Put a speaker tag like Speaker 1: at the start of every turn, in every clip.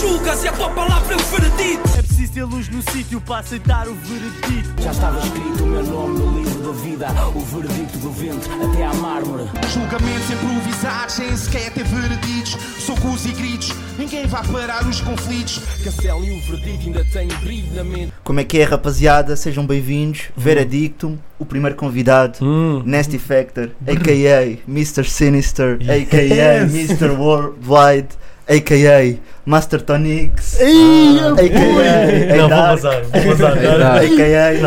Speaker 1: julgas e a tua palavra é o veredito.
Speaker 2: É preciso ter luz no sítio para aceitar o veredito.
Speaker 3: Já estava escrito o meu nome no livro da vida, o veredito do vento até à mármore.
Speaker 4: Julgamentos improvisados, sem sequer ter vereditos. Socos e gritos, ninguém vai parar os conflitos.
Speaker 3: Castelo e o veredito ainda têm brilho na mente.
Speaker 5: Como é que é, rapaziada? Sejam bem-vindos. Veredictum, o primeiro convidado, Nasty Factor, a.k.a. Mr. Sinister, a.k.a. Mr. Worldwide, a.k.a. Master Tonix, a.k.a.
Speaker 6: Não, vou
Speaker 5: é? Dark,
Speaker 6: vazar, vou vazar.
Speaker 7: Dark.
Speaker 5: a.k.a.
Speaker 6: Não,
Speaker 5: António.
Speaker 6: Dark.
Speaker 5: António,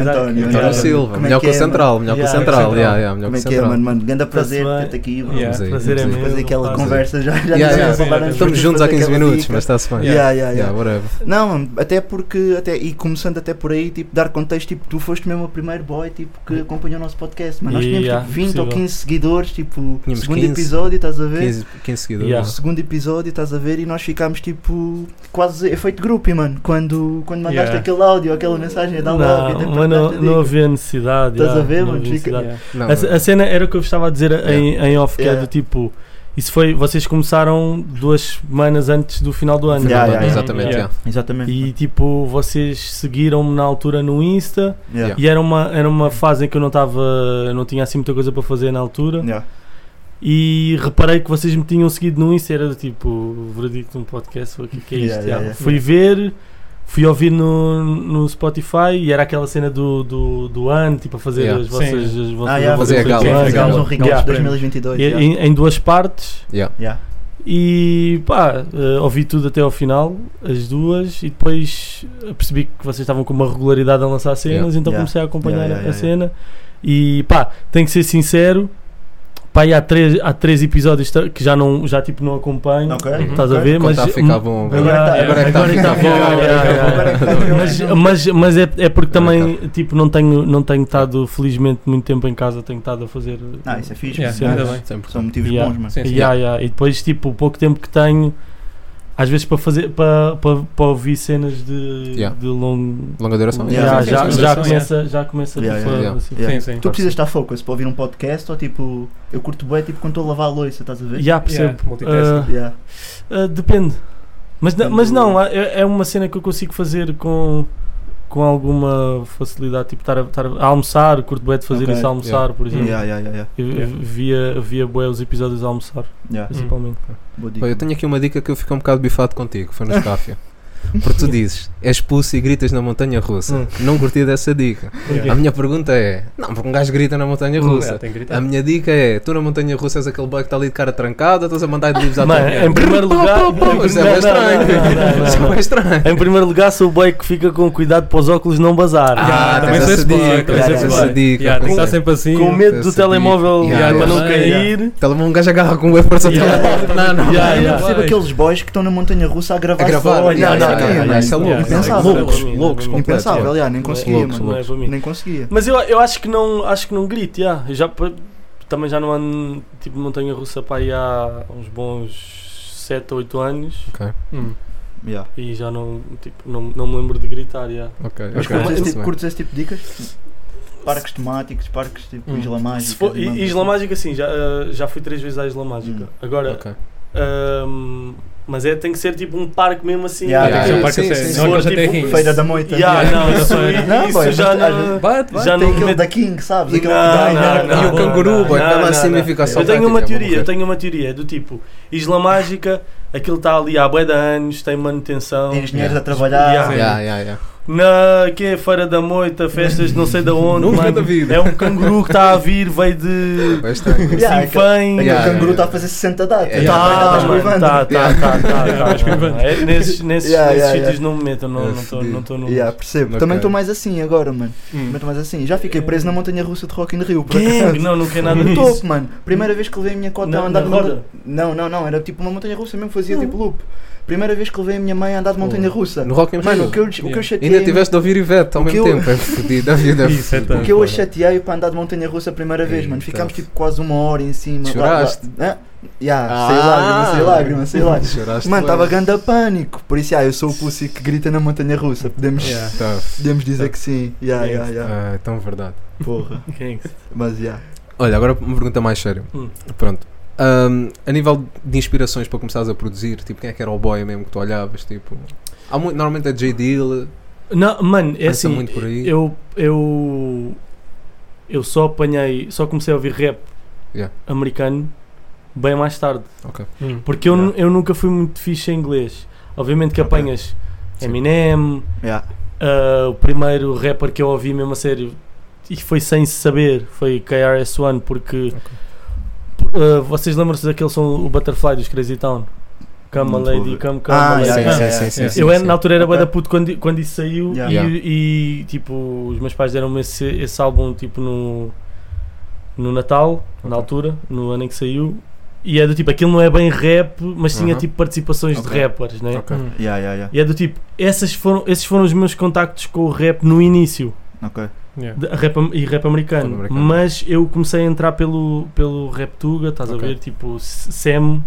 Speaker 6: António
Speaker 5: António.
Speaker 7: Então, Silva,
Speaker 5: Como é
Speaker 7: melhor
Speaker 5: que
Speaker 7: que o
Speaker 5: é,
Speaker 7: Central, melhor que o
Speaker 6: Yeah,
Speaker 7: Central,
Speaker 6: Central.
Speaker 7: yeah, yeah, melhor
Speaker 5: Como
Speaker 7: que
Speaker 5: é
Speaker 7: o
Speaker 5: que é,
Speaker 7: Central.
Speaker 5: mano? Mano, grande prazer
Speaker 6: Está-se bem.
Speaker 5: ter-te aqui, bro.
Speaker 6: Yeah,
Speaker 7: Vamos aí,
Speaker 6: prazer
Speaker 7: vamos
Speaker 6: é
Speaker 7: aí.
Speaker 6: meu.
Speaker 5: Fazer aquela
Speaker 6: Faz.
Speaker 5: conversa já. já
Speaker 7: Yeah,
Speaker 5: não sei
Speaker 7: yeah.
Speaker 5: se falaram
Speaker 7: Estamos
Speaker 5: sobre
Speaker 7: juntos há
Speaker 5: fazer
Speaker 7: 15
Speaker 5: aquela
Speaker 7: minutos,
Speaker 5: é dica.
Speaker 7: mas está-se bem.
Speaker 5: Yeah, yeah, yeah.
Speaker 7: whatever.
Speaker 5: Não, até porque, até, e começando até por aí, tipo, dar contexto, tipo, tu foste mesmo o primeiro boy, tipo, que acompanhou o nosso podcast, mas nós
Speaker 6: E,
Speaker 5: tínhamos,
Speaker 6: yeah,
Speaker 5: tipo, 20 ou
Speaker 6: possível.
Speaker 5: 15 seguidores, tipo,
Speaker 7: Tínhamos
Speaker 5: segundo
Speaker 7: 15.
Speaker 5: episódio, estás a ver?
Speaker 7: 15, 15 seguidores.
Speaker 6: Yeah.
Speaker 5: Segundo episódio, estás a ver, e nós ficámos, tipo, quase efeito grupo, mano, quando, quando mandaste
Speaker 6: Yeah.
Speaker 5: aquele áudio, aquela mensagem, dá um love,
Speaker 6: Não, mas não, não havia necessidade.
Speaker 5: Estás
Speaker 6: yeah,
Speaker 5: a ver,
Speaker 6: não
Speaker 5: mano?
Speaker 6: havia
Speaker 5: Fica-
Speaker 6: necessidade.
Speaker 7: Não,
Speaker 6: A, a cena era o que eu vos estava a dizer em, em off, que é
Speaker 5: Yeah.
Speaker 6: do tipo. Isso foi. Vocês começaram duas semanas antes do final do ano.
Speaker 5: Yeah,
Speaker 6: não é?
Speaker 5: yeah,
Speaker 7: exatamente,
Speaker 6: Yeah.
Speaker 7: yeah.
Speaker 5: Exatamente.
Speaker 6: E tipo, vocês seguiram-me na altura no Insta
Speaker 5: Yeah.
Speaker 6: e era uma, era uma fase em que eu não estava. não tinha assim muita coisa para fazer na altura.
Speaker 5: Yeah.
Speaker 6: E reparei que vocês me tinham seguido no Insta, era do tipo, veredicto um podcast, o que é que é isto?
Speaker 5: Yeah,
Speaker 6: Ah,
Speaker 5: yeah, yeah.
Speaker 6: Fui ver, fui ouvir no, no Spotify e era aquela cena do, do, do ano, tipo, a fazer
Speaker 7: Yeah.
Speaker 6: as vossas.
Speaker 2: Sim.
Speaker 6: As vossas
Speaker 5: Ah, yeah,
Speaker 7: Fazer
Speaker 6: as
Speaker 7: a gala,
Speaker 6: vossas-
Speaker 7: fazer a
Speaker 6: Yeah.
Speaker 5: Ficámos um
Speaker 7: gala.
Speaker 5: regalo de
Speaker 6: Yeah.
Speaker 5: 2022.
Speaker 6: E-
Speaker 5: yeah.
Speaker 6: Em, em duas partes
Speaker 7: Yeah.
Speaker 5: Yeah.
Speaker 6: e pá, eh, ouvi tudo até ao final, as duas, e depois percebi que vocês estavam com uma regularidade a lançar cenas,
Speaker 7: Yeah.
Speaker 6: então
Speaker 5: Yeah.
Speaker 6: comecei a acompanhar
Speaker 5: Yeah, yeah,
Speaker 6: a
Speaker 5: yeah,
Speaker 6: cena. E pá, tenho que ser sincero, pá, e há três, há três episódios tra- que já, não, já tipo não acompanho,
Speaker 5: Ok,
Speaker 6: estás a
Speaker 5: ok.
Speaker 6: ver?
Speaker 7: Quando
Speaker 6: Mas,
Speaker 7: está a ficar bom.
Speaker 5: Agora tá-
Speaker 7: Agora é que está a
Speaker 6: agora
Speaker 7: ficar
Speaker 6: tá bom,
Speaker 7: bom.
Speaker 6: yeah, yeah.
Speaker 5: Agora é que tá a ficar
Speaker 6: Mas,
Speaker 5: bom. tá
Speaker 6: mas, mas é, é porque
Speaker 7: Agora
Speaker 6: também tipo, não tenho não tenho estado, felizmente, muito tempo em casa, tenho estado a fazer. eh,
Speaker 5: Ah, isso é fixe.
Speaker 2: Yeah,
Speaker 5: mano.
Speaker 2: ainda bem.
Speaker 7: Sempre.
Speaker 5: São motivos
Speaker 6: Yeah.
Speaker 5: bons, mano.
Speaker 2: Sim, sim.
Speaker 6: Yeah, yeah. E depois, tipo, o pouco tempo que tenho, às vezes para fazer para, para, para ouvir cenas de,
Speaker 7: Yeah.
Speaker 6: de longo.
Speaker 7: Longa duração.
Speaker 6: Yeah,
Speaker 2: sim, sim,
Speaker 6: já,
Speaker 2: sim,
Speaker 6: já
Speaker 2: sim,
Speaker 6: começa, já começa
Speaker 5: Yeah,
Speaker 6: tipo,
Speaker 5: yeah,
Speaker 6: a-
Speaker 7: yeah.
Speaker 6: assim.
Speaker 5: Yeah.
Speaker 2: Sim, sim.
Speaker 5: Tu precisas estar focus para ouvir um podcast ou tipo, eu curto bué tipo quando estou a lavar a louça, estás a ver?
Speaker 6: Yeah, percebo.
Speaker 2: Yeah, multitasking.
Speaker 5: Yeah.
Speaker 6: Ah, ah, depende. Mas, não-
Speaker 5: Depende
Speaker 6: mas
Speaker 5: do-
Speaker 6: não, há- é, é uma cena que eu consigo fazer com, com alguma facilidade, tipo estar a, estar a almoçar, curto bué de fazer
Speaker 5: Ok.
Speaker 6: isso a almoçar,
Speaker 7: Yeah.
Speaker 6: por exemplo.
Speaker 5: Yeah, yeah, yeah, yeah.
Speaker 6: Eu- eu
Speaker 2: Yeah.
Speaker 6: Via, via bué os episódios a almoçar,
Speaker 5: Yeah.
Speaker 2: Hum.
Speaker 6: principalmente.
Speaker 5: Boa
Speaker 7: Pá,
Speaker 5: dica.
Speaker 7: eu tenho aqui uma dica que eu fico um bocado bifado contigo, foi no Escáfia. Porque tu dizes, és pussy e gritas na montanha russa. Não curti dessa dica.
Speaker 2: Yeah.
Speaker 7: A minha pergunta é: não, porque um gajo grita na montanha
Speaker 8: Hum.
Speaker 2: Yeah,
Speaker 7: russa.
Speaker 2: tem que gritar.
Speaker 7: A minha dica é: tu na montanha russa és aquele boy que está ali de cara trancada, estás a mandar de livros à
Speaker 6: Mano,
Speaker 7: tua
Speaker 6: em primeiro lugar.
Speaker 7: Isso é
Speaker 6: Não, não, não,
Speaker 7: bem
Speaker 6: não, não,
Speaker 7: estranho.
Speaker 6: não,
Speaker 7: Isso é
Speaker 6: não.
Speaker 7: bem estranho.
Speaker 6: Em primeiro lugar, sou o boy que fica com cuidado para os óculos não bazar.
Speaker 7: Ah,
Speaker 2: também
Speaker 7: tens
Speaker 2: sou
Speaker 7: essa
Speaker 2: esse boy, também
Speaker 7: dica, tens
Speaker 2: sou
Speaker 7: essa
Speaker 2: esse boy.
Speaker 7: dica,
Speaker 2: Yeah, tem que
Speaker 7: pois
Speaker 2: estar
Speaker 7: é.
Speaker 2: sempre assim.
Speaker 6: com medo do
Speaker 7: essa
Speaker 6: telemóvel
Speaker 7: dica. Yeah,
Speaker 6: para não
Speaker 2: yeah.
Speaker 6: cair.
Speaker 7: Telemão, um gajo agarra com o web para essa
Speaker 6: Yeah.
Speaker 7: telemóvel. Não,
Speaker 8: é
Speaker 6: Yeah,
Speaker 7: não.
Speaker 5: Eu não
Speaker 6: yeah.
Speaker 5: percebo
Speaker 2: Vai.
Speaker 5: aqueles boys que estão na montanha russa a gravar,
Speaker 7: A gravar,
Speaker 5: só.
Speaker 7: yeah,
Speaker 5: Yeah,
Speaker 7: yeah,
Speaker 5: yeah,
Speaker 7: yeah, isso é
Speaker 5: yeah.
Speaker 7: louco,
Speaker 5: Impensável.
Speaker 7: isso é louco.
Speaker 5: Loucos,
Speaker 6: Loucos,
Speaker 5: Impensável, yeah, nem conseguia,
Speaker 7: Loucos,
Speaker 5: mano.
Speaker 6: Não é para mim.
Speaker 5: Nem conseguia.
Speaker 6: Mas eu, eu acho que não, acho que não grito, já. Eu já pa- também já não ando tipo montanha russa para aí há uns bons 7 ou 8 anos
Speaker 2: Hum.
Speaker 5: Yeah.
Speaker 6: e já não, tipo, não, não me lembro de gritar, já.
Speaker 7: Ok,
Speaker 5: Mas
Speaker 7: ok.
Speaker 5: curtes esse, tipo,
Speaker 7: Muito
Speaker 5: curtes esse tipo de dicas? Parques temáticos, parques tipo
Speaker 2: Hum.
Speaker 5: Isla
Speaker 6: Se
Speaker 5: Mágica.
Speaker 6: for-
Speaker 5: de Manta,
Speaker 6: I- Isla Mágica, sim, já, ah, já fui três vezes à Isla Mágica.
Speaker 5: Hum.
Speaker 6: Agora,
Speaker 7: bem. Ok.
Speaker 6: ahm, mas é, tem que ser tipo um parque mesmo assim.
Speaker 5: Yeah,
Speaker 2: Tem que
Speaker 7: yeah,
Speaker 2: ser um
Speaker 7: yeah.
Speaker 2: parque
Speaker 7: Sim,
Speaker 2: a sério,
Speaker 7: sim,
Speaker 2: senão
Speaker 6: sim.
Speaker 2: aqueles já
Speaker 6: Tipo,
Speaker 2: tem rins.
Speaker 5: Feira da Moita.
Speaker 6: Yeah, não,
Speaker 2: não
Speaker 6: isso,
Speaker 2: foi.
Speaker 5: Não,
Speaker 6: isso
Speaker 5: boy,
Speaker 6: já
Speaker 5: mas às
Speaker 6: não.
Speaker 5: vezes-
Speaker 2: Bate, bate.
Speaker 6: Já
Speaker 5: Tem
Speaker 6: não
Speaker 5: aquele
Speaker 6: meto-
Speaker 5: da King, sabes?
Speaker 6: Não,
Speaker 5: Aquele
Speaker 6: não,
Speaker 5: Yeah,
Speaker 6: não,
Speaker 7: E
Speaker 5: yeah.
Speaker 7: o
Speaker 6: não,
Speaker 7: canguru,
Speaker 6: não,
Speaker 7: boy, que
Speaker 6: não,
Speaker 7: está lá
Speaker 6: não,
Speaker 7: acima e
Speaker 6: não.
Speaker 7: fica a
Speaker 6: Eu
Speaker 7: saltar,
Speaker 6: tenho uma
Speaker 7: tipo, a
Speaker 6: teoria, eu
Speaker 7: morrer.
Speaker 6: tenho uma teoria, é do tipo, Isla Mágica, aquilo está ali há bué de anos, tem manutenção.
Speaker 5: Engenheiros
Speaker 7: Yeah.
Speaker 5: a trabalhar.
Speaker 6: Yeah.
Speaker 7: Yeah, yeah, yeah.
Speaker 6: Na que é Feira da Moita, festas de não sei de onde,
Speaker 7: Nunca
Speaker 6: mano.
Speaker 7: da vida.
Speaker 6: É um canguru que está a vir, veio de
Speaker 7: Bem estranho.
Speaker 5: Yeah,
Speaker 6: Sinfém.
Speaker 5: Aquele
Speaker 7: Yeah, yeah,
Speaker 5: canguru está
Speaker 7: yeah.
Speaker 5: a fazer 60 datas.
Speaker 7: Yeah,
Speaker 6: Tá,
Speaker 5: Estás
Speaker 6: mano,
Speaker 5: curvando.
Speaker 6: tá, tá, tá, tá,
Speaker 2: Vais
Speaker 6: tá,
Speaker 2: privando.
Speaker 6: tá. É, Nesses nesses-
Speaker 5: Yeah,
Speaker 6: nesses
Speaker 5: yeah,
Speaker 6: sítios
Speaker 5: yeah.
Speaker 6: não me metam, não
Speaker 7: É
Speaker 6: não tô-
Speaker 7: fedido.
Speaker 6: não estou no.
Speaker 5: Yeah, percebo.
Speaker 7: Ok.
Speaker 5: Também estou mais assim agora, mano.
Speaker 2: Hum.
Speaker 5: Muito mais assim. Já fiquei preso na montanha russa de Rock in Rio. por
Speaker 6: Gang,
Speaker 5: acaso.
Speaker 6: não, não quer nada
Speaker 5: No
Speaker 6: disso.
Speaker 5: topo, mano. Primeira vez que levei a minha cota
Speaker 6: Na-
Speaker 5: a andar
Speaker 6: na
Speaker 5: de
Speaker 6: roda?
Speaker 5: Não, não, não. Era tipo uma montanha russa mesmo, fazia tipo loop. Primeira vez que levei a minha mãe a andar de montanha russa.
Speaker 7: No Rock in Rio.
Speaker 5: Mano, o que eu, o que eu chateei.
Speaker 7: Ainda tiveste né? de ouvir Ivete ao
Speaker 5: O que
Speaker 7: mesmo
Speaker 5: eu-
Speaker 7: tempo. É fodido a vida.
Speaker 2: Isso é
Speaker 5: O
Speaker 2: tanto.
Speaker 5: que eu a chateei para andar de montanha russa a primeira vez, mano.
Speaker 7: Eita.
Speaker 5: Ficámos tipo quase uma hora em cima.
Speaker 7: tá. Choraste?
Speaker 5: Lá, lá. Hã? Yeah,
Speaker 7: Ah.
Speaker 5: sei lágrima, sei lágrima, sei
Speaker 7: Choraste
Speaker 5: lágrima. Mano,
Speaker 7: bem.
Speaker 5: estava ganda pânico. Por isso, ah, eu sou o pussy que grita na montanha russa. Podemos,
Speaker 2: Yeah.
Speaker 7: Tough.
Speaker 5: podemos dizer que sim. Yeah,
Speaker 2: Sim.
Speaker 5: yeah, yeah.
Speaker 7: Ah, então verdade.
Speaker 5: Porra.
Speaker 6: Gang.
Speaker 5: Mas yeah.
Speaker 7: Olha, agora uma pergunta mais séria.
Speaker 6: Hum.
Speaker 7: Pronto. Ahm, a nível de inspirações para começares a produzir, tipo, quem é que era o boy mesmo que tu olhavas? Tipo, há muito, normalmente é J. Deal,
Speaker 6: Não, mano, é
Speaker 7: Passa
Speaker 6: assim,
Speaker 7: muito por aí.
Speaker 6: eu, eu, eu só apanhei, só comecei a ouvir rap
Speaker 7: Yeah.
Speaker 6: americano bem mais tarde.
Speaker 7: Ok.
Speaker 8: Hum.
Speaker 6: Porque eu,
Speaker 7: Yeah.
Speaker 6: nu- eu nunca fui muito fixe em inglês. Obviamente que
Speaker 7: Ok.
Speaker 6: apanhas
Speaker 7: Sim.
Speaker 6: Eminem,
Speaker 5: Yeah.
Speaker 6: ah, o primeiro rapper que eu ouvi mesmo a sério e foi sem saber, foi KRS-One, porque ah, vocês lembram-se daquele som, o Butterfly dos Crazy Town? Come a
Speaker 5: Não
Speaker 6: lady,
Speaker 5: ouvi.
Speaker 6: come, come a
Speaker 5: Ah,
Speaker 6: lady.
Speaker 5: yeah,
Speaker 6: come.
Speaker 5: yeah, yeah,
Speaker 7: sim,
Speaker 5: yeah.
Speaker 7: sim,
Speaker 8: yeah.
Speaker 7: sim,
Speaker 6: Eu
Speaker 7: sim.
Speaker 6: era- na altura era bué da
Speaker 5: Ok.
Speaker 6: puto quando, quando isso saiu
Speaker 5: Yeah.
Speaker 6: e,
Speaker 7: Yeah.
Speaker 6: e, tipo os meus pais deram-me esse, esse álbum tipo no, no Natal, na altura, no ano em que saiu. E é do tipo, aquilo não é bem rap, mas tinha
Speaker 7: Uhum.
Speaker 6: tipo participações de
Speaker 7: Ok.
Speaker 6: rappers, né?
Speaker 7: Ok.
Speaker 8: Hum.
Speaker 5: Yeah, yeah, yeah.
Speaker 6: E é do tipo, essas foram, esses foram os meus contactos com o rap no início,
Speaker 5: Ok.
Speaker 8: Yeah.
Speaker 6: de- rap, am- e rap americano.
Speaker 7: Rap americano.
Speaker 6: Mas eu comecei a entrar pelo, pelo rap Tuga, estás
Speaker 7: Ok.
Speaker 6: a ver? Tipo, S- Sam,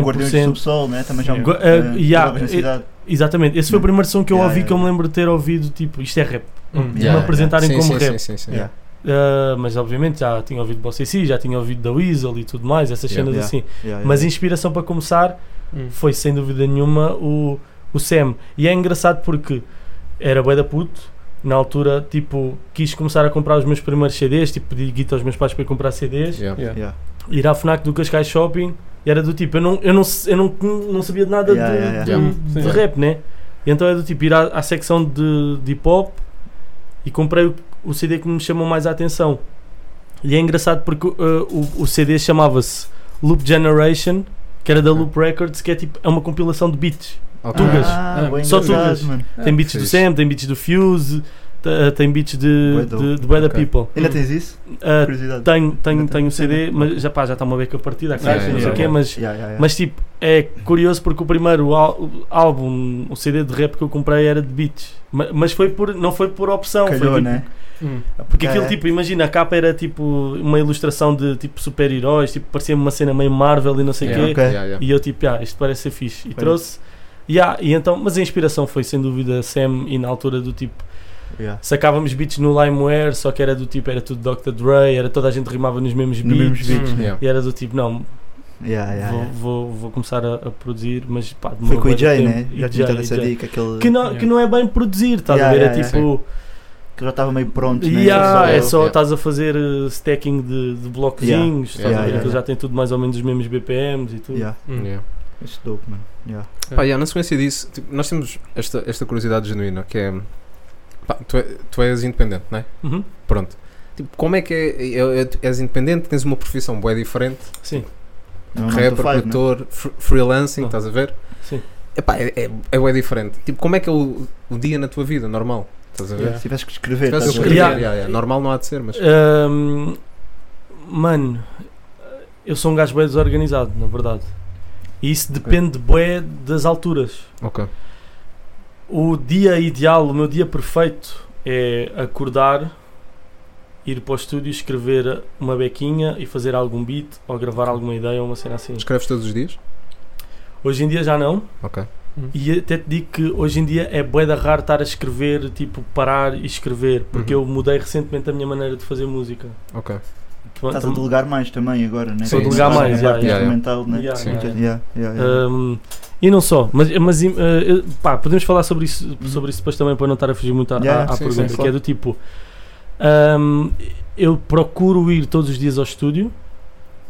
Speaker 5: Guardiões do
Speaker 6: 100%.
Speaker 5: Subsolo, né? Também já
Speaker 8: Yeah.
Speaker 6: Go- eh,
Speaker 5: eh,
Speaker 6: yeah,
Speaker 5: toda a velocidade.
Speaker 6: Exatamente, esse foi o
Speaker 5: Yeah.
Speaker 6: primeiro som que eu
Speaker 5: Yeah,
Speaker 6: ouvi
Speaker 5: yeah,
Speaker 6: que eu me lembro de ter ouvido, tipo, isto é rap.
Speaker 8: Hum.
Speaker 6: me apresentarem
Speaker 7: Sim,
Speaker 6: como
Speaker 7: sim,
Speaker 6: rap.
Speaker 7: Sim, sim, sim.
Speaker 5: Yeah.
Speaker 6: Ah, mas obviamente já tinha ouvido Bossy C, já tinha ouvido da Weasel e tudo mais, essas
Speaker 7: Yeah.
Speaker 6: cenas
Speaker 5: Yeah.
Speaker 6: assim.
Speaker 5: Yeah, yeah,
Speaker 6: Mas a
Speaker 5: yeah.
Speaker 6: inspiração para começar
Speaker 8: Hum.
Speaker 6: foi sem dúvida nenhuma o, o Sam. E é engraçado porque era bué da puto. Na altura, tipo, quis começar a comprar os meus primeiros CDs, tipo, pedi guita aos meus pais para ir comprar CDs,
Speaker 7: Yeah.
Speaker 8: Yeah.
Speaker 5: Yeah.
Speaker 6: ir à FNAC do Cascais Shopping, e era do tipo, eu não, eu não, eu não, não sabia de nada
Speaker 5: Yeah,
Speaker 6: de,
Speaker 5: yeah,
Speaker 7: yeah.
Speaker 6: de-
Speaker 8: Sim.
Speaker 6: de
Speaker 8: Sim.
Speaker 6: rap, né? E então é do tipo, ir à, à secção de, de hip hop e comprei o, o CD que me chamou mais a atenção. E é engraçado porque uh, o, o CD chamava-se Loop Generation, que era da Loop Records, que é tipo, é uma compilação de beats.
Speaker 7: Ok.
Speaker 6: Tugas.
Speaker 5: Ah, bem
Speaker 6: Só
Speaker 5: engraçado,
Speaker 6: tugas.
Speaker 5: mano.
Speaker 8: Ah,
Speaker 6: tem beats do
Speaker 7: fixe.
Speaker 6: Sam, tem beats do Fuse, t- uh, tem beats de,
Speaker 5: Bué dope.
Speaker 6: de, de Bad
Speaker 7: Ok.
Speaker 6: People.
Speaker 5: Ainda tens isso?
Speaker 6: Uh,
Speaker 5: Curiosidade.
Speaker 6: tenho, tenho, um
Speaker 5: Ainda
Speaker 6: tenho o
Speaker 5: tem.
Speaker 6: CD, mas já pá, já está uma beca partida, a
Speaker 7: Yeah,
Speaker 6: caixa, não sei
Speaker 7: yeah,
Speaker 6: o quê,
Speaker 7: yeah.
Speaker 6: mas
Speaker 5: Yeah, yeah, yeah.
Speaker 6: mas tipo, é curioso porque o primeiro ál- álbum, o CD de rap que eu comprei era de beats. Ma- Mas foi por, não foi por opção, foi
Speaker 5: Calhou,
Speaker 6: tipo-
Speaker 5: né?
Speaker 8: Hum.
Speaker 6: porque aquilo
Speaker 5: É.
Speaker 6: tipo, imagina, a capa era tipo uma ilustração de tipo super-heróis, tipo, parecia uma cena meio Marvel e não sei o
Speaker 7: Yeah.
Speaker 6: quê.
Speaker 5: Ok.
Speaker 7: Yeah, yeah.
Speaker 6: E eu tipo, ah, isto parece ser fixe. E
Speaker 5: Foi.
Speaker 6: trouxe. Yeah, e então, mas a inspiração foi sem dúvida Sam e na altura do tipo,
Speaker 5: Yeah.
Speaker 6: sacávamos beats no LimeWare, só que era do tipo, era tudo Dr. Dre, era toda a gente rimava nos mesmos
Speaker 5: No
Speaker 6: beats.
Speaker 5: mesmo beats.
Speaker 8: Hum.
Speaker 7: Yeah.
Speaker 6: E era do tipo, não,
Speaker 5: Yeah, yeah,
Speaker 6: vou,
Speaker 5: yeah.
Speaker 6: Vou, vou começar a, a produzir, mas pá,
Speaker 5: Foi
Speaker 6: demorou
Speaker 5: com o
Speaker 6: bué de
Speaker 5: EJ, né?
Speaker 6: tempo.
Speaker 5: Já
Speaker 6: EJ,
Speaker 5: tinha dado essa
Speaker 6: EJ.
Speaker 5: dica, aquele
Speaker 6: Que não,
Speaker 8: Yeah.
Speaker 6: que não é bem produzir, estás
Speaker 5: Yeah,
Speaker 6: a ver?
Speaker 5: yeah,
Speaker 6: é
Speaker 5: yeah.
Speaker 6: tipo.
Speaker 5: que já estava meio pronto, né?
Speaker 6: yeah, é
Speaker 5: Era
Speaker 6: só
Speaker 7: Yeah.
Speaker 6: estás a fazer uh, stacking de, de blocozinhos, estás
Speaker 7: Yeah,
Speaker 6: a ver?
Speaker 7: yeah,
Speaker 6: Aquilo
Speaker 5: yeah.
Speaker 6: já tem tudo mais ou menos os mesmos BPMs e tudo.
Speaker 5: Yeah.
Speaker 8: Hum.
Speaker 7: Yeah.
Speaker 5: Isso é dope, mano. Yeah.
Speaker 7: Pá, yeah, na sequência disso, tipo, nós temos esta, esta curiosidade genuína que é. Pá, tu, é- tu és independente, não é?
Speaker 6: Uhum.
Speaker 7: Pronto. Tipo, como é que é, é- é- És independente, tens uma profissão bem diferente.
Speaker 6: Sim,
Speaker 5: Não é um nine
Speaker 7: rapper,
Speaker 5: to five, né?
Speaker 7: produtor, fr- freelancing,
Speaker 6: Ah.
Speaker 7: estás a ver?
Speaker 6: Sim.
Speaker 7: Epá, é, é, é bué diferente. Tipo, como é que é o, o dia na tua vida, normal? Estás a ver?
Speaker 8: Yeah.
Speaker 5: Se tivesse que escrever, tá
Speaker 7: Tivesse
Speaker 5: estás
Speaker 7: é. que
Speaker 5: a ver?
Speaker 7: escrever,
Speaker 6: Yeah.
Speaker 7: yeah, yeah. Normal não há de ser, mas.
Speaker 6: Ahm, mano, eu sou um gajo bem desorganizado, na verdade. E isso depende bué das alturas.
Speaker 7: Ok.
Speaker 6: O dia ideal, o meu dia perfeito é acordar, ir para o estúdio, escrever uma bequinha e fazer algum beat ou gravar alguma ideia ou uma cena assim.
Speaker 7: Escreves todos os dias?
Speaker 6: Hoje em dia já não.
Speaker 7: Ok.
Speaker 6: E até te digo que hoje em dia é bué da raro estar a escrever, tipo, parar e escrever, porque eu mudei recentemente a minha maneira de fazer música.
Speaker 7: Uhum. Ok.
Speaker 5: Estás a delegar mais mais agora, né?
Speaker 7: Sim,
Speaker 5: Estás
Speaker 7: delegar
Speaker 5: a
Speaker 7: mais,
Speaker 6: yeah, yeah,
Speaker 5: parte
Speaker 7: yeah.
Speaker 5: instrumental, né?
Speaker 6: Yeah,
Speaker 7: Sim.
Speaker 6: yeah, yeah.
Speaker 5: Yeah, yeah, yeah.
Speaker 6: Um, e não só, mas, mas uh, eu- pá, podemos falar sobre isso, sobre isso depois também para não estar a fugir muito à,
Speaker 5: Yeah,
Speaker 6: à- à
Speaker 7: sim,
Speaker 6: pergunta,
Speaker 7: sim,
Speaker 6: que é
Speaker 7: claro.
Speaker 6: do tipo um, eu procuro ir todos os dias ao estúdio,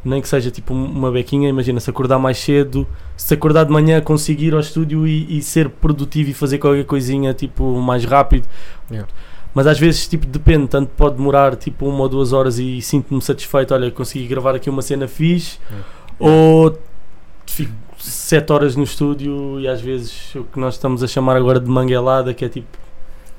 Speaker 6: nem que seja tipo uma bequinha, imagina, se acordar mais cedo, se acordar de manhã conseguir ir ao estúdio e, e ser produtivo e fazer qualquer coisinha tipo mais rápido.
Speaker 7: Yeah.
Speaker 6: Mas às vezes tipo depende, tanto pode demorar tipo uma ou duas horas e sinto-me satisfeito, olha, consegui gravar aqui uma cena fixe,
Speaker 7: Yeah.
Speaker 6: ou fico sete horas no estúdio e às vezes o que nós estamos a chamar agora de manguelada, que é tipo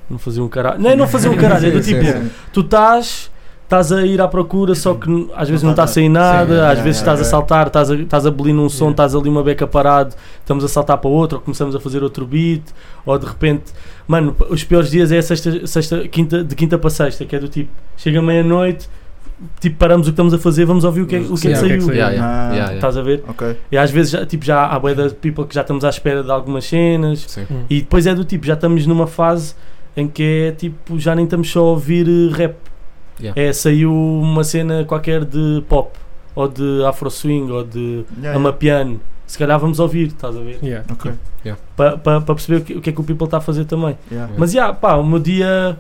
Speaker 6: não fazer um caralho. Não, é não fazer um caralho, é do
Speaker 7: Sim,
Speaker 6: tipo,
Speaker 7: sim.
Speaker 6: tu estás. Estás a ir à procura, só que n- às vezes não está a
Speaker 5: estás a-
Speaker 6: sair nada,
Speaker 7: Sim,
Speaker 6: às
Speaker 5: é,
Speaker 6: vezes
Speaker 5: é,
Speaker 6: estás a
Speaker 7: é.
Speaker 6: saltar, estás a, estás a bolir num som,
Speaker 8: Yeah.
Speaker 6: estás ali uma beca parado, estamos a saltar para outro, ou começamos a fazer outro beat, ou de repente. Mano, p- os piores dias é sexta, sexta, quinta, de quinta para sexta, que é do tipo, chega meia-noite, tipo, paramos o que estamos a fazer, vamos ouvir o que é, o que é que
Speaker 8: Sim, o que é que
Speaker 6: saiu.
Speaker 8: saiu.
Speaker 7: Yeah, yeah,
Speaker 5: Ah,
Speaker 7: yeah, yeah.
Speaker 6: Estás a ver?
Speaker 5: Ok.
Speaker 6: E às vezes já, tipo, já há bué da people que já estamos à espera de algumas cenas.
Speaker 7: Sim.
Speaker 8: Hum.
Speaker 6: E depois é do tipo, já estamos numa fase em que é tipo, já nem estamos só a ouvir eh, rap.
Speaker 7: Yeah.
Speaker 6: É, saiu uma cena qualquer de pop. ou de Afro Swing ou de
Speaker 5: Yeah, yeah.
Speaker 6: Amapiano, se calhar vamos ouvir, estás a ver?
Speaker 8: Yeah.
Speaker 5: Ok.
Speaker 6: Para perceber o que, o que é que o people está a fazer também.
Speaker 5: Yeah.
Speaker 6: Mas yeah, pá, o meu dia.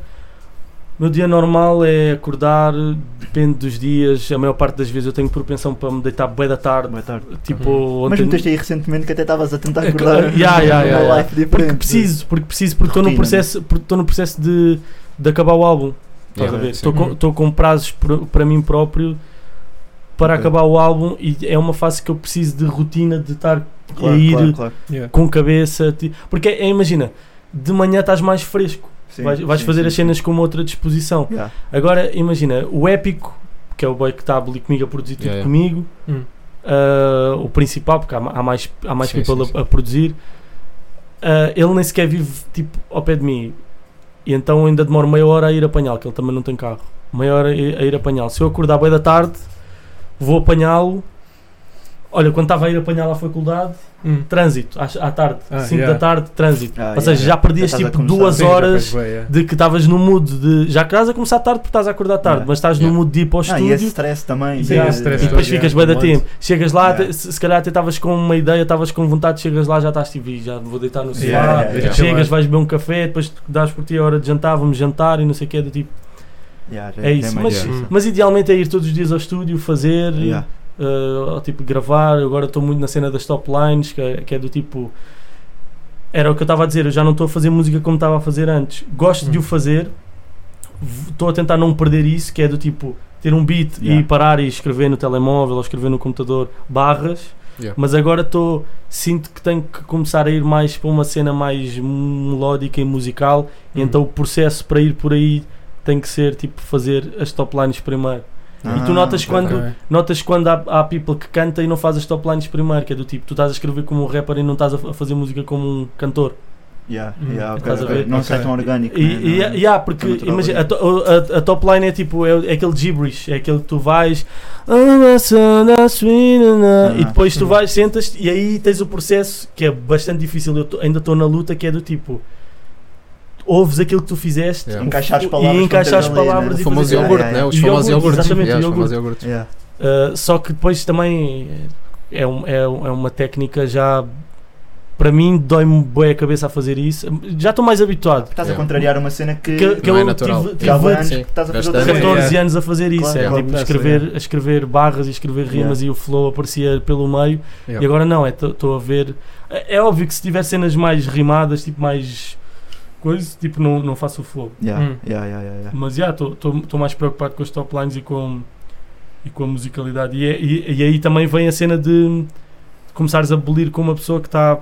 Speaker 6: O meu dia normal é acordar, depende dos dias. A maior parte das vezes eu tenho propensão para me deitar bem da tarde.
Speaker 5: Boa tarde.
Speaker 6: Tipo,
Speaker 5: Mas
Speaker 6: ontem-
Speaker 5: meteste aí recentemente que até estavas a tentar
Speaker 6: É que-
Speaker 5: acordar
Speaker 6: yeah, yeah, yeah,
Speaker 5: uma
Speaker 6: yeah.
Speaker 5: life diferente.
Speaker 6: Porque preciso, porque preciso, porque estou no
Speaker 5: Rotina, né?
Speaker 6: processo, porque estou no processo de, de acabar o álbum. Estás
Speaker 7: Yeah,
Speaker 6: a ver?
Speaker 7: sim.
Speaker 6: Estou com, tô com prazos pro- para mim próprio para
Speaker 7: Ok.
Speaker 6: acabar o álbum e é uma fase que eu preciso de rotina de estar
Speaker 5: Claro,
Speaker 6: a ir
Speaker 5: claro, claro.
Speaker 8: Yeah.
Speaker 6: com cabeça. ti- Porque é, imagina, de manhã estás mais fresco,
Speaker 5: Sim,
Speaker 6: vais, vais
Speaker 5: sim,
Speaker 6: fazer
Speaker 5: sim,
Speaker 6: as
Speaker 5: sim.
Speaker 6: cenas com uma outra disposição.
Speaker 5: Yeah.
Speaker 6: Agora imagina, o épico, que é o boy que está ali comigo a produzir tudo
Speaker 7: Yeah, yeah.
Speaker 6: comigo,
Speaker 8: Hum.
Speaker 6: ah, o principal, porque há, ma- há mais, há mais
Speaker 7: Sim,
Speaker 6: people
Speaker 7: sim,
Speaker 6: a, a produzir, ah, ele nem sequer vive tipo ao pé de mim. E então ainda demoro meia hora a ir apanhá-lo, que ele também não tem carro. Meia hora a a ir apanhá-lo. Se eu acordar bem da tarde, vou apanhá-lo. Olha, quando estava a ir apanhá-lo à faculdade,
Speaker 8: Hum.
Speaker 6: trânsito, às- à, tarde,
Speaker 8: Ah,
Speaker 6: 5
Speaker 8: yeah.
Speaker 6: da tarde, trânsito.
Speaker 5: Ah,
Speaker 6: Ou seja,
Speaker 5: yeah,
Speaker 6: já perdias
Speaker 5: Já estás a
Speaker 6: tipo
Speaker 5: começar.
Speaker 6: duas
Speaker 8: Sim, já
Speaker 6: horas
Speaker 8: faz bué, yeah.
Speaker 6: de que estavas no mood de. Já que estás a começar tarde porque estás a acordar tarde,
Speaker 5: Yeah.
Speaker 6: mas estás
Speaker 7: Yeah.
Speaker 6: no mood de ir para o
Speaker 5: Ah,
Speaker 6: estúdio
Speaker 5: e esse stress também. é,
Speaker 8: Sim,
Speaker 5: yeah,
Speaker 8: esse stress
Speaker 6: e
Speaker 5: yeah.
Speaker 6: depois
Speaker 8: todo,
Speaker 6: ficas
Speaker 8: yeah,
Speaker 6: bem da
Speaker 8: um
Speaker 6: tempo. Chegas lá,
Speaker 5: Yeah.
Speaker 6: até- se, se calhar até estavas com uma ideia, estavas com vontade, chegas lá, já estás tipo, "Ih, já vou deitar no sofá.
Speaker 8: Yeah,
Speaker 5: yeah, yeah.
Speaker 8: yeah.
Speaker 6: Chegas, vais beber um café, depois dás por ti a hora de jantar, vamos jantar e não sei o que é do tipo.
Speaker 5: Yeah, já
Speaker 6: É isso,
Speaker 5: mais Uhum.
Speaker 6: mas-
Speaker 5: difícil.
Speaker 8: Hum.
Speaker 6: Mas idealmente é ir todos os dias ao estúdio, fazer,
Speaker 5: Yeah.
Speaker 6: eh, ou, tipo gravar. Agora estou muito na cena das top lines, que é, que é do tipo. Era o que eu estava a dizer, eu já não estou a fazer música como estava a fazer antes. Gosto de o fazer, v- estou a tentar não perder isso, que é do tipo ter um beat e
Speaker 5: Yeah.
Speaker 6: parar e escrever no telemóvel ou escrever no computador barras.
Speaker 7: Yeah.
Speaker 6: Mas agora estou sinto que tenho que começar a ir mais para uma cena mais melódica e musical, e
Speaker 8: Hum.
Speaker 6: então o processo para ir por aí tem que ser tipo fazer as top lines primeiro. e tu
Speaker 5: Ah,
Speaker 6: notas quando,
Speaker 8: Ok.
Speaker 6: notas quando há, há people que canta e não faz as top lines primeiro, que é do tipo, tu estás a escrever como um rapper e não estás a f- a fazer música como um cantor.
Speaker 5: Yeah,
Speaker 8: Hum.
Speaker 5: yeah, ok,
Speaker 6: Uhum. Estás a
Speaker 5: ok.
Speaker 6: ver?
Speaker 5: Não
Speaker 8: Ok.
Speaker 5: sai tão orgânico.
Speaker 6: E,
Speaker 5: né?
Speaker 6: e,
Speaker 5: Não-
Speaker 6: e há, porque
Speaker 5: é natural,
Speaker 6: imagina, a,
Speaker 5: né?
Speaker 6: to- a- a top line é tipo, é, é aquele gibberish, é aquele que tu vais "Ah, e depois tu vais, sentas e aí tens o processo que é bastante difícil. Eu tô- ainda estou na luta que é do tipo, ouves aquilo que tu fizeste
Speaker 7: Yeah.
Speaker 5: Encaixar as
Speaker 6: e
Speaker 5: palavras. que
Speaker 6: encaixar as
Speaker 5: estão ali, né?
Speaker 6: palavras
Speaker 7: O
Speaker 6: e
Speaker 7: famoso
Speaker 6: fazer-
Speaker 7: iogurte,
Speaker 5: Yeah,
Speaker 7: né?
Speaker 5: yeah.
Speaker 7: Os famosos
Speaker 6: Iogurte,
Speaker 7: iogurtes.
Speaker 6: exatamente,
Speaker 7: Yeah, os famosos
Speaker 6: iogurte.
Speaker 7: iogurtes.
Speaker 5: Yeah.
Speaker 6: Uh, só que depois também é, um- é, um- é uma técnica já. Para mim, dói-me bem a cabeça a fazer isso. Já estou mais habituado.
Speaker 5: Estás a
Speaker 7: Yeah.
Speaker 5: contrariar uma cena que.
Speaker 6: Que, que
Speaker 7: Não é
Speaker 6: eu
Speaker 7: natural.
Speaker 6: tive,
Speaker 5: que há
Speaker 6: tive
Speaker 5: anos que
Speaker 7: Sim.
Speaker 5: estás a fazer
Speaker 7: Bastante.
Speaker 5: outra coisa.
Speaker 6: 14 anos a fazer isso.
Speaker 5: Claro,
Speaker 6: é,
Speaker 5: claro.
Speaker 6: tipo,
Speaker 8: Mudança,
Speaker 6: escrever, a escrever barras e escrever rimas e o flow aparecia pelo meio.
Speaker 7: Yeah.
Speaker 6: E agora não, estou a ver. É, é óbvio que se tiver cenas mais rimadas, tipo mais. coisa, tipo, não, não faço o flow.
Speaker 5: Yeah,
Speaker 8: Hum.
Speaker 5: yeah, yeah, yeah, yeah.
Speaker 6: Mas já, estou mais preocupado com as top lines e com, e com a musicalidade. E, é- e- e aí também vem a cena de começares a bolir com uma pessoa que está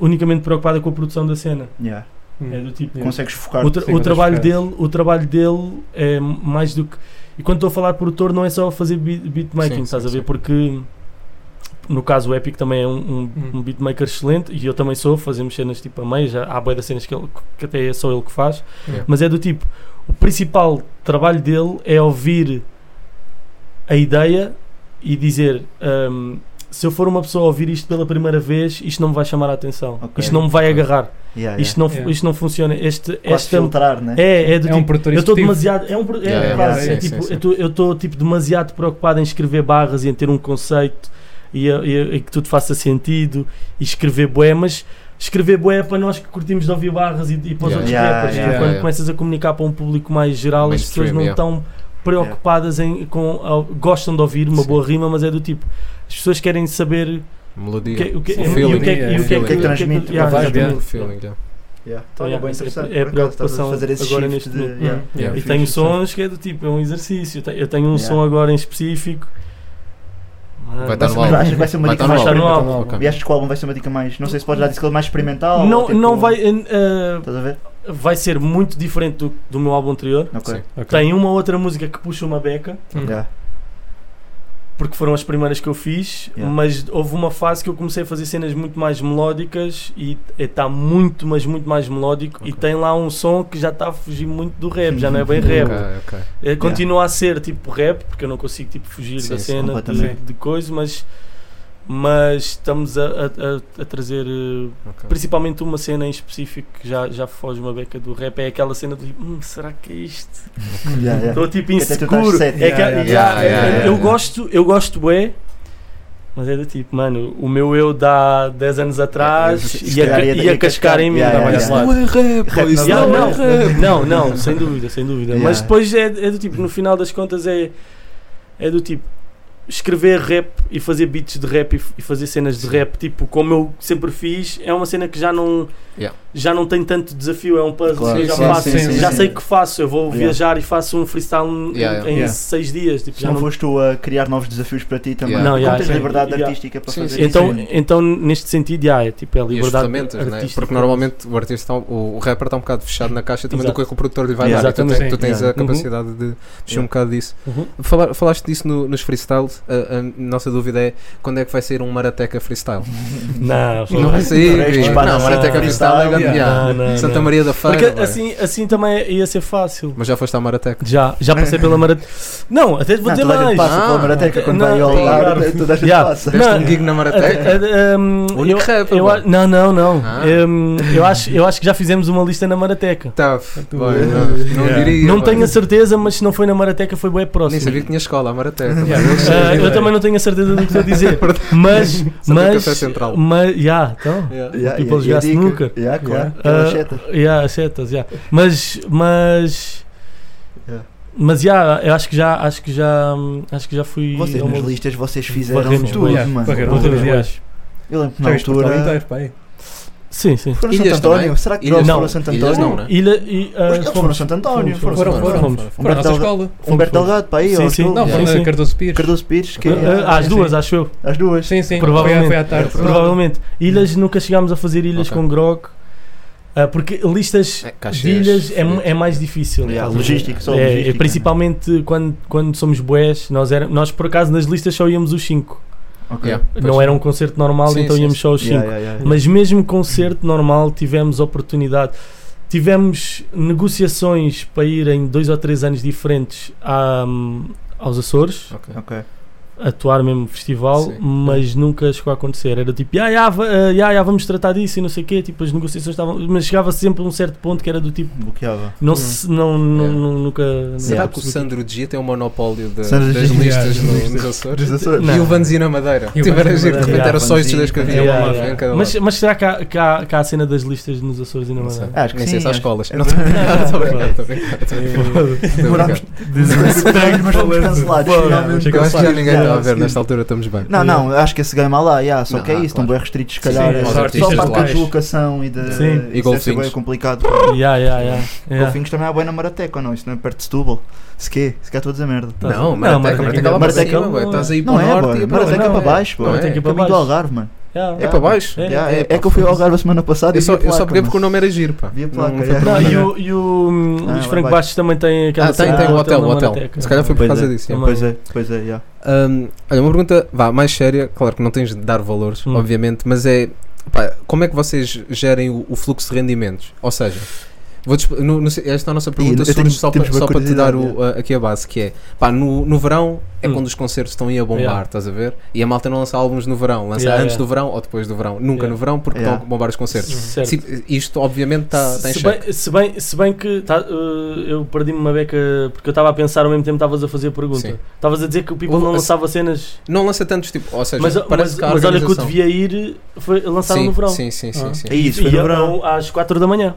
Speaker 6: unicamente preocupada com a produção da cena.
Speaker 5: Yeah.
Speaker 8: Hum.
Speaker 6: É do tipo.
Speaker 5: Consegues focar.
Speaker 6: O, tra-
Speaker 8: Sim,
Speaker 6: o
Speaker 8: outras
Speaker 6: trabalho
Speaker 8: caras.
Speaker 6: dele, o trabalho dele é mais do que. E quando estou a falar produtor, não é só fazer beat, beatmaking,
Speaker 7: Sim,
Speaker 6: estás
Speaker 7: sim,
Speaker 6: a ver?
Speaker 7: sim.
Speaker 6: Porque no caso o Epic também é um, um,
Speaker 8: Hum.
Speaker 7: Uhum.
Speaker 6: um beatmaker excelente e eu também sou, fazemos cenas tipo a meio, já há boia das cenas que, ele, que até é só ele que faz,
Speaker 7: Yeah.
Speaker 6: mas é do tipo, o principal trabalho dele é ouvir a ideia e dizer. "Hum, se eu for uma pessoa a ouvir isto pela primeira vez, isto não me vai chamar a atenção.
Speaker 5: Ok.
Speaker 6: Isto não me vai
Speaker 7: Ok.
Speaker 6: agarrar.
Speaker 5: Yeah, yeah.
Speaker 6: Isto, não, fu-
Speaker 8: Yeah.
Speaker 6: isto não funciona. Este,
Speaker 5: Quase
Speaker 6: esta,
Speaker 5: filtrar, né?
Speaker 6: é, é do
Speaker 8: É um
Speaker 6: tipo,
Speaker 8: produtor
Speaker 6: eu estou
Speaker 8: executivo.
Speaker 6: demasiado, é um pro- é,
Speaker 7: Yeah,
Speaker 5: yeah,
Speaker 6: quase,
Speaker 5: yeah,
Speaker 6: é
Speaker 7: sim,
Speaker 6: tipo,
Speaker 7: sim,
Speaker 6: eu tô- eu estou tipo demasiado preocupado em escrever barras e em ter um conceito e, a- e a- e que tudo faça sentido e escrever bué, mas escrever bué é para nós que curtimos de ouvir barras e, e para os
Speaker 7: Yeah.
Speaker 6: outros
Speaker 5: Yeah,
Speaker 6: rappers.
Speaker 5: yeah,
Speaker 6: E quando
Speaker 7: yeah.
Speaker 6: começas a comunicar para um público mais geral, as pessoas
Speaker 7: Mainstream,
Speaker 6: não
Speaker 7: yeah.
Speaker 6: estão preocupadas em com ao- gostam de ouvir uma
Speaker 7: Sim.
Speaker 6: boa rima, mas é do tipo, as pessoas querem saber o que,
Speaker 7: Melodia.
Speaker 6: o que,
Speaker 7: Sim,
Speaker 6: e o
Speaker 7: feeling,
Speaker 6: que é que- e o que é
Speaker 7: feeling.
Speaker 6: que- o que é que
Speaker 5: transmite,
Speaker 6: yeah,
Speaker 8: a vibe,
Speaker 6: exatamente.
Speaker 8: yeah.
Speaker 7: Feeling, yeah.
Speaker 5: Yeah. Então,
Speaker 6: Então,
Speaker 5: é
Speaker 6: yeah,
Speaker 5: bem
Speaker 6: é-
Speaker 5: interessante.
Speaker 6: é
Speaker 5: por acaso, estás a
Speaker 6: preocupação
Speaker 5: fazer esse
Speaker 6: agora
Speaker 5: shift
Speaker 6: neste
Speaker 5: de-
Speaker 6: momento.
Speaker 5: yeah.
Speaker 8: Hum.
Speaker 7: Yeah.
Speaker 6: E
Speaker 5: Fixe,
Speaker 6: tenho
Speaker 5: fixe.
Speaker 6: sons que é do tipo, é um exercício. Eu te- Eu tenho um
Speaker 5: Yeah.
Speaker 6: som agora em específico. Ah,
Speaker 7: Vai
Speaker 6: não
Speaker 7: estar
Speaker 5: Mas-
Speaker 7: no
Speaker 5: mas
Speaker 7: álbum.
Speaker 5: achas que vai ser uma
Speaker 7: Vai
Speaker 5: dica
Speaker 7: estar no
Speaker 5: mais
Speaker 6: álbum.
Speaker 7: álbum.
Speaker 8: Vai estar no
Speaker 7: Ok.
Speaker 5: E achas que o álbum vai ser uma dica mais. Não sei se podes já dizer que ele é mais experimental.
Speaker 6: Não,
Speaker 5: ou tipo-
Speaker 6: não vai. eh,
Speaker 5: Estás a ver?
Speaker 6: eh, vai ser muito diferente do, do meu álbum anterior.
Speaker 5: Ok.
Speaker 7: Sim.
Speaker 8: Ok.
Speaker 6: Tem uma outra música que puxa uma beca,
Speaker 8: Hum.
Speaker 5: Yeah.
Speaker 6: porque foram as primeiras que eu fiz,
Speaker 5: Yeah.
Speaker 6: mas houve uma fase que eu comecei a fazer cenas muito mais melódicas e está muito, mas muito mais melódico. E
Speaker 7: Ok.
Speaker 6: tem lá um som que já está a fugir muito do rap, já não é bem rap.
Speaker 7: Ok, ok.
Speaker 6: Eh, Continua a ser tipo rap, porque eu não consigo tipo, fugir
Speaker 7: Sim,
Speaker 6: da
Speaker 7: sim,
Speaker 6: cena de,
Speaker 5: completamente.
Speaker 6: de coisa, mas, mas estamos a, a- a- a trazer eh,
Speaker 7: Ok.
Speaker 6: principalmente uma cena em específico que já, já foge uma beca do rap, é aquela cena do hum, será que é isto?
Speaker 5: Yeah, yeah.
Speaker 6: Estou tipo
Speaker 5: Até tu estás
Speaker 6: inseguro. É
Speaker 5: cético.
Speaker 6: que, yeah,
Speaker 5: Yeah,
Speaker 7: yeah, yeah, yeah,
Speaker 6: eu
Speaker 7: yeah.
Speaker 6: gosto, eu gosto bué, mas é do tipo, mano, o meu eu dá 10 anos atrás
Speaker 5: Se
Speaker 6: e a,
Speaker 5: calhar ia-
Speaker 6: e a
Speaker 5: ia
Speaker 6: cascar em mim.
Speaker 5: cascar.
Speaker 6: dá-me
Speaker 5: é, Yeah,
Speaker 6: esse
Speaker 5: yeah,
Speaker 6: lado.
Speaker 7: é rap,
Speaker 5: Rap
Speaker 7: isso
Speaker 5: não
Speaker 6: Yeah,
Speaker 5: é
Speaker 7: não é
Speaker 5: rap.
Speaker 7: rap.
Speaker 6: Não, não, sem dúvida, sem dúvida.
Speaker 5: Yeah.
Speaker 6: Mas depois é, é do tipo, no final das contas é, é do tipo escrever rap e fazer beats de rap e, f- e fazer cenas de rap, tipo, como eu sempre fiz, é uma cena que já não
Speaker 7: Yeah.
Speaker 6: já não tem tanto desafio, é um puzzle,
Speaker 5: Claro.
Speaker 6: eu já,
Speaker 7: Sim, sim,
Speaker 6: faço,
Speaker 7: sim, sim,
Speaker 6: já
Speaker 5: sim.
Speaker 6: sei o que faço, eu vou
Speaker 5: Yeah.
Speaker 6: viajar e faço um freestyle em-
Speaker 7: Yeah, yeah.
Speaker 6: em
Speaker 2: Yeah.
Speaker 6: seis dias, tipo,
Speaker 5: Se
Speaker 6: já
Speaker 5: não
Speaker 6: não-
Speaker 5: foste tu a criar novos desafios para ti também,
Speaker 7: Yeah.
Speaker 6: Não,
Speaker 5: Como
Speaker 6: yeah,
Speaker 5: tens
Speaker 6: sim.
Speaker 5: liberdade
Speaker 6: Yeah.
Speaker 5: artística para
Speaker 7: Sim,
Speaker 5: fazer
Speaker 7: sim.
Speaker 5: isso.
Speaker 6: então,
Speaker 5: Sim.
Speaker 6: então neste sentido, yeah, é tipo é a
Speaker 7: E as
Speaker 6: liberdade
Speaker 7: ferramentas, né?
Speaker 6: artística.
Speaker 7: porque normalmente o artista, tá- o, o rapper está um bocado fechado na caixa também
Speaker 6: Exato.
Speaker 7: do que, é que o produtor lhe vai
Speaker 6: Yeah, Uhum.
Speaker 7: dar. E tu, tens-
Speaker 6: exatamente.
Speaker 7: tu tens
Speaker 5: Yeah.
Speaker 7: a capacidade de mexer um bocado disso.
Speaker 6: Uhum.
Speaker 7: Fala- falaste disso no- nos freestyles. A, a nossa dúvida é quando é que vai sair um Marateca freestyle?
Speaker 6: Não, é foi-
Speaker 7: Não vai sair.
Speaker 5: Não,
Speaker 7: querido.
Speaker 5: espada
Speaker 7: Não, Marateca
Speaker 5: freestyle,
Speaker 7: freestyle é grande.
Speaker 2: yeah.
Speaker 7: yeah.
Speaker 6: Não, não,
Speaker 7: Santa
Speaker 6: não.
Speaker 7: Maria da
Speaker 6: porque
Speaker 7: Feira. vai.
Speaker 6: assim, assim também ia ser fácil.
Speaker 7: Mas já foste à Marateca.
Speaker 6: Já, já passei pela maratona. Não, até vou
Speaker 5: Não,
Speaker 6: dizer
Speaker 5: toda a
Speaker 6: mais.
Speaker 5: gente passa
Speaker 7: Ah,
Speaker 5: pela Marateca quando
Speaker 6: não,
Speaker 5: vai ao
Speaker 6: claro.
Speaker 5: lar, toda a gente
Speaker 6: Yeah.
Speaker 5: passa.
Speaker 7: Deste
Speaker 6: Não,
Speaker 7: um gig na Marateca?
Speaker 6: Ah, ah, um,
Speaker 7: Único
Speaker 6: eu-
Speaker 7: rapper,
Speaker 6: eu
Speaker 7: mano.
Speaker 6: a- não, não, não.
Speaker 7: Ah.
Speaker 6: Um, eu, acho, eu acho que já fizemos uma lista na Marateca.
Speaker 7: Tá, boy, não, não
Speaker 2: Yeah.
Speaker 7: diria.
Speaker 6: Não
Speaker 7: boy.
Speaker 6: tenho a certeza, mas se não foi na Marateca, foi bem próximo.
Speaker 7: Nem sabia que tinha escola, a Marateca.
Speaker 6: Yeah. Ah, eu também não tenho a certeza do que estou a dizer. Mas.
Speaker 7: Só tem
Speaker 6: mas
Speaker 7: café central.
Speaker 6: Mas. Yeah, então.
Speaker 7: Yeah.
Speaker 5: Yeah,
Speaker 6: People
Speaker 5: e a- e
Speaker 6: jogar
Speaker 5: a dica-
Speaker 6: snooker.
Speaker 5: Yeah, claro.
Speaker 6: Ah,
Speaker 5: Aquelas setas.
Speaker 6: yeah, setas, yeah. Mas. Mas.
Speaker 5: Yeah.
Speaker 6: Mas yeah, eu acho que já. Acho que já. hum, Acho que já fui.
Speaker 5: Vocês
Speaker 6: ao
Speaker 5: nas
Speaker 6: meu-
Speaker 5: listas, vocês fizeram
Speaker 6: Varremos
Speaker 5: tudo,
Speaker 2: bué.
Speaker 5: mano.
Speaker 2: Varreram.
Speaker 6: Outras
Speaker 2: Yeah.
Speaker 6: vezes.
Speaker 5: Eu lembro que na
Speaker 2: Talvez por tal
Speaker 5: altura...
Speaker 2: inteiro, pá, aí.
Speaker 6: Sim, sim. Então,
Speaker 5: Foram a Santo
Speaker 7: Ilhas
Speaker 5: António?
Speaker 7: também.
Speaker 5: Será que
Speaker 7: Ilhas
Speaker 5: eles
Speaker 6: não.
Speaker 5: foram a Santo
Speaker 7: Ilhas
Speaker 5: António?
Speaker 7: não, né?
Speaker 6: Ilha e. ah,
Speaker 5: Os eles foram a Santo
Speaker 6: fomos,
Speaker 5: António.
Speaker 6: fomos,
Speaker 5: a Santo
Speaker 2: Foram, foram,
Speaker 5: António.
Speaker 6: fomos.
Speaker 2: Para a nossa
Speaker 5: Humberto
Speaker 2: escola.
Speaker 5: Humberto
Speaker 6: fomos.
Speaker 5: Delgado, para aí,
Speaker 6: Sim,
Speaker 5: ou
Speaker 6: sim.
Speaker 5: aquilo.
Speaker 2: Não,
Speaker 6: Sim,
Speaker 2: foram
Speaker 6: sim.
Speaker 2: a Cardoso Pires.
Speaker 5: Cardoso Pires, que é?
Speaker 6: Ah, ah, Às
Speaker 2: sim,
Speaker 6: duas,
Speaker 2: sim.
Speaker 6: acho eu.
Speaker 5: as duas.
Speaker 2: Sim, sim. Foi
Speaker 6: Provavelmente.
Speaker 2: à, foi à tarde.
Speaker 6: Provavelmente. Ilhas, nunca chegámos a fazer ilhas
Speaker 7: Ok.
Speaker 6: com grog. ah, porque listas
Speaker 7: É, cachês,
Speaker 6: de ilhas é, mu-
Speaker 7: folhetos.
Speaker 6: é mais difícil.
Speaker 5: Yeah,
Speaker 6: Porque
Speaker 5: logístico, só
Speaker 6: é- é
Speaker 5: logística,
Speaker 6: principalmente quando, quando somos boés, nós, era, nós por acaso nas listas só íamos os 5.
Speaker 5: Ok.
Speaker 7: Yeah, pois.
Speaker 6: Não era um concerto normal,
Speaker 7: Sim,
Speaker 6: então
Speaker 7: sim,
Speaker 6: íamos
Speaker 7: sim.
Speaker 6: só os 5.
Speaker 5: Yeah, yeah, yeah.
Speaker 6: Mas mesmo concerto normal tivemos oportunidade. Tivemos negociações para ir em dois ou três anos diferentes à- aos Açores,
Speaker 7: Ok.
Speaker 5: Ok.
Speaker 6: atuar mesmo no festival,
Speaker 7: Sim.
Speaker 6: mas nunca chegou a acontecer. Era tipo, ah, já, va- ah, já, já, vamos tratar disso e não sei o quê. Tipo, as negociações estavam. Mas chegava sempre a um certo ponto que era do tipo,
Speaker 5: Bloqueava.
Speaker 6: não se- não, não,
Speaker 7: Hum. Yeah.
Speaker 6: não- nunca.
Speaker 7: Será
Speaker 6: nunca
Speaker 7: que o
Speaker 6: consegui.
Speaker 7: Sandro G tem o monopólio da-
Speaker 5: Sandro
Speaker 7: das
Speaker 5: G.
Speaker 7: listas
Speaker 2: Yeah,
Speaker 7: nos
Speaker 2: listas.
Speaker 7: nos Açores?
Speaker 6: Não.
Speaker 7: E o Vanzi na Madeira.
Speaker 2: E o
Speaker 7: Tiveram a
Speaker 2: Vanzi
Speaker 7: dizer
Speaker 2: na
Speaker 7: de repente
Speaker 6: Madeira.
Speaker 7: era só estes
Speaker 5: Vanzi,
Speaker 7: dois que havia
Speaker 6: yeah,
Speaker 7: uma
Speaker 6: yeah.
Speaker 7: em cada
Speaker 6: Mas,
Speaker 7: lado.
Speaker 6: mas será que há, que, há, que há a cena das listas nos Açores é? e na
Speaker 7: Não sei.
Speaker 6: Madeira?
Speaker 5: Acho que
Speaker 7: Nem sei
Speaker 5: sim.
Speaker 7: se há
Speaker 5: acho-
Speaker 7: escolas.
Speaker 5: é
Speaker 7: Não
Speaker 5: verdade.
Speaker 7: estou a brincar, estou a brincar, estou a brincar. Estou a
Speaker 5: Demorámos
Speaker 7: brincar.
Speaker 5: mas fomos cancelados.
Speaker 6: Foda-se.
Speaker 5: finalmente.
Speaker 7: Eu acho que já ninguém está
Speaker 5: Yeah.
Speaker 7: a ver, nesta altura estamos bem.
Speaker 5: Não, não, acho que esse game há lá, yeah, só
Speaker 7: Não,
Speaker 5: que é isso, estão
Speaker 7: claro.
Speaker 5: bem restritos, se calhar.
Speaker 2: Sim,
Speaker 5: é
Speaker 2: os
Speaker 5: só-
Speaker 2: artistas
Speaker 5: só a parte da
Speaker 2: locais.
Speaker 5: deslocação e da.
Speaker 6: Sim.
Speaker 5: isso
Speaker 6: E
Speaker 5: deve ser
Speaker 7: golfinhos.
Speaker 5: bué complicado.
Speaker 6: Yeah, yeah, yeah, yeah.
Speaker 5: Golfinhos também há boa na Marateca ou não? Isso não é perto de Setúbal? Se quê? Se cá estou a dizer merda.
Speaker 6: Tá.
Speaker 7: Não,
Speaker 6: Não,
Speaker 7: Marateca, Marateca
Speaker 6: Marateca-
Speaker 7: lá para
Speaker 5: Marateca-
Speaker 7: cima, ué. Estás aí para
Speaker 5: Não
Speaker 7: o
Speaker 5: é, boy.
Speaker 7: norte e para
Speaker 5: Marateca é
Speaker 6: não,
Speaker 5: para
Speaker 6: é.
Speaker 5: baixo, pô.
Speaker 7: Não, é.
Speaker 5: É
Speaker 6: Tem que ir para
Speaker 5: caminho do
Speaker 6: baixo.
Speaker 5: Algarve, mano.
Speaker 6: Yeah.
Speaker 7: É para baixo.
Speaker 6: É.
Speaker 5: Yeah, É é que eu fui ao Algarve a semana passada
Speaker 7: Eu
Speaker 5: e
Speaker 7: só,
Speaker 5: vi a
Speaker 7: eu só
Speaker 5: placa,
Speaker 7: peguei
Speaker 5: mano.
Speaker 7: porque o nome era giro, pá.
Speaker 5: Vi a
Speaker 7: Não-
Speaker 5: placa,
Speaker 7: não foi
Speaker 5: é.
Speaker 7: por
Speaker 5: Não,
Speaker 7: nada.
Speaker 6: e o, e o hum,
Speaker 5: Ah,
Speaker 6: os
Speaker 5: lá
Speaker 6: Franco
Speaker 5: embaixo.
Speaker 6: Bastos também tem aquela
Speaker 7: Ah, tem,
Speaker 6: cena
Speaker 7: tem
Speaker 6: do
Speaker 7: o hotel,
Speaker 6: na
Speaker 7: o hotel.
Speaker 6: Marateca.
Speaker 7: Se calhar foi por
Speaker 5: Pois
Speaker 7: causa
Speaker 5: é.
Speaker 7: disso. yeah.
Speaker 5: Pois é, pois é, yeah.
Speaker 7: Hum, olha, uma pergunta vá, mais séria, claro que não tens de dar valores,
Speaker 6: Hum.
Speaker 7: obviamente, mas é pá, como é que vocês gerem o, o fluxo de rendimentos? Ou seja, vou disp- no- no- esta é a nossa pergunta
Speaker 5: eu
Speaker 7: surge
Speaker 5: tenho-
Speaker 7: só,
Speaker 5: temos
Speaker 7: para, só
Speaker 5: uma
Speaker 7: para te dar
Speaker 5: curiosidade,
Speaker 7: o- a- aqui a base, que é pá, no, no verão é
Speaker 6: Hum.
Speaker 7: quando os concertos estão aí a bombar,
Speaker 6: Yeah.
Speaker 7: estás a ver? E a malta não lança álbuns no verão, lança
Speaker 6: Yeah,
Speaker 7: antes
Speaker 6: yeah.
Speaker 7: do verão ou depois do verão, nunca
Speaker 6: Yeah.
Speaker 7: no verão porque
Speaker 5: Yeah.
Speaker 7: estão a bombar os concertos.
Speaker 6: Certo.
Speaker 7: Se- isto obviamente está um tá em
Speaker 6: se,
Speaker 7: cheque.
Speaker 6: bem, se, bem, se bem que tá, eh, eu perdi-me uma beca porque eu estava a pensar ao mesmo tempo estavas a fazer a
Speaker 7: Sim.
Speaker 6: pergunta. Estavas a dizer que o People
Speaker 7: Houve-
Speaker 6: não lançava cenas,
Speaker 7: Não lança tantos tipo, ou seja,
Speaker 6: mas,
Speaker 7: parece
Speaker 6: mas,
Speaker 7: que há
Speaker 6: mas olha que eu
Speaker 7: organização.
Speaker 6: devia ir foi lançado
Speaker 7: sim,
Speaker 6: no verão.
Speaker 7: Sim, sim, sim,
Speaker 2: Ah.
Speaker 7: sim.
Speaker 5: É isso, foi
Speaker 6: E
Speaker 5: no
Speaker 6: eu-
Speaker 5: verão.
Speaker 6: às 4 da manhã.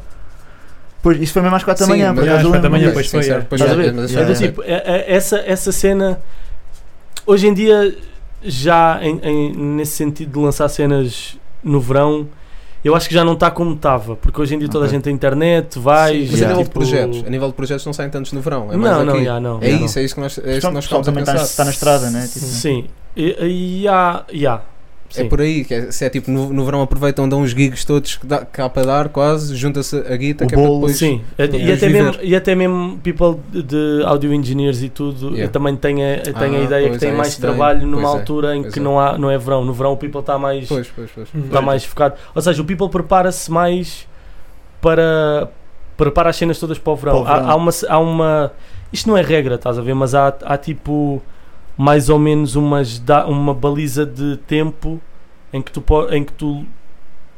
Speaker 5: Pois, isso foi mesmo às 4 da
Speaker 7: Sim,
Speaker 5: manhã,
Speaker 7: mas-
Speaker 5: por
Speaker 2: Yeah, às
Speaker 5: acaso eu
Speaker 2: quatro da manhã,
Speaker 5: lembro.
Speaker 2: pois foi, é.
Speaker 7: Pois
Speaker 6: Estás
Speaker 7: é,
Speaker 6: a ver?
Speaker 7: mas
Speaker 6: É
Speaker 7: é,
Speaker 6: do tipo, é- é- essa, essa cena hoje em dia já em- em- nesse sentido de lançar cenas no verão eu acho que já não está como estava, porque hoje em dia toda a
Speaker 7: Ok.
Speaker 6: gente tem internet, vais.
Speaker 7: Mas a
Speaker 5: Yeah.
Speaker 7: nível de
Speaker 6: tipo-
Speaker 7: projetos, a nível de projetos não saem tantos no verão. É mais
Speaker 6: Não, não,
Speaker 7: aqui.
Speaker 6: já, não.
Speaker 7: É
Speaker 5: não.
Speaker 7: isso, é isso que nós, é isso
Speaker 5: Então,
Speaker 7: que nós
Speaker 5: o pessoal
Speaker 7: ficamos a
Speaker 5: também está
Speaker 7: pensar.
Speaker 5: está na estrada, né? Tipo,
Speaker 6: Sim. E, e há. e há,
Speaker 7: É
Speaker 5: assim.
Speaker 6: sim.
Speaker 7: por aí, que é, se é tipo no, no verão aproveitam, dão uns gigs todos que, dá, que há para dar quase, junta-se a guita,
Speaker 5: O
Speaker 7: que é para
Speaker 5: bolo.
Speaker 7: depois.
Speaker 6: Sim, e
Speaker 7: podemos
Speaker 6: até,
Speaker 7: viver.
Speaker 6: mesmo, e até mesmo people de- de audio engineers e tudo
Speaker 7: Yeah.
Speaker 6: eu também tenho a, eu tenho a
Speaker 7: Ah,
Speaker 6: ideia que
Speaker 7: pois
Speaker 6: tem
Speaker 7: é,
Speaker 6: mais
Speaker 7: isso daí.
Speaker 6: trabalho numa
Speaker 7: Pois é,
Speaker 6: altura em
Speaker 7: pois
Speaker 6: que
Speaker 7: é.
Speaker 6: não, há, não é verão. No verão o people está mais,
Speaker 7: Pois, pois, pois.
Speaker 6: tá mais focado. Ou seja, o people prepara-se mais para prepara as cenas todas para o verão.
Speaker 5: Para o verão.
Speaker 6: Há, há uma, há uma. Isto não é regra, estás a ver? Mas há, há tipo mais ou menos umas da- uma baliza de tempo em que tu, po- em que tu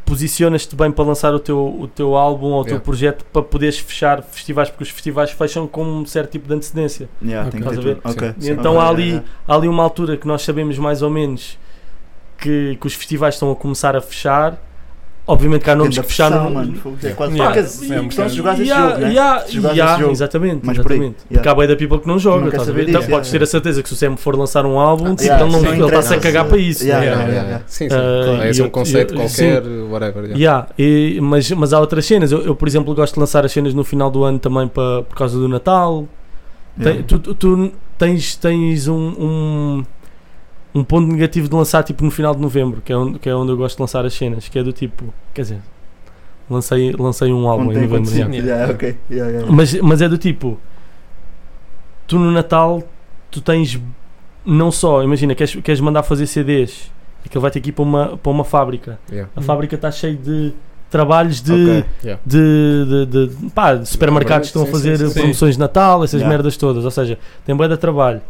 Speaker 6: posicionas-te bem para lançar o teu, o teu álbum ou o teu
Speaker 7: Yeah.
Speaker 6: projeto para poderes fechar festivais, porque os festivais fecham com um certo tipo de antecedência.
Speaker 5: Yeah, tem que
Speaker 6: Ok.
Speaker 5: ter tudo.
Speaker 7: Estás a ver?
Speaker 5: Ok.
Speaker 6: E então há ali,
Speaker 5: Yeah,
Speaker 6: há ali uma altura que nós sabemos mais ou menos que, que os festivais estão a começar a fechar. Obviamente que há nomes
Speaker 5: Ganda
Speaker 6: que fecharam.
Speaker 5: pressão, mano. Fogo, É quase
Speaker 6: Yeah.
Speaker 5: Pá, que-
Speaker 6: Yeah.
Speaker 5: questão de jogar esse
Speaker 6: E há-
Speaker 5: jogo, né?
Speaker 6: e há-
Speaker 5: Se jogares
Speaker 6: e há-
Speaker 5: esse jogo.
Speaker 6: Exatamente,
Speaker 5: Mas por aí,
Speaker 6: exatamente.
Speaker 5: yeah.
Speaker 6: Porque há bem da people que não joga,
Speaker 5: Não quer
Speaker 6: estás a
Speaker 5: saber
Speaker 6: ver? Então
Speaker 5: disso,
Speaker 6: podes
Speaker 5: yeah.
Speaker 6: ter a certeza que se o Sam for lançar um álbum, tipo,
Speaker 5: Yeah,
Speaker 6: ele, não,
Speaker 5: sim,
Speaker 6: ele está-se a
Speaker 5: interessa.
Speaker 6: cagar para isso. né?
Speaker 5: Yeah,
Speaker 7: Yeah,
Speaker 5: yeah,
Speaker 7: yeah,
Speaker 5: yeah.
Speaker 7: Sim, sim.
Speaker 6: Ah,
Speaker 7: Claro,
Speaker 6: e
Speaker 7: Esse é
Speaker 6: eu-
Speaker 7: um conceito
Speaker 6: eu-
Speaker 7: qualquer, whatever. yeah.
Speaker 6: Yeah, e- mas, mas há outras cenas. Eu, eu, por exemplo, gosto de lançar as cenas no final do ano também pa- por causa do Natal. Tem-
Speaker 5: yeah.
Speaker 6: tu, tu- tu tens, tens um, um, um ponto negativo de lançar tipo no final de novembro, que é onde, que é onde eu gosto de lançar as cenas, que é do tipo, quer dizer, lancei, lancei um álbum
Speaker 5: Não
Speaker 6: em
Speaker 5: tem
Speaker 6: novembro.
Speaker 5: acontecido.
Speaker 6: yeah.
Speaker 5: Yeah, ok. Yeah, yeah.
Speaker 6: Mas, mas é do tipo, tu no Natal, tu tens não só, imagina, queres, queres mandar fazer CDs, aquilo vai ter que ir para uma, para uma fábrica.
Speaker 7: Yeah.
Speaker 6: A fábrica está cheia de trabalhos de,
Speaker 5: Uhum. Ok.
Speaker 7: Yeah.
Speaker 6: de, de, de- pá, de supermercados que estão a
Speaker 7: Sim,
Speaker 6: fazer
Speaker 7: sim, sim.
Speaker 6: promoções de Natal, essas
Speaker 5: Yeah.
Speaker 6: merdas todas. Ou seja, tem bué de trabalho.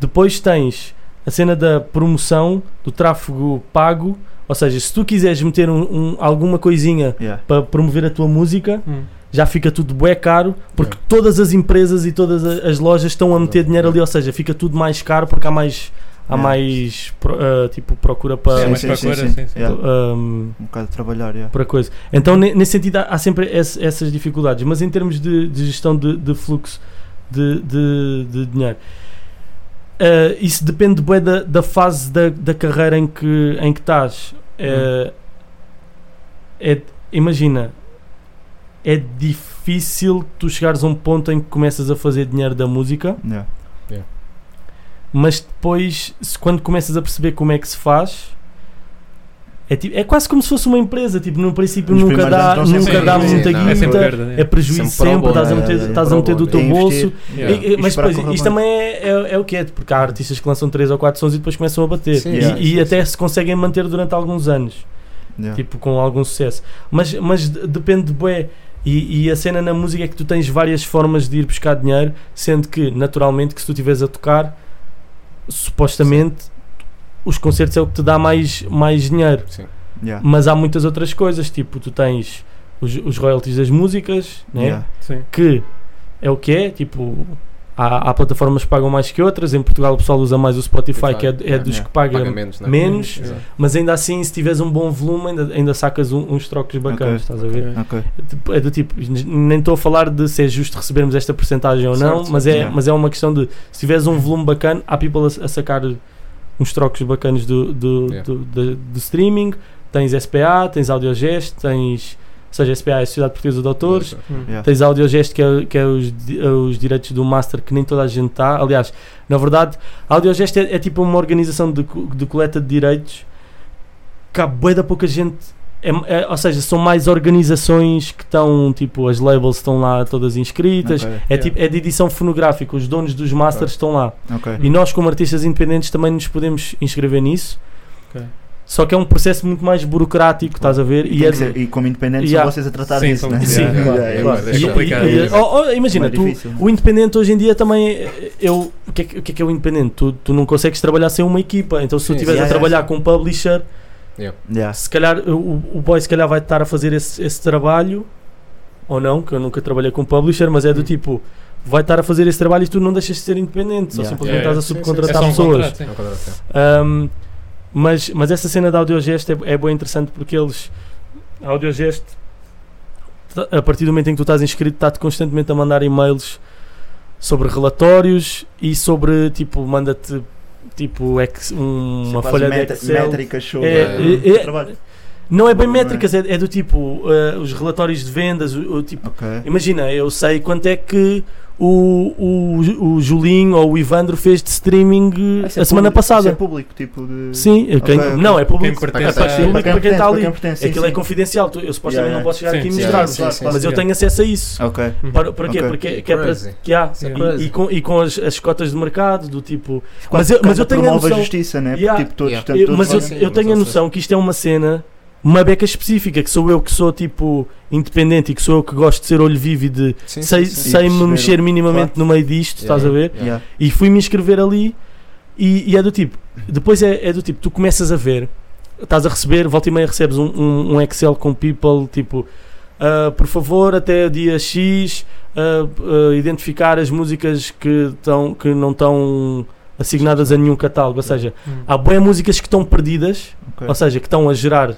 Speaker 6: Depois tens a cena da promoção, do tráfego pago. Ou seja, se tu quiseres meter um- um- alguma coisinha
Speaker 5: Yeah.
Speaker 6: para promover a tua música,
Speaker 8: Hum.
Speaker 6: já fica tudo bué caro, porque todas as empresas e todas a- as lojas estão a meter dinheiro ali. Ou seja, fica tudo mais caro porque há mais, há
Speaker 5: Yeah.
Speaker 6: mais pro- ah, tipo, procura
Speaker 5: Sim,
Speaker 6: para. eh,
Speaker 8: mas
Speaker 5: sim,
Speaker 8: para
Speaker 5: sim,
Speaker 8: agora,
Speaker 5: sim.
Speaker 8: sim, sim.
Speaker 5: Yeah.
Speaker 6: ahm,
Speaker 5: Um bocado de trabalhar, yeah.
Speaker 6: para coisa. Então, ne- nesse sentido, há- há sempre esse- essas dificuldades. Mas em termos de, de gestão de, de fluxo de, de- de dinheiro, eh, isso depende bué da, da fase da, da carreira em que, em que estás. Eh, é- imagina, é difícil tu chegares a um ponto em que começas a fazer dinheiro da música,
Speaker 5: Yeah.
Speaker 6: mas depois, se, quando começas a perceber como é que se faz. É, tipo- é quase como se fosse uma empresa, tipo, no princípio
Speaker 5: Nos
Speaker 6: nunca
Speaker 5: primeiros
Speaker 6: dá,
Speaker 5: anos não
Speaker 6: nunca
Speaker 5: sempre
Speaker 6: dá
Speaker 5: é,
Speaker 6: muita
Speaker 7: não,
Speaker 8: É sempre
Speaker 6: guita,
Speaker 8: perda, né?
Speaker 6: é prejuízo
Speaker 7: Sempre pro
Speaker 6: sempre,
Speaker 7: bono,
Speaker 6: estás a
Speaker 5: é,
Speaker 6: meter,
Speaker 5: é, é,
Speaker 6: estás a
Speaker 7: pro
Speaker 6: meter do
Speaker 7: bono.
Speaker 6: teu
Speaker 5: É investir.
Speaker 6: bolso.
Speaker 8: Yeah.
Speaker 6: E- e- mas
Speaker 5: Esperar
Speaker 6: depois,
Speaker 5: correr
Speaker 6: isto
Speaker 5: bem.
Speaker 6: também é, é, é o que é, porque há artistas que lançam 3 ou 4 sons e depois começam a bater.
Speaker 7: Sim,
Speaker 6: e
Speaker 5: yeah,
Speaker 6: e
Speaker 7: sim,
Speaker 6: até se conseguem manter durante alguns anos,
Speaker 5: Yeah.
Speaker 6: tipo com algum sucesso. Mas, mas de- depende de bué. E, e a cena na música é que tu tens várias formas de ir buscar dinheiro, sendo que, naturalmente, que se tu estiveres a tocar, supostamente os concertos é o que te dá mais, mais dinheiro.
Speaker 5: Yeah.
Speaker 6: Mas há muitas outras coisas, tipo, tu tens os, os royalties das músicas, né?
Speaker 5: Yeah.
Speaker 8: Sim.
Speaker 6: que é o que é, tipo, há, há plataformas que pagam mais que outras, em Portugal o pessoal usa mais o Spotify, que é, é dos
Speaker 5: Yeah.
Speaker 6: que paga,
Speaker 7: Paga menos, não é?
Speaker 6: menos,
Speaker 7: Exato.
Speaker 6: mas ainda assim, se tiveres um bom volume, ainda, ainda sacas um- uns trocos bacanas, estás a ver?
Speaker 5: Ok.
Speaker 6: Tipo, É do tipo, n- nem estou a falar de se é justo recebermos esta porcentagem ou não,
Speaker 7: Certo,
Speaker 6: mas, é,
Speaker 5: yeah.
Speaker 6: mas é uma questão de, se tiveres um volume bacana, há people a, a sacar uns trocos bacanas do, do,
Speaker 7: Yeah.
Speaker 6: do, do- do streaming, tens SPA, tens Audiogest, tens... Ou seja, SPA é a Sociedade Portuguesa de Autores,
Speaker 5: Yeah.
Speaker 6: Tens a Audiogest, que é, que é os, di- os direitos do master, que nem toda a gente está. Aliás, na verdade, a Audiogest é, é tipo uma organização de, co- de coleta de direitos que há bué da pouca gente. É, é- ou seja, são mais organizações que estão, tipo, as labels estão lá todas inscritas.
Speaker 5: Ok.
Speaker 6: É, tipo, é de edição fonográfica, os donos dos masters estão lá.
Speaker 5: Ok.
Speaker 6: E nós, como artistas independentes, também nos podemos inscrever nisso.
Speaker 8: Ok.
Speaker 6: Só que é um processo muito mais burocrático, estás a ver?
Speaker 5: E,
Speaker 6: é-
Speaker 5: tem que ser- e como independentes
Speaker 6: Yeah.
Speaker 5: são vocês a tratar
Speaker 8: Sim,
Speaker 5: disso,
Speaker 8: são-
Speaker 5: né?
Speaker 8: Sim,
Speaker 5: Yeah,
Speaker 8: claro.
Speaker 5: yeah,
Speaker 7: Claro.
Speaker 5: yeah.
Speaker 7: É complicado.
Speaker 6: E- e- oh, oh, imagina,
Speaker 5: Mais
Speaker 6: tu,
Speaker 5: difícil, né?
Speaker 6: o independente hoje em dia também. eh, Eu, o, que é, que- o que é que é o independente? Tu, tu não consegues trabalhar sem uma equipa. Então, se tu
Speaker 7: Sim,
Speaker 6: estiveres
Speaker 5: sim. é,
Speaker 6: a
Speaker 5: Yeah,
Speaker 6: trabalhar com um publisher,
Speaker 5: Yeah.
Speaker 6: se calhar o, o boy se calhar vai estar a fazer esse, esse trabalho, ou não, que eu nunca trabalhei com publisher, mas é
Speaker 5: Hum.
Speaker 6: do tipo. Vai estar a fazer esse trabalho e tu não deixas de ser independente, só
Speaker 5: Yeah.
Speaker 6: simplesmente
Speaker 8: Yeah, yeah.
Speaker 6: estás a
Speaker 7: Sim, sim,
Speaker 8: É
Speaker 6: subcontratar
Speaker 8: só um
Speaker 6: pessoas.
Speaker 8: contrato, sim.
Speaker 7: É um quadrado, é.
Speaker 6: Ahm, mas, mas essa cena da audiogest é, é bem interessante porque eles. A audiogest, tá- a partir do momento em que tu estás inscrito, está-te constantemente a mandar e-mails sobre relatórios e sobre tipo, manda-te tipo ex- um- uma
Speaker 5: Quase
Speaker 6: folha de
Speaker 5: meta-
Speaker 6: Excel.
Speaker 5: Métrica show.
Speaker 6: É,
Speaker 5: yeah.
Speaker 6: é, é-
Speaker 5: Trabalho.
Speaker 6: não é bem
Speaker 5: Não é?
Speaker 6: métricas, é, é do tipo ah, os relatórios de vendas, o, o tipo.
Speaker 5: Ok.
Speaker 6: Imagina, eu sei quanto é que o, o, Ju- o Julinho ou o Ivandro fez de streaming
Speaker 5: Ah,
Speaker 6: eh,
Speaker 5: isso é
Speaker 6: a semana
Speaker 5: público, isso é
Speaker 6: passada.
Speaker 5: público, tipo de.
Speaker 6: Sim, é quem-
Speaker 5: Ok, ok.
Speaker 6: não, é
Speaker 8: Quem
Speaker 6: público.
Speaker 8: pertence
Speaker 7: Para quem
Speaker 6: Público
Speaker 5: Para quem
Speaker 6: para quem
Speaker 5: pertence,
Speaker 6: está
Speaker 5: para
Speaker 6: ali.
Speaker 5: quem pertence, sim,
Speaker 6: Aquilo é
Speaker 5: sim.
Speaker 6: confidencial, tu- eu supostamente
Speaker 5: Yeah,
Speaker 6: não posso chegar
Speaker 8: Sim,
Speaker 6: aqui e
Speaker 8: sim, Ah,
Speaker 6: mostrar,
Speaker 7: sim, sim,
Speaker 6: mas
Speaker 7: sim.
Speaker 6: eu tenho acesso a isso.
Speaker 5: Ok.
Speaker 6: Para, para quê?
Speaker 5: Ok.
Speaker 6: Porque que é para,
Speaker 7: Crazy.
Speaker 6: que há,
Speaker 7: Sim.
Speaker 6: e-
Speaker 7: Crazy.
Speaker 6: e, com, e com as, as cotas de mercado, do tipo.
Speaker 5: Quase
Speaker 6: eu- mas
Speaker 5: que
Speaker 6: eu tenho a
Speaker 5: promove
Speaker 6: noção-
Speaker 5: justiça, né?
Speaker 6: Yeah.
Speaker 5: Porque, tipo, todos,
Speaker 7: Yeah.
Speaker 5: tanto
Speaker 6: eu-
Speaker 5: todos
Speaker 6: mas eu,
Speaker 5: fazem-
Speaker 7: sim,
Speaker 6: eu tenho a
Speaker 7: mas eu
Speaker 6: noção que isto é uma cena, uma beca específica, que sou eu que sou tipo independente e que sou eu que gosto de ser olho vivo e de
Speaker 7: Sim, sim,
Speaker 6: sem,
Speaker 7: sim.
Speaker 6: sem me
Speaker 5: Perceberam.
Speaker 6: mexer minimamente no meio disto, estás a ver?
Speaker 7: Yeah.
Speaker 6: E fui-me inscrever ali E, e é do tipo, depois é, é do tipo, tu começas a ver, estás a receber, volta e meia recebes um, um, um Excel com people, tipo, ah, por favor, até dia X, ah, ah, identificar as músicas que, estão que não estão assignadas a nenhum catálogo. Ou seja,
Speaker 8: Hum.
Speaker 6: há boas músicas que estão perdidas,
Speaker 8: Ok.
Speaker 6: ou seja, que estão a gerar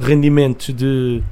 Speaker 6: rendimentos de,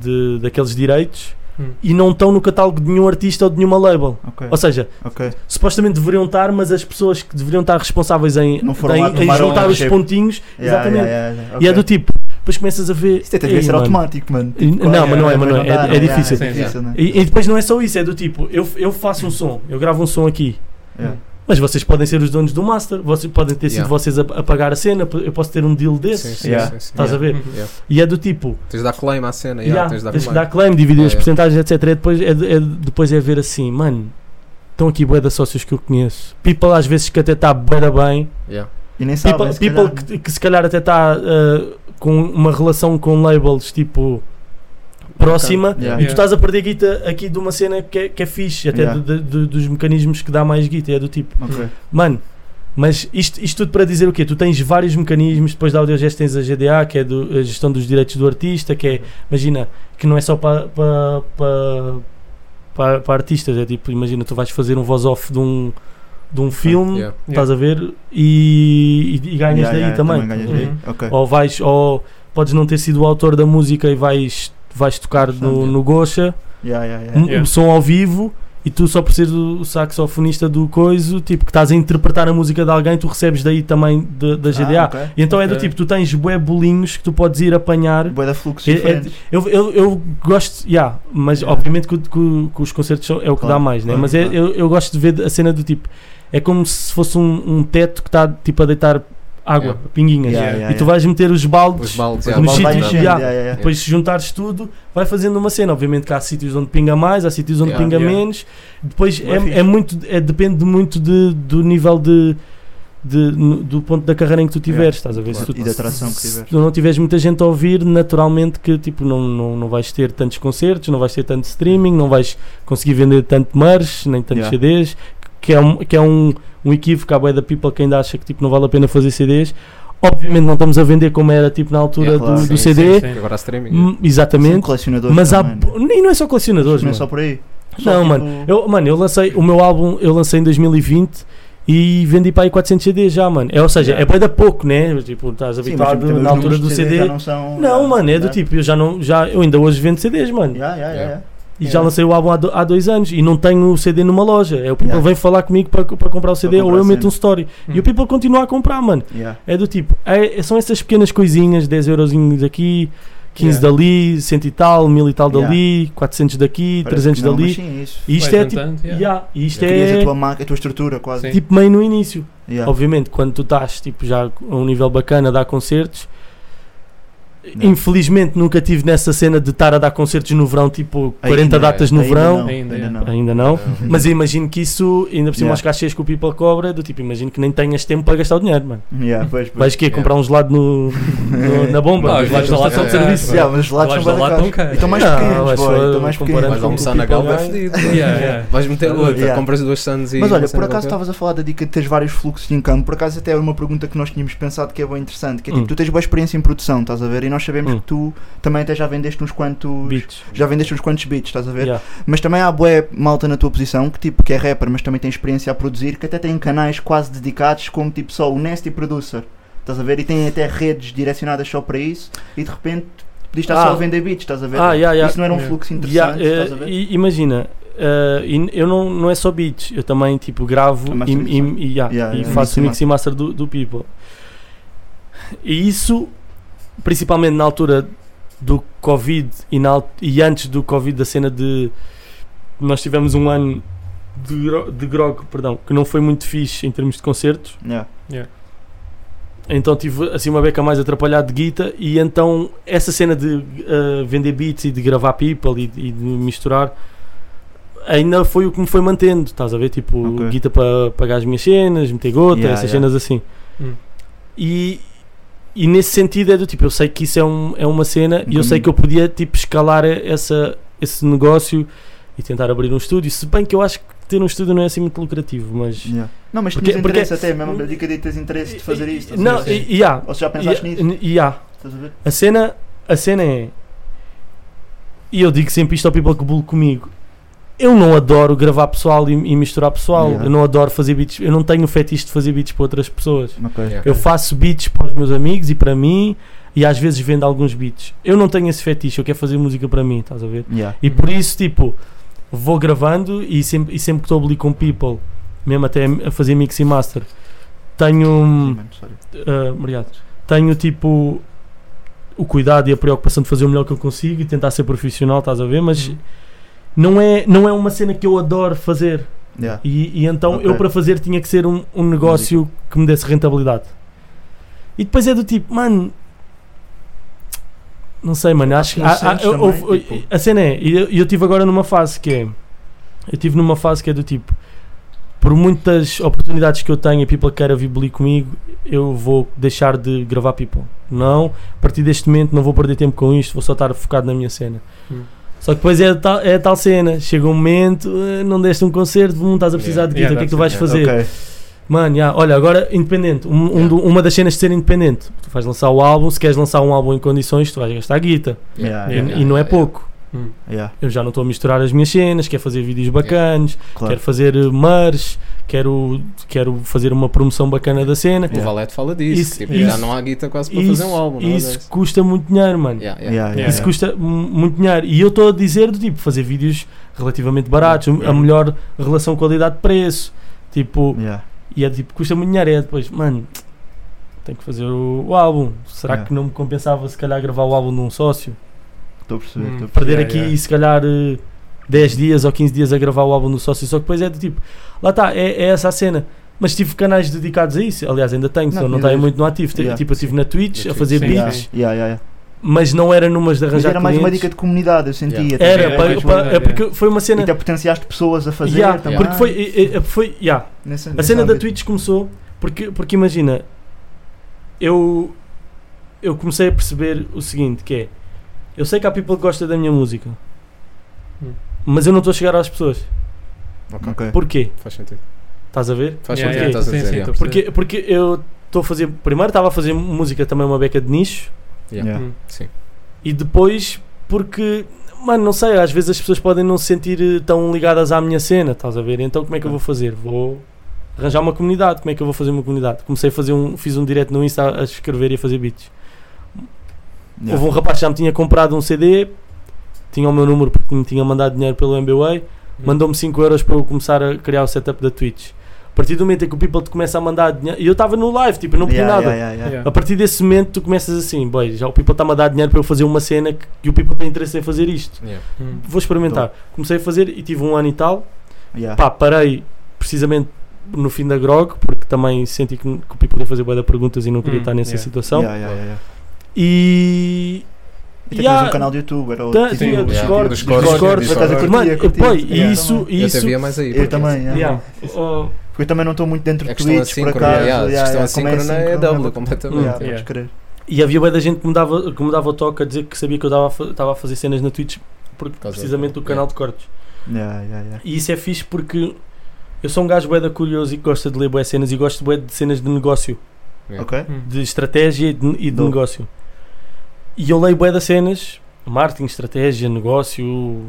Speaker 6: de, daqueles direitos
Speaker 8: Hum.
Speaker 6: e não estão no catálogo de nenhum artista ou de nenhuma label.
Speaker 8: Ok,
Speaker 6: Ou seja,
Speaker 8: ok.
Speaker 6: supostamente deveriam estar, mas as pessoas que deveriam estar responsáveis em,
Speaker 5: Não foram
Speaker 6: em,
Speaker 5: lá,
Speaker 6: em
Speaker 5: tomaram
Speaker 6: juntar os
Speaker 5: ownership.
Speaker 6: pontinhos,
Speaker 5: Yeah,
Speaker 6: exatamente.
Speaker 5: yeah, yeah, yeah.
Speaker 6: E é do
Speaker 5: Ok.
Speaker 6: tipo, depois começas a ver.
Speaker 5: Isto até
Speaker 6: "Ei,
Speaker 5: devia ser
Speaker 6: mano,
Speaker 5: automático, mano.
Speaker 6: Não,
Speaker 5: qual
Speaker 6: mas não é, mas não é, é-
Speaker 5: Vai dar,
Speaker 6: é
Speaker 5: yeah,
Speaker 6: difícil.
Speaker 5: É difícil, né?
Speaker 6: E, e depois não é só isso, é do tipo, eu, eu faço um som, eu gravo um som aqui.
Speaker 5: Yeah.
Speaker 6: Mas vocês podem ser os donos do master, vocês podem ter sido
Speaker 7: Yeah.
Speaker 6: vocês a, a pagar a cena, eu posso ter um deal desse.
Speaker 5: Yeah.
Speaker 7: sim.
Speaker 6: Estás a ver?
Speaker 8: Uhum.
Speaker 7: Yeah.
Speaker 6: E é do tipo,
Speaker 7: Tens de dar claim à cena, yeah,
Speaker 6: yeah,
Speaker 7: tens de dar É.
Speaker 6: tens que
Speaker 7: claim.
Speaker 6: dar claim, dividir as
Speaker 7: Yeah, yeah.
Speaker 6: porcentagens, etc. E depois é, é- depois é ver assim, mano, estão aqui bué de sócios que eu conheço. People às vezes que até está bué da bem,
Speaker 7: Yeah.
Speaker 5: E nem sabem,
Speaker 6: People,
Speaker 5: se
Speaker 6: people
Speaker 5: calhar.
Speaker 6: que, que se calhar até está com uma relação com labels tipo próxima
Speaker 5: Yeah.
Speaker 6: e tu estás a perder guita aqui de uma cena que é, que é fixe, até
Speaker 5: Yeah.
Speaker 6: do- do- dos mecanismos que dá mais guita. É do tipo,
Speaker 5: Ok.
Speaker 6: mano, mas isto, isto tudo para dizer o quê? Tu tens vários mecanismos, depois da Audiogest tens a GDA, que é do- a gestão dos direitos do artista, que é, imagina, que não é só para. para, para para, para artistas, é tipo, imagina, tu vais fazer um voz-off de um, de um filme,
Speaker 7: Yeah.
Speaker 6: estás a ver? E, e- e ganhas
Speaker 5: Yeah,
Speaker 6: daí
Speaker 5: yeah,
Speaker 6: também.
Speaker 5: ganhas
Speaker 8: Uhum.
Speaker 5: daí. Ok.
Speaker 6: Ou vais, ou podes não ter sido o autor da música e vais, vais tocar no, no Gocha,
Speaker 5: Yeah, yeah, yeah.
Speaker 6: um,
Speaker 8: Yeah.
Speaker 6: um som ao vivo. E tu só por seres o saxofonista do coiso, tipo, que estás a interpretar a música de alguém, tu recebes daí também de- da GDA.
Speaker 5: Ah, ok.
Speaker 6: E então é do
Speaker 8: Ok.
Speaker 6: tipo, tu tens bué bolinhos que tu podes ir apanhar.
Speaker 5: Bué da fluxos
Speaker 6: É- é-
Speaker 5: diferentes.
Speaker 6: Eu, eu, eu gosto, yeah, mas
Speaker 5: Yeah.
Speaker 6: obviamente que, o- que o- que os concertos são- é o que
Speaker 5: Claro,
Speaker 6: dá mais, né?
Speaker 5: claro,
Speaker 6: mas é-
Speaker 5: claro.
Speaker 6: eu, eu gosto de ver a cena do tipo, é como se fosse um, um teto que está tipo a deitar água,
Speaker 7: Yeah.
Speaker 6: pinguinhas.
Speaker 5: Yeah, yeah,
Speaker 6: e tu
Speaker 5: yeah.
Speaker 6: vais meter os baldes,
Speaker 7: Os
Speaker 6: Nos
Speaker 7: baldes, yeah,
Speaker 6: sítios,
Speaker 7: baldes
Speaker 5: Vai
Speaker 7: nada.
Speaker 6: sítios,
Speaker 5: enchendo,
Speaker 6: yeah.
Speaker 5: yeah, yeah, yeah.
Speaker 6: depois se juntares tudo, vai fazendo uma cena. Obviamente que há sítios onde pinga mais, há sítios onde
Speaker 7: Yeah,
Speaker 6: pinga
Speaker 8: yeah.
Speaker 6: menos. Depois
Speaker 8: Bué fixe.
Speaker 6: é, é muito, é, depende muito de- do nível de, de- no- do ponto da carreira em que tu tiveres, estás a ver? Se
Speaker 5: Claro.
Speaker 6: tu,
Speaker 5: E da atração que
Speaker 6: se
Speaker 5: tiveres.
Speaker 6: tu não tiveres muita gente a ouvir, naturalmente que tipo, não, não, não vais ter tantos concertos, não vais ter tanto streaming, não vais conseguir vender tanto merch, nem tantos
Speaker 5: Yeah.
Speaker 6: CDs, que é um, que é um, um equívoco à boia da people que ainda acha que tipo, não vale a pena fazer CDs. Obviamente não estamos a vender como era tipo na altura
Speaker 7: Yeah,
Speaker 6: do,
Speaker 5: claro.
Speaker 6: do
Speaker 7: Sim,
Speaker 6: CD,
Speaker 8: sim, sim.
Speaker 7: Agora há streaming.
Speaker 6: Hum,
Speaker 5: Sim,
Speaker 6: Exatamente.
Speaker 5: colecionadores
Speaker 6: mas há.
Speaker 5: também, né?
Speaker 6: Nem não é só colecionadores,
Speaker 5: Não é
Speaker 6: mano.
Speaker 5: só por aí. Só
Speaker 6: Não,
Speaker 5: tipo-
Speaker 6: mano. Eu, mano, eu lancei. O meu álbum eu lancei em 2020 e vendi para aí 400 CDs já, mano. É, ou seja, é bem da pouco, né? Tipo, estás
Speaker 5: Sim, mas
Speaker 6: habituado
Speaker 5: também os
Speaker 6: na altura
Speaker 5: números
Speaker 6: do
Speaker 5: de
Speaker 6: CD.
Speaker 5: já
Speaker 6: não,
Speaker 5: não, são,
Speaker 6: mano, é do
Speaker 5: né?
Speaker 6: tipo. Eu já não. Já, eu ainda hoje vendo CDs, mano.
Speaker 5: Yeah, yeah, yeah, yeah.
Speaker 6: E já lancei o álbum há, do- há dois anos e não tenho o CD numa loja. É o People
Speaker 5: Yeah.
Speaker 6: vem falar comigo para, para comprar o CD ou
Speaker 5: comprar Uhum.
Speaker 6: eu
Speaker 5: o
Speaker 6: meto
Speaker 5: CD.
Speaker 6: um story. E o People continua a comprar, mano.
Speaker 5: Yeah.
Speaker 6: É do tipo, é- são essas pequenas coisinhas, 10 eurozinhos aqui, 15
Speaker 8: Yeah.
Speaker 6: dali, 100 e tal, 1000 e tal dali, 400 daqui,
Speaker 5: Parece
Speaker 6: 300
Speaker 5: que não,
Speaker 6: dali.
Speaker 5: mas sim, isso.
Speaker 6: E isto
Speaker 8: Vai
Speaker 6: é tipo,
Speaker 8: tentando, yeah.
Speaker 6: yeah, e isto
Speaker 5: Crias a
Speaker 6: é
Speaker 5: tua marca, a tua estrutura quase.
Speaker 8: Sim.
Speaker 6: tipo meio no início.
Speaker 5: Yeah.
Speaker 6: Obviamente, quando tu estás tipo, já a um nível bacana a dar concertos,
Speaker 5: Yeah.
Speaker 6: infelizmente nunca tive nessa cena de estar a dar concertos no verão, tipo 40
Speaker 5: Ainda,
Speaker 6: datas no
Speaker 5: ainda
Speaker 6: verão.
Speaker 5: não,
Speaker 8: Ainda,
Speaker 5: ainda
Speaker 8: yeah.
Speaker 5: não.
Speaker 6: Ainda não,
Speaker 7: Não.
Speaker 6: mas eu imagino que isso, ainda por cima,
Speaker 5: Yeah.
Speaker 6: os cachês que o People cobra, do tipo, imagino que nem tenhas tempo para gastar o dinheiro, mano.
Speaker 5: Yeah, pois, pois.
Speaker 6: Vais quê? Comprar um gelado no, no- na bomba?
Speaker 8: é. Não, os gelados da lata são de serviço. É.
Speaker 5: Yeah, mas os lados
Speaker 8: Vais
Speaker 5: são
Speaker 8: lá,
Speaker 5: bem
Speaker 8: tão
Speaker 5: caros.
Speaker 8: caros.
Speaker 5: E estão é. mais
Speaker 6: Não,
Speaker 5: pequenos,
Speaker 6: é só
Speaker 5: boy, estão mais
Speaker 6: comparando
Speaker 5: pequenos.
Speaker 7: Vais almoçar na
Speaker 6: People
Speaker 7: Galba, é
Speaker 6: vai-
Speaker 7: fedido.
Speaker 8: Yeah, yeah.
Speaker 7: Vais meter outra,
Speaker 5: Yeah.
Speaker 7: compras duas sandes e.
Speaker 5: Mas olha,
Speaker 7: uma cena
Speaker 5: por acaso
Speaker 7: qualquer.
Speaker 5: estavas a falar da dica de teres vários fluxos de income, por acaso até é uma pergunta que nós tínhamos pensado que é bem interessante, que é tipo,
Speaker 6: Hum.
Speaker 5: tu tens boa experiência em produção, estás a ver? E nós sabemos
Speaker 6: Hum.
Speaker 5: que tu também até já vendeste uns quantos.
Speaker 6: Beats.
Speaker 5: Já vendeste uns quantos beats, estás a ver?
Speaker 6: Yeah.
Speaker 5: Mas também há boé malta na tua posição que tipo que é rapper, mas também tem experiência a produzir, que até tem canais quase dedicados como tipo só o Nasty Producer. Estás a ver? E tem até redes direcionadas só para isso e de repente podias estar só
Speaker 6: Ah.
Speaker 5: a vender beats, estás a ver?
Speaker 6: Ah, yeah, yeah.
Speaker 5: Isso não era um
Speaker 8: Yeah.
Speaker 5: fluxo
Speaker 6: Yeah,
Speaker 5: interessante,
Speaker 6: eh,
Speaker 5: estás a ver?
Speaker 6: e- imagina, eh, e eu não, não é só beats, eu também tipo gravo
Speaker 5: A
Speaker 6: e,
Speaker 5: masterização.
Speaker 6: e- e- yeah,
Speaker 5: É Yeah,
Speaker 6: e
Speaker 5: yeah.
Speaker 6: faço
Speaker 5: Mix e
Speaker 6: mix e master do, do People. E isso, principalmente na altura do Covid e, na al- e antes do Covid, da cena de. Nós tivemos um ano de, gro- de grog, perdão, que não foi muito fixe em termos de concertos.
Speaker 5: Yeah.
Speaker 6: Então tive assim uma beca mais atrapalhada de guita e então essa cena de eh, vender beats e de gravar people e, de- e de misturar ainda foi o que me foi mantendo, estás a ver? Tipo,
Speaker 5: Ok.
Speaker 6: guita para pagar as minhas cenas, meter gota,
Speaker 5: Yeah,
Speaker 6: essas
Speaker 5: yeah.
Speaker 6: cenas assim.
Speaker 8: Hum.
Speaker 6: E, e nesse sentido é do tipo, eu sei que isso é, um, é uma cena e eu
Speaker 5: caminho.
Speaker 6: sei que eu podia tipo escalar essa, esse negócio e tentar abrir um estúdio, se bem que eu acho que ter um estúdio não é assim muito lucrativo, mas.
Speaker 5: Yeah. Não, mas
Speaker 6: Porque-
Speaker 5: tinhas interesse
Speaker 6: porque-
Speaker 5: até mesmo. Eu digo que tens interesse de fazer isto. assim. ou
Speaker 6: Não,
Speaker 5: seja,
Speaker 6: e, e há.
Speaker 5: Ou se já pensaste
Speaker 6: e,
Speaker 5: nisso?
Speaker 6: e há.
Speaker 5: Estás a ver?
Speaker 6: A cena, a cena é. E eu digo sempre isto ao people que bull comigo. Eu não adoro gravar pessoal e, e misturar pessoal.
Speaker 5: Yeah.
Speaker 6: Eu não adoro fazer beats. Eu não tenho o fetiche de fazer beats para outras pessoas.
Speaker 5: Ok.
Speaker 7: Yeah.
Speaker 6: Eu faço beats para os meus amigos e para mim. E às vezes vendo alguns beats. Eu não tenho esse fetiche. Eu quero fazer música para mim, estás a ver?
Speaker 5: Yeah.
Speaker 6: E por isso, tipo, vou gravando e sempre, e sempre que estou ali com people, mesmo até a fazer mix e master, tenho.
Speaker 5: Sim,
Speaker 6: hum,
Speaker 5: mano, sorry.
Speaker 6: ah, obrigado. Tenho tipo o cuidado e a preocupação de fazer o melhor que eu consigo e tentar ser profissional, estás a ver?
Speaker 5: Uhum.
Speaker 6: Mas não, é, não é uma cena que eu adoro fazer.
Speaker 5: Yeah.
Speaker 6: E, e então
Speaker 5: Ok.
Speaker 6: eu para fazer tinha que ser um, um negócio que me desse rentabilidade. E depois é do tipo, mano. Não sei, mano. Acho que.
Speaker 5: Não
Speaker 6: há-
Speaker 5: sei,
Speaker 6: há- eu-
Speaker 5: também,
Speaker 6: houve-
Speaker 5: tipo-
Speaker 6: A cena é. E eu, e eu tive agora numa fase que é. Eu tive numa fase que é do tipo. Por muitas oportunidades que eu tenho e people queira vir bully comigo, eu vou deixar de gravar people. Não, a partir deste momento não vou perder tempo com isto, vou só estar focado na minha cena.
Speaker 8: Hum.
Speaker 6: Só que depois é a tal, é a tal cena, chega um momento, eh, não deste um concerto, não estás a precisar
Speaker 8: Yeah.
Speaker 6: de guita,
Speaker 8: Yeah,
Speaker 6: o que é que tu
Speaker 8: dá-me
Speaker 6: vais
Speaker 8: sim,
Speaker 6: fazer?
Speaker 5: Ok.
Speaker 6: Mano, yeah, olha, agora independente. Um- um
Speaker 8: Yeah.
Speaker 6: do- uma das cenas de ser independente. Tu vais lançar o álbum, se queres lançar um álbum em condições, tu vais gastar guita.
Speaker 5: Yeah,
Speaker 6: E-
Speaker 5: yeah,
Speaker 6: e, não é pouco.
Speaker 5: yeah,
Speaker 6: Eu já não estou a misturar as minhas cenas, quero fazer vídeos bacanas,
Speaker 5: claro.
Speaker 6: quero fazer eh, merch, quero, quero fazer uma promoção bacana da cena.
Speaker 7: O Valete fala disso.
Speaker 6: Isso-
Speaker 7: tipo,
Speaker 6: isso-
Speaker 7: já não há guita quase para
Speaker 6: Isso,
Speaker 7: fazer um álbum. não é
Speaker 6: isso
Speaker 7: desse?
Speaker 6: custa muito dinheiro, mano.
Speaker 7: Yeah, yeah.
Speaker 5: Yeah,
Speaker 8: Yeah.
Speaker 6: Isso custa mu- muito dinheiro. E eu estou a dizer do tipo, fazer vídeos relativamente baratos, a melhor relação qualidade-preço. Tipo,
Speaker 5: yeah,
Speaker 6: E é tipo, custa muito dinheiro. E é depois, mano, tenho que fazer o, o álbum. Será
Speaker 5: Yeah.
Speaker 6: que não me compensava se calhar gravar o álbum de um sócio?
Speaker 5: Estou a perceber.
Speaker 8: Hum.
Speaker 5: estou a perceber.
Speaker 6: Perder
Speaker 8: Yeah,
Speaker 6: aqui
Speaker 8: yeah.
Speaker 6: se calhar eh, 10 dias ou 15 dias a gravar o álbum do sócio. Só que depois é do tipo, lá está, é, é essa a cena. Mas tive canais dedicados a isso. Aliás, ainda tenho, senão não
Speaker 5: ainda
Speaker 6: está aí
Speaker 5: és-
Speaker 6: muito no ativo. Te-
Speaker 5: Yeah.
Speaker 6: Tipo, eu estive na Twitch
Speaker 7: Na
Speaker 6: a fazer
Speaker 8: Twitch, sim,
Speaker 6: beats,
Speaker 8: sim.
Speaker 5: Yeah, yeah, yeah.
Speaker 6: mas não era numas de
Speaker 5: Mas
Speaker 6: arranjar
Speaker 5: era mais uma
Speaker 6: clientes.
Speaker 5: dica de comunidade, eu sentia.
Speaker 8: Yeah.
Speaker 5: também.
Speaker 6: Era,
Speaker 8: Era
Speaker 6: pa-
Speaker 8: mais
Speaker 6: pa-
Speaker 8: uma-
Speaker 6: é porque foi uma cena.
Speaker 5: E até potenciaste pessoas a fazer
Speaker 6: Yeah,
Speaker 5: também.
Speaker 6: Porque foi, eh, eh, foi yeah,
Speaker 5: Nesse-
Speaker 6: A
Speaker 5: nesse
Speaker 6: cena da
Speaker 5: âmbito.
Speaker 6: Twitch começou porque, porque imagina, eu, eu comecei a perceber o seguinte, que é, eu sei que há people que gosta da minha música,
Speaker 8: Hum.
Speaker 6: mas eu não estou a chegar às pessoas.
Speaker 5: Ok.
Speaker 6: Porquê?
Speaker 7: Faz sentido.
Speaker 6: Estás a ver?
Speaker 7: Faz
Speaker 8: Yeah,
Speaker 7: sentido
Speaker 8: yeah,
Speaker 7: o que estás a
Speaker 8: sim,
Speaker 7: dizer.
Speaker 8: sim,
Speaker 7: yeah.
Speaker 8: estou a perceber.
Speaker 6: Porque, porque eu estou a fazer, primeiro estava a fazer música também uma beca de nicho,
Speaker 7: Yeah.
Speaker 5: Yeah.
Speaker 8: Hum.
Speaker 7: Sim.
Speaker 6: e depois porque, mano, não sei, às vezes as pessoas podem não se sentir eh, tão ligadas à minha cena, estás a ver? Então como é que eu vou fazer? Vou arranjar uma comunidade, como é que eu vou fazer uma comunidade? Comecei a fazer um, fiz um direct no Insta a escrever e a fazer beats.
Speaker 5: Yeah.
Speaker 6: Houve um rapaz que já me tinha comprado um CD, tinha o meu número porque me tinha mandado dinheiro pelo MBWay, mandou-me 5€ euros para eu começar a criar o setup da Twitch. A partir do momento em que o people te começa a mandar dinheiro, e eu estava no live, tipo, eu não pedi
Speaker 5: Yeah,
Speaker 6: nada.
Speaker 5: yeah, yeah, yeah.
Speaker 8: Yeah.
Speaker 6: A partir desse momento tu começas assim, boy, já o people está-me a dar dinheiro para eu fazer uma cena que, que o people tem interesse em fazer isto.
Speaker 7: Yeah.
Speaker 8: Hum.
Speaker 6: Vou experimentar. Comecei a fazer e tive um ano e tal.
Speaker 5: Yeah.
Speaker 6: Pá, parei precisamente no fim da Grog, porque também senti que, que o people ia fazer boa perguntas e não queria
Speaker 8: Hum,
Speaker 6: estar nessa
Speaker 8: yeah.
Speaker 6: situação.
Speaker 5: Yeah, yeah, yeah.
Speaker 6: E.
Speaker 5: E até
Speaker 6: Yeah.
Speaker 5: tinhas um canal de YouTube, era o
Speaker 6: Tá-
Speaker 5: tipo-
Speaker 8: Sim,
Speaker 6: tinha
Speaker 8: yeah.
Speaker 6: Discord,
Speaker 7: Dos
Speaker 6: Discord,
Speaker 7: cortes,
Speaker 6: Discord,
Speaker 7: dos
Speaker 5: cortes.
Speaker 6: Mano,
Speaker 5: Eu curtia,
Speaker 6: boy,
Speaker 5: curtia.
Speaker 6: e isso, e
Speaker 7: Eu
Speaker 6: isso.
Speaker 7: até via mais aí. por
Speaker 5: Eu
Speaker 7: acaso.
Speaker 5: também, é yeah.
Speaker 6: Yeah. Oh,
Speaker 5: Porque eu também não estou muito dentro
Speaker 7: A
Speaker 5: de
Speaker 7: questão
Speaker 5: Twitch, por
Speaker 7: assíncrona,
Speaker 5: acaso.
Speaker 7: yeah, a questão
Speaker 5: como
Speaker 7: assíncrona é
Speaker 5: assíncrono,
Speaker 7: double,
Speaker 5: dá-
Speaker 7: completamente.
Speaker 5: Yeah,
Speaker 8: Yeah.
Speaker 5: podes crer.
Speaker 6: E havia bem da gente que me dava, que me dava o toque a dizer que sabia que eu estava a fazer cenas na Twitch por,
Speaker 7: causa-
Speaker 6: precisamente do canal de cortes.
Speaker 5: Yeah, yeah, yeah.
Speaker 6: E isso é fixe porque eu sou um gajo bué da curioso e que gosta de ler bué cenas e gosto bué de cenas de negócio,
Speaker 7: Yeah.
Speaker 5: Ok?
Speaker 8: Hum.
Speaker 6: de estratégia e de, e de
Speaker 5: Dou.
Speaker 6: negócio. E eu leio bué das cenas, marketing, estratégia, negócio,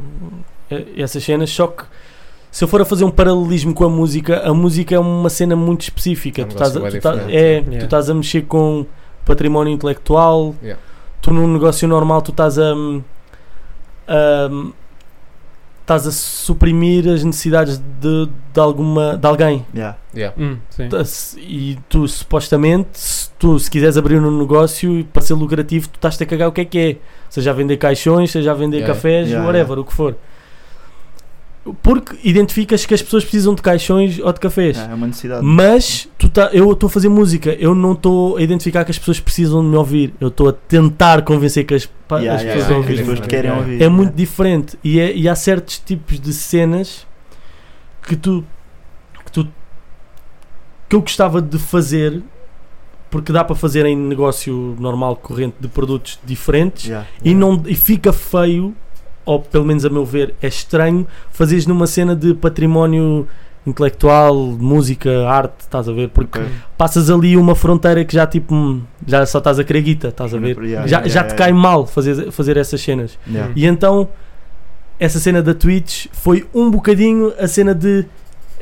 Speaker 6: eh, essas cenas, só que se eu for a fazer um paralelismo com a música, a música é uma cena muito específica.
Speaker 7: É um
Speaker 6: tu estás, a,
Speaker 7: negócio
Speaker 6: tu,
Speaker 7: bué
Speaker 6: tá-
Speaker 7: diferente.
Speaker 6: é,
Speaker 8: Yeah.
Speaker 6: tu estás a mexer com património intelectual,
Speaker 7: Yeah.
Speaker 6: tu num negócio normal tu estás a, hum, a- estás a suprimir as necessidades de, de alguma de alguém
Speaker 5: Yeah.
Speaker 7: Yeah.
Speaker 8: Hum, sim.
Speaker 6: Tá- se- e tu supostamente se tu se quiseres abrir um negócio e para ser lucrativo tu estás a cagar o que é que é seja a vender caixões seja a vender
Speaker 7: Yeah.
Speaker 6: cafés
Speaker 5: Yeah,
Speaker 6: whatever o que for porque identificas que as pessoas precisam de caixões ou de cafés
Speaker 5: Yeah, É uma necessidade.
Speaker 6: mas tu tá, eu estou a fazer música, eu não estou a identificar que as pessoas precisam de me ouvir, eu estou a tentar convencer que as, pa-
Speaker 5: Yeah,
Speaker 6: as
Speaker 5: yeah,
Speaker 6: pessoas
Speaker 5: yeah,
Speaker 6: a
Speaker 5: que
Speaker 6: ouvirem.
Speaker 5: as pessoas
Speaker 8: ouvir.
Speaker 5: querem
Speaker 8: Yeah.
Speaker 5: ouvir.
Speaker 6: É muito
Speaker 5: yeah.
Speaker 6: diferente e, é- e há certos tipos de cenas que tu, que tu que eu gostava de fazer porque dá para fazer em negócio normal corrente de produtos diferentes
Speaker 5: Yeah.
Speaker 6: e, não, e fica feio ou pelo menos a meu ver, é estranho fazeres numa cena de património intelectual, música, arte, estás a ver? Porque
Speaker 5: Ok.
Speaker 6: passas ali uma fronteira que já tipo, hum, já só estás a querer guita, estás a ver?
Speaker 5: Yeah,
Speaker 6: Já,
Speaker 5: yeah,
Speaker 6: já
Speaker 5: yeah,
Speaker 6: te
Speaker 5: yeah.
Speaker 6: cai mal fazer, fazer essas cenas.
Speaker 5: Yeah.
Speaker 6: E então, essa cena da Twitch foi um bocadinho a cena de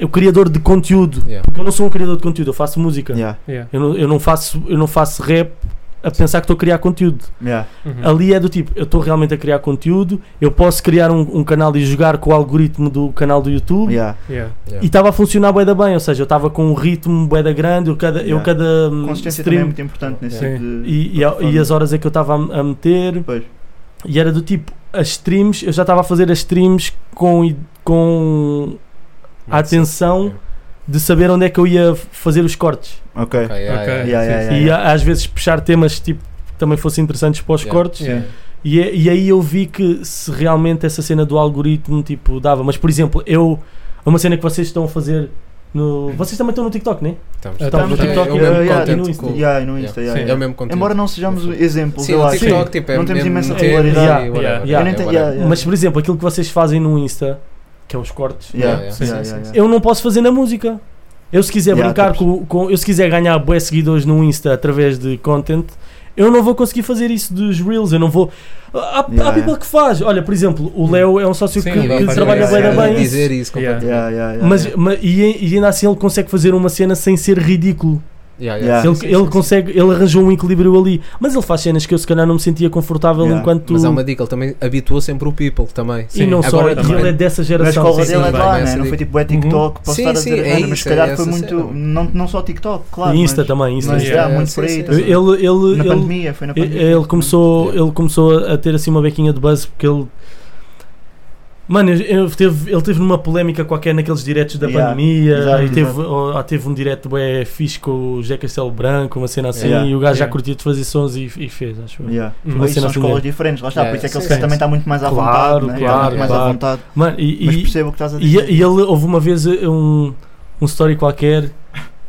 Speaker 6: o criador de conteúdo.
Speaker 7: Yeah.
Speaker 6: Porque eu não sou um criador de conteúdo, eu faço música.
Speaker 5: Yeah.
Speaker 8: Yeah.
Speaker 6: Eu, não, eu não faço, eu não faço rap a pensar que estou a criar conteúdo.
Speaker 5: Yeah.
Speaker 8: Uhum.
Speaker 6: Ali é do tipo, eu estou realmente a criar conteúdo, eu posso criar um, um canal e jogar com o algoritmo do canal do YouTube.
Speaker 5: Yeah.
Speaker 8: Yeah.
Speaker 6: E estava a funcionar bué da bem, ou seja, eu estava com um ritmo bué da grande, eu cada, eu
Speaker 5: Yeah.
Speaker 6: cada hum,
Speaker 5: Consistência também é
Speaker 6: stream
Speaker 5: muito importante nesse
Speaker 8: Sim.
Speaker 5: tipo de.
Speaker 6: e, e a- e as horas é que eu estava a, a meter
Speaker 5: Pois.
Speaker 6: e era do tipo, as streams, eu já estava a fazer as streams com, i- com a atenção de saber onde é que eu ia f- fazer os cortes.
Speaker 5: Ok.
Speaker 7: Ok, yeah,
Speaker 8: Ok.
Speaker 7: yeah.
Speaker 5: Yeah,
Speaker 8: sim,
Speaker 5: yeah,
Speaker 8: sim.
Speaker 6: E
Speaker 5: yeah, yeah.
Speaker 6: a- às vezes puxar temas tipo, que também fossem interessantes para os
Speaker 7: Yeah.
Speaker 6: cortes.
Speaker 8: Yeah.
Speaker 6: E, é- e aí eu vi que se realmente essa cena do algoritmo tipo dava. Mas por exemplo, eu. É uma cena que vocês estão a fazer no. Vocês também estão no TikTok, né?
Speaker 7: Estamos,
Speaker 8: Estamos
Speaker 7: estamos,
Speaker 8: no
Speaker 7: é,
Speaker 6: TikTok
Speaker 7: é o
Speaker 6: e-
Speaker 7: mesmo
Speaker 5: yeah, yeah,
Speaker 6: e no
Speaker 7: content
Speaker 6: Insta.
Speaker 7: com-
Speaker 5: Yeah, e no Insta, yeah,
Speaker 8: Sim.
Speaker 7: É o
Speaker 5: yeah.
Speaker 7: mesmo conteúdo.
Speaker 5: Embora não sejamos
Speaker 7: Sim.
Speaker 5: exemplos,
Speaker 7: Sim,
Speaker 5: eu
Speaker 7: o
Speaker 5: acho.
Speaker 6: TikTok,
Speaker 7: TikTok tipo, é
Speaker 5: Não temos
Speaker 7: mesmo
Speaker 5: imensa
Speaker 7: teoria,
Speaker 5: popularidade.
Speaker 7: whatever.
Speaker 8: Yeah,
Speaker 5: Eu nem
Speaker 7: É
Speaker 5: tenho-
Speaker 7: whatever.
Speaker 5: Ah, yeah, yeah.
Speaker 6: Mas por exemplo, aquilo que vocês fazem no Insta, que é os cortes,
Speaker 5: Yeah,
Speaker 7: Yeah,
Speaker 5: yeah,
Speaker 8: yeah.
Speaker 5: yeah,
Speaker 8: Sim,
Speaker 5: yeah.
Speaker 6: eu não posso fazer na música. Eu se quiser
Speaker 5: Yeah,
Speaker 6: brincar
Speaker 5: tá
Speaker 6: com, com- Eu se quiser ganhar bué seguidores no Insta através de content, eu não vou conseguir fazer isso dos Reels, eu não vou. Há, há
Speaker 5: Yeah,
Speaker 6: people que faz. Olha, por exemplo, o Léo é um sócio
Speaker 8: Sim,
Speaker 6: que,
Speaker 8: o Léo
Speaker 6: que
Speaker 8: faz
Speaker 6: trabalha
Speaker 8: isso.
Speaker 6: bué da
Speaker 8: Yeah,
Speaker 6: bem. isso.
Speaker 7: dizer isso
Speaker 8: Yeah.
Speaker 7: completamente.
Speaker 5: Yeah, yeah, yeah,
Speaker 6: Mas,
Speaker 5: yeah.
Speaker 6: mas- e, e ainda assim ele consegue fazer uma cena sem ser ridículo.
Speaker 7: Yeah,
Speaker 5: Yeah.
Speaker 7: yeah.
Speaker 6: ele
Speaker 7: Sim,
Speaker 6: ele
Speaker 7: sim, sim.
Speaker 6: consegue, ele arranjou um equilíbrio ali. Mas ele faz cenas que eu se calhar não me sentia confortável
Speaker 5: Yeah. é
Speaker 6: enquanto.
Speaker 7: Mas há uma dica, ele também habituou sempre o people também.
Speaker 6: E não
Speaker 7: Sim.
Speaker 6: só,
Speaker 7: Agora
Speaker 6: ele
Speaker 8: também.
Speaker 6: é dessa
Speaker 5: Mas a
Speaker 6: geração.
Speaker 5: escola
Speaker 6: Sim,
Speaker 5: dele
Speaker 6: sim.
Speaker 5: é de
Speaker 7: vai,
Speaker 5: lá,
Speaker 7: vai
Speaker 5: né?
Speaker 7: ser
Speaker 5: Não foi
Speaker 7: disso.
Speaker 5: tipo é TikTok, posso
Speaker 7: Sim,
Speaker 5: estar a
Speaker 7: sim,
Speaker 5: dizer,
Speaker 7: é
Speaker 5: merda, mas
Speaker 7: isso,
Speaker 5: se calhar
Speaker 7: é
Speaker 5: foi
Speaker 7: essa
Speaker 5: muito.
Speaker 7: cena.
Speaker 5: Não, não só TikTok, claro.
Speaker 6: E Insta
Speaker 5: mas- é
Speaker 6: também, Insta.
Speaker 5: Mas
Speaker 8: sim.
Speaker 5: já,
Speaker 7: Yeah,
Speaker 5: muito
Speaker 7: sim,
Speaker 5: por aí.
Speaker 7: sim,
Speaker 5: estás a ver?
Speaker 6: Ele, ele,
Speaker 5: Na
Speaker 6: ele,
Speaker 5: pandemia, foi na pandemia.
Speaker 6: ele começou, ele começou a ter assim uma bequinha de buzz porque ele. Mano, eu- eu teve- ele teve numa polémica qualquer naqueles diretos da
Speaker 5: Yeah.
Speaker 6: pandemia.
Speaker 5: Exato,
Speaker 6: e teve,
Speaker 5: exato.
Speaker 6: oh, ah, teve um direto bem fixe com o José Castelo Branco, uma cena assim.
Speaker 5: Yeah.
Speaker 6: E o gajo já
Speaker 8: Yeah.
Speaker 6: curtiu de fazer sons e, e fez, acho eu.
Speaker 5: Yeah.
Speaker 8: Uhum.
Speaker 5: Mas
Speaker 6: Uma cena
Speaker 5: são
Speaker 6: assim
Speaker 5: escolas
Speaker 6: dele.
Speaker 5: diferentes, lá está,
Speaker 7: Yeah,
Speaker 5: por isso é que
Speaker 7: sim,
Speaker 5: ele se-
Speaker 8: sim.
Speaker 5: também está muito mais à
Speaker 6: Claro,
Speaker 5: vontade. né? Está
Speaker 6: claro,
Speaker 5: muito mais
Speaker 6: claro.
Speaker 5: à vontade.
Speaker 6: Mano, e,
Speaker 5: Mas
Speaker 6: e-
Speaker 5: percebo o que é? estás a
Speaker 6: e-
Speaker 5: dizer.
Speaker 6: e ele houve uma vez eh, um, um story qualquer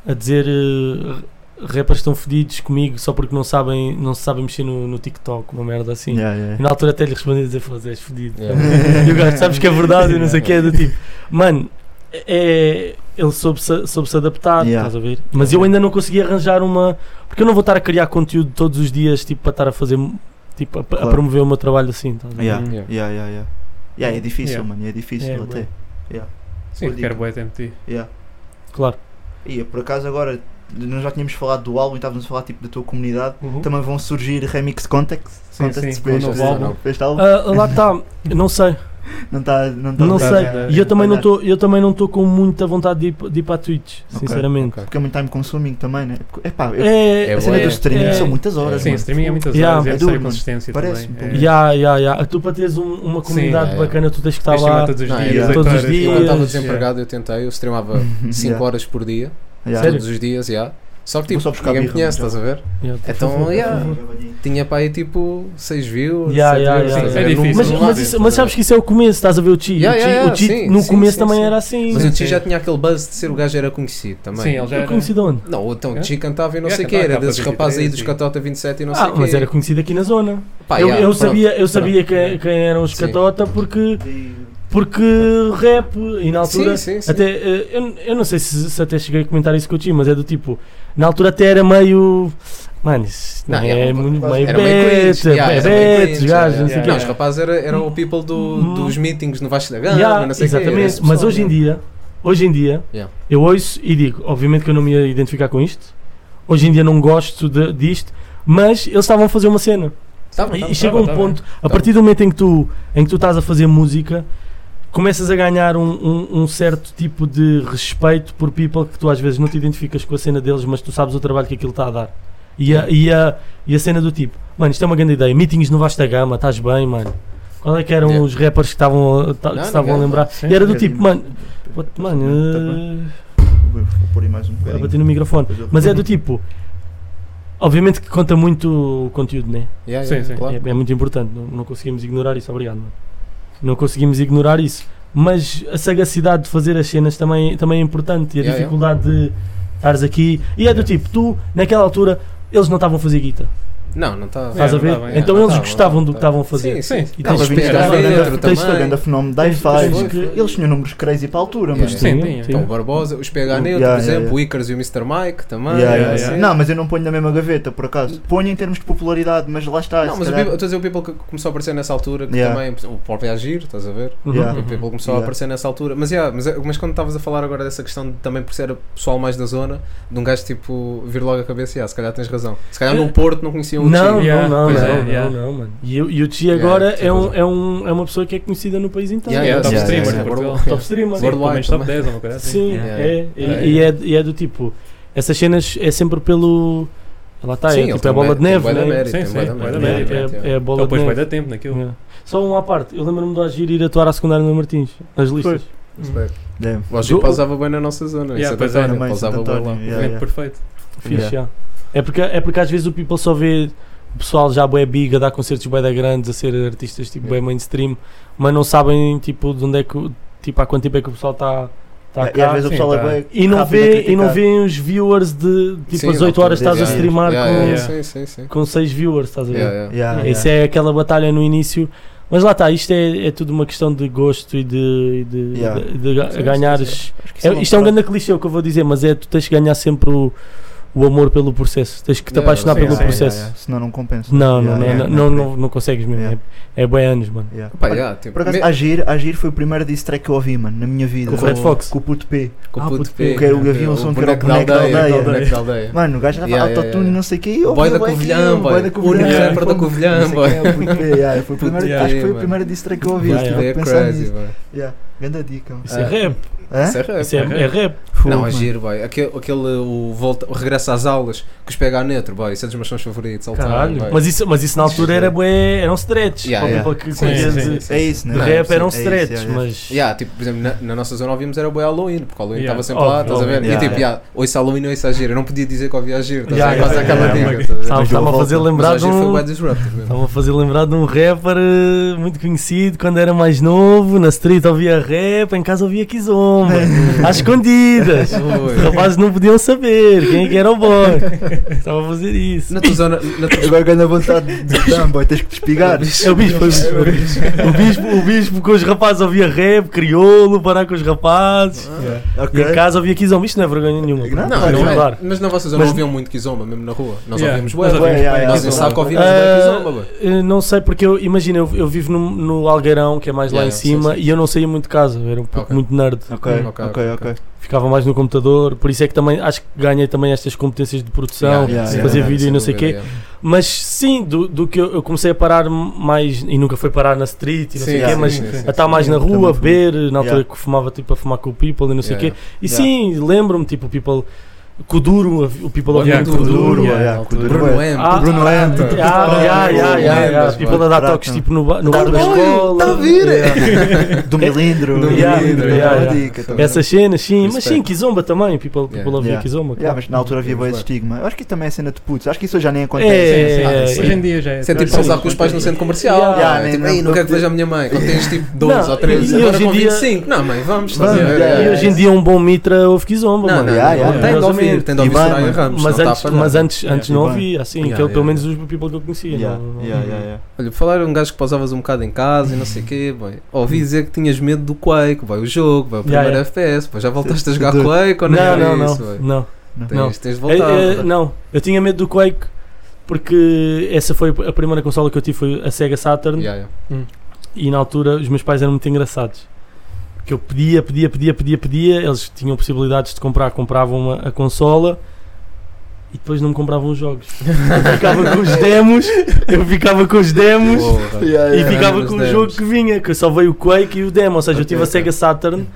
Speaker 6: a dizer eh, rappers estão fedidos comigo só porque não sabem, não se sabem mexer no, no TikTok, uma merda assim.
Speaker 5: Yeah,
Speaker 6: E
Speaker 5: yeah.
Speaker 6: na altura até lhe respondi a dizer, foda és fodido.
Speaker 7: Yeah.
Speaker 6: E o gajo, sabes que é verdade e não sei o que, é do
Speaker 7: Yeah.
Speaker 6: tipo, mano, é, ele soube-se soube -se adaptar,
Speaker 5: Yeah.
Speaker 6: estás a ver? Mas eu ainda não consegui arranjar uma, porque eu não vou estar a criar conteúdo todos os dias, tipo, para estar a fazer, tipo, a, a
Speaker 5: Claro.
Speaker 6: promover o meu trabalho assim, estás a ver?
Speaker 5: Yeah,
Speaker 7: Yeah.
Speaker 5: yeah, yeah, yeah. Yeah, é difícil,
Speaker 8: Yeah.
Speaker 5: mano, é difícil
Speaker 6: É,
Speaker 5: até.
Speaker 6: bué.
Speaker 8: Sim, quero bué tempo de ti.
Speaker 5: Yeah.
Speaker 6: Claro.
Speaker 5: E por acaso agora, nós já tínhamos falado do álbum e estávamos a falar tipo da tua comunidade. Também vão surgir remix contacts.
Speaker 8: Sim,
Speaker 5: contacts
Speaker 8: sim,
Speaker 5: para
Speaker 8: com
Speaker 5: este
Speaker 8: o novo
Speaker 5: álbum.
Speaker 7: álbum.
Speaker 5: Para este álbum.
Speaker 6: Ah, lá está, não sei,
Speaker 5: Não está. Não, tá,
Speaker 6: Ah. não
Speaker 5: tá-
Speaker 6: sei.
Speaker 5: tá-
Speaker 6: E eu também não
Speaker 5: tá-
Speaker 6: estou, eu também não estou com muita vontade de ir, de ir para a Twitch, sinceramente.
Speaker 7: Ok.
Speaker 5: Porque é muito time consuming também, né? Porque, epá, eu-
Speaker 6: É,
Speaker 7: É
Speaker 5: a cena
Speaker 7: bué.
Speaker 5: do streaming
Speaker 6: é-
Speaker 5: são muitas horas.
Speaker 8: Sim,
Speaker 5: mano.
Speaker 8: streaming é muitas
Speaker 6: Yeah.
Speaker 8: horas, é
Speaker 5: É
Speaker 8: necessário
Speaker 5: duro, mano.
Speaker 8: consistência
Speaker 5: Parece um
Speaker 8: também.
Speaker 5: pouco.
Speaker 6: Ya, ya, ya. Tu para teres um- uma
Speaker 8: Sim,
Speaker 6: comunidade
Speaker 7: ya,
Speaker 5: é,
Speaker 7: ya.
Speaker 6: bacana, tu tens que estar
Speaker 8: Tens de streamar
Speaker 6: lá.
Speaker 8: todos os
Speaker 7: Não,
Speaker 8: dias,
Speaker 5: yeah.
Speaker 8: oito
Speaker 6: Todos os
Speaker 8: horas.
Speaker 6: dias.
Speaker 7: Eu quando estava
Speaker 6: Yeah.
Speaker 7: desempregado, eu tentei, eu streamava 5
Speaker 5: Yeah.
Speaker 7: horas por dia,
Speaker 5: Yeah.
Speaker 6: Sério?
Speaker 7: todos os dias, já. Só que
Speaker 5: Vou
Speaker 7: tipo,
Speaker 5: só buscar
Speaker 7: ninguém me
Speaker 5: birra,
Speaker 7: conhece,
Speaker 5: já.
Speaker 7: estás a ver?
Speaker 6: Ya, por
Speaker 7: Então,
Speaker 6: favor.
Speaker 7: yeah,
Speaker 5: um
Speaker 7: tinha para aí tipo 6 views,
Speaker 6: Yeah,
Speaker 7: 7
Speaker 6: yeah,
Speaker 7: views, assim,
Speaker 6: yeah,
Speaker 8: yeah.
Speaker 7: estás a ver?
Speaker 8: É
Speaker 7: Num-
Speaker 8: difícil.
Speaker 6: Mas,
Speaker 7: num
Speaker 6: mas
Speaker 7: lado,
Speaker 6: isso-
Speaker 7: estás
Speaker 6: mas
Speaker 7: a
Speaker 6: sabes
Speaker 7: ver?
Speaker 6: que isso é o começo, estás a ver o Chi?
Speaker 7: Yeah,
Speaker 6: o Chi,
Speaker 7: yeah,
Speaker 6: o Chi
Speaker 7: yeah,
Speaker 6: no
Speaker 7: sim,
Speaker 6: começo
Speaker 7: sim,
Speaker 6: também
Speaker 7: sim,
Speaker 6: era assim.
Speaker 7: Mas o
Speaker 8: Sim.
Speaker 7: Chi já tinha aquele buzz de ser o gajo era conhecido também.
Speaker 8: Sim, ele já
Speaker 6: Eu
Speaker 8: era.
Speaker 6: conhecido onde?
Speaker 7: Não, então
Speaker 8: É?
Speaker 7: o Chi cantava e não
Speaker 8: É,
Speaker 7: sei o que,
Speaker 8: cantava,
Speaker 7: era
Speaker 8: cantava
Speaker 7: desses
Speaker 8: 23,
Speaker 7: rapazes aí dos
Speaker 8: sim.
Speaker 7: Catota 27 e não sei
Speaker 6: Ah,
Speaker 7: o que.
Speaker 6: mas era conhecido aqui na zona.
Speaker 7: Pá,
Speaker 6: eu,
Speaker 7: yeah,
Speaker 6: eu
Speaker 7: pronto.
Speaker 6: sabia, eu sabia
Speaker 8: Pronto.
Speaker 6: quem, quem eram os
Speaker 7: Sim.
Speaker 6: Catota porque, porque rap e na altura.
Speaker 7: Sim, sim, sim.
Speaker 6: Até, eh, eu, eu não sei se, se até cheguei a comentar isso com o Chi, mas é do tipo. Na altura até era meio. Mano, isso
Speaker 7: Não,
Speaker 6: não,
Speaker 7: era
Speaker 6: é
Speaker 7: um-
Speaker 6: muito
Speaker 7: quase-
Speaker 6: meio
Speaker 7: era meio
Speaker 6: beto,
Speaker 7: cringe, yeah,
Speaker 6: é
Speaker 7: era meio
Speaker 6: beto,
Speaker 7: cringe,
Speaker 6: gajos,
Speaker 7: yeah,
Speaker 6: não sei o
Speaker 8: yeah.
Speaker 6: quê.
Speaker 7: Não, os rapazes era, eram o people do- dos meetings no Vasco da Gama,
Speaker 6: Yeah,
Speaker 7: não sei o que.
Speaker 6: exatamente, mas hoje em dia, hoje em dia,
Speaker 7: Yeah.
Speaker 6: eu ouço e digo, obviamente que eu não me ia identificar com isto, hoje em dia não gosto de, disto, mas eles estavam a fazer uma cena.
Speaker 7: Tava,
Speaker 6: E-
Speaker 7: tava,
Speaker 6: e chega
Speaker 8: tava,
Speaker 6: um
Speaker 8: tava.
Speaker 6: ponto, a partir do momento em que tu, em que tu estás a fazer música, começas a ganhar um, um- um certo tipo de respeito por people que tu às vezes não te identificas com a cena deles, mas tu sabes o trabalho que aquilo está a dar. E a, e, a, e a cena do tipo, mano, isto é uma grande ideia, meetings no Vasta Gama, estás bem, mano. Qual é que eram
Speaker 7: Yeah.
Speaker 6: os rappers que estavam, a- ta- que
Speaker 7: Não,
Speaker 6: se estavam a
Speaker 7: ninguém-
Speaker 6: lembrar?
Speaker 8: sim,
Speaker 6: e era do
Speaker 5: ninguém-
Speaker 6: tipo, mano, what-
Speaker 5: Tá bem.
Speaker 6: mano, eh,
Speaker 5: Vou pôr aí mais um
Speaker 6: a
Speaker 5: bocadinho.
Speaker 6: bater no microfone. Mas é do tipo, obviamente que conta muito o conteúdo, né?
Speaker 7: Yeah,
Speaker 8: Sim,
Speaker 7: yeah,
Speaker 8: sim.
Speaker 7: claro.
Speaker 6: É, é muito importante, não, não conseguimos ignorar isso, obrigado. Mano. Não conseguimos ignorar isso. Mas a sagacidade de fazer as cenas também, também é importante e a
Speaker 7: Yeah,
Speaker 6: dificuldade de estares aqui. E é do
Speaker 7: Yeah.
Speaker 6: tipo, tu, naquela altura, eles não estavam a fazer guita.
Speaker 7: Não, não está.
Speaker 6: Estás
Speaker 8: É,
Speaker 6: a
Speaker 8: não
Speaker 6: ver?
Speaker 8: tá bem, é,
Speaker 6: então
Speaker 8: não
Speaker 6: eles
Speaker 7: tá,
Speaker 6: gostavam
Speaker 7: não
Speaker 6: do que
Speaker 7: tá.
Speaker 6: estavam a fazer.
Speaker 7: Sim, sim.
Speaker 6: E
Speaker 7: Não,
Speaker 6: tens
Speaker 7: mas
Speaker 6: que
Speaker 5: Tens
Speaker 7: vinhas
Speaker 5: de
Speaker 6: esperar.
Speaker 7: cá
Speaker 5: dar grande-
Speaker 7: dentro
Speaker 5: tens de dar
Speaker 7: também.
Speaker 5: grande fenómeno da
Speaker 6: Tens-
Speaker 5: Hi-Fi.
Speaker 6: tens que-
Speaker 5: Eles tinham números crazy para a altura, mas.
Speaker 7: Yeah.
Speaker 8: Sim,
Speaker 6: Sim,
Speaker 8: tinha.
Speaker 6: sim.
Speaker 7: Então, o Barbosa, os PH Neutro,
Speaker 5: Yeah,
Speaker 7: por
Speaker 5: yeah,
Speaker 7: exemplo,
Speaker 5: yeah.
Speaker 7: o Icarus e o Mr. Mike também.
Speaker 5: Yeah, yeah,
Speaker 7: assim.
Speaker 5: yeah. Não, mas eu não ponho na mesma gaveta, por acaso. Ponho em termos de popularidade, mas lá está.
Speaker 7: Não,
Speaker 5: se
Speaker 7: mas o
Speaker 5: calhar-
Speaker 7: people, eu estou a dizer o People que começou a aparecer nessa altura, que
Speaker 5: Yeah.
Speaker 7: também o próprio Agir, estás a ver?
Speaker 6: Uhum.
Speaker 5: Yeah.
Speaker 7: O People Tipo, começou
Speaker 5: Yeah.
Speaker 7: a aparecer nessa altura. Mas, yeah, mas, mas quando estavas a falar agora dessa questão de também por ser pessoal mais da zona, de um gajo tipo vir logo a cabeça, yeah, se calhar tens razão. Se calhar no Porto não conheciam o
Speaker 6: Não,
Speaker 7: Chi.
Speaker 8: Yeah,
Speaker 6: não, não,
Speaker 8: pois
Speaker 6: não,
Speaker 8: é,
Speaker 6: não,
Speaker 8: yeah.
Speaker 6: não, mano. E, o- e o Chi
Speaker 7: Yeah,
Speaker 6: agora
Speaker 7: tipo
Speaker 6: é, um,
Speaker 7: de-
Speaker 6: é, um, é uma pessoa que é conhecida no país inteiro.
Speaker 8: Yeah,
Speaker 7: Yeah, yeah,
Speaker 8: top
Speaker 7: yeah,
Speaker 8: streamer
Speaker 7: yeah,
Speaker 8: de
Speaker 7: yeah.
Speaker 8: Portugal.
Speaker 6: Top streamer.
Speaker 8: Sim, pelo
Speaker 7: Worldwide
Speaker 8: menos top
Speaker 7: também.
Speaker 8: 10 ou uma coisa assim.
Speaker 6: Sim,
Speaker 7: Yeah.
Speaker 6: é, e-
Speaker 8: Yeah.
Speaker 6: E, é, e é do tipo. Essas cenas é sempre pelo. Lá está, é,
Speaker 7: Sim, ele
Speaker 6: tipo, é
Speaker 7: tem
Speaker 6: a bola de
Speaker 7: mé- tem
Speaker 6: neve,
Speaker 7: bué da
Speaker 6: né?
Speaker 7: mérito,
Speaker 8: Sim,
Speaker 7: tem
Speaker 8: sim,
Speaker 7: bué da
Speaker 8: bué da
Speaker 7: mérito,
Speaker 8: mérito,
Speaker 7: yeah, yeah.
Speaker 6: É, é a
Speaker 8: Então
Speaker 6: bola de
Speaker 8: depois vai
Speaker 6: neve.
Speaker 8: dar tempo naquilo.
Speaker 6: Yeah. Só uma parte, eu lembro-me do Agir ir atuar à secundária no Martins, nas listas.
Speaker 8: Uhum.
Speaker 7: Respeito.
Speaker 5: Damn.
Speaker 7: O Agir
Speaker 6: Do-
Speaker 7: pausava bem na nossa zona.
Speaker 8: Yeah,
Speaker 7: em Santo
Speaker 8: pois é,
Speaker 7: António,
Speaker 5: também em Santo
Speaker 7: pausava bem lá.
Speaker 5: António, yeah.
Speaker 8: Momento perfeito.
Speaker 6: Fixe, yeah. é, porque, é porque às vezes o people só vê o pessoal já bué big a dar concertos bué da grandes, a ser artistas tipo bué mainstream, mas não sabem tipo de onde é que, o- tipo há quanto tempo é que o pessoal está tá
Speaker 5: E às
Speaker 6: cá.
Speaker 5: vezes o
Speaker 8: sim,
Speaker 5: pessoal
Speaker 8: tá.
Speaker 5: é bem
Speaker 6: E não,
Speaker 5: rápido a
Speaker 6: vê,
Speaker 5: criticar.
Speaker 6: e não vê os viewers de tipo
Speaker 7: Sim,
Speaker 6: às 8
Speaker 7: não,
Speaker 6: horas estás a
Speaker 7: yeah,
Speaker 6: streamar
Speaker 7: yeah,
Speaker 6: com,
Speaker 7: yeah,
Speaker 8: com-
Speaker 7: yeah, Sim, sim, sim.
Speaker 6: com 6 viewers, estás a ver?
Speaker 7: Yeah, yeah.
Speaker 5: Yeah,
Speaker 6: Isso é aquela batalha no início. Mas lá está, isto é, é tudo uma questão de gosto e de, e de,
Speaker 5: Yeah.
Speaker 6: de- de ga-
Speaker 7: Sim, sim,
Speaker 6: ganhares.
Speaker 5: Acho que
Speaker 6: É-
Speaker 5: isso
Speaker 6: isto é um
Speaker 5: uma-
Speaker 6: grande clichê o que eu vou dizer, mas é tu tens que ganhar sempre o, o amor pelo processo. Tens que te
Speaker 7: Yeah,
Speaker 6: apaixonar
Speaker 7: sim,
Speaker 6: pelo
Speaker 7: sim,
Speaker 6: processo.
Speaker 5: Senão não compensa.
Speaker 6: Não,
Speaker 5: Yeah,
Speaker 6: não,
Speaker 5: yeah,
Speaker 6: não, não, não, não consegues mesmo.
Speaker 5: Yeah.
Speaker 6: É, é bem anos, mano.
Speaker 5: Yeah.
Speaker 7: Pá, yeah, tipo,
Speaker 5: Por acaso,
Speaker 7: me-
Speaker 5: Agir, Agir foi o primeiro diss track que eu ouvi, mano, na minha vida.
Speaker 6: Com o Fred Fox.
Speaker 5: Com o puto P.
Speaker 7: com
Speaker 6: Ah,
Speaker 7: o puto
Speaker 6: puto,
Speaker 7: P,
Speaker 5: porque eu
Speaker 7: yeah,
Speaker 5: havia um
Speaker 7: o
Speaker 5: som que era o
Speaker 7: boneco da aldeia, o boneco da aldeia.
Speaker 5: Mano, o gajo era
Speaker 7: Yeah, yeah,
Speaker 5: autotune,
Speaker 7: yeah.
Speaker 5: não sei o quê. e eu
Speaker 7: O boy
Speaker 5: ouvi
Speaker 7: da
Speaker 5: bué aquilo,
Speaker 7: Covilhã,
Speaker 5: o
Speaker 7: boy.
Speaker 5: boy da
Speaker 7: O único
Speaker 5: Covilhã,
Speaker 7: rapper da
Speaker 5: pô,
Speaker 7: Covilhã,
Speaker 5: não sei
Speaker 7: boy.
Speaker 5: quem é o puto P, yeah, foi o primeiro-
Speaker 7: Puto
Speaker 5: Acho que
Speaker 7: P,
Speaker 5: foi o
Speaker 7: mano.
Speaker 5: primeiro diss track que eu ouvi.
Speaker 6: Yeah,
Speaker 5: tipo,
Speaker 7: Puto P é
Speaker 5: pensando
Speaker 7: crazy,
Speaker 5: nisso.
Speaker 7: boy.
Speaker 5: Yeah, Ganda dica. mano.
Speaker 6: Isso é
Speaker 7: Ah.
Speaker 6: rap.
Speaker 5: Hã?
Speaker 7: Isso é rap,
Speaker 6: Isso é,
Speaker 7: boy.
Speaker 6: é rap.
Speaker 5: Fogo,
Speaker 7: Não,
Speaker 5: mano.
Speaker 7: é giro, boy. Aquele, aquele o, volta, o regresso às aulas que os pega a neutro, boy. Isso é dos meus sons favoritos. all time,
Speaker 6: Caralho.
Speaker 7: boy.
Speaker 6: Mas isso, mas isso na altura era bué, eram stretch.
Speaker 7: Yeah,
Speaker 6: para o
Speaker 7: yeah.
Speaker 6: people que
Speaker 8: Sim,
Speaker 6: conhecia
Speaker 8: sim,
Speaker 6: de-
Speaker 8: sim.
Speaker 5: É isso, né?
Speaker 6: de
Speaker 7: Não,
Speaker 6: rap
Speaker 5: sim,
Speaker 6: eram
Speaker 5: é isso,
Speaker 6: stretch,
Speaker 5: yeah, yeah.
Speaker 6: mas.
Speaker 7: Yeah, tipo, por exemplo, na, na nossa zona ouvíamos era boy Halloween, porque Halloween
Speaker 8: Yeah.
Speaker 7: estava sempre lá,
Speaker 6: Óbvio,
Speaker 7: estás a ver?
Speaker 5: óbvio.
Speaker 7: E tipo, yeah, ouço Halloween ouço a gira. Eu não podia dizer que ouvia a gira, estás a
Speaker 6: Yeah,
Speaker 7: ver? Quase
Speaker 6: yeah,
Speaker 7: aquela
Speaker 6: yeah,
Speaker 7: dica. estás a ver?
Speaker 6: Estava-
Speaker 5: Mas deu
Speaker 6: Estava
Speaker 5: a
Speaker 6: a fazer
Speaker 5: volta.
Speaker 7: Mas
Speaker 6: lembrar
Speaker 7: a
Speaker 6: de
Speaker 7: gira foi
Speaker 6: um.
Speaker 7: bem disruptive mesmo.
Speaker 6: Estava a fazer lembrar de um rapper eh, muito conhecido quando era mais novo. Na street ouvia rap, em casa ouvia Kizomba. às escondidas. Os
Speaker 7: Foi.
Speaker 6: rapazes não podiam saber quem é que era o boy. Estava a fazer isso.
Speaker 7: Na tua zona. Na tua...
Speaker 5: Agora ganha vontade de dar, boy, tens que te espigar.
Speaker 6: É o bispo, é o bispo. O bispo, o bispo com os rapazes ouvia rap, crioulo, parar com os
Speaker 7: Ah.
Speaker 6: rapazes. E
Speaker 5: Ok.
Speaker 6: em casa ouvia Kizomba. Isto não é vergonha nenhuma.
Speaker 5: Não,
Speaker 7: Não,
Speaker 6: Vamos
Speaker 7: não é.
Speaker 6: mudar.
Speaker 7: Mas na vossa zona
Speaker 6: Mas-
Speaker 7: ouviam muito Kizomba, mesmo na rua. Nós
Speaker 8: Yeah.
Speaker 7: ouvíamos bué.
Speaker 8: Nós
Speaker 5: Bué, yeah,
Speaker 7: Nós
Speaker 5: yeah.
Speaker 7: nem sabe que ouvíamos bué Kizomba, boy.
Speaker 6: Ah, eh, não sei porque eu imagino, eu, eu vivo no, no Algueirão, que é mais lá
Speaker 7: Yeah,
Speaker 6: em
Speaker 7: sim,
Speaker 6: cima,
Speaker 7: sim.
Speaker 6: e eu não saía muito de casa, eu era um pouco
Speaker 7: Ok.
Speaker 6: muito nerd.
Speaker 5: Ok,
Speaker 7: Hum,
Speaker 5: ok,
Speaker 7: ok,
Speaker 5: ok.
Speaker 7: ok.
Speaker 6: ficava mais no computador, por isso é que também acho que ganhei também estas competências de produção,
Speaker 7: Yeah,
Speaker 5: yeah,
Speaker 6: de
Speaker 5: yeah,
Speaker 6: fazer
Speaker 5: yeah,
Speaker 6: então, vídeo e
Speaker 7: sem
Speaker 6: não sei o quê.
Speaker 7: dúvida, yeah.
Speaker 6: Mas sim, do, do que eu, eu comecei a parar mais e nunca foi parar na street e não
Speaker 7: Sim,
Speaker 6: sei o
Speaker 5: yeah,
Speaker 6: quê, mas
Speaker 7: sim, sim,
Speaker 6: a estar
Speaker 7: sim.
Speaker 6: mais na
Speaker 5: Também
Speaker 6: rua,
Speaker 5: fui.
Speaker 6: beber, na altura
Speaker 5: Yeah.
Speaker 6: que fumava tipo a fumar com o people e não sei o
Speaker 7: Yeah,
Speaker 6: quê. E
Speaker 5: yeah.
Speaker 6: sim, lembro-me, tipo, o people. Kuduro, o people ouvia
Speaker 8: Yeah,
Speaker 6: muito
Speaker 8: Kuduro,
Speaker 6: Kuduro.
Speaker 5: yeah,
Speaker 6: yeah.
Speaker 5: yeah.
Speaker 7: Bruno M.
Speaker 6: Ah,
Speaker 5: Bruno M.
Speaker 6: Ah, yeah, yeah, yeah, yeah, yeah. People a dar
Speaker 5: Prato.
Speaker 6: toques tipo no, ba- no bar da
Speaker 5: Oi,
Speaker 6: escola.
Speaker 7: tá a vir?
Speaker 6: é.
Speaker 5: Yeah. Do milindro.
Speaker 7: Do
Speaker 5: Yeah,
Speaker 7: milindro,
Speaker 5: é
Speaker 6: yeah,
Speaker 5: uma
Speaker 6: yeah.
Speaker 5: dica também.
Speaker 6: Essas cenas, sim, mas sim,
Speaker 7: Respeito.
Speaker 6: Kizomba também, people, people
Speaker 7: é Yeah.
Speaker 6: ouvia
Speaker 5: Yeah.
Speaker 6: Kizomba.
Speaker 5: Yeah, mas na altura havia boa
Speaker 7: Vamos
Speaker 5: esse
Speaker 7: lá.
Speaker 5: estigma. Eu acho que isso também é cena de putos. Acho que isso hoje já nem acontece.
Speaker 6: É,
Speaker 7: Ah,
Speaker 6: é,
Speaker 7: sim.
Speaker 6: é.
Speaker 8: Hoje em dia já é.
Speaker 7: Isso é tipo
Speaker 8: já-
Speaker 7: pensar com os
Speaker 6: Uhum.
Speaker 7: pais no centro comercial.
Speaker 6: Yeah.
Speaker 5: Yeah,
Speaker 7: é
Speaker 5: nem-
Speaker 7: tipo,
Speaker 5: nem-
Speaker 7: "Ei, não quero que veja a minha mãe. Quando tens tipo 12
Speaker 6: Não,
Speaker 7: ou 13,
Speaker 6: e
Speaker 7: agora
Speaker 6: hoje em
Speaker 7: com
Speaker 6: dia-
Speaker 7: 25. Não, mãe, vamos. estás a
Speaker 5: Vamos,
Speaker 7: ver? É,
Speaker 5: yeah,
Speaker 6: E
Speaker 5: yeah.
Speaker 7: é.
Speaker 6: hoje em dia um bom Mitra houve Kizomba,
Speaker 7: Não,
Speaker 6: mano.
Speaker 7: não,
Speaker 5: Yeah, yeah.
Speaker 7: não, tem de ouvir,
Speaker 6: Curiosamente.
Speaker 7: tem de ouvir
Speaker 5: E vai,
Speaker 7: Soraya
Speaker 5: mano.
Speaker 7: Ramos.
Speaker 6: Mas
Speaker 7: não tá a
Speaker 6: antes,
Speaker 7: falhar.
Speaker 6: mas antes, antes não
Speaker 5: Yeah.
Speaker 6: ouvia, assim,
Speaker 7: Yeah,
Speaker 6: que eu- pelo
Speaker 7: yeah,
Speaker 6: menos os people que eu conhecia.
Speaker 5: Yeah,
Speaker 6: não- não-
Speaker 5: yeah, yeah, yeah.
Speaker 7: Olha, falar um gajo que pausavas um bocado em casa e não sei o quê, boy. ouvi dizer que tinhas medo do Quake, boy, o jogo, boy,
Speaker 6: Yeah,
Speaker 7: o primeiro
Speaker 6: yeah.
Speaker 7: FPS, boy, já voltaste a jogar
Speaker 5: Sim.
Speaker 7: Quake ou não
Speaker 6: Não,
Speaker 7: é
Speaker 6: não,
Speaker 7: isso,
Speaker 6: não.
Speaker 7: boy?
Speaker 6: Não, não.
Speaker 7: Tens, tens de
Speaker 6: Eh,
Speaker 7: voltar.
Speaker 6: eh,
Speaker 7: boy.
Speaker 6: não. Eu tinha medo do Quake porque essa foi a primeira consola que eu tive, foi a Sega Saturn.
Speaker 7: Yeah, yeah.
Speaker 6: E na altura os meus pais eram muito engraçados. Que eu pedia, pedia, pedia, pedia, pedia. Eles tinham possibilidades de comprar, compravam a, a consola e depois não me compravam os jogos. Eu ficava com os demos, eu ficava com os demos
Speaker 7: Porra.
Speaker 5: Yeah,
Speaker 6: e
Speaker 5: yeah.
Speaker 7: vi-
Speaker 6: ficava
Speaker 7: nos
Speaker 6: com o
Speaker 7: demos.
Speaker 6: jogo que vinha, que só veio o Quake e o demo. Ou seja, eu
Speaker 7: Ok,
Speaker 6: tive a
Speaker 7: ok.
Speaker 6: Sega Saturn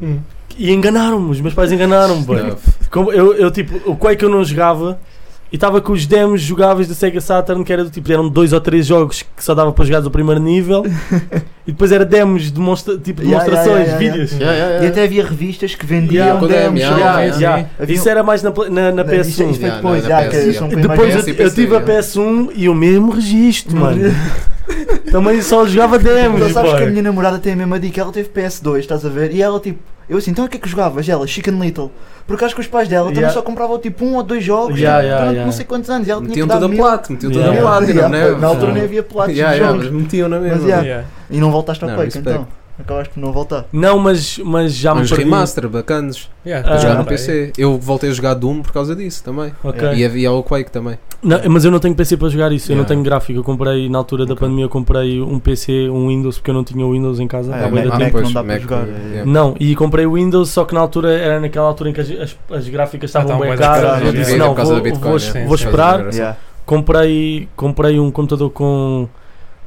Speaker 6: Uhum.
Speaker 8: Hum.
Speaker 6: e enganaram-me. Os meus pais enganaram-me. boy.
Speaker 7: Não,
Speaker 6: Como eu, eu, tipo, o Quake eu não jogava e estava com os demos jogáveis da Sega Saturn que era do tipo, eram dois ou três jogos que só dava para jogar do primeiro nível e depois era demos, demonstra, tipo
Speaker 5: Yeah,
Speaker 6: demonstrações,
Speaker 5: yeah, yeah, yeah.
Speaker 6: vídeos.
Speaker 5: E até havia revistas que vendiam
Speaker 6: Yeah,
Speaker 7: quando é,
Speaker 5: demos.
Speaker 7: yeah,
Speaker 5: yeah.
Speaker 7: yeah,
Speaker 6: yeah.
Speaker 5: Havia-
Speaker 6: Isso era mais na, pla- na, na
Speaker 5: Não, isso-
Speaker 6: PS1.
Speaker 5: isso é um
Speaker 7: Yeah,
Speaker 5: foi
Speaker 7: não,
Speaker 5: depois, já,
Speaker 7: na
Speaker 5: que
Speaker 7: PS1.
Speaker 5: eles são com
Speaker 6: Depois
Speaker 5: imagem.
Speaker 6: eu, eu tive a PS1 e o mesmo registro, mano. Também só jogava
Speaker 5: Tu
Speaker 6: demos,
Speaker 5: Então sabes que a
Speaker 6: pá.
Speaker 5: minha namorada tem a mesma dica, ela teve PS2, estás a ver? E ela tipo, Eu assim, então o que é que jogavas? Ela, Chicken Little. Porque acho que os pais dela também
Speaker 6: Yeah.
Speaker 5: só compravam tipo um ou dois jogos
Speaker 6: Yeah,
Speaker 5: tipo,
Speaker 6: yeah,
Speaker 5: durante
Speaker 6: yeah.
Speaker 5: não sei quantos anos. E ela tinha
Speaker 7: Metiam
Speaker 5: que dar
Speaker 7: tudo a
Speaker 5: mil...
Speaker 7: plato, metiam tudo
Speaker 6: Yeah.
Speaker 7: a plato,
Speaker 5: Yeah,
Speaker 7: não
Speaker 5: pô, Na altura
Speaker 6: Não.
Speaker 5: nem havia pelados
Speaker 7: Yeah,
Speaker 5: de
Speaker 7: yeah,
Speaker 5: jogos.
Speaker 7: mas metiam na mesma.
Speaker 5: Mas, yeah.
Speaker 6: Yeah.
Speaker 5: E não voltaste ao
Speaker 7: Não,
Speaker 5: Quake
Speaker 7: respect.
Speaker 5: então. Acabaste por não voltar.
Speaker 6: Não, mas, mas já me
Speaker 7: Uns
Speaker 6: perdi. um
Speaker 7: remaster bacanas
Speaker 8: Yeah,
Speaker 6: Ah,
Speaker 7: para jogar no
Speaker 8: tá aí.
Speaker 7: PC. Eu voltei a jogar Doom por causa disso também.
Speaker 6: Ok.
Speaker 7: E havia o Quake também.
Speaker 6: Não, mas eu não tenho PC para jogar isso, eu não
Speaker 7: É. Yeah.
Speaker 6: tenho gráfico. Eu comprei, na altura da pandemia, eu comprei um PC, um Windows, porque eu não tinha o Windows em casa.
Speaker 5: Ah,
Speaker 6: há
Speaker 5: é,
Speaker 6: bué de
Speaker 5: Mac-
Speaker 6: tempo.
Speaker 5: Mac
Speaker 7: pois,
Speaker 5: não dá para jogar, é.
Speaker 7: yeah.
Speaker 6: Não, e comprei o Windows, só que na altura era naquela altura em que as, as, as gráficas
Speaker 8: Ah,
Speaker 6: estavam
Speaker 8: estavam
Speaker 6: bem
Speaker 8: bué das
Speaker 6: caras.
Speaker 8: caras,
Speaker 6: Eu
Speaker 8: yeah.
Speaker 6: disse,
Speaker 8: Sim,
Speaker 6: não,
Speaker 7: por causa
Speaker 6: vou,
Speaker 7: da Bitcoin,
Speaker 6: vou,
Speaker 7: yeah.
Speaker 8: Sim,
Speaker 6: vou
Speaker 8: sim.
Speaker 6: esperar.
Speaker 5: Yeah.
Speaker 6: Comprei, comprei um computador com,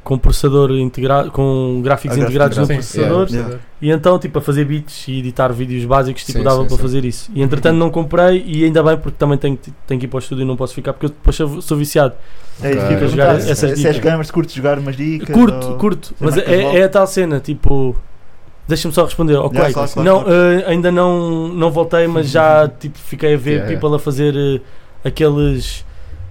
Speaker 6: com processador integrado, com gráficos
Speaker 5: Ah,
Speaker 6: integrados no
Speaker 8: Sim,
Speaker 6: processador.
Speaker 5: yeah.
Speaker 6: E então, tipo, a fazer beats e editar vídeos básicos, tipo,
Speaker 7: Sim,
Speaker 6: dava
Speaker 7: sim,
Speaker 6: para
Speaker 7: sim.
Speaker 6: fazer isso. E entretanto não comprei e ainda bem porque também tenho, que- tenho que ir para o estúdio e não posso ficar porque eu depois sou, sou viciado.
Speaker 5: É isso
Speaker 7: Ok.
Speaker 5: que eu ia
Speaker 7: Jogar
Speaker 5: perguntar,
Speaker 7: essas
Speaker 5: se- Se és
Speaker 6: dicas.
Speaker 5: gamers, curtes jogar umas dicas?
Speaker 6: curto,
Speaker 5: Um ou-
Speaker 6: curto,
Speaker 5: ser
Speaker 6: mas
Speaker 5: mais
Speaker 6: é,
Speaker 5: casual.
Speaker 6: é a tal cena, tipo... Deixa-me só responder, ok.
Speaker 5: Yeah, claro, claro,
Speaker 6: não, eh, ainda não, não voltei, mas já tipo, fiquei a ver
Speaker 7: Yeah, yeah.
Speaker 6: people a fazer eh, aqueles.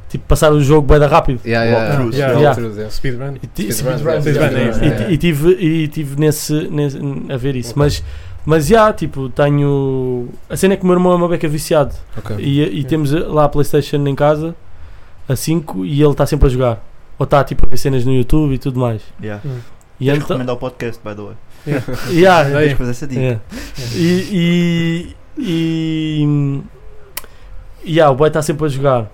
Speaker 6: Tipo, passar o jogo bem rápido.
Speaker 7: Yeah, yeah,
Speaker 5: Walkthroughs,
Speaker 7: yeah.
Speaker 6: yeah.
Speaker 7: Walkthroughs, yeah.
Speaker 8: Speedrun.
Speaker 6: E ti-
Speaker 7: Speedrun,
Speaker 6: speedrun,
Speaker 8: yeah,
Speaker 6: speedrun,
Speaker 8: speedrun,
Speaker 6: e
Speaker 7: yeah.
Speaker 6: ti- E tive, e tive nesse, nesse- a ver isso.
Speaker 7: Ok.
Speaker 6: Mas, mas já, tipo, tenho. A cena é que o meu irmão é uma beca viciado.
Speaker 7: Ok.
Speaker 6: E, e temos eh, lá a PlayStation em casa, a 5, e ele está sempre a jogar. Ou está tipo a ver cenas no YouTube e tudo mais.
Speaker 5: Yeah.
Speaker 6: E
Speaker 5: Tens que
Speaker 6: então.
Speaker 5: recomendar o podcast, by the way.
Speaker 6: Yeah,
Speaker 8: Daí.
Speaker 5: Tens que fazer essa dica.
Speaker 6: Yeah. é E. E. E. hum, e ah, o boy está sempre a jogar.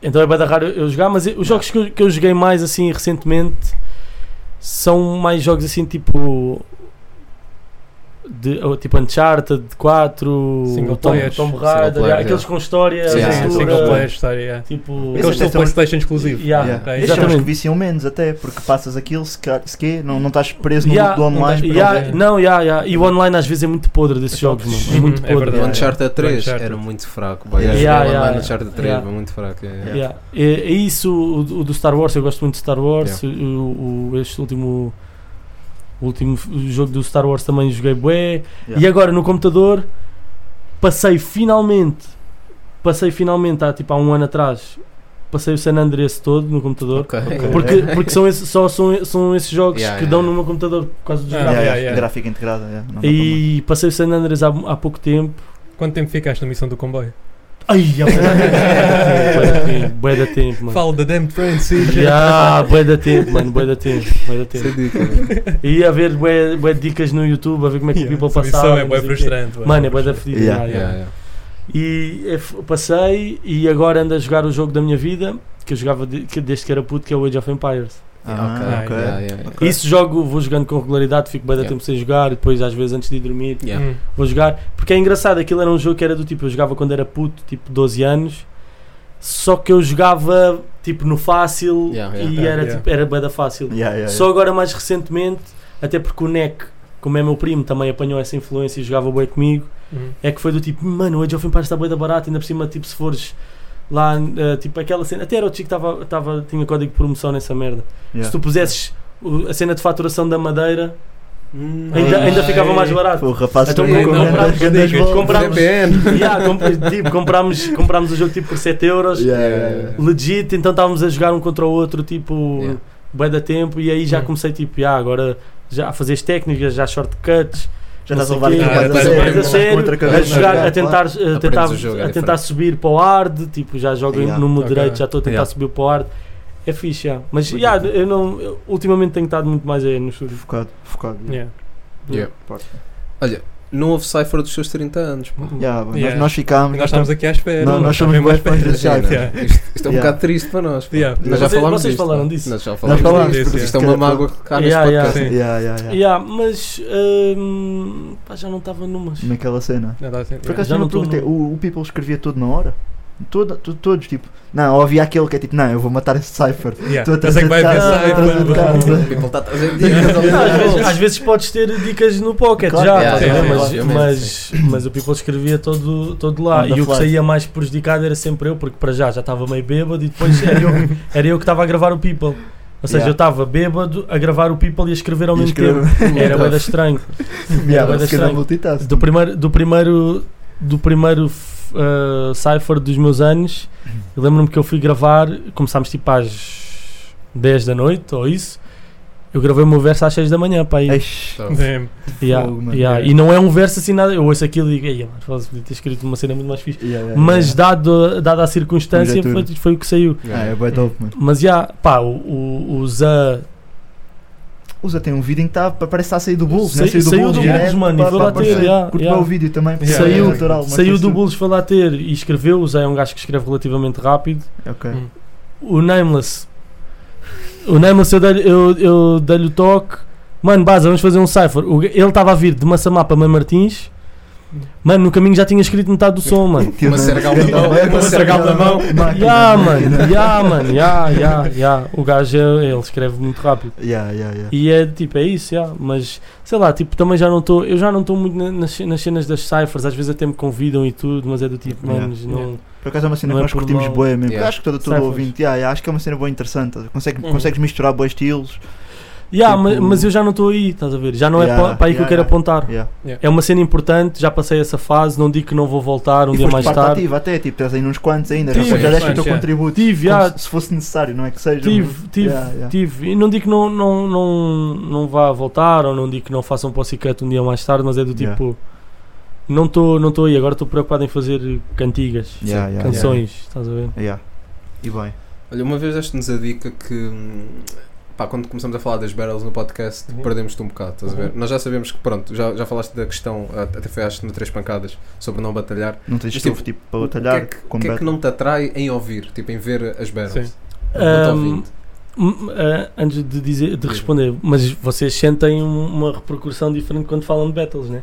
Speaker 6: Então é bem raro eu eu jogar, mas eu- os jogos que eu, que eu joguei mais assim recentemente são mais jogos assim tipo. De, ou, tipo Uncharted 4,
Speaker 8: Single
Speaker 6: Tom,
Speaker 8: players.
Speaker 6: Tomb
Speaker 7: Single
Speaker 6: Raider,
Speaker 7: players,
Speaker 6: aqueles
Speaker 7: é.
Speaker 6: com história,
Speaker 7: Sim,
Speaker 8: Sim,
Speaker 7: Yeah.
Speaker 8: sim,
Speaker 6: aventura,
Speaker 8: single player, história. yeah.
Speaker 6: tipo.
Speaker 5: Esse
Speaker 8: Aqueles que
Speaker 5: deve
Speaker 8: são
Speaker 5: ser um-
Speaker 8: PlayStation exclusivo.
Speaker 6: Yeah.
Speaker 5: Yeah.
Speaker 8: Ok, é
Speaker 5: Esses são os que
Speaker 6: exatamente.
Speaker 5: viciam menos até, porque passas aquilo, se, ca- se quê, não, não estás preso no
Speaker 6: Yeah,
Speaker 5: loop do online.
Speaker 8: não
Speaker 5: porque
Speaker 8: estás-
Speaker 6: Yeah,
Speaker 8: não tem.
Speaker 6: não, yeah, yeah. E o online às vezes é muito podre desses jogos, mano. É
Speaker 8: Uhum,
Speaker 6: muito
Speaker 8: é
Speaker 6: podre.
Speaker 8: verdade.
Speaker 7: O Uncharted 3
Speaker 8: Uncharted.
Speaker 7: era muito fraco. vai.
Speaker 5: Yeah,
Speaker 7: Eu joguei
Speaker 6: yeah,
Speaker 7: online
Speaker 6: yeah.
Speaker 7: no Uncharted 3
Speaker 6: Yeah.
Speaker 7: era muito fraco. yeah, yeah.
Speaker 6: Yeah. É, é isso o, o do Star Wars, eu gosto muito de Star Wars. O, o- este último, o último f- jogo do Star Wars também joguei bué.
Speaker 5: Yeah.
Speaker 6: E agora no computador passei finalmente, passei finalmente há tipo há um ano atrás, passei o San Andreas todo no computador.
Speaker 7: Ok.
Speaker 6: Porque, porque são esses, só são, são esses jogos
Speaker 7: Yeah,
Speaker 6: que
Speaker 7: yeah.
Speaker 6: dão no meu computador por causa dos
Speaker 8: Ah,
Speaker 5: Yeah,
Speaker 6: gráficos.
Speaker 5: yeah,
Speaker 8: yeah, yeah.
Speaker 5: Gráfica integrada. yeah, não dá para mais.
Speaker 6: E passei o San Andreas há, há pouco tempo.
Speaker 8: Quanto tempo ficaste na missão do comboio?
Speaker 6: Ai, é bué da tempo, bué da tempo, bué da tempo, mano.
Speaker 8: Fala da Damn Train, sim.
Speaker 6: Ya, bué da tempo, mano, bué da tempo, bué da
Speaker 7: Isso é
Speaker 6: tempo.
Speaker 7: dica, mano.
Speaker 6: E a ver bué, bué dicas no YouTube, a ver como é que o people
Speaker 8: Essa
Speaker 6: passava.
Speaker 8: missão é
Speaker 6: não
Speaker 8: bem
Speaker 6: sei o quê.
Speaker 8: frustrante.
Speaker 6: Mano, é bué da fedida.
Speaker 5: Yeah.
Speaker 6: ya, ya.
Speaker 7: Yeah, yeah.
Speaker 6: E eh, f- passei e agora ando a jogar o jogo da minha vida, que eu jogava de- que- desde que era puto, que é o Age of Empires.
Speaker 5: Ah,
Speaker 8: ok,
Speaker 5: ok.
Speaker 7: Yeah, yeah, yeah.
Speaker 6: Isso jogo, vou jogando com regularidade, fico bué da
Speaker 7: Yeah.
Speaker 6: tempo sem jogar, e depois às vezes antes de ir dormir
Speaker 7: Yeah.
Speaker 8: Hum.
Speaker 6: vou jogar. Porque é engraçado, aquilo era um jogo que era do tipo, eu jogava quando era puto, tipo 12 anos, só que eu jogava tipo no fácil
Speaker 7: Yeah,
Speaker 6: e
Speaker 7: yeah.
Speaker 6: era,
Speaker 8: Yeah.
Speaker 6: tipo, era bué da fácil.
Speaker 5: Yeah, yeah,
Speaker 6: Só agora mais recentemente, até porque o NEC, como é meu primo, também apanhou essa influência e jogava bué comigo,
Speaker 8: Hum.
Speaker 6: é que foi do tipo, mano, o Age of Empires está bué da barata, ainda por cima, tipo, se fores lá, eh, tipo, aquela cena, até era o Chico que tava, tava, tinha código de promoção nessa merda.
Speaker 5: yeah.
Speaker 6: Se tu pusesses o- a cena de faturação da madeira,
Speaker 7: Hum.
Speaker 6: ainda,
Speaker 8: Ah,
Speaker 6: ainda ficava
Speaker 8: é.
Speaker 6: mais barato.
Speaker 5: O rapaz
Speaker 6: Então,
Speaker 5: também é
Speaker 7: não,
Speaker 5: com
Speaker 7: não,
Speaker 5: grandes-
Speaker 6: não,
Speaker 5: grandes
Speaker 6: não, não,
Speaker 5: bolas.
Speaker 6: Comprámos-
Speaker 7: VPN.
Speaker 6: Yeah, comp tipo, comprámos, comprámos o jogo tipo por 7 euros,
Speaker 5: Yeah, yeah, yeah.
Speaker 6: legit, então estávamos a jogar um contra o outro, tipo,
Speaker 7: Yeah.
Speaker 6: bué da tempo, e aí já
Speaker 8: Hum.
Speaker 6: comecei, tipo, yeah, agora já a fazer as técnicas, já shortcuts,
Speaker 5: Já
Speaker 6: não
Speaker 5: estás a
Speaker 6: sei
Speaker 5: levar
Speaker 6: quê,
Speaker 5: aquilo
Speaker 8: Ah,
Speaker 5: mais a
Speaker 8: estás a levar
Speaker 5: sério.
Speaker 6: mais a sério,
Speaker 5: Contra a
Speaker 6: a
Speaker 5: cabeça.
Speaker 6: jogar, a
Speaker 5: Claro.
Speaker 6: tentar, a tentar,
Speaker 7: o jogo, é
Speaker 6: a tentar
Speaker 7: diferente.
Speaker 6: subir para o hard, tipo, já jogo
Speaker 5: Yeah.
Speaker 6: no meu
Speaker 8: Ok.
Speaker 6: direito, já estou a tentar
Speaker 7: Yeah.
Speaker 6: subir para o hard, é fixe, yeah. mas yeah, eu não, eu ultimamente tenho estado muito mais aí no estúdio.
Speaker 5: Focado, focado.
Speaker 8: Yeah.
Speaker 7: Yeah. Olha, não houve cipher dos seus 30 anos. pô.
Speaker 5: Yeah, bom, nós-
Speaker 8: Yeah.
Speaker 5: Nós ficámos. então-
Speaker 8: Nós estamos aqui à espera.
Speaker 5: Não, nós somos
Speaker 8: estamos
Speaker 5: mais
Speaker 8: à espera.
Speaker 5: fãs desse
Speaker 7: Yeah,
Speaker 5: site.
Speaker 8: Yeah.
Speaker 7: Isto, isto é um
Speaker 5: Yeah.
Speaker 7: bocado triste para nós. pô.
Speaker 8: Yeah.
Speaker 7: Nós já
Speaker 6: Vocês-
Speaker 7: falámos
Speaker 6: vocês
Speaker 7: disto,
Speaker 6: falaram
Speaker 7: não?
Speaker 6: disso?
Speaker 7: Nós já
Speaker 5: Nós
Speaker 7: falámos
Speaker 5: falámos.
Speaker 8: disso,
Speaker 7: disto.
Speaker 5: porque
Speaker 7: Isto é uma mágoa que cá neste
Speaker 6: Yeah, yeah.
Speaker 7: podcast.
Speaker 8: Sim.
Speaker 5: Yeah, yeah, yeah.
Speaker 6: Yeah, mas hum, pá, já não estava numas.
Speaker 5: Naquela cena.
Speaker 8: Não, dá assim,
Speaker 5: Por
Speaker 8: yeah.
Speaker 5: acaso
Speaker 6: Já
Speaker 5: eu
Speaker 6: não
Speaker 5: me
Speaker 6: tô
Speaker 5: perguntei,
Speaker 6: no-
Speaker 5: o, o People escrevia tudo na hora? Todo, to- todos, tipo, não, ou havia aquele que é tipo, não, eu vou matar esse cipher.
Speaker 8: Yeah.
Speaker 5: Estou a
Speaker 8: Eu sei que vai
Speaker 5: trazer
Speaker 8: pensar. mano.
Speaker 5: de casa, estou a trazer de casa.
Speaker 7: People está a trazer dicas ao
Speaker 6: Não, às,
Speaker 7: final.
Speaker 6: vezes, às vezes podes ter dicas no pocket
Speaker 5: Claro,
Speaker 6: já,
Speaker 7: yeah,
Speaker 6: estás a ver?
Speaker 8: sim,
Speaker 6: mas,
Speaker 7: sim,
Speaker 6: mas, mas o People escrevia todo, todo lá.
Speaker 5: On the
Speaker 6: E o que
Speaker 5: fly.
Speaker 6: saía mais prejudicado era sempre eu, porque para já já estava meio bêbado e depois era eu, era eu que estava a gravar o People. Ou seja,
Speaker 5: Yeah.
Speaker 6: eu estava bêbado a gravar o People e a escrever ao
Speaker 5: E
Speaker 6: mesmo
Speaker 5: escrevo-
Speaker 6: tempo. Era bem estranho.
Speaker 5: Yeah,
Speaker 6: bué da
Speaker 5: se calhar
Speaker 6: estranho.
Speaker 5: multitask.
Speaker 6: Do primeiro, do primeiro, do primeiro f- eh, cipher dos meus anos, eu lembro-me que eu fui gravar, começámos tipo às 10 da noite ou isso. Eu Eu gravei o meu verso às 6 da manhã, pá. E,
Speaker 7: Tá
Speaker 5: Eish.
Speaker 8: Damn.
Speaker 6: yeah,
Speaker 5: fogo, mano.
Speaker 6: yeah. e não é um verso assim nada. Eu ouço aquilo e digo, "Ei, mano, foda-se, podia ter escrito uma cena muito mais fixe.
Speaker 5: Yeah, yeah,
Speaker 6: Mas
Speaker 5: É, yeah. é
Speaker 6: dado, dada a circunstância, foi,
Speaker 5: Conjectura.
Speaker 6: foi o que saiu.
Speaker 5: Ah, é bué dope, mano.
Speaker 6: Mas já, pá, o, o, o Zé
Speaker 5: Usa tem um vídeo em que tá, parece que está a sair do Bulls, né?
Speaker 6: Saiu- saiu do
Speaker 5: direto,
Speaker 6: Bulls, mano, e
Speaker 5: pá,
Speaker 6: foi
Speaker 5: pá,
Speaker 6: lá ter,
Speaker 5: parceiro.
Speaker 6: yeah,
Speaker 5: Curte
Speaker 6: yeah.
Speaker 5: bem o vídeo também. pá,
Speaker 6: Saiu-
Speaker 5: é natural, mas
Speaker 6: saiu
Speaker 5: faz
Speaker 6: do
Speaker 5: tudo.
Speaker 6: Bulls, foi lá ter e escreveu. O Zé é um gajo que escreve relativamente rápido.
Speaker 5: Ok.
Speaker 8: Hum.
Speaker 6: O Nameless. O Nameless eu dei-lhe eu, eu dei o toque. Mano, Baza, vamos fazer um cipher. O- Ele estava a vir de Massamá para Mãe Martins. Mano, no caminho já tinha escrito metade do som, mano.
Speaker 5: Tio
Speaker 7: Uma
Speaker 5: Dan-
Speaker 7: sergal na mão, é
Speaker 5: Dan-
Speaker 7: uma sergal na mão.
Speaker 5: Máquina,
Speaker 6: Ya,
Speaker 5: máquina.
Speaker 6: mano, ya, mano, ya, ya, ya. O gajo, é- ele escreve muito rápido.
Speaker 5: Yeah, yeah, yeah.
Speaker 6: E é tipo, é isso, já. mas sei lá, tipo, também já não estou, eu já não estou muito na- nas, ce- nas cenas das ciphers, às vezes até me convidam e tudo, mas é do tipo,
Speaker 5: Yeah.
Speaker 6: mano, não.
Speaker 8: Yeah.
Speaker 5: Por acaso é uma cena
Speaker 6: Não
Speaker 5: que
Speaker 6: é
Speaker 5: nós
Speaker 6: por
Speaker 5: curtimos
Speaker 6: mal.
Speaker 5: boa mesmo.
Speaker 7: Yeah.
Speaker 5: Eu acho que todo, todo
Speaker 6: Cyphers. Hum.
Speaker 5: ouvinte, yeah, yeah, acho que é uma cena boa e interessante. Consegue,
Speaker 8: Uhum.
Speaker 5: Consegues misturar boas estilos.
Speaker 6: Yeah,
Speaker 5: Tipo-
Speaker 6: ma- mas, eu já não estou aí, estás a ver? Já não
Speaker 5: Yeah,
Speaker 6: é para aí que eu
Speaker 5: yeah,
Speaker 6: quero
Speaker 5: yeah.
Speaker 6: apontar.
Speaker 5: Yeah.
Speaker 6: É uma cena importante, já passei essa fase, não digo que não vou voltar um
Speaker 5: e
Speaker 6: dia
Speaker 5: foste
Speaker 6: mais
Speaker 5: parte
Speaker 6: tarde.
Speaker 5: ativa até, tipo, estás aí nos quantos ainda.
Speaker 6: Tive,
Speaker 5: Já já deste o teu
Speaker 8: yeah.
Speaker 5: contributo.
Speaker 6: Tive,
Speaker 5: como
Speaker 6: já,
Speaker 5: se- se fosse necessário, não é que seja.
Speaker 6: tive,
Speaker 5: mas-
Speaker 6: tive,
Speaker 5: Yeah, yeah.
Speaker 6: tive. E não digo que não, não, não, não vá voltar, ou não digo que não faça um pós-secreto um dia mais tarde, mas é do
Speaker 5: Yeah.
Speaker 6: tipo, não estou não tô aí, agora estou preocupado em fazer cantigas,
Speaker 5: Yeah, yeah,
Speaker 6: canções, estás a ver?
Speaker 5: yeah. E bem.
Speaker 7: Olha, uma vez deste-nos a dica que. hum, Pá, quando começamos a falar das barrels no podcast,
Speaker 8: Uhum.
Speaker 7: perdemos-te um bocado, estás a ver?
Speaker 8: Uhum.
Speaker 7: Nós já sabemos que, pronto, já, já falaste da questão, a- até foi acho que no Três Pancadas, sobre não batalhar.
Speaker 5: Não tens
Speaker 7: Mas,
Speaker 5: tempo, tipo, para batalhar.
Speaker 7: o que é que, o
Speaker 5: como
Speaker 7: que, é que
Speaker 5: battle.
Speaker 7: não te atrai em ouvir, tipo, em ver as barrels?
Speaker 8: Sim.
Speaker 7: Enquanto
Speaker 6: Hum,
Speaker 7: ouvinte.
Speaker 6: Hum, ah, antes de, dizer, de responder, mas vocês sentem um- uma repercussão diferente quando falam de battles, né?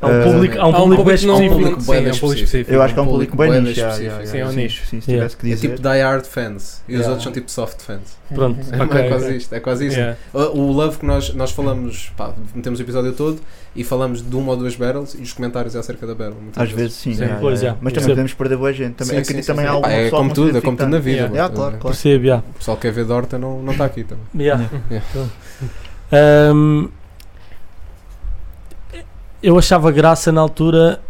Speaker 6: Há um
Speaker 5: Ah,
Speaker 6: público, há um
Speaker 7: Há um
Speaker 6: público bem
Speaker 8: não-
Speaker 6: específico.
Speaker 7: específico.
Speaker 8: sim, é um público específico.
Speaker 5: Eu acho que é um
Speaker 7: um
Speaker 5: público
Speaker 7: público
Speaker 5: bem
Speaker 7: bué
Speaker 5: nicho. yeah,
Speaker 7: específico.
Speaker 5: yeah,
Speaker 8: Sim, é
Speaker 5: yeah.
Speaker 8: um nicho.
Speaker 5: Sim, se
Speaker 6: Yeah.
Speaker 5: tivesse que
Speaker 7: É
Speaker 5: dizer.
Speaker 7: tipo die hard fans e os
Speaker 5: Yeah.
Speaker 7: outros são tipo soft fans.
Speaker 6: Pronto,
Speaker 7: É,
Speaker 6: Ok,
Speaker 7: é quase
Speaker 6: ok.
Speaker 7: isto, é quase isso.
Speaker 8: Yeah.
Speaker 7: O o love que nós, nós falamos, pá, metemos o episódio todo e falamos de uma ou duas barrels e os comentários é acerca da barrel. muitas
Speaker 5: Às vezes sim.
Speaker 8: Sim,
Speaker 5: yeah,
Speaker 6: pois,
Speaker 5: yeah.
Speaker 6: yeah.
Speaker 5: Mas
Speaker 6: Sim.
Speaker 5: também podemos perder boa gente. Também,
Speaker 7: Sim,
Speaker 5: é que
Speaker 7: sim,
Speaker 5: também
Speaker 7: sim,
Speaker 5: há
Speaker 7: sim.
Speaker 5: alguma
Speaker 7: Pá, é
Speaker 5: pessoa
Speaker 7: como
Speaker 5: que
Speaker 7: tudo,
Speaker 5: não
Speaker 7: é como tudo na vida.
Speaker 5: fica tanto. Yeah,
Speaker 7: mano.
Speaker 5: claro, claro.
Speaker 6: Percebo, já.
Speaker 7: O pessoal que quer ver Dorta não não está aqui também.
Speaker 6: Yeah.
Speaker 7: Yeah.
Speaker 6: Hum, eu achava graça na altura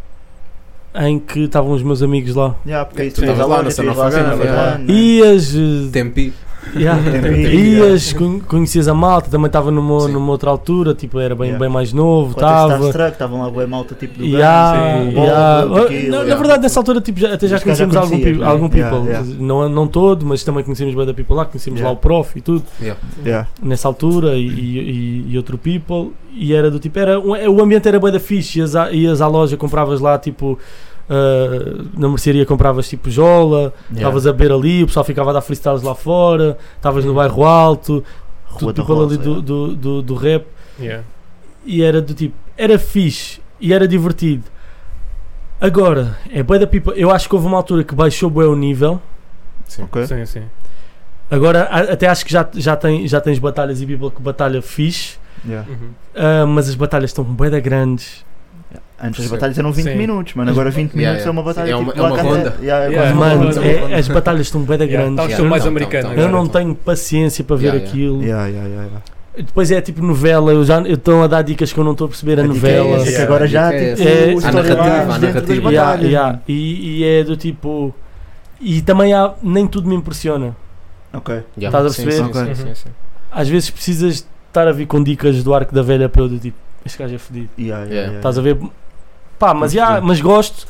Speaker 6: em que estavam os meus amigos lá.
Speaker 5: Yeah, porque aí
Speaker 7: Tu
Speaker 5: tu tens
Speaker 7: estavas
Speaker 5: a
Speaker 7: lá,
Speaker 5: loja,
Speaker 7: não sei,
Speaker 5: tens
Speaker 7: não
Speaker 5: lá a cena,
Speaker 7: fazendo, yeah.
Speaker 5: yeah.
Speaker 6: Ias. eh,
Speaker 7: Tempi.
Speaker 6: Yeah. eh,
Speaker 5: Tempo.
Speaker 6: Ias, con- conhecias a malta, também estava numa,
Speaker 7: Sim.
Speaker 6: numa outra altura, tipo, era bem,
Speaker 5: Yeah.
Speaker 6: bem mais novo,
Speaker 5: Quando tens
Speaker 6: estava.
Speaker 5: Starstruck, estavam lá boa malta tipo do
Speaker 6: Yeah,
Speaker 5: Guns,
Speaker 8: sim.
Speaker 5: do Bob,
Speaker 6: yeah.
Speaker 5: do
Speaker 6: Ah,
Speaker 5: Kill,
Speaker 6: na, na
Speaker 5: yeah.
Speaker 6: verdade, nessa altura tipo, já, até já
Speaker 5: Os caras já
Speaker 6: conhecíamos algum,
Speaker 5: conhecias,
Speaker 6: pe-
Speaker 5: né?
Speaker 6: algum
Speaker 5: Yeah,
Speaker 6: people.
Speaker 5: yeah.
Speaker 6: Não, não todo, mas também conhecíamos bem da people lá, conhecíamos
Speaker 5: Yeah.
Speaker 6: lá o prof e tudo.
Speaker 5: Yeah.
Speaker 6: Nessa altura e, e- e outro people. E era do tipo, era, o ambiente era bem da fixe. Ias à, ias à loja, compravas lá tipo. ah, na mercearia compravas tipo jola, estavas a beber ali, o pessoal ficava a dar freestyles lá fora, estavas no bairro alto,
Speaker 5: Rua
Speaker 6: tudo
Speaker 5: da
Speaker 6: people
Speaker 5: Rosa,
Speaker 6: ali do, do, do, do rap
Speaker 8: Yeah.
Speaker 6: e era do tipo, era fixe e era divertido. Agora, é bué da pipa. Eu acho que houve uma altura que baixou bué o nível.
Speaker 5: Ok.
Speaker 8: Sim, sim.
Speaker 6: Agora, a- até acho que já, já, tem, já tens batalhas e people que batalha fixe,
Speaker 5: Yeah.
Speaker 8: Uhum.
Speaker 6: ah, mas as batalhas estão bué da grandes.
Speaker 5: Antes as
Speaker 7: Sim.
Speaker 5: batalhas eram 20
Speaker 8: Sim.
Speaker 5: minutos, mano. Agora 20
Speaker 7: Yeah,
Speaker 5: minutos é uma
Speaker 7: yeah.
Speaker 5: batalha
Speaker 7: É
Speaker 5: tipo
Speaker 7: uma- é uma
Speaker 5: Black and
Speaker 7: ronda.
Speaker 5: Dead. Yeah, é
Speaker 8: Yeah.
Speaker 5: quase uma
Speaker 6: Mano,
Speaker 5: ronda.
Speaker 6: é- as batalhas estão bué da
Speaker 8: Yeah,
Speaker 6: grandes.
Speaker 8: tal
Speaker 7: Yeah.
Speaker 8: estilo mais
Speaker 7: Não, não,
Speaker 8: americano. tipo,
Speaker 7: não,
Speaker 6: Eu não
Speaker 7: Yeah.
Speaker 6: tenho paciência para ver
Speaker 7: Yeah, yeah.
Speaker 6: aquilo.
Speaker 5: tá Yeah, yeah, yeah, yeah.
Speaker 6: Depois é tipo novela, eu já estão a dar dicas que eu não estou a perceber a,
Speaker 5: A dica é
Speaker 6: novela.
Speaker 5: essa, que
Speaker 8: Yeah.
Speaker 5: agora já
Speaker 7: Yeah.
Speaker 5: tipo,
Speaker 6: É-
Speaker 5: os
Speaker 6: A
Speaker 5: storylines
Speaker 7: narrativa, a
Speaker 5: dentro das
Speaker 7: narrativa.
Speaker 6: Yeah,
Speaker 5: batalhas,
Speaker 6: yeah.
Speaker 5: mano.
Speaker 6: E, e é do tipo. E também há, nem tudo me impressiona.
Speaker 5: Ok.
Speaker 6: Estás a perceber?
Speaker 7: Sim, sim,
Speaker 8: Ok.
Speaker 7: sim, sim.
Speaker 6: Às vezes precisas estar a vir com dicas do arco da velha para eu do tipo, este gajo é fedido.
Speaker 5: Yeah, yeah,
Speaker 7: Yeah.
Speaker 5: yeah.
Speaker 6: Estás a ver? Pá, mas, yeah, mas gosto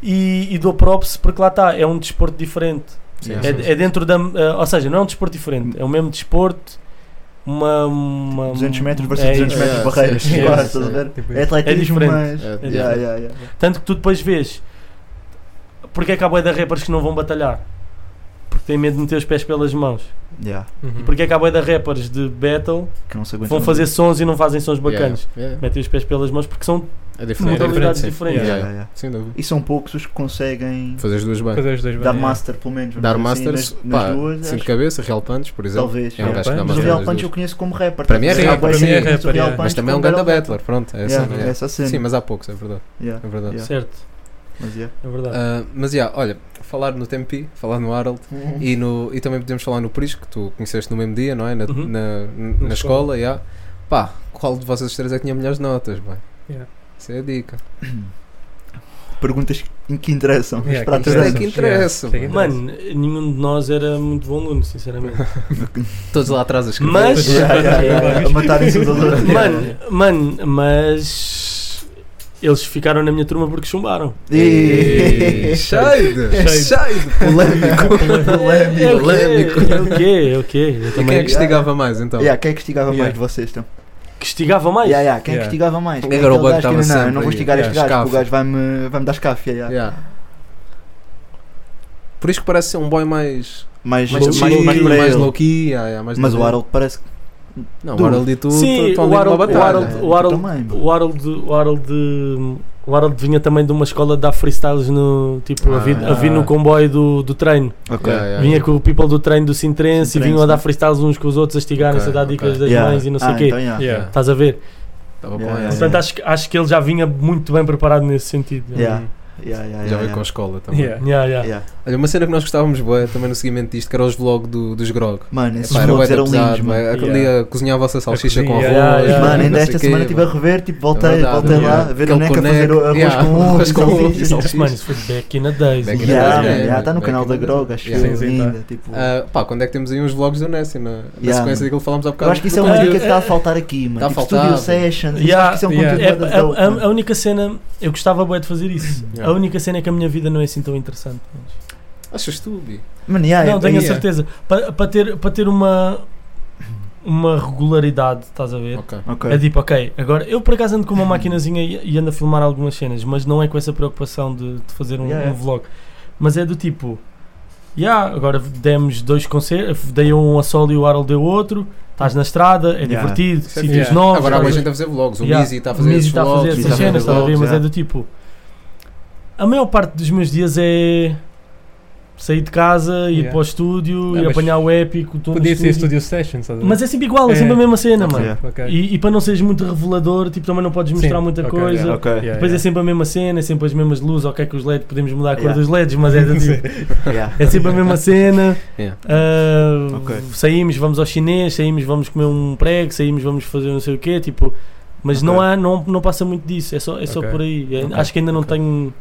Speaker 6: e, e dou props porque lá está, é um desporto diferente.
Speaker 7: Sim, sim, sim.
Speaker 6: É, é dentro da. eh, ou seja, não é um desporto diferente, é o mesmo desporto, uma. uma
Speaker 5: 200 metros versus
Speaker 6: é
Speaker 5: 200
Speaker 6: isso.
Speaker 5: metros de
Speaker 7: yeah,
Speaker 5: barreiras.
Speaker 7: sim,
Speaker 5: Quase,
Speaker 7: sim,
Speaker 5: estás a ver?
Speaker 8: Tipo
Speaker 5: É
Speaker 8: isso.
Speaker 5: atletismo,
Speaker 6: tá. É
Speaker 5: mas.
Speaker 7: É,
Speaker 5: Yeah,
Speaker 7: yeah.
Speaker 5: yeah, yeah.
Speaker 6: Tanto que tu depois vês porque é que há boia de rappers que não vão batalhar? Porque têm medo de meter os pés pelas mãos.
Speaker 5: Yeah,
Speaker 8: Uhum.
Speaker 6: Porque é que há boia de rappers de battle
Speaker 5: Que não se aguenta.
Speaker 6: vão
Speaker 5: muito.
Speaker 6: fazer sons e não fazem sons
Speaker 7: Yeah,
Speaker 6: bacanas?
Speaker 7: yeah.
Speaker 6: Metem os pés pelas mãos porque são
Speaker 7: É diferente.
Speaker 8: Modalidades
Speaker 7: sim.
Speaker 6: diferentes.
Speaker 5: Yeah,
Speaker 7: Yeah,
Speaker 5: yeah,
Speaker 7: yeah.
Speaker 5: yeah.
Speaker 7: Sem dúvida.
Speaker 5: E são poucos os que conseguem
Speaker 7: Fazer as duas bem.
Speaker 8: Fazer os dois
Speaker 5: dar
Speaker 8: bem,
Speaker 5: master, pelo menos. vamos
Speaker 7: Dar
Speaker 5: dizer assim,
Speaker 7: masters,
Speaker 5: nas,
Speaker 7: pá,
Speaker 5: nas duas.
Speaker 7: sim de
Speaker 5: acho-
Speaker 7: cabeça, Real Punch, por exemplo.
Speaker 5: Talvez.
Speaker 7: É um
Speaker 5: yeah.
Speaker 7: gajo que dá
Speaker 5: Mas
Speaker 7: mais
Speaker 5: o
Speaker 8: Real
Speaker 5: Real Punch eu conheço como rapper.
Speaker 7: Para mim é
Speaker 5: estás a ver?
Speaker 7: rapper,
Speaker 5: Há
Speaker 7: sim,
Speaker 5: bué
Speaker 7: é
Speaker 5: gente que diz o
Speaker 8: rapper,
Speaker 5: Real
Speaker 8: yeah.
Speaker 5: Punch
Speaker 7: Mas também é um
Speaker 5: como
Speaker 7: grande
Speaker 5: Real
Speaker 7: battler, pronto. É
Speaker 5: Punch.
Speaker 7: essa,
Speaker 5: Yeah,
Speaker 7: é.
Speaker 5: Essa cena.
Speaker 7: Sim, mas há poucos, é verdade.
Speaker 5: Yeah,
Speaker 7: É verdade.
Speaker 5: Yeah.
Speaker 6: certo,
Speaker 5: mas yeah.
Speaker 6: é verdade.
Speaker 7: Ah, mas, yeah, olha, falar no Tempi, falar no Harold
Speaker 5: Uhum.
Speaker 7: e, no, e também podemos falar no Prisco, que tu conheceste no mesmo dia, não é? Na,
Speaker 6: Uhum.
Speaker 7: na, na,
Speaker 6: Na
Speaker 7: escola, yeah. pá, qual de vocês três é que tinha melhores notas? Bem?
Speaker 8: Yeah.
Speaker 7: Isso é a dica.
Speaker 5: Perguntas em que interessam. Mas
Speaker 8: Yeah,
Speaker 5: para
Speaker 8: que
Speaker 5: toda a
Speaker 7: Isto é que
Speaker 5: gente.
Speaker 7: interessa,
Speaker 8: Yeah, isto é que interessa.
Speaker 6: Mano, nenhum de nós era muito bom aluno, sinceramente.
Speaker 7: Todos lá atrás a escrever.
Speaker 6: Mas-
Speaker 5: Yeah, yeah, yeah, yeah. A matarem-se uns aos outros.
Speaker 6: Mano, mano, mas eles ficaram na minha turma porque chumbaram.
Speaker 7: Ei,
Speaker 5: E-
Speaker 7: Cheio de.
Speaker 8: Cheio de-
Speaker 7: Cheio de.
Speaker 5: Polémico.
Speaker 6: É o quê? É o quê? É o quê? Eu
Speaker 7: E quem é
Speaker 6: também
Speaker 7: que estigava mais então?
Speaker 5: Yeah, quem é que estigava
Speaker 8: Yeah.
Speaker 5: mais de vocês? Então?
Speaker 6: castigava mais.
Speaker 5: Yeah, yeah, quem é que
Speaker 8: Yeah.
Speaker 5: estigava mais?
Speaker 7: O
Speaker 5: Quem é
Speaker 7: garoto
Speaker 5: aquele gajo
Speaker 7: estava
Speaker 5: que não, não, eu
Speaker 7: sempre
Speaker 5: não vou
Speaker 7: aí.
Speaker 5: estigar este
Speaker 7: Yeah,
Speaker 5: gajo,
Speaker 7: escafa.
Speaker 5: porque o gajo vai-me vai dar escáfia. Yeah.
Speaker 7: Yeah. Por isso que parece ser um boy mais.
Speaker 5: Mas, tipo,
Speaker 7: Mais,
Speaker 5: mas,
Speaker 7: mais, é
Speaker 5: mas,
Speaker 7: mais,
Speaker 5: para ele.
Speaker 7: low key. yeah, yeah, mais
Speaker 5: mas o
Speaker 7: tranquilo.
Speaker 5: Harold parece que tá
Speaker 7: Não,
Speaker 5: Tu.
Speaker 7: o Harold e tu
Speaker 6: Sim,
Speaker 7: estão
Speaker 6: o
Speaker 7: ali numa
Speaker 6: Harold- o
Speaker 7: batalha.
Speaker 6: Harold- o Harold-
Speaker 5: também. bro.
Speaker 6: O Harold, o Harold, hum, o Harold vinha também de uma escola de dar freestyles no. Tipo, a vir, a vir no comboio do, do treino.
Speaker 5: Ok.
Speaker 7: Yeah, Ah, yeah.
Speaker 6: Vinha com o people do treino do Sintrense e
Speaker 5: Sintrense,
Speaker 6: vinham a dar
Speaker 5: né?
Speaker 6: freestyles uns com os outros, a estigarem-se,
Speaker 7: Ok,
Speaker 6: a dar
Speaker 7: ok.
Speaker 6: dicas das
Speaker 5: Yeah.
Speaker 6: mães e não sei o
Speaker 5: Ah,
Speaker 6: quê.
Speaker 5: então, yeah.
Speaker 8: Yeah.
Speaker 6: Estás a ver?
Speaker 7: Tava
Speaker 5: Yeah,
Speaker 7: com
Speaker 5: yeah,
Speaker 7: essa.
Speaker 6: Portanto, acho, que- acho que ele já vinha muito bem preparado nesse sentido.
Speaker 5: Yeah. Yeah, yeah,
Speaker 7: Já
Speaker 5: yeah,
Speaker 7: veio
Speaker 5: yeah.
Speaker 7: com a escola também.
Speaker 8: Yeah.
Speaker 6: Yeah, yeah.
Speaker 5: Yeah.
Speaker 7: Olha, uma cena que nós gostávamos boa também no seguimento disto, que era os vlogs do, dos Grog.
Speaker 5: Mano, esses
Speaker 7: Epá, era bué
Speaker 5: vlogs
Speaker 7: da
Speaker 5: eram
Speaker 7: pesado,
Speaker 5: lindos,
Speaker 7: bué.
Speaker 5: mano.
Speaker 7: Aquele
Speaker 8: Yeah.
Speaker 7: dia cozinhava a salsicha
Speaker 8: cozinha,
Speaker 7: com arroz.
Speaker 6: yeah, yeah.
Speaker 5: Mano, ainda
Speaker 7: não sei
Speaker 5: esta
Speaker 7: o quê,
Speaker 5: semana estive a
Speaker 7: mano.
Speaker 5: rever, tipo,
Speaker 7: É
Speaker 5: voltei,
Speaker 7: verdade,
Speaker 5: voltei
Speaker 7: yeah.
Speaker 5: lá, a ver o
Speaker 7: Aquele
Speaker 5: Neca fazer
Speaker 7: coneco,
Speaker 5: arroz
Speaker 7: yeah,
Speaker 5: com ovo
Speaker 7: arroz
Speaker 5: e
Speaker 7: com ovo e
Speaker 5: salsichas.
Speaker 7: salsichas.
Speaker 6: Isso, mano, isso foi back in the days.
Speaker 7: Back in the
Speaker 6: mano.
Speaker 5: Yeah,
Speaker 7: Yeah,
Speaker 5: mano,
Speaker 7: yeah,
Speaker 5: está tá no
Speaker 7: yeah.
Speaker 5: canal da
Speaker 7: Yeah.
Speaker 5: Grog, acho
Speaker 7: Yeah.
Speaker 5: eu,
Speaker 8: Sim, sim, tá.
Speaker 5: ainda, tipo...
Speaker 7: Ah, pá, quando é que temos aí uns vlogs do Nessie? Na, na
Speaker 5: Yeah,
Speaker 7: sequência
Speaker 5: mano.
Speaker 7: daquilo que falámos há bocado.
Speaker 5: Eu acho que isso é uma
Speaker 6: Ah,
Speaker 5: dica que
Speaker 6: é-
Speaker 5: está a faltar aqui, mano.
Speaker 7: Tá a
Speaker 5: tipo,
Speaker 7: faltar,
Speaker 5: Studio
Speaker 7: mano.
Speaker 5: Sessions, isso
Speaker 6: Yeah,
Speaker 5: acho que isso é um
Speaker 8: yeah.
Speaker 5: conteúdo
Speaker 6: É,
Speaker 5: bué da
Speaker 6: a,
Speaker 5: dope,
Speaker 6: a-
Speaker 5: mano.
Speaker 6: a única cena, eu gostava bué de fazer isso.
Speaker 7: Yeah.
Speaker 6: A única cena é que a minha vida não é assim tão interessante. mas-
Speaker 7: Achas tu, Bi?
Speaker 5: Mano, yeah, é
Speaker 6: não,
Speaker 5: eu-
Speaker 6: tenho a
Speaker 7: yeah.
Speaker 6: certeza. Para ter, pa ter uma, uma regularidade, estás a ver?
Speaker 7: Ok.
Speaker 5: Ok.
Speaker 6: É tipo, ok, agora eu por acaso ando com uma maquinazinha e, e ando a filmar algumas cenas, mas não é com essa preocupação de, de fazer um,
Speaker 5: Yeah.
Speaker 6: um vlog. Mas é do tipo, yeah, agora demos dois concertos, dei um a solo e o Harold deu outro, estás na estrada, é
Speaker 5: Yeah.
Speaker 6: divertido,
Speaker 7: Isso é
Speaker 6: sítios
Speaker 8: fixe.
Speaker 6: novos.
Speaker 7: Agora
Speaker 6: estás
Speaker 7: há
Speaker 6: a
Speaker 7: mais
Speaker 6: ver?
Speaker 7: gente a fazer vlogs. O
Speaker 6: Yeah.
Speaker 7: Mizzy está Tá a fazer
Speaker 6: O Mizzy
Speaker 7: esses
Speaker 6: está tá a fazer
Speaker 7: vlogs.
Speaker 5: esses
Speaker 6: essas
Speaker 5: está a fazer
Speaker 6: cenas, estás a ver?
Speaker 5: vlogs,
Speaker 6: Mas
Speaker 5: é.
Speaker 6: é do tipo. A maior parte dos meus dias é sair de casa, ir
Speaker 8: Yeah.
Speaker 6: para o estúdio,
Speaker 8: Ah,
Speaker 6: ir
Speaker 8: mas
Speaker 6: apanhar o épico, estou no
Speaker 8: Podia ser Studio
Speaker 6: estúdio.
Speaker 8: Sessions, estás a ver?
Speaker 6: Mas é sempre igual, é, sempre a
Speaker 8: É.
Speaker 6: mesma cena,
Speaker 5: Ok.
Speaker 6: mano.
Speaker 8: Ok.
Speaker 6: E, e para não seres muito revelador, tipo, também não podes
Speaker 8: Sim,
Speaker 6: mostrar muita
Speaker 8: ok,
Speaker 6: coisa.
Speaker 8: yeah.
Speaker 5: Ok.
Speaker 8: Yeah,
Speaker 6: Depois é
Speaker 8: yeah.
Speaker 6: sempre a mesma cena, é sempre as mesmas luzes, ok que os LEDs podemos mudar a cor
Speaker 5: Yeah.
Speaker 6: dos LEDs, mas é, do tipo,
Speaker 5: Yeah.
Speaker 6: é sempre a mesma cena.
Speaker 7: Yeah.
Speaker 6: Ah,
Speaker 5: Ok.
Speaker 6: Saímos, vamos ao chinês, saímos, vamos comer um prego, saímos, vamos fazer não sei o quê, tipo, mas não
Speaker 5: Ok.
Speaker 6: há, não, não passa muito disso, é só, é só
Speaker 8: Ok.
Speaker 6: por aí. É,
Speaker 8: Ok.
Speaker 6: Acho que ainda não
Speaker 8: Ok.
Speaker 6: tenho.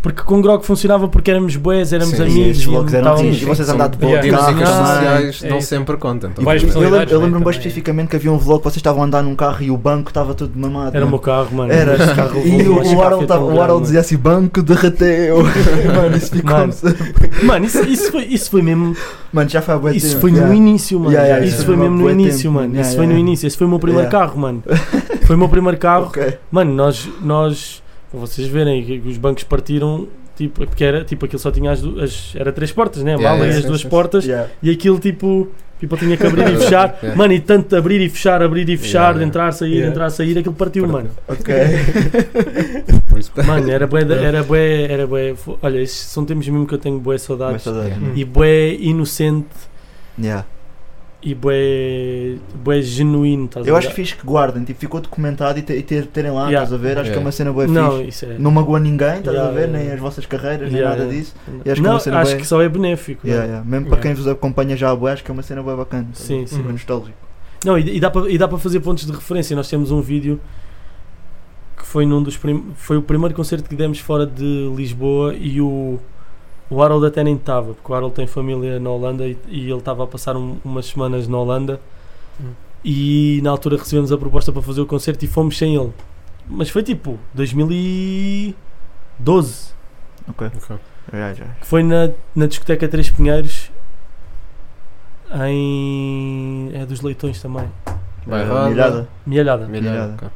Speaker 6: Porque com o Grog funcionava porque éramos boés, éramos
Speaker 7: Sim.
Speaker 5: E
Speaker 6: amigos,
Speaker 5: esses vlogs eram
Speaker 6: estávamos-
Speaker 5: tinhos. E vocês
Speaker 7: São-
Speaker 5: andar de boa de
Speaker 8: Yeah.
Speaker 5: carro
Speaker 7: Músicas
Speaker 6: Ah,
Speaker 5: também.
Speaker 7: sociais
Speaker 8: é
Speaker 7: não
Speaker 8: isso.
Speaker 7: sempre então. contam.
Speaker 6: tipo,
Speaker 8: E várias
Speaker 7: também.
Speaker 5: Eu lembro- Eu
Speaker 8: né,
Speaker 5: lembro-me bem
Speaker 8: também.
Speaker 5: especificamente que havia um vlog, vocês estavam a andar num carro e o banco estava todo mamado.
Speaker 6: era o
Speaker 5: mano.
Speaker 6: meu carro, mano.
Speaker 5: Era,
Speaker 6: Esse carro levou
Speaker 5: e
Speaker 6: uma
Speaker 5: o, o, Harold,
Speaker 6: escáfia
Speaker 5: tava-
Speaker 6: tão
Speaker 5: o
Speaker 6: grande,
Speaker 5: Harold
Speaker 6: mano.
Speaker 5: dizia assim: banco derreteu. mano, isso ficou.
Speaker 6: Mano.
Speaker 5: Mano,
Speaker 6: Mano, isso, isso, foi, isso foi mesmo.
Speaker 5: já foi a boa
Speaker 6: Isso
Speaker 5: tempo,
Speaker 6: foi no
Speaker 5: yeah.
Speaker 6: início, mano.
Speaker 5: Yeah, yeah,
Speaker 6: isso
Speaker 5: isso
Speaker 6: foi
Speaker 5: foi
Speaker 6: mesmo
Speaker 5: uma
Speaker 6: no
Speaker 5: boa
Speaker 6: início,
Speaker 5: tempo,
Speaker 6: mano.
Speaker 5: yeah,
Speaker 6: isso foi no
Speaker 5: yeah.
Speaker 6: início. Esse foi o meu primeiro
Speaker 5: Yeah.
Speaker 6: carro, mano. Foi o meu primeiro carro.
Speaker 5: Ok.
Speaker 6: Mano, nós, nós. Para vocês verem que os bancos partiram. Tipo, porque era tipo aquilo só tinha as duas. Era três portas, né? A
Speaker 7: Yeah,
Speaker 6: mala
Speaker 7: yeah,
Speaker 6: e as
Speaker 7: sim,
Speaker 6: duas
Speaker 7: sim,
Speaker 6: portas.
Speaker 5: Yeah.
Speaker 6: E aquilo tipo. Tipo, tinha que abrir e fechar.
Speaker 7: Yeah.
Speaker 6: Mano, e tanto abrir e fechar, abrir e fechar,
Speaker 7: Yeah,
Speaker 6: de entrar, sair,
Speaker 8: yeah.
Speaker 6: entrar, sair, aquilo partiu, mano.
Speaker 5: Ok.
Speaker 7: Por isso-
Speaker 6: Mano, era bué, da- era bué, era bué. fo- Olha, estes são tempos mesmo que eu tenho bué
Speaker 5: Mas
Speaker 6: saudades.
Speaker 5: toda a
Speaker 8: Hum.
Speaker 6: E bué inocente
Speaker 5: Yeah.
Speaker 6: e bué, bué genuíno, estás
Speaker 5: Eu
Speaker 6: a
Speaker 5: acho
Speaker 6: ver?
Speaker 5: fixe que guardem, tipo, ficou documentado e, te- e ter- terem lá,
Speaker 6: Yeah.
Speaker 5: estás a ver? Acho que é uma cena boa
Speaker 6: Não,
Speaker 5: fixe.
Speaker 6: isso é.
Speaker 5: Não magoa ninguém, estás
Speaker 6: Yeah,
Speaker 5: a ver?
Speaker 6: yeah.
Speaker 5: Nem as vossas carreiras,
Speaker 6: Yeah,
Speaker 5: nem nada
Speaker 6: yeah.
Speaker 5: disso. e acho que é
Speaker 6: não,
Speaker 5: uma cena
Speaker 6: acho
Speaker 5: bué-
Speaker 6: que só é benéfico. não
Speaker 5: Yeah,
Speaker 6: é?
Speaker 5: yeah. Mesmo
Speaker 8: Yeah.
Speaker 5: para quem vos acompanha já a boa, acho que é uma cena boa bacana. estás a ver?
Speaker 6: Sim, sim.
Speaker 5: É nostálgico.
Speaker 6: Não, e, e dá para e dá para fazer pontos de referência. Nós temos um vídeo que foi num dos prim- foi o primeiro concerto que demos fora de Lisboa e o o Harold até nem estava, porque o Harold tem família na Holanda e, e ele estava a passar um- umas semanas na Holanda
Speaker 8: Hum.
Speaker 6: e na altura recebemos a proposta para fazer o concerto e fomos sem ele. Mas foi tipo 2012.
Speaker 5: Já, já.
Speaker 6: que foi na, na discoteca Três Pinheiros em. é dos leitões também.
Speaker 7: Vai
Speaker 5: Eh,
Speaker 7: roda.
Speaker 5: Milhada.
Speaker 6: Mielhada.
Speaker 7: Melhor, ok.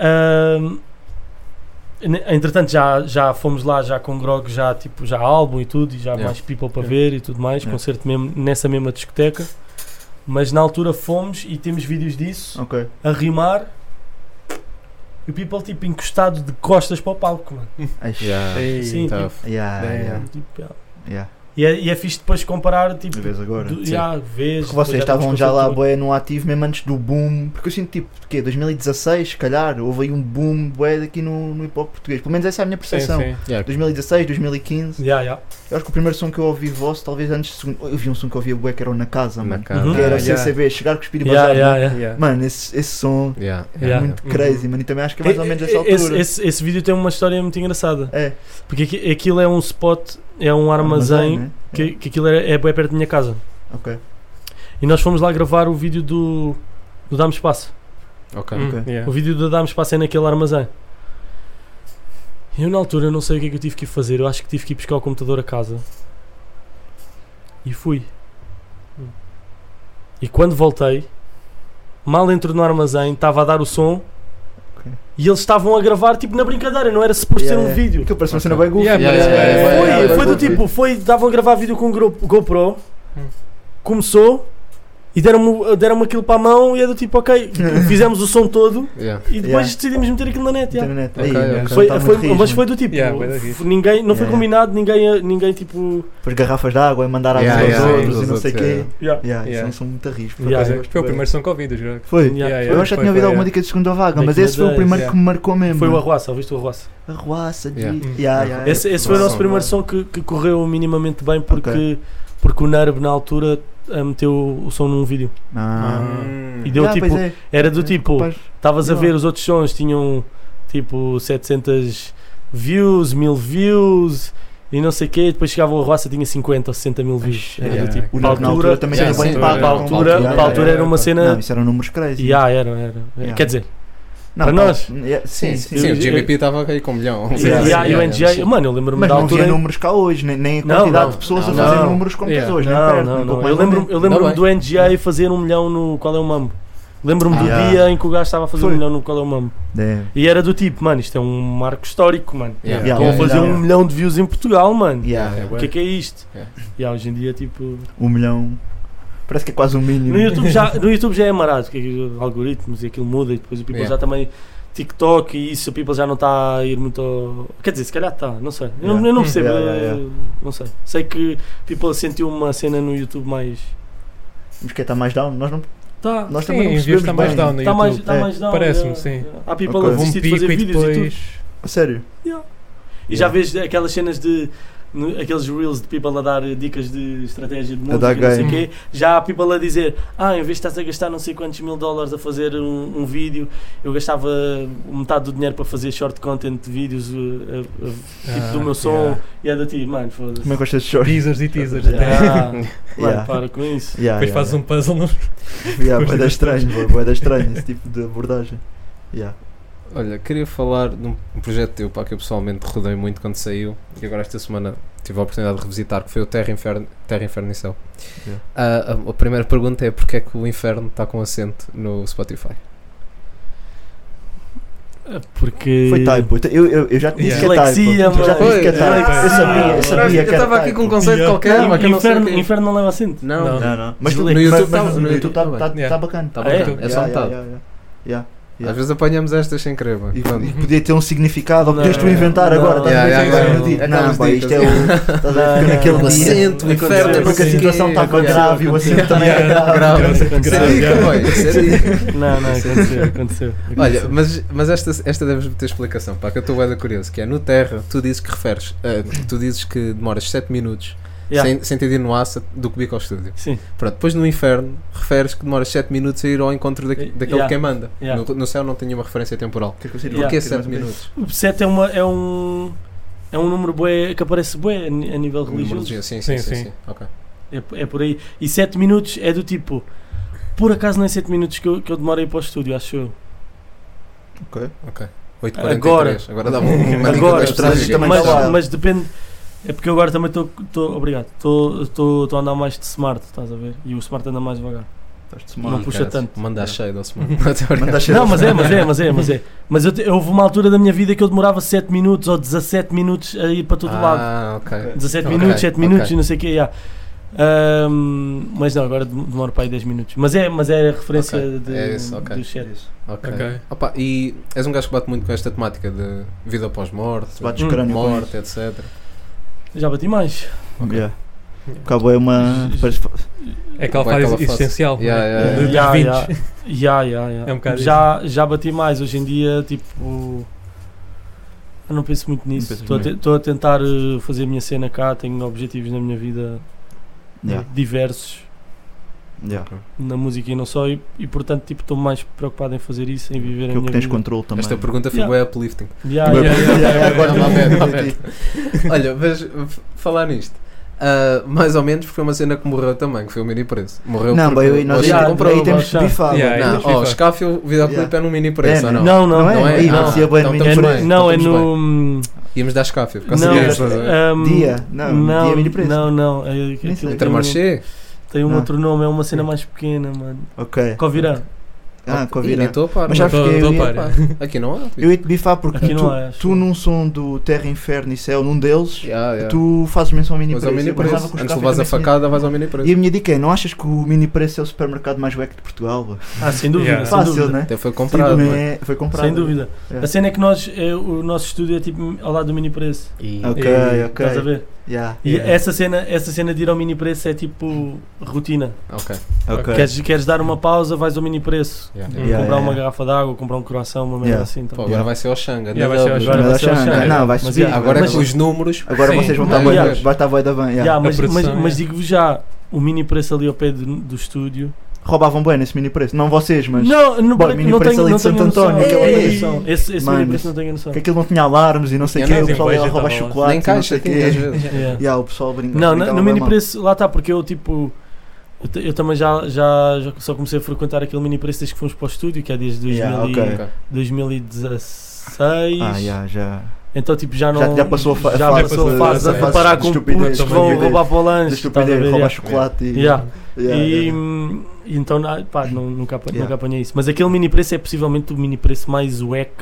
Speaker 6: Ahm, ne- entretanto já, já fomos lá já com Grog, já tipo já álbum e tudo, e já
Speaker 7: Yeah.
Speaker 6: mais people para
Speaker 8: Yeah.
Speaker 6: ver e tudo mais,
Speaker 5: Yeah.
Speaker 6: concerto mesmo nessa mesma discoteca. Mas na altura fomos e temos vídeos disso
Speaker 5: Ok.
Speaker 6: a rimar e o people tipo encostado de costas para o palco, mano.
Speaker 5: Eish.
Speaker 7: Yeah.
Speaker 8: Ei,
Speaker 6: Sim,
Speaker 7: Tough.
Speaker 5: Yeah,
Speaker 8: Damn.
Speaker 5: ah, yeah,
Speaker 6: tipo, tipo,
Speaker 5: yeah.
Speaker 6: E é, e é fixe depois comparar, tipo,
Speaker 5: Uma vez agora.
Speaker 6: do,
Speaker 5: Sim.
Speaker 6: já vês,
Speaker 5: Porque
Speaker 6: depois
Speaker 5: vocês
Speaker 6: damos
Speaker 5: estavam já lá
Speaker 6: cultura.
Speaker 5: boé no ativo mesmo antes do boom. Porque eu sinto tipo, de quê? 2016, se calhar, houve aí um boom boé aqui no, no hip hop português. Pelo menos essa é a minha
Speaker 8: Sim,
Speaker 5: percepção.
Speaker 8: sim.
Speaker 5: 2016, 2015.
Speaker 6: Já, já.
Speaker 5: Eu acho que o primeiro som que eu ouvi vosso, talvez antes do segundo. Eu vi um som que eu ouvia bué que era o Na Casa,
Speaker 7: Na
Speaker 5: mano.
Speaker 7: cara.
Speaker 6: Uhum.
Speaker 5: Que era
Speaker 7: Ah,
Speaker 5: CCB, chegar com o Speedy
Speaker 6: Já,
Speaker 5: Bazar.
Speaker 6: já,
Speaker 5: mano.
Speaker 6: já.
Speaker 7: yeah.
Speaker 5: Mano, esse, esse som
Speaker 7: Yeah.
Speaker 5: é
Speaker 6: Yeah.
Speaker 5: muito
Speaker 8: Uhum.
Speaker 5: crazy, mano. E também acho que é mais ou menos essa
Speaker 6: Esse-
Speaker 5: altura.
Speaker 6: Esse, esse vídeo tem uma história muito engraçada.
Speaker 5: É.
Speaker 6: Porque aqui- aquilo é um spot, é um armazém,
Speaker 5: né?
Speaker 6: que, que aquilo é, é bem perto da minha casa.
Speaker 5: Ok.
Speaker 6: E nós fomos lá gravar o vídeo do, do Damos Espaço.
Speaker 7: Ok.
Speaker 6: Uhum.
Speaker 8: Hum,
Speaker 5: Ok.
Speaker 8: yeah.
Speaker 6: O vídeo do Damos Espaço é naquele armazém. E eu na altura eu não sei o que é que eu tive que ir fazer. Eu acho que tive que ir buscar o computador a casa. E fui. E quando voltei, mal entro no armazém, estava a dar o som.
Speaker 5: Ok.
Speaker 6: E eles estavam a gravar tipo na brincadeira, não era suposto
Speaker 5: Yeah,
Speaker 6: ser um
Speaker 5: yeah.
Speaker 6: vídeo.
Speaker 5: Aquilo parece uma cena
Speaker 7: Ok.
Speaker 5: bem goofy. né?
Speaker 8: Yeah,
Speaker 7: Yeah,
Speaker 8: parece bué-
Speaker 7: yeah, yeah,
Speaker 6: É, Foi,
Speaker 7: yeah,
Speaker 6: foi do
Speaker 5: Goofy.
Speaker 6: tipo, foi, davam a gravar vídeo com o Gro- GoPro,
Speaker 8: Hum.
Speaker 6: começou e deram-me deram aquilo para a mão e é do tipo, ok, fizemos o som todo
Speaker 7: Yeah.
Speaker 6: e depois
Speaker 5: Yeah.
Speaker 6: decidimos meter aquilo na net. yeah.
Speaker 5: tipo, Internet.
Speaker 7: Ok,
Speaker 5: Aí, mano,
Speaker 7: ok.
Speaker 5: já
Speaker 6: Foi,
Speaker 5: tá muito
Speaker 6: foi-
Speaker 5: rijo,
Speaker 6: mas
Speaker 5: mano.
Speaker 6: foi do tipo,
Speaker 8: Yeah, bué da rixe.
Speaker 6: f- ninguém, não foi
Speaker 5: Yeah.
Speaker 6: combinado, ninguém, ninguém tipo.
Speaker 5: Depois garrafas de água, e mandar água
Speaker 7: Yeah,
Speaker 5: aos
Speaker 7: yeah,
Speaker 5: outros
Speaker 7: aos
Speaker 5: e não sei o
Speaker 7: outros,
Speaker 5: quê.
Speaker 6: Yeah.
Speaker 5: Yeah, isso
Speaker 8: Yeah.
Speaker 5: não são um muito risco.
Speaker 6: Yeah,
Speaker 8: Pois é, Foi o primeiro som que ouvi, juro.
Speaker 5: Foi.
Speaker 6: Yeah,
Speaker 8: Yeah,
Speaker 5: Eu acho que já tinha ouvido
Speaker 8: foi, é.
Speaker 5: alguma
Speaker 8: yeah.
Speaker 5: dica de segunda vaga,
Speaker 6: Back
Speaker 5: mas
Speaker 6: in
Speaker 5: esse
Speaker 6: the
Speaker 5: foi o
Speaker 6: days,
Speaker 5: primeiro
Speaker 8: yeah.
Speaker 5: que me marcou mesmo.
Speaker 6: Foi o Arruaça, ouviste o Arruaça?
Speaker 5: Arruaça de.
Speaker 7: Yeah.
Speaker 5: Yeah, yeah,
Speaker 6: Esse, esse
Speaker 7: bom
Speaker 6: foi o nosso
Speaker 7: som,
Speaker 6: primeiro
Speaker 7: bom.
Speaker 6: som que, que correu minimamente bem porque,
Speaker 5: Ok.
Speaker 6: porque o Nerb na altura ah, meteu o som num vídeo.
Speaker 5: Ah.
Speaker 7: Hum.
Speaker 6: E deu
Speaker 5: Yeah,
Speaker 6: tipo.
Speaker 5: pois é.
Speaker 6: Era do
Speaker 5: É,
Speaker 6: tipo.
Speaker 5: rapaz.
Speaker 6: Estavas a
Speaker 5: Não.
Speaker 6: ver os outros sons, tinham tipo 700 views, 1000 views e não sei o quê. e Depois chegava o Roça tinha 50 ou 60 mil views. Era
Speaker 8: yeah,
Speaker 6: do tipo,
Speaker 5: O
Speaker 6: para a
Speaker 5: Nerd na
Speaker 6: altura,
Speaker 5: altura também
Speaker 7: Sim,
Speaker 5: era
Speaker 7: sim,
Speaker 5: bem
Speaker 7: sim.
Speaker 6: para
Speaker 5: pago.
Speaker 6: a
Speaker 7: era
Speaker 6: altura,
Speaker 7: altura,
Speaker 6: para a altura era
Speaker 7: era
Speaker 6: uma
Speaker 5: Não,
Speaker 6: cena.
Speaker 5: isso eram números crazy.
Speaker 6: Yeah, era, era.
Speaker 5: Yeah.
Speaker 6: Quer dizer,
Speaker 5: Não,
Speaker 6: para
Speaker 5: pá,
Speaker 6: nós.
Speaker 5: yeah, Sim, sim.
Speaker 7: Sim, o
Speaker 6: Eu-
Speaker 7: GBP estava aí com um milhão.
Speaker 6: yeah,
Speaker 5: sim,
Speaker 6: yeah, e o
Speaker 7: yeah,
Speaker 6: NGA,
Speaker 7: sim.
Speaker 6: mano, eu lembro-me
Speaker 5: Mas
Speaker 6: da
Speaker 5: não
Speaker 6: altura.
Speaker 5: havia
Speaker 6: em-
Speaker 5: números cá hoje, nem, nem a
Speaker 6: Não,
Speaker 5: quantidade
Speaker 6: não,
Speaker 5: de pessoas
Speaker 7: não,
Speaker 5: a fazer
Speaker 6: não.
Speaker 5: números como
Speaker 8: Yeah.
Speaker 5: pessoas, nem
Speaker 6: Não,
Speaker 5: perto,
Speaker 6: não,
Speaker 5: nem
Speaker 6: não. é.
Speaker 5: pouco
Speaker 6: Eu
Speaker 5: mais ou
Speaker 6: lembro-me
Speaker 5: menos.
Speaker 6: eu lembro-me
Speaker 7: Não,
Speaker 6: do NGA fazer um milhão no Qual é o Mambo. Lembro-me do
Speaker 5: Ah.
Speaker 6: dia em que o gajo estava a fazer um
Speaker 5: Foi.
Speaker 6: milhão no Qual é o Mambo.
Speaker 5: Damn.
Speaker 6: E era do tipo, mano, isto é um marco histórico, mano.
Speaker 7: Yeah.
Speaker 5: Yeah,
Speaker 6: Estão a
Speaker 5: yeah,
Speaker 6: fazer
Speaker 5: yeah.
Speaker 6: um milhão de views em Portugal, mano.
Speaker 5: Yeah,
Speaker 7: Yeah.
Speaker 6: O que é que é isto?
Speaker 7: É.
Speaker 6: E há, hoje em dia, tipo.
Speaker 5: Um milhão. Parece que é quase um
Speaker 6: No
Speaker 5: mínimo.
Speaker 6: YouTube já, no YouTube já é amarado, que aquilo- algoritmos e aquilo muda, e depois o
Speaker 8: É.
Speaker 6: People
Speaker 7: Yeah.
Speaker 6: já também. TikTok e isso, o People já não está a ir muito. ao- Quer dizer, se calhar está, não sei. Eu, não-
Speaker 5: Yeah.
Speaker 6: eu não
Speaker 8: Hum.
Speaker 6: percebo.
Speaker 5: Yeah, yeah,
Speaker 6: eh,
Speaker 5: yeah.
Speaker 6: Não sei. Sei que People sentiu uma cena no YouTube mais.
Speaker 5: Mas quem está mais down? Nós, não,
Speaker 6: Está.
Speaker 8: Tá,
Speaker 5: nós também não
Speaker 8: Sim, em views
Speaker 5: percebemos
Speaker 8: está
Speaker 5: bem.
Speaker 8: mais down no
Speaker 6: Está mais,
Speaker 8: YouTube.
Speaker 6: tá
Speaker 5: é.
Speaker 6: mais down.
Speaker 8: Parece-me,
Speaker 6: yeah.
Speaker 8: sim.
Speaker 6: Há People
Speaker 5: Ok.
Speaker 6: a
Speaker 5: Houve
Speaker 8: Houve um
Speaker 6: desistir de
Speaker 8: pico
Speaker 6: fazer
Speaker 8: e
Speaker 6: vídeos e tudo.
Speaker 8: depois.
Speaker 5: A sério.
Speaker 6: E já vês aquelas cenas de. no- aqueles reels de people a dar eh, dicas de estratégia de música,
Speaker 5: dar
Speaker 6: não sei o
Speaker 5: game.
Speaker 6: quê. Já há people a dizer: Ah, em vez de estás a gastar não sei quantos mil dólares a fazer um, um vídeo, eu gastava metade do dinheiro para fazer short content de vídeos, eh, eh, eh, tipo do meu som,
Speaker 8: yeah.
Speaker 6: e é da ti, mano, foda-se.
Speaker 5: Como é que gostas de short?
Speaker 8: Teasers e teasers.
Speaker 6: Ah,
Speaker 8: até.
Speaker 6: mano,
Speaker 5: Yeah.
Speaker 6: para com isso.
Speaker 5: Yeah,
Speaker 8: Depois
Speaker 5: yeah,
Speaker 8: fazes um puzzle no
Speaker 5: Yeah, boeda estranho, boa, boeda estranho esse tipo de abordagem. Yeah.
Speaker 7: Olha, queria falar de um projeto teu pá, que eu pessoalmente rodei muito quando saiu e agora esta semana tive a oportunidade de revisitar, que foi o Terra, Inferno, Terra Inferno e Céu.
Speaker 5: Yeah.
Speaker 7: Ah, a, a primeira pergunta é porque é que o Inferno está com acento no Spotify?
Speaker 6: Porque.
Speaker 5: Foi typo. então Eu, eu, eu já te disse
Speaker 8: Yeah.
Speaker 5: que é typo.
Speaker 6: Dislexia,
Speaker 5: Eu já te
Speaker 7: mano.
Speaker 5: disse que é typo.
Speaker 7: Dislexia.
Speaker 5: Eu sabia, eu sabia que era
Speaker 7: estava aqui
Speaker 5: typo.
Speaker 7: com um conceito
Speaker 8: Yeah.
Speaker 7: qualquer, mas que eu não sei o
Speaker 6: inferno,
Speaker 7: que é.
Speaker 6: inferno não leva acento.
Speaker 7: Não,
Speaker 8: Não.
Speaker 5: Não, não. Mas tu-
Speaker 7: No YouTube
Speaker 5: mas-
Speaker 7: tá-
Speaker 5: mas
Speaker 7: no
Speaker 5: no
Speaker 7: YouTube
Speaker 5: YouTube
Speaker 7: tá bem.
Speaker 5: está
Speaker 8: Yeah.
Speaker 5: bacana.
Speaker 7: Tá
Speaker 5: Tá
Speaker 7: bom,
Speaker 6: É?
Speaker 7: é só
Speaker 5: Yeah,
Speaker 7: metade.
Speaker 5: yeah, yeah, yeah.
Speaker 7: Às vezes apanhamos estas sem querer, mano.
Speaker 5: E, Tá
Speaker 7: Pronto.
Speaker 5: e podia ter um significado, ou
Speaker 6: Não,
Speaker 5: podias tu inventar
Speaker 6: não,
Speaker 5: agora, estás a ver?
Speaker 7: yeah,
Speaker 5: Vai
Speaker 7: yeah,
Speaker 5: no dia.
Speaker 7: yeah.
Speaker 5: Não,
Speaker 7: Aquelas
Speaker 5: pá, isto é o.
Speaker 7: dicas.
Speaker 5: Estás a ver
Speaker 6: Não,
Speaker 5: naquele
Speaker 7: O
Speaker 5: dia.
Speaker 7: acento, o inferno, assim.
Speaker 5: É
Speaker 7: não
Speaker 5: porque a
Speaker 7: sei o
Speaker 5: situação
Speaker 7: quê.
Speaker 5: estava
Speaker 7: Aconteceu,
Speaker 5: grave e o
Speaker 7: aconteceu.
Speaker 5: acento também é
Speaker 7: Yeah, grave.
Speaker 5: grave.
Speaker 7: Sim, cowboy, sim.
Speaker 6: Não, não, aconteceu, aconteceu.
Speaker 7: Olha, mas, mas esta, esta deves ter explicação, pá, que eu estou bem curioso, que é no Terra, tu dizes que referes, eh, tu dizes que demoras 7 minutos
Speaker 6: Yeah.
Speaker 7: sem, sem ter de ir no aço do que bico ao estúdio.
Speaker 6: Sim.
Speaker 7: Pronto, depois no inferno referes que demoras 7 minutos a ir ao encontro daqu-
Speaker 6: Yeah.
Speaker 7: daquele que manda.
Speaker 6: Yeah.
Speaker 7: No, no céu não tem nenhuma referência temporal.
Speaker 5: é
Speaker 6: Yeah.
Speaker 7: Porquê 7 minutos?
Speaker 6: O 7 é, uma, é um. É um número bué que aparece bué a ni- a
Speaker 5: Um
Speaker 6: nível religioso.
Speaker 7: Sim, sim,
Speaker 8: Sim,
Speaker 7: sim, sim.
Speaker 8: sim.
Speaker 7: sim. Ok.
Speaker 6: É, p- é por aí. E 7 minutos é do tipo. Por acaso não é 7 minutos que eu, que eu demorei para o estúdio, acho eu.
Speaker 7: 8h43.
Speaker 6: Agora.
Speaker 7: Agora, dá uma, uma dica
Speaker 6: Agora,
Speaker 7: das pessoas
Speaker 5: Tá mas-
Speaker 7: aqui.
Speaker 5: também
Speaker 6: mas,
Speaker 5: tá lá.
Speaker 6: mas depende. É porque eu agora também estou. Obrigado. Estou a andar mais de smart, estás a ver? E o smart anda mais devagar. Não puxa
Speaker 7: Caras,
Speaker 6: tanto.
Speaker 7: Manda a
Speaker 6: Yeah.
Speaker 7: cheia, doce mano. Não, tô brincando.
Speaker 6: Não, mas é, mas é, mas é, mas é. Mas eu, te- eu- houve uma altura da minha vida que eu demorava 7 minutos ou 17 minutos a ir para todo lado.
Speaker 7: Ah, ok.
Speaker 6: 17
Speaker 7: Ok,
Speaker 6: minutos, 7
Speaker 7: ok.
Speaker 6: minutos e não sei o quê. Yeah. Ahm, mas não, agora dem- demora para aí 10 minutos. Mas é, mas é a referência
Speaker 7: Ok,
Speaker 6: de,
Speaker 7: é isso, ok.
Speaker 6: do chat.
Speaker 7: Ok.
Speaker 8: Ok.
Speaker 7: Opa, e és um gajo que bate muito com esta temática de vida após morte,
Speaker 5: Bates
Speaker 6: Hum,
Speaker 5: crânio com
Speaker 7: morte, etc.
Speaker 6: Já bati mais.
Speaker 5: isso. Yeah. Cowboy é uma. parece-
Speaker 8: É aquela
Speaker 7: Vai
Speaker 8: fase
Speaker 7: aquela fase.
Speaker 8: existencial.
Speaker 7: Yeah,
Speaker 8: né?
Speaker 7: yeah,
Speaker 8: De- de
Speaker 6: Yeah,
Speaker 8: 20.
Speaker 6: yeah. Yeah, yeah, yeah.
Speaker 8: É um bocado
Speaker 6: já, já bati mais. Hoje em dia, tipo. Eu não penso muito nisso.
Speaker 9: pensas
Speaker 6: Estou a, te-
Speaker 9: muito.
Speaker 6: tô a tentar eh, fazer a minha cena cá. Tenho objetivos na minha vida
Speaker 5: Yeah,
Speaker 6: diversos
Speaker 5: yeah.
Speaker 6: na música e não só. E, e, portanto, tipo, estou mais preocupado em fazer isso, em viver
Speaker 5: Que
Speaker 6: a
Speaker 5: é o
Speaker 6: minha
Speaker 5: que tens
Speaker 6: vida.
Speaker 5: controle também.
Speaker 7: Esta pergunta foi
Speaker 6: Yeah.
Speaker 7: yeah. uplifting.
Speaker 6: Yeah, yeah, yeah.
Speaker 5: Agora
Speaker 7: Lá vem, lá
Speaker 5: vou
Speaker 7: vem.
Speaker 5: mentir.
Speaker 7: tá Olha, mas f- falar nisto. ah, mais ou menos, porque foi uma cena que morreu também, que foi o mini preço. Morreu
Speaker 5: Não,
Speaker 7: porque
Speaker 5: bem, aí nós
Speaker 7: Oxi,
Speaker 6: Yeah,
Speaker 7: comprou, um.
Speaker 5: aí temos
Speaker 6: Oxi.
Speaker 5: bifado.
Speaker 8: Yeah,
Speaker 7: Não,
Speaker 8: Aí
Speaker 7: ó,
Speaker 8: FIFA.
Speaker 7: o Scafield, o videoclipe
Speaker 5: Yeah.
Speaker 7: é no mini preço,
Speaker 5: É,
Speaker 7: ou não?
Speaker 6: Não, não,
Speaker 5: Não
Speaker 7: Não
Speaker 5: é?
Speaker 7: é?
Speaker 5: Ih,
Speaker 7: Ah,
Speaker 5: parecia bem
Speaker 7: então
Speaker 5: no
Speaker 7: estamos
Speaker 5: mini
Speaker 6: É-
Speaker 7: bem.
Speaker 6: não, é
Speaker 7: estamos
Speaker 6: no. hum,
Speaker 7: Íamos dar Scafield, com
Speaker 6: Não,
Speaker 7: certeza.
Speaker 5: é,
Speaker 6: hum,
Speaker 5: Dia. Não, dia mini preço.
Speaker 6: Não, não. é- aquilo
Speaker 5: sei.
Speaker 6: tem um-
Speaker 7: Intermarché?
Speaker 6: Tem um
Speaker 5: Não.
Speaker 6: outro nome, é uma cena mais pequena, mano.
Speaker 5: Ok.
Speaker 6: Covirã.
Speaker 5: Ah,
Speaker 7: Ih,
Speaker 5: Covid.
Speaker 7: nem estou a par.
Speaker 5: Mas já
Speaker 7: mano.
Speaker 8: Tô-
Speaker 5: fiquei.
Speaker 8: tô
Speaker 5: eu ia-
Speaker 8: a par.
Speaker 7: Aqui não há.
Speaker 5: Eu ia te bifar porque
Speaker 6: Aqui
Speaker 5: tu,
Speaker 6: não é, acho
Speaker 5: tu
Speaker 6: que-
Speaker 5: num som do Terra, Inferno e Céu, num deles,
Speaker 7: Yeah, yeah.
Speaker 5: tu fazes menção ao mini
Speaker 7: Mas
Speaker 5: preço.
Speaker 7: ao mini
Speaker 5: Eu pensava
Speaker 7: preço.
Speaker 5: que os
Speaker 7: Antes de
Speaker 5: cafés
Speaker 7: levares a
Speaker 5: também tinham-
Speaker 7: facada, vais ao mini preço.
Speaker 5: E a minha dica é: não achas que o mini preço é o supermercado mais wack de Portugal? bô?
Speaker 6: Ah, sem dúvida.
Speaker 8: Yeah.
Speaker 6: Sem
Speaker 5: Fácil,
Speaker 6: dúvida.
Speaker 5: né?
Speaker 7: Até foi comprado,
Speaker 5: Sim,
Speaker 7: mano.
Speaker 5: é, Foi comprado.
Speaker 6: Sem dúvida.
Speaker 5: É.
Speaker 6: A cena é que nós, é, o nosso estúdio é tipo ao lado do mini preço.
Speaker 5: Ok,
Speaker 8: E-
Speaker 5: ok.
Speaker 6: Estás a ver?
Speaker 5: Yeah,
Speaker 6: E
Speaker 8: Yeah.
Speaker 6: essa, cena, essa cena de ir ao mini preço é tipo rotina.
Speaker 5: Ah.
Speaker 7: Ok.
Speaker 5: ok.
Speaker 6: Queres, queres dar uma pausa, vais ao mini preço.
Speaker 7: Yeah.
Speaker 8: Hum.
Speaker 5: Yeah,
Speaker 6: comprar
Speaker 5: yeah,
Speaker 6: uma
Speaker 5: yeah.
Speaker 6: garrafa d'água, comprar um coração, uma merda
Speaker 5: Yeah.
Speaker 6: assim. Então.
Speaker 7: Pô, agora
Speaker 5: Yeah.
Speaker 7: vai ser ao Xanga.
Speaker 8: Yeah, vai ser ao
Speaker 7: DW.
Speaker 8: Xanga.
Speaker 6: Agora
Speaker 5: Mas
Speaker 6: vai ser ao
Speaker 5: acham-
Speaker 6: Xanga.
Speaker 5: Não, vai
Speaker 6: Mas
Speaker 5: subir.
Speaker 6: yeah,
Speaker 7: Agora
Speaker 6: Mas-
Speaker 7: com os números.
Speaker 5: né? Agora
Speaker 8: Sim,
Speaker 5: vocês vão
Speaker 7: tá
Speaker 5: estar bué da-
Speaker 7: ligado.
Speaker 5: vai estar boa da van. yeah.
Speaker 6: Yeah, mas
Speaker 8: A produção,
Speaker 6: mas- mas
Speaker 8: yeah.
Speaker 6: digo-vos já, o mini preço ali ao pé do, do estúdio.
Speaker 5: Roubavam bem nesse mini preço. Não vocês, mas.
Speaker 6: não, não,
Speaker 5: Bom,
Speaker 6: não
Speaker 5: mini
Speaker 6: tenho, não
Speaker 5: preço
Speaker 6: tenho
Speaker 5: ali de
Speaker 6: noção.
Speaker 5: Santo António, é
Speaker 6: não
Speaker 5: aquele
Speaker 6: tenho
Speaker 5: ali.
Speaker 6: noção. Esse, esse
Speaker 5: Mano,
Speaker 6: mini preço não tenho noção.
Speaker 5: Que é aquilo não tinha alarmes e não sei o
Speaker 7: Eu
Speaker 5: que.
Speaker 7: não
Speaker 5: O
Speaker 7: sei,
Speaker 5: pessoal
Speaker 8: pois,
Speaker 5: ia
Speaker 8: eu
Speaker 5: roubar
Speaker 8: tava lá.
Speaker 5: chocolate.
Speaker 7: Nem
Speaker 5: e não
Speaker 7: caixa
Speaker 5: sei o quê. É.
Speaker 7: tinha às vezes.
Speaker 6: Yeah.
Speaker 5: Yeah, o pessoal brinca.
Speaker 6: Não,
Speaker 5: brincava
Speaker 6: no, no
Speaker 5: bué
Speaker 6: mini
Speaker 5: mal.
Speaker 6: preço, lá está, porque eu tipo. Eu, te- eu também já, já, já só comecei a frequentar aquele mini preço desde que fomos para o estúdio, que é desde 2000
Speaker 5: Yeah,
Speaker 6: e-
Speaker 5: ok.
Speaker 7: Ok.
Speaker 6: 2016.
Speaker 5: Ah, yeah, já.
Speaker 6: Então tipo já não.
Speaker 5: Já, já passou a, fa
Speaker 6: já
Speaker 5: fase,
Speaker 6: passou a fase
Speaker 5: a
Speaker 6: de
Speaker 5: fase
Speaker 6: parar
Speaker 5: de
Speaker 6: com
Speaker 5: estupidez,
Speaker 6: putos que vão
Speaker 5: estupidez,
Speaker 6: roubar para o
Speaker 5: de
Speaker 6: lanche. estás a
Speaker 5: estupidez,
Speaker 6: ver,
Speaker 5: roubar
Speaker 6: yeah.
Speaker 5: chocolate e.
Speaker 6: Yeah.
Speaker 5: Yeah,
Speaker 6: e,
Speaker 5: yeah.
Speaker 6: hum, e então, ah, pá, não, nunca, apa-
Speaker 5: Yeah.
Speaker 6: nunca apanhei isso. Mas aquele mini preço é possivelmente o mini preço mais wack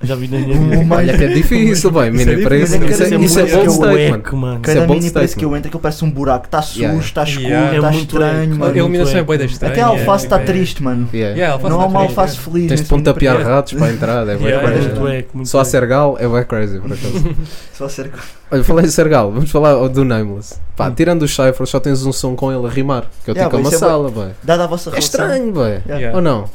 Speaker 6: que já vi na minha
Speaker 5: O
Speaker 6: vida.
Speaker 5: mais-
Speaker 7: Olha que é difícil, bem.
Speaker 8: Isso é
Speaker 7: Mini preço.
Speaker 5: difícil.
Speaker 7: Isso é-
Speaker 5: Isso
Speaker 7: isso
Speaker 5: é
Speaker 7: é bold
Speaker 5: muito
Speaker 7: statement.
Speaker 6: wack, mano.
Speaker 7: Isso
Speaker 5: Cada
Speaker 7: é bom
Speaker 5: mini preço
Speaker 7: statement.
Speaker 5: que eu entro, aquilo parece um buraco. Está sujo,
Speaker 7: Yeah,
Speaker 5: está escuro, está
Speaker 8: Yeah, é
Speaker 6: muito
Speaker 5: estranho,
Speaker 6: eco.
Speaker 8: A
Speaker 5: mano.
Speaker 8: iluminação é boa da estranha.
Speaker 5: Até a alface está
Speaker 8: é.
Speaker 5: triste, mano.
Speaker 7: Yeah.
Speaker 8: Yeah, a alface
Speaker 5: Não há
Speaker 8: tá
Speaker 5: uma
Speaker 8: triste,
Speaker 5: alface
Speaker 8: é.
Speaker 5: feliz.
Speaker 7: Tens de
Speaker 5: nesse mini
Speaker 7: pontapear
Speaker 5: preço.
Speaker 7: ratos para a entrada. É bué
Speaker 8: Yeah,
Speaker 7: crazy.
Speaker 5: yeah.
Speaker 6: Muito wack, muito
Speaker 7: Só a
Speaker 6: wack.
Speaker 7: Sergal é bué crazy, por acaso.
Speaker 5: Só ser
Speaker 7: Olha, falei de Sergal, vamos falar do Nameless. Pá, tirando os Cypher, só tens um som com ele a rimar. Que eu
Speaker 5: Hum.
Speaker 7: tenho
Speaker 5: Yeah, bué,
Speaker 7: uma
Speaker 5: isso é
Speaker 7: sala, bué.
Speaker 5: Dada a vossa
Speaker 7: É
Speaker 5: relação.
Speaker 7: estranho, bué.
Speaker 5: Yeah.
Speaker 8: Yeah.
Speaker 7: Ou não?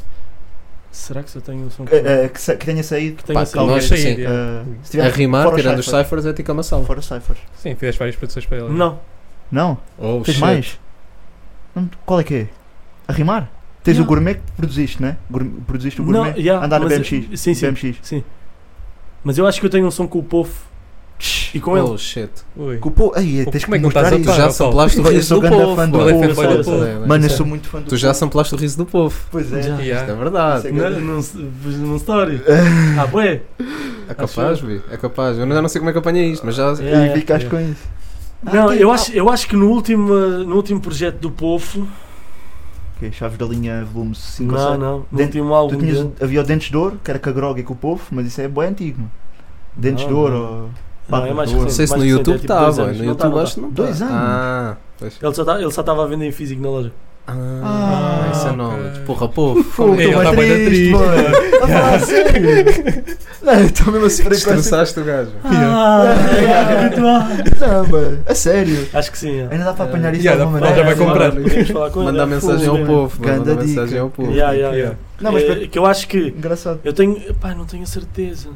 Speaker 6: Será que só tenho um som que-
Speaker 5: eh, eh, que, sa- que tenha saído.
Speaker 6: Tenho
Speaker 7: Pá,
Speaker 6: assim,
Speaker 7: não
Speaker 8: Talvez
Speaker 7: Sim.
Speaker 8: sair, yeah.
Speaker 5: eh, se tiver
Speaker 7: A rimar,
Speaker 5: fora o
Speaker 7: tirando os
Speaker 5: Cypher.
Speaker 7: Cyphers, é Tica Massala.
Speaker 5: Fora Cypher.
Speaker 8: Sim, fizeste várias produções para ele.
Speaker 6: Não.
Speaker 5: Não?
Speaker 7: Oh,
Speaker 5: Tens
Speaker 7: shit.
Speaker 5: mais? Não, Qual é que é? A rimar? Tens
Speaker 6: Não.
Speaker 5: o gourmet que produziste, né? Gourmet- Produziste o
Speaker 6: não
Speaker 5: gourmet?
Speaker 6: yeah,
Speaker 5: Andar no
Speaker 6: mas-
Speaker 5: BMX.
Speaker 6: Sim, sim.
Speaker 5: BMX.
Speaker 6: Mas eu acho que eu tenho um som com o Pofo e com ele.
Speaker 7: Oh, shit. Então,
Speaker 8: Ui.
Speaker 5: Culpou. Aí,
Speaker 8: Pô,
Speaker 5: tens que
Speaker 8: como é que não
Speaker 5: mostrar
Speaker 8: estás a
Speaker 5: isso.
Speaker 7: Tu já
Speaker 8: Claro,
Speaker 7: samplaste o
Speaker 5: Paulo. Eu
Speaker 7: riso
Speaker 5: sou
Speaker 7: do
Speaker 5: grande
Speaker 7: povo.
Speaker 5: fã do
Speaker 7: bué.
Speaker 8: Ele é fã
Speaker 7: Foda-se,
Speaker 8: do povo.
Speaker 7: é,
Speaker 5: Mano, eu
Speaker 7: isso é-
Speaker 5: sou muito fã do.
Speaker 7: Tu já
Speaker 5: Pulp.
Speaker 7: samplaste o riso do povo.
Speaker 5: Pois é.
Speaker 6: Já.
Speaker 7: Isto é
Speaker 8: Yeah.
Speaker 7: verdade.
Speaker 6: Não, não, pus num story. Ah, bué.
Speaker 7: É capaz, vi. É capaz. Eu ainda não sei como é que apanhei isto, mas já.
Speaker 5: E
Speaker 6: Yeah, yeah.
Speaker 5: ficaste com isso.
Speaker 6: Não,
Speaker 5: Ah,
Speaker 6: eu
Speaker 5: ah,
Speaker 6: acho, eu acho que no último, eh, no último projeto do Pofo.
Speaker 5: Ok, é Chaves da linha, volume 5 ou
Speaker 6: Não,
Speaker 5: seis.
Speaker 6: não. No
Speaker 5: Dentro-
Speaker 6: último álbum.
Speaker 5: Tu tinhas, um
Speaker 6: dele.
Speaker 5: havia o Dentes de Ouro, que era com a Grog e com o Povo, mas isso é bem antigo. mano. Dentes
Speaker 6: Não,
Speaker 5: de Ouro.
Speaker 6: não.
Speaker 5: ou-
Speaker 6: Não, é mais
Speaker 5: Não
Speaker 7: Não
Speaker 6: recente,
Speaker 7: sei se
Speaker 6: mais recente,
Speaker 7: no
Speaker 6: é
Speaker 7: YouTube
Speaker 6: tipo dois
Speaker 7: estava.
Speaker 6: anos.
Speaker 7: No
Speaker 6: Não tá,
Speaker 7: YouTube
Speaker 6: não tá.
Speaker 7: acho que não.
Speaker 5: Dois
Speaker 7: tá.
Speaker 5: anos.
Speaker 7: Ah, pois.
Speaker 6: Ele só tá- ele só estava a vender em físico na loja.
Speaker 5: Ah,
Speaker 7: Ah, isso é
Speaker 8: ok.
Speaker 7: knowledge. Porra, povo.
Speaker 5: Pô,
Speaker 8: Ele
Speaker 5: tô
Speaker 8: tá
Speaker 5: bem
Speaker 8: bué da triste,
Speaker 5: mano. A falar sério. Não, É, eu estou mesmo assim a sofrer com essa-
Speaker 7: Estressaste o gajo.
Speaker 5: Não, mano,
Speaker 6: é
Speaker 5: a sério.
Speaker 6: Acho que sim. é.
Speaker 5: Ainda dá para apanhar isso de
Speaker 8: Yeah,
Speaker 5: alguma
Speaker 8: dá-
Speaker 5: maneira.
Speaker 8: já vai comprar.
Speaker 6: Podemos falar- podemos falar com ele,
Speaker 7: Manda
Speaker 6: é
Speaker 7: mensagem ao
Speaker 6: full,
Speaker 7: povo. Manda
Speaker 5: Ganda
Speaker 7: mensagem
Speaker 5: dica.
Speaker 7: ao povo.
Speaker 6: man. Yeah, yeah,
Speaker 8: Yeah.
Speaker 6: yeah.
Speaker 5: Não, mas
Speaker 6: É, que eu acho que
Speaker 5: engraçado.
Speaker 6: eu tenho, pá, não tenho a certeza.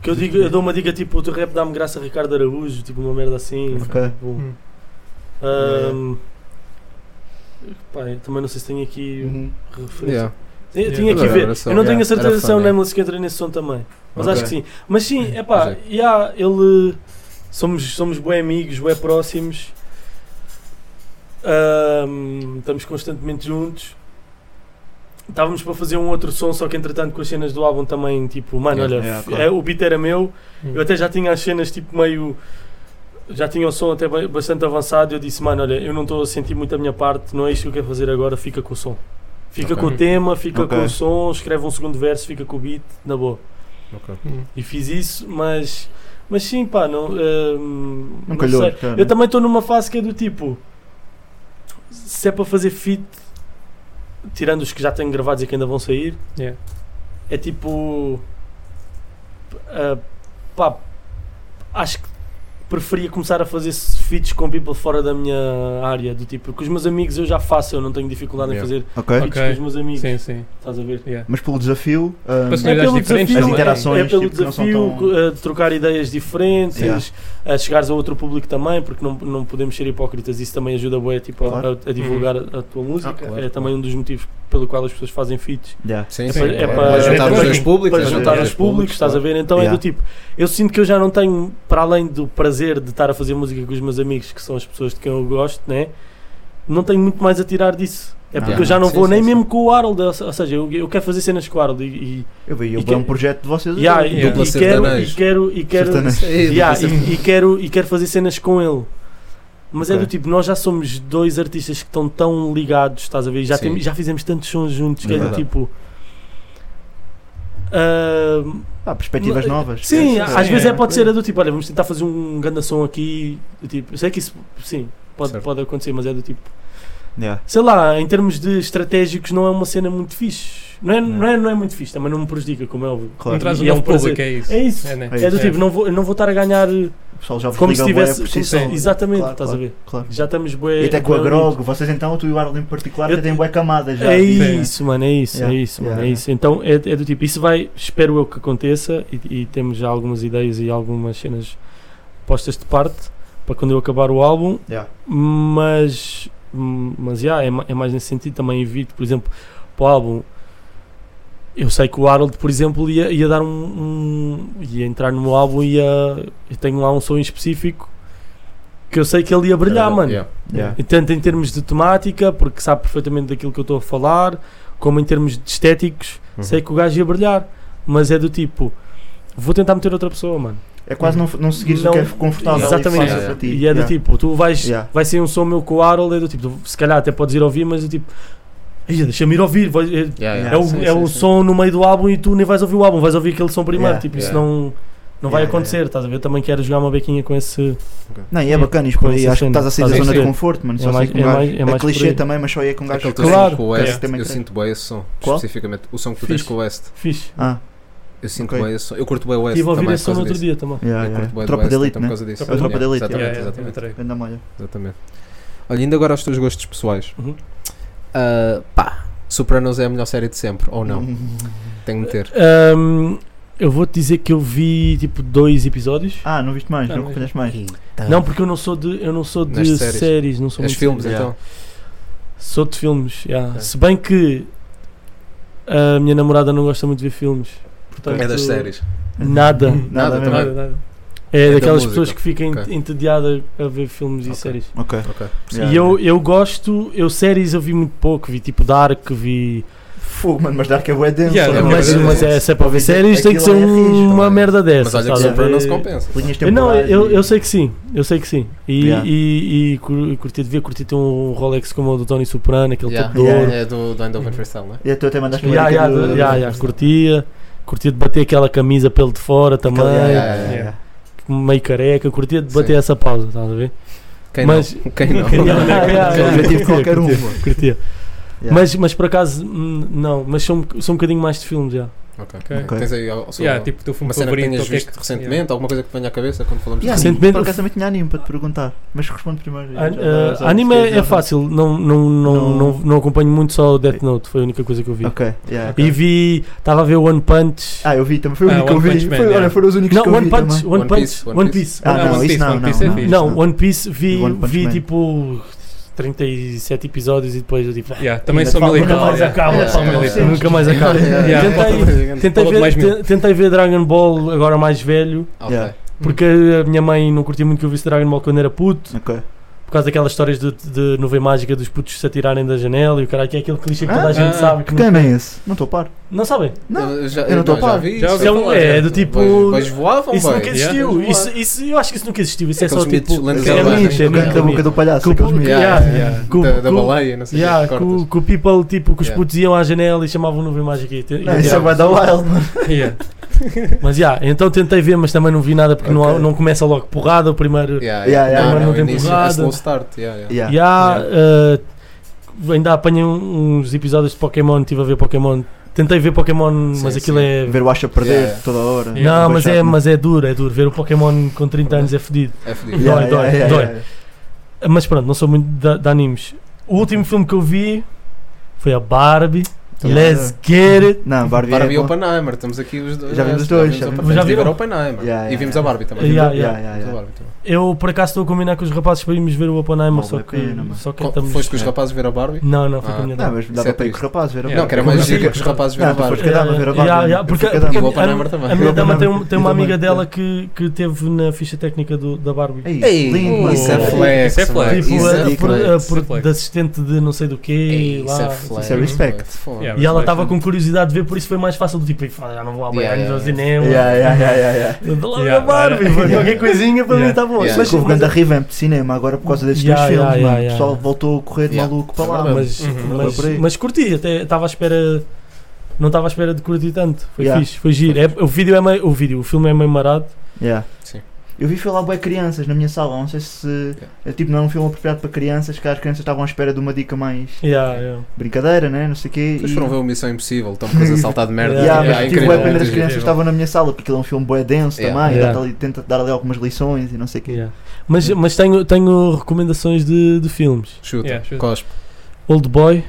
Speaker 6: Que eu digo, eu dou uma dica tipo, o teu rap dá-me graça a Ricardo Araújo, tipo uma merda assim.
Speaker 5: Ok.
Speaker 6: Bom.
Speaker 8: Hum.
Speaker 6: Ahm, pá, eu também não sei se tenho aqui
Speaker 5: Uhum.
Speaker 6: referência.
Speaker 7: Yeah.
Speaker 6: Tinha,
Speaker 8: Yeah.
Speaker 6: tinha que
Speaker 7: Era-
Speaker 6: ver.
Speaker 7: é era só-
Speaker 6: eu não
Speaker 7: yeah,
Speaker 6: tenho a certeza
Speaker 7: era
Speaker 6: se é o
Speaker 7: funny.
Speaker 6: Nameless que entra nesse som também. Mas
Speaker 5: Ok.
Speaker 6: acho que sim. Mas sim, é pá,
Speaker 7: Mas
Speaker 6: yeah, ele. Somos, somos bem amigos, bem próximos. Ahm, estamos constantemente juntos. Estávamos para fazer um outro som, só que entretanto com as cenas do álbum também, tipo, mano, olha,
Speaker 5: Yeah, yeah,
Speaker 6: f-
Speaker 5: claro.
Speaker 6: é, o beat era meu,
Speaker 8: Hum.
Speaker 6: eu até já tinha as cenas tipo meio. Já tinha o som até ba- bastante avançado. e Eu disse, mano, olha, eu não estou a sentir muito a minha parte, não é isto que eu quero fazer agora, fica com o som. Fica
Speaker 7: Ok.
Speaker 6: com o tema, fica
Speaker 5: Ok.
Speaker 6: com o som, escreve um segundo verso, fica com o beat, na boa.
Speaker 8: Hum.
Speaker 6: E fiz isso, mas. Mas sim, pá, não. hum,
Speaker 5: Não
Speaker 6: não
Speaker 5: calhou.
Speaker 6: sei.
Speaker 5: cara.
Speaker 6: Eu também estou numa fase que é do tipo. Se é para fazer fit, tirando os que já tenho gravados e que ainda vão sair,
Speaker 8: Yeah.
Speaker 6: é tipo. ah, pá, acho que preferia começar a fazer feats com people fora da minha área, do tipo, com os meus amigos eu já faço, eu não tenho dificuldade
Speaker 7: Yeah.
Speaker 6: em fazer
Speaker 5: Ok?
Speaker 6: feats com os meus amigos,
Speaker 8: Sim, sim.
Speaker 6: estás a ver?
Speaker 8: Yeah.
Speaker 5: Mas pelo desafio. ah,
Speaker 7: É
Speaker 8: Personalidades
Speaker 6: pelo
Speaker 8: diferentes
Speaker 6: desafio,
Speaker 8: também.
Speaker 5: as interações.
Speaker 6: É pelo
Speaker 5: tipo, que não são
Speaker 6: desafio
Speaker 5: tão-
Speaker 6: eh, de trocar ideias diferentes,
Speaker 5: Yeah.
Speaker 6: a chegares a outro público também, porque não, não podemos ser hipócritas, isso também ajuda bué, tipo, a-
Speaker 5: Claro.
Speaker 6: a, a divulgar a, a tua música.
Speaker 7: Uhum. Ah, claro,
Speaker 6: é
Speaker 7: claro.
Speaker 6: também um dos motivos pelo qual as pessoas fazem feats.
Speaker 5: yeah.
Speaker 7: Sim,
Speaker 8: sim,
Speaker 7: sim.
Speaker 8: é para-
Speaker 7: claro. Para juntar os
Speaker 5: para-
Speaker 7: dois públicos.
Speaker 6: Para
Speaker 5: Estás a
Speaker 6: juntar
Speaker 5: ver?
Speaker 6: os públicos, estás a ver? Então
Speaker 5: Yeah.
Speaker 6: é do tipo, eu sinto que eu já não tenho, para além do prazer de estar a fazer música com os meus amigos, que são as pessoas de quem eu gosto, né? Não tenho muito mais a tirar disso. É porque
Speaker 5: Ah,
Speaker 6: eu já não
Speaker 7: sim,
Speaker 6: vou
Speaker 7: sim,
Speaker 6: nem
Speaker 7: sim.
Speaker 6: mesmo com o Harold, ou se- ou seja, eu, eu quero fazer cenas com o Harold e,
Speaker 5: Eu vi, eu
Speaker 6: E
Speaker 5: vi um
Speaker 6: que-
Speaker 5: projeto de vocês.
Speaker 6: e, yeah, e-
Speaker 5: eu-
Speaker 8: Yeah.
Speaker 6: e quero, e
Speaker 7: sertanejo.
Speaker 6: quero, e quero,
Speaker 5: Sertanejo.
Speaker 6: Yeah, e, e quero, e quero fazer cenas com ele. Mas é
Speaker 5: Ok.
Speaker 6: do tipo, nós já somos dois artistas que estão tão ligados, estás a ver? Já,
Speaker 7: Sim.
Speaker 6: temos- já fizemos tantos sons juntos que é do
Speaker 5: Verdade.
Speaker 6: tipo. ah,
Speaker 5: Ah, perspectivas
Speaker 6: Não,
Speaker 5: novas.
Speaker 6: sim,
Speaker 5: Sim,
Speaker 6: às
Speaker 8: sim,
Speaker 6: vezes
Speaker 8: é.
Speaker 6: é, pode ser é do tipo, olha, vamos tentar fazer um grande som aqui. do Tipo, eu sei que isso, sim, pode,
Speaker 7: Certo.
Speaker 6: pode acontecer, mas é do tipo,
Speaker 5: Yeah.
Speaker 6: sei lá, em termos de estratégicos, não é uma cena muito fixe. Não é, não é, não é muito fixe, também não me prejudica, como é óbvio.
Speaker 5: Claro.
Speaker 8: Não traz um
Speaker 6: E é um
Speaker 8: novo público,
Speaker 6: prazer.
Speaker 8: é isso.
Speaker 6: É isso.
Speaker 8: né?
Speaker 5: É
Speaker 6: É do tipo, não vou, eu não vou estar a ganhar eh,
Speaker 5: O pessoal já vos
Speaker 6: como
Speaker 5: liga
Speaker 6: se
Speaker 5: bué
Speaker 6: tivesse.
Speaker 5: por si
Speaker 6: como se-
Speaker 5: só.
Speaker 6: exatamente,
Speaker 5: Claro,
Speaker 6: estás a
Speaker 5: claro,
Speaker 6: ver?
Speaker 5: Claro.
Speaker 6: Já estamos
Speaker 5: E
Speaker 6: bué.
Speaker 5: até com a
Speaker 6: bué unidos.
Speaker 5: Grog, vocês então, tu e o Arlen em particular,
Speaker 6: Eu-
Speaker 5: já têm bué camadas já.
Speaker 6: É
Speaker 5: tipo,
Speaker 6: isso, mano, é isso,
Speaker 5: Yeah.
Speaker 6: é isso, mano,
Speaker 5: Yeah.
Speaker 6: é isso. Então é, é do tipo, isso vai, espero eu que aconteça e, e temos já algumas ideias e algumas cenas postas de parte para quando eu acabar o álbum,
Speaker 5: Yeah.
Speaker 6: mas mas yeah, é, ma- é mais nesse sentido, também evito, por exemplo, para o álbum. Eu sei que o Harold, por exemplo, ia, ia dar um, um- ia entrar no álbum e ia. Eu tenho lá um som em específico que eu sei que ele ia brilhar, mano.
Speaker 7: Yeah.
Speaker 5: Yeah.
Speaker 6: E Tanto em termos de temática, porque sabe perfeitamente daquilo que eu estou a falar, como em termos de estéticos,
Speaker 7: Uhum.
Speaker 6: sei que o gajo ia brilhar. Mas é do tipo, vou tentar meter outra pessoa, mano.
Speaker 5: É quase não, não seguires o que é
Speaker 6: Não-
Speaker 5: confortável
Speaker 6: Exatamente.
Speaker 5: e fácil para ti.
Speaker 6: E é do
Speaker 5: Yeah.
Speaker 6: tipo, tu vais,
Speaker 5: Yeah.
Speaker 6: vai ser um som meu com o Harold, é do tipo, tu- se calhar até podes ir ouvir, mas do tipo, "Ei, deixa-me ir ouvir. vai- é
Speaker 7: Yeah,
Speaker 5: Yeah.
Speaker 7: yeah.
Speaker 6: é o,
Speaker 7: Ah, Sim,
Speaker 6: é o
Speaker 7: sim, sim.
Speaker 6: som no meio do álbum e tu nem vais ouvir o álbum, vais ouvir aquele som primeiro.
Speaker 5: Yeah.
Speaker 6: Tipo, isso
Speaker 7: Yeah.
Speaker 6: não, não vai
Speaker 5: Yeah,
Speaker 6: acontecer,
Speaker 5: yeah.
Speaker 6: estás a ver? Eu também quero jogar uma bequinha com esse.
Speaker 5: Não, e é bacana isto
Speaker 6: Com
Speaker 5: por aí.
Speaker 6: essa
Speaker 5: Acho que
Speaker 6: cena.
Speaker 5: estás a sair
Speaker 6: Estás
Speaker 5: da
Speaker 6: a
Speaker 5: zona de
Speaker 6: perceber?
Speaker 5: conforto, mano.
Speaker 6: É
Speaker 5: Só sei
Speaker 6: mais-
Speaker 5: que um
Speaker 6: é
Speaker 5: gajo-
Speaker 6: mais- é
Speaker 5: é
Speaker 6: mais por
Speaker 5: clichê
Speaker 6: aí.
Speaker 5: também, mas só aí é com um gajo.
Speaker 7: Aquele
Speaker 5: que
Speaker 7: que tu
Speaker 6: Claro.
Speaker 7: tens com o
Speaker 5: Yeah.
Speaker 7: West,
Speaker 5: Também
Speaker 7: eu
Speaker 5: creio.
Speaker 7: sinto bem esse som,
Speaker 5: Qual?
Speaker 7: especificamente. O som que tu tens
Speaker 6: Fixe.
Speaker 7: com o West,
Speaker 6: Fixe.
Speaker 5: Ah,
Speaker 7: eu sinto
Speaker 5: Ok.
Speaker 7: bem esse som. Eu curto bem o West
Speaker 6: Estive a ouvir
Speaker 7: também
Speaker 6: esse
Speaker 7: por
Speaker 6: som no
Speaker 7: causa
Speaker 6: outro
Speaker 7: disso.
Speaker 6: dia também.
Speaker 5: yeah,
Speaker 7: Eu
Speaker 5: yeah.
Speaker 7: curto bué do
Speaker 5: Tropa
Speaker 7: West,
Speaker 5: de elite,
Speaker 7: então, por
Speaker 5: né?
Speaker 7: causa disso.
Speaker 8: É o
Speaker 5: Tropa de Elite,
Speaker 7: Exatamente,
Speaker 8: Yeah, yeah,
Speaker 7: exatamente.
Speaker 8: entrei.
Speaker 5: Venda malha.
Speaker 7: Exatamente. Olha, indo agora aos teus gostos pessoais.
Speaker 6: Uhum.
Speaker 7: Ah, pá, Sopranos é a melhor série de sempre, ou
Speaker 5: Uhum.
Speaker 7: não? Tenho de ter.
Speaker 6: Ahm, Um, eu vou-te dizer que eu vi tipo dois episódios.
Speaker 5: Ah, não viste mais,
Speaker 8: Não,
Speaker 5: não
Speaker 8: mas-
Speaker 5: acompanhaste mais.
Speaker 6: Não, porque eu não sou de, eu não sou de
Speaker 7: Ah. Nas
Speaker 6: séries.
Speaker 7: séries.
Speaker 6: não sou
Speaker 7: Os
Speaker 6: muito
Speaker 7: filmes,
Speaker 6: série.
Speaker 7: então.
Speaker 6: Sou de filmes, yeah.
Speaker 7: Ok.
Speaker 6: se bem que a minha namorada não gosta muito de ver filmes. Portanto,
Speaker 7: É das séries.
Speaker 6: Nada.
Speaker 5: Nada,
Speaker 7: Nada
Speaker 5: mesmo.
Speaker 8: Nada, nada.
Speaker 6: É,
Speaker 7: É da
Speaker 6: daquelas
Speaker 7: música.
Speaker 6: pessoas que ficam
Speaker 7: Ok.
Speaker 6: entediadas a ver filmes e
Speaker 7: Ok.
Speaker 6: séries.
Speaker 5: Ok.
Speaker 7: Ok.
Speaker 5: Yeah,
Speaker 6: e eu, eu gosto, eu séries eu vi muito pouco, vi tipo Dark, vi.
Speaker 5: Fogo, mano, mas Dark é bué denso.
Speaker 8: Yeah,
Speaker 5: olha,
Speaker 7: yeah,
Speaker 6: mas,
Speaker 7: é
Speaker 6: mas é, se é para ver séries tem que ser
Speaker 5: Aquilo é fixe,
Speaker 6: uma
Speaker 7: também.
Speaker 6: merda dessa.
Speaker 7: Mas olha que
Speaker 6: estás a
Speaker 7: Sopranos
Speaker 6: ver?
Speaker 7: compensa.
Speaker 5: Linhas
Speaker 6: Eu Não,
Speaker 5: temporais
Speaker 6: eu,
Speaker 5: e-
Speaker 6: eu sei que sim, eu sei que sim. E,
Speaker 5: Yeah.
Speaker 6: e, e cur- curti, devia curtir ter um Rolex como o do Tony Soprano, aquele
Speaker 7: Yeah.
Speaker 6: yeah. de ouro.
Speaker 5: Yeah.
Speaker 7: É do do Andover Freestyle, não é?
Speaker 5: E tu até mandaste uma
Speaker 6: Yeah,
Speaker 5: dica
Speaker 6: yeah,
Speaker 5: do-
Speaker 6: yeah, yeah, curtia, curtia de bater aquela camisa pelo de fora também,
Speaker 5: Aquele- yeah,
Speaker 7: yeah,
Speaker 5: yeah,
Speaker 8: yeah.
Speaker 5: yeah.
Speaker 6: meio careca, curtia de bater
Speaker 7: Sim.
Speaker 6: essa pausa, estás a ver?
Speaker 7: Quem
Speaker 6: Mas-
Speaker 7: não? Quem não?
Speaker 6: Yeah, yeah, yeah,
Speaker 5: É o
Speaker 6: yeah.
Speaker 5: objetivo de qualquer um.
Speaker 6: Curtia,
Speaker 5: mano.
Speaker 6: curtia.
Speaker 5: Yeah.
Speaker 6: Mas, mas por acaso, hum, não, mas sou, um- sou um bocadinho mais de filmes já.
Speaker 7: Ok.
Speaker 8: Ok.
Speaker 5: Ok.
Speaker 7: Tens aí ao- ao-
Speaker 8: Yeah, tipo, teu filme
Speaker 7: uma cena que
Speaker 8: favorito.
Speaker 7: tenhas
Speaker 8: o que é
Speaker 7: visto
Speaker 8: que-
Speaker 7: recentemente,
Speaker 8: Yeah.
Speaker 7: alguma coisa que te venha à cabeça quando falamos
Speaker 5: E há
Speaker 7: de
Speaker 5: anime,
Speaker 6: Recentemente-
Speaker 5: por acaso também tinha anime para te perguntar, mas respondo primeiro.
Speaker 6: An-
Speaker 5: já
Speaker 6: eh,
Speaker 5: dá- já
Speaker 6: anime
Speaker 5: dá-
Speaker 6: é fácil, não, não, não,
Speaker 5: Não.
Speaker 6: não. Não, acompanho muito só o Death Note, foi a única coisa que eu vi.
Speaker 5: Ok, yeah.
Speaker 6: E vi, estava a ver One Punch.
Speaker 5: Ah, eu vi também, foi o
Speaker 8: Ah,
Speaker 5: único que eu
Speaker 8: One
Speaker 5: vi.
Speaker 8: Punch Man,
Speaker 5: Foi-
Speaker 8: yeah.
Speaker 5: Olha, foram os únicos
Speaker 6: Não,
Speaker 5: que eu
Speaker 6: One
Speaker 5: vi
Speaker 6: Punch,
Speaker 5: também.
Speaker 6: One
Speaker 7: One
Speaker 6: Punch,
Speaker 7: Piece, One
Speaker 6: One Piece.
Speaker 7: Piece.
Speaker 5: Ah,
Speaker 8: Não,
Speaker 5: não,
Speaker 8: One
Speaker 5: isso
Speaker 8: Piece,
Speaker 5: não,
Speaker 8: One
Speaker 5: não,
Speaker 8: Piece é
Speaker 5: não,
Speaker 8: fixe.
Speaker 5: isso
Speaker 6: Não,
Speaker 5: não.
Speaker 6: One Piece vi,
Speaker 5: One Punch
Speaker 6: vi
Speaker 5: Man.
Speaker 6: tipo 37 episódios e depois eu tipo. ah,
Speaker 8: Yeah, Também
Speaker 5: Ainda
Speaker 8: sou
Speaker 5: falo-
Speaker 8: militar.
Speaker 5: nunca mais
Speaker 8: yeah.
Speaker 5: acaba,
Speaker 8: Yeah,
Speaker 5: só
Speaker 8: sou
Speaker 5: não
Speaker 8: militar.
Speaker 5: sei.
Speaker 6: Nunca mais acaba.
Speaker 8: Yeah.
Speaker 6: Tentei, tentei,
Speaker 8: Falou de mais
Speaker 6: ver,
Speaker 8: mil.
Speaker 6: te- tentei ver Dragon Ball agora mais velho,
Speaker 7: Ok.
Speaker 5: Yeah.
Speaker 6: porque a minha mãe não curtia muito que eu visse Dragon Ball quando era puto,
Speaker 5: Ok.
Speaker 6: por causa daquelas histórias de, de nuvem mágica dos putos se atirarem da janela e o caralho, que é aquele clichê que toda
Speaker 5: Ah,
Speaker 6: a gente
Speaker 8: ah,
Speaker 6: sabe que
Speaker 5: Que
Speaker 6: não,
Speaker 5: tema é esse? Não estou a par.
Speaker 6: não sabem.
Speaker 5: Não.
Speaker 7: Eu já-
Speaker 5: Eu não tô a
Speaker 7: já
Speaker 5: par.
Speaker 7: vi
Speaker 8: Já
Speaker 7: isso,
Speaker 8: ouvi
Speaker 7: eu
Speaker 6: falar,
Speaker 7: falei,
Speaker 6: é,
Speaker 7: já.
Speaker 6: do tipo-
Speaker 7: Pois- Pois voavam,
Speaker 6: Isso nunca
Speaker 7: boy.
Speaker 6: existiu,
Speaker 7: Yeah.
Speaker 6: isso, isso, eu acho que isso nunca existiu, isso é
Speaker 7: Aqueles
Speaker 6: só tipo.
Speaker 7: mitos, lendas
Speaker 6: é
Speaker 7: urbanas.
Speaker 6: mito, é
Speaker 7: Nunca-
Speaker 6: mito, é
Speaker 5: Canta a né? boca
Speaker 6: mito.
Speaker 5: do palhaço,
Speaker 6: Com-
Speaker 5: aqueles miúdos.
Speaker 7: Yeah,
Speaker 6: Yeah,
Speaker 7: yeah.
Speaker 6: yeah. Com-
Speaker 7: Da, da
Speaker 6: com-
Speaker 7: baleia, não sei
Speaker 6: Yeah,
Speaker 7: o que,
Speaker 6: que,
Speaker 7: cortas.
Speaker 6: o, que o people, tipo, que os
Speaker 7: Yeah.
Speaker 6: putos iam à janela e chamavam nuvem mágica. E te- e-
Speaker 5: Não, Isso é bué da wild, mano.
Speaker 8: Yeah.
Speaker 6: Mas já, então tentei ver, mas também não vi nada porque
Speaker 5: Ok.
Speaker 6: não, não começa logo porrada. O primeiro.
Speaker 7: Yeah,
Speaker 5: Yeah, yeah,
Speaker 7: Não,
Speaker 5: mas
Speaker 7: não,
Speaker 6: não tem
Speaker 7: início é
Speaker 6: porrada.
Speaker 7: slow start, yeah, yeah.
Speaker 5: Yeah.
Speaker 6: Já, ah, ainda apanhei um- uns episódios de Pokémon, estive a ver Pokémon. Tentei ver Pokémon,
Speaker 7: Sim,
Speaker 6: mas aquilo
Speaker 7: sim.
Speaker 6: é.
Speaker 5: Ver o Asha perder
Speaker 7: Yeah.
Speaker 5: toda hora.
Speaker 6: Não,
Speaker 5: Bem
Speaker 6: mas
Speaker 5: chato, né?
Speaker 6: é,
Speaker 5: não?
Speaker 6: mas é duro, é duro. Ver o Pokémon com 30 anos é fedido.
Speaker 7: É fedido.
Speaker 5: Yeah,
Speaker 6: dói,
Speaker 5: yeah,
Speaker 6: dói,
Speaker 5: yeah,
Speaker 6: dói.
Speaker 5: yeah.
Speaker 6: Mas pronto, não sou muito de, de animes. O último filme que eu vi foi a Barbie.
Speaker 5: Yeah.
Speaker 7: é.
Speaker 6: Let's get it.
Speaker 5: Não, Barbie,
Speaker 7: Barbie
Speaker 5: é
Speaker 7: e
Speaker 5: bom.
Speaker 7: Oppenheimer, estamos aqui os dois.
Speaker 5: Já vimos os dois, já
Speaker 7: Já
Speaker 5: vimos
Speaker 7: vimos
Speaker 6: os dois.
Speaker 7: o Oppenheimer.
Speaker 5: Yeah, yeah,
Speaker 7: E vimos a Barbie também.
Speaker 6: Yeah,
Speaker 5: Yeah, yeah,
Speaker 7: Vimos a
Speaker 5: yeah.
Speaker 7: Barbie também.
Speaker 6: Eu por acaso estou a combinar com os rapazes para irmos ver o Oppenheimer,
Speaker 5: Oh,
Speaker 6: só
Speaker 5: vale a
Speaker 6: que,
Speaker 5: pena, mano.
Speaker 6: só que
Speaker 7: Co-
Speaker 6: estamos.
Speaker 7: Foste com os rapazes ver a Barbie?
Speaker 6: Não, não, foi com a
Speaker 7: Ah.
Speaker 6: minha
Speaker 5: Não,
Speaker 6: dava.
Speaker 5: mas
Speaker 7: Isso
Speaker 5: dava
Speaker 7: é
Speaker 5: para ir com os
Speaker 7: triste.
Speaker 5: rapazes. Ver a
Speaker 8: Yeah.
Speaker 7: Não,
Speaker 5: Barbie.
Speaker 7: que era mais
Speaker 6: Não,
Speaker 7: giga
Speaker 6: sim.
Speaker 7: que os rapazes ver a
Speaker 5: Não, tu
Speaker 7: Barbie.
Speaker 5: foste cada a ver a Barbie.
Speaker 6: Yeah,
Speaker 5: mano.
Speaker 6: yeah,
Speaker 5: Eu
Speaker 6: porque-
Speaker 5: fui cada um.
Speaker 6: porque-
Speaker 7: O Oppenheimer é também.
Speaker 6: A minha
Speaker 5: Eu
Speaker 6: dama
Speaker 5: também.
Speaker 6: tem, um- tem
Speaker 5: Eu
Speaker 6: uma
Speaker 5: também.
Speaker 6: amiga dela que, que teve na ficha técnica do, da Barbie.
Speaker 5: Ei,
Speaker 7: Ei,
Speaker 5: lindo, mano.
Speaker 7: isso é
Speaker 6: Isso
Speaker 7: flex.
Speaker 8: é
Speaker 7: mano.
Speaker 8: flex.
Speaker 6: Tipo,
Speaker 7: Isso
Speaker 6: a,
Speaker 7: é
Speaker 6: por-
Speaker 7: flex.
Speaker 6: a- por-
Speaker 8: Isso é flex.
Speaker 6: de assistente de não sei do quê.
Speaker 7: Ei, Isso
Speaker 6: lá.
Speaker 7: é flex.
Speaker 5: Isso é respect.
Speaker 7: Foda.
Speaker 8: Yeah,
Speaker 6: E ela estava
Speaker 8: respect.
Speaker 6: com curiosidade de ver, por isso foi mais fácil do tipo, "Ah, já não vou há bem
Speaker 7: Yeah,
Speaker 6: anos ao
Speaker 7: yeah,
Speaker 6: cinema.
Speaker 5: Yeah, yeah, yeah, yeah, yeah.
Speaker 6: Eu dou lá
Speaker 8: Yeah,
Speaker 6: a Barbie,
Speaker 8: yeah.
Speaker 6: mano, é qualquer coisinha para mim
Speaker 8: Yeah.
Speaker 6: está bom.
Speaker 7: Yeah.
Speaker 5: Mas
Speaker 6: Mas,
Speaker 5: houve
Speaker 6: mas,
Speaker 5: grande revamp de cinema agora por causa destes
Speaker 6: Yeah,
Speaker 5: dois filmes,
Speaker 6: yeah,
Speaker 5: mano.
Speaker 6: yeah,
Speaker 5: o pessoal
Speaker 6: yeah.
Speaker 5: voltou a correr de
Speaker 7: Yeah.
Speaker 5: maluco para lá,
Speaker 7: É Verdade.
Speaker 5: mano.
Speaker 6: Ah, mas,
Speaker 8: Uhum.
Speaker 6: mas-
Speaker 5: Por aí.
Speaker 6: mas curti, até estava à espera. Não estava à espera de curtir tanto. Foi
Speaker 5: Yeah.
Speaker 6: fixe, foi giro. É- o vídeo é meio. O vídeo, o filme é meio marado.
Speaker 5: Yeah.
Speaker 7: Sim.
Speaker 5: Eu vi foi lá bué crianças na minha sala, não sei se é, tipo não é um filme apropriado para crianças, que as crianças estavam à espera de uma dica mais
Speaker 6: Yeah, yeah.
Speaker 5: brincadeira, né? Não sei o quê.
Speaker 7: Depois
Speaker 5: e-
Speaker 7: foram ver o Missão Impossível, estão coisa a saltar de merda.
Speaker 5: Yeah,
Speaker 6: Yeah,
Speaker 5: mas
Speaker 7: é
Speaker 5: tipo,
Speaker 7: incrível.
Speaker 5: bué pena das
Speaker 8: incrível.
Speaker 5: crianças que estavam na minha sala, porque ele é um filme bué denso
Speaker 7: Yeah.
Speaker 5: também, e
Speaker 6: Yeah.
Speaker 5: dá-te ali- tenta dar ali algumas lições e não sei o quê.
Speaker 6: Yeah. Mas, mas tenho, tenho recomendações de, de filmes.
Speaker 7: Chuta,
Speaker 8: Yeah, chuta.
Speaker 7: cospe.
Speaker 6: Old Boy,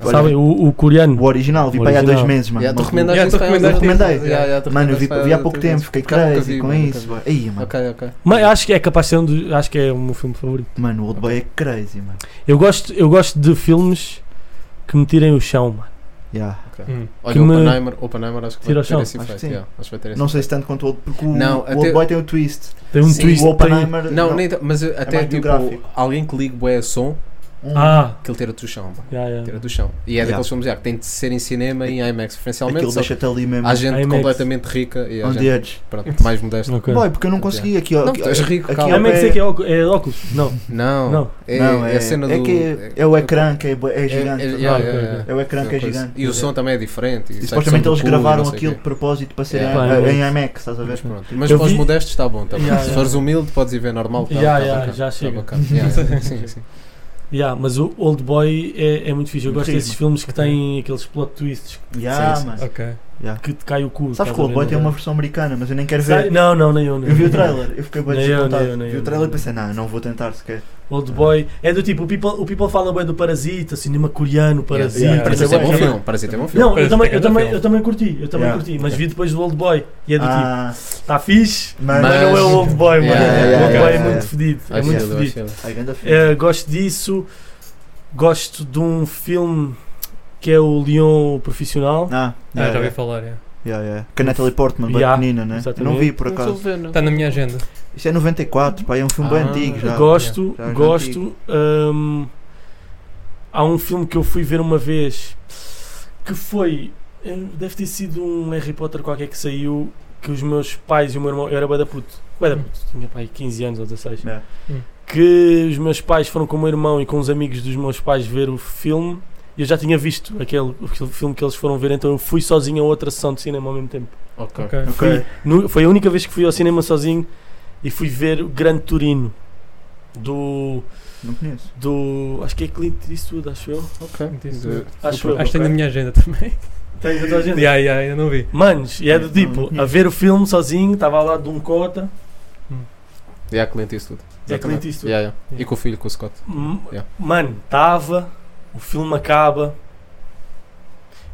Speaker 5: Olha,
Speaker 6: sabem? O, o coreano.
Speaker 5: O original, vi
Speaker 6: O
Speaker 5: para aí há dois
Speaker 6: original.
Speaker 5: meses, mano.
Speaker 7: Yeah, tu
Speaker 5: Maluco.
Speaker 7: recomendaste
Speaker 8: Yeah,
Speaker 7: isso
Speaker 8: tu
Speaker 7: para ela,
Speaker 5: recomendaste
Speaker 7: não?
Speaker 5: isso.
Speaker 7: Yeah, yeah, tu
Speaker 5: Mano, eu vi,
Speaker 7: recomendaste
Speaker 5: vi há
Speaker 7: para
Speaker 5: pouco
Speaker 7: ela,
Speaker 5: tempo,
Speaker 7: tu
Speaker 5: fiquei
Speaker 7: recomendaste. Nunca
Speaker 5: crazy
Speaker 7: vi,
Speaker 5: com
Speaker 7: mano, nunca
Speaker 5: isso.
Speaker 7: vi.
Speaker 5: bué. Aí, mano.
Speaker 7: Ok, ok.
Speaker 6: Mas acho que é capaz de ser um dos, acho que é o meu filme favorito.
Speaker 5: Mano, o Old Boy é crazy, mano.
Speaker 6: Eu gosto, eu gosto de filmes que me tirem o chão, mano.
Speaker 5: Yeah.
Speaker 8: Hum.
Speaker 6: Que
Speaker 7: Olha,
Speaker 6: me-
Speaker 7: Oppenheimer, Oppenheimer acho que
Speaker 6: Tira
Speaker 7: vai
Speaker 6: o chão.
Speaker 7: ter esse
Speaker 5: Acho que
Speaker 7: efeito.
Speaker 5: sim.
Speaker 7: yeah, acho que vai ter esse
Speaker 5: Não sei se tanto quanto o outro, porque o,
Speaker 7: Não,
Speaker 5: o
Speaker 7: até-
Speaker 5: Old Boy tem o twist.
Speaker 6: Tem um
Speaker 7: Sim,
Speaker 6: twist.
Speaker 5: o
Speaker 6: tem-
Speaker 5: Oppenheimer.
Speaker 7: Não, nem t- mas eu- até
Speaker 5: mais
Speaker 7: tipo
Speaker 5: biográfico.
Speaker 7: alguém que liga bué a som,
Speaker 5: um-
Speaker 6: Ah,
Speaker 7: que ele tira do chão, mano.
Speaker 6: yeah, yeah.
Speaker 7: Tira do chão. E é
Speaker 5: Yeah.
Speaker 7: daqueles filmes yeah, que tem de ser em cinema e em IMAX, preferencialmente.
Speaker 5: Aquilo
Speaker 7: só que
Speaker 5: deixa-te ali mesmo.
Speaker 7: Há gente
Speaker 6: IMAX.
Speaker 7: completamente rica e há
Speaker 5: On the
Speaker 7: gente
Speaker 5: edge.
Speaker 7: pronto, mais modesta.
Speaker 6: Ok.
Speaker 5: Boy, porque eu não consegui aqui, ó.
Speaker 7: Não,
Speaker 5: aqui,
Speaker 7: tu és rico,
Speaker 5: aqui
Speaker 7: calma.
Speaker 5: ao
Speaker 6: É meio que sei
Speaker 5: pé-
Speaker 6: que é óculos. É óculos? Não,
Speaker 7: Não,
Speaker 6: não.
Speaker 7: É,
Speaker 5: Não,
Speaker 7: é a cena
Speaker 5: é
Speaker 7: do.
Speaker 5: que é, é o ecrã que é, bo- é gigante.
Speaker 7: é-
Speaker 5: tá
Speaker 7: yeah,
Speaker 5: ligado?
Speaker 6: ok,
Speaker 7: yeah,
Speaker 6: ok.
Speaker 7: yeah.
Speaker 5: É o ecrã que é
Speaker 7: Coisa.
Speaker 5: gigante.
Speaker 7: E o som também é diferente.
Speaker 5: E
Speaker 7: sai
Speaker 5: supostamente
Speaker 7: som do
Speaker 5: eles
Speaker 7: cu e
Speaker 5: gravaram
Speaker 7: não sei
Speaker 5: aquilo
Speaker 7: o
Speaker 5: de
Speaker 7: quê.
Speaker 5: propósito para ser
Speaker 6: Yeah.
Speaker 5: em, em IMAX, estás a ver?
Speaker 7: Mas, pronto. Mas
Speaker 6: Eu
Speaker 7: para os
Speaker 6: vi-
Speaker 7: modestos está bom, tá bom.
Speaker 6: Yeah,
Speaker 7: Se
Speaker 6: yeah.
Speaker 7: fores humilde, podes ir ver normal. Tá,
Speaker 6: Yeah,
Speaker 7: tá
Speaker 6: yeah,
Speaker 7: bacana,
Speaker 6: já
Speaker 7: tá
Speaker 6: chega.
Speaker 7: bacana. Yeah, yeah. Sim, sim.
Speaker 6: Yeah, mas o Old Boy é, é muito fixe. Eu gosto
Speaker 5: Sim,
Speaker 6: desses
Speaker 5: mano.
Speaker 6: filmes que têm aqueles plot twists
Speaker 5: Yeah,
Speaker 7: Sim, sim.
Speaker 5: mano.
Speaker 8: Ok. Ah,
Speaker 6: que te cai o cu.
Speaker 5: Sabes
Speaker 6: estás
Speaker 5: que o
Speaker 6: a
Speaker 5: Old
Speaker 6: ver,
Speaker 5: Boy
Speaker 6: não
Speaker 5: tem
Speaker 6: é?
Speaker 5: uma versão americana, mas eu nem quero
Speaker 6: Sai-
Speaker 5: ver.
Speaker 6: Não, não, nem eu. nem
Speaker 5: Eu vi
Speaker 6: eu.
Speaker 5: o trailer, eu fiquei bem
Speaker 6: Nem eu,
Speaker 5: desapontado.
Speaker 6: nem eu, nem
Speaker 5: Vi
Speaker 6: eu.
Speaker 5: o trailer e pensei, não, não vou tentar sequer.
Speaker 6: Old Boy. É do tipo, o People, o people fala bem do Parasita, cinema coreano, Parasita.
Speaker 5: yeah.
Speaker 7: Parece
Speaker 5: Parece
Speaker 7: ser bom
Speaker 5: bom
Speaker 7: filme. Parece ser bom filme.
Speaker 6: Não, eu
Speaker 8: Parece
Speaker 6: também,
Speaker 8: que
Speaker 6: eu,
Speaker 8: é
Speaker 6: também,
Speaker 8: filme.
Speaker 6: eu também curti, eu também
Speaker 5: Yeah.
Speaker 6: curti, mas vi depois do Old Boy e é do
Speaker 5: Ah,
Speaker 6: tipo, está fixe,
Speaker 5: mas,
Speaker 6: mas não é o Old Boy, mano.
Speaker 7: Yeah,
Speaker 5: yeah,
Speaker 6: o Old Boy
Speaker 5: yeah, yeah,
Speaker 6: é
Speaker 5: yeah.
Speaker 6: muito fedido, é
Speaker 7: Acho
Speaker 6: muito
Speaker 7: ele,
Speaker 6: fedido.
Speaker 7: acho ele.
Speaker 5: Ai, ganda filme.
Speaker 6: Eh, gosto disso, gosto de um filme que é o Leon Profissional.
Speaker 5: Ah,
Speaker 8: Ah, já
Speaker 5: yeah,
Speaker 8: ouvi falar, é.
Speaker 5: yeah, yeah. Que a Natalie Portman, bem
Speaker 6: Yeah,
Speaker 5: pequenina, né? Eu Não
Speaker 6: exatamente.
Speaker 5: vi por
Speaker 7: Não
Speaker 5: acaso.
Speaker 7: estou vendo.
Speaker 8: Está Tá na minha agenda.
Speaker 5: Isto é 94, pá, é um filme bem
Speaker 7: Ah,
Speaker 5: antigo já.
Speaker 6: gosto,
Speaker 5: já, é já
Speaker 6: gosto. hum, há um filme que eu fui ver uma vez que foi. eh, Deve ter sido um Harry Potter qualquer que saiu. Que os meus pais e o meu irmão. Eu era bué da puto. bué
Speaker 5: Hum.
Speaker 6: da puto, Tinha pai 15 anos ou 16.
Speaker 5: É.
Speaker 8: Hum.
Speaker 6: Que os meus pais foram com o meu irmão e com os amigos dos meus pais ver o filme. E eu já tinha visto aquele, aquele filme que eles foram ver, então eu fui sozinho a outra sessão de cinema ao mesmo tempo.
Speaker 7: Ok.
Speaker 8: Ok.
Speaker 5: Ok.
Speaker 6: No- foi a única vez que fui ao cinema sozinho e fui ver o Grande Turino do
Speaker 5: Não conheço.
Speaker 6: do acho que é Clint Eastwood acho eu
Speaker 7: Ok.
Speaker 6: acho eu
Speaker 8: Acho que tem na minha agenda também.
Speaker 6: Tens a tua agenda?
Speaker 8: Yeah, yeah, ainda não vi.
Speaker 6: manos e é do tipo a ver o filme sozinho estava ao lado de um cota
Speaker 7: E há Clint Eastwood.
Speaker 6: é Clint
Speaker 7: Exatamente.
Speaker 6: Eastwood
Speaker 7: Yeah, yeah. E com o filho, com o Scott.
Speaker 6: M-
Speaker 7: Yeah.
Speaker 6: mano estava o filme acaba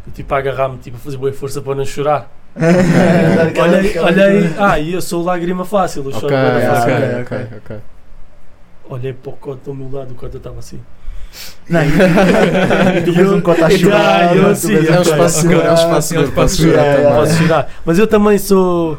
Speaker 6: eu tipo a agarrar-me tipo a fazer boa força para não chorar olhei, olhei ah e eu sou lágrima fácil eu choro
Speaker 7: Ok,
Speaker 6: bué
Speaker 5: yeah,
Speaker 6: fácil.
Speaker 7: ok,
Speaker 5: ok,
Speaker 7: ok, ok.
Speaker 6: olhei para o cota ao meu lado o cota estava assim
Speaker 5: Não, e e tu vês um cota a
Speaker 6: Eu-
Speaker 5: chorar.
Speaker 6: eu
Speaker 5: tu
Speaker 6: assim,
Speaker 5: vês
Speaker 7: É um
Speaker 5: um
Speaker 7: espaço
Speaker 5: cota-
Speaker 7: seguro, é um espaço
Speaker 8: É um
Speaker 7: seguro.
Speaker 8: espaço
Speaker 7: posso chorar
Speaker 5: seguro,
Speaker 7: também.
Speaker 5: yeah,
Speaker 6: posso chorar. Mas eu também sou.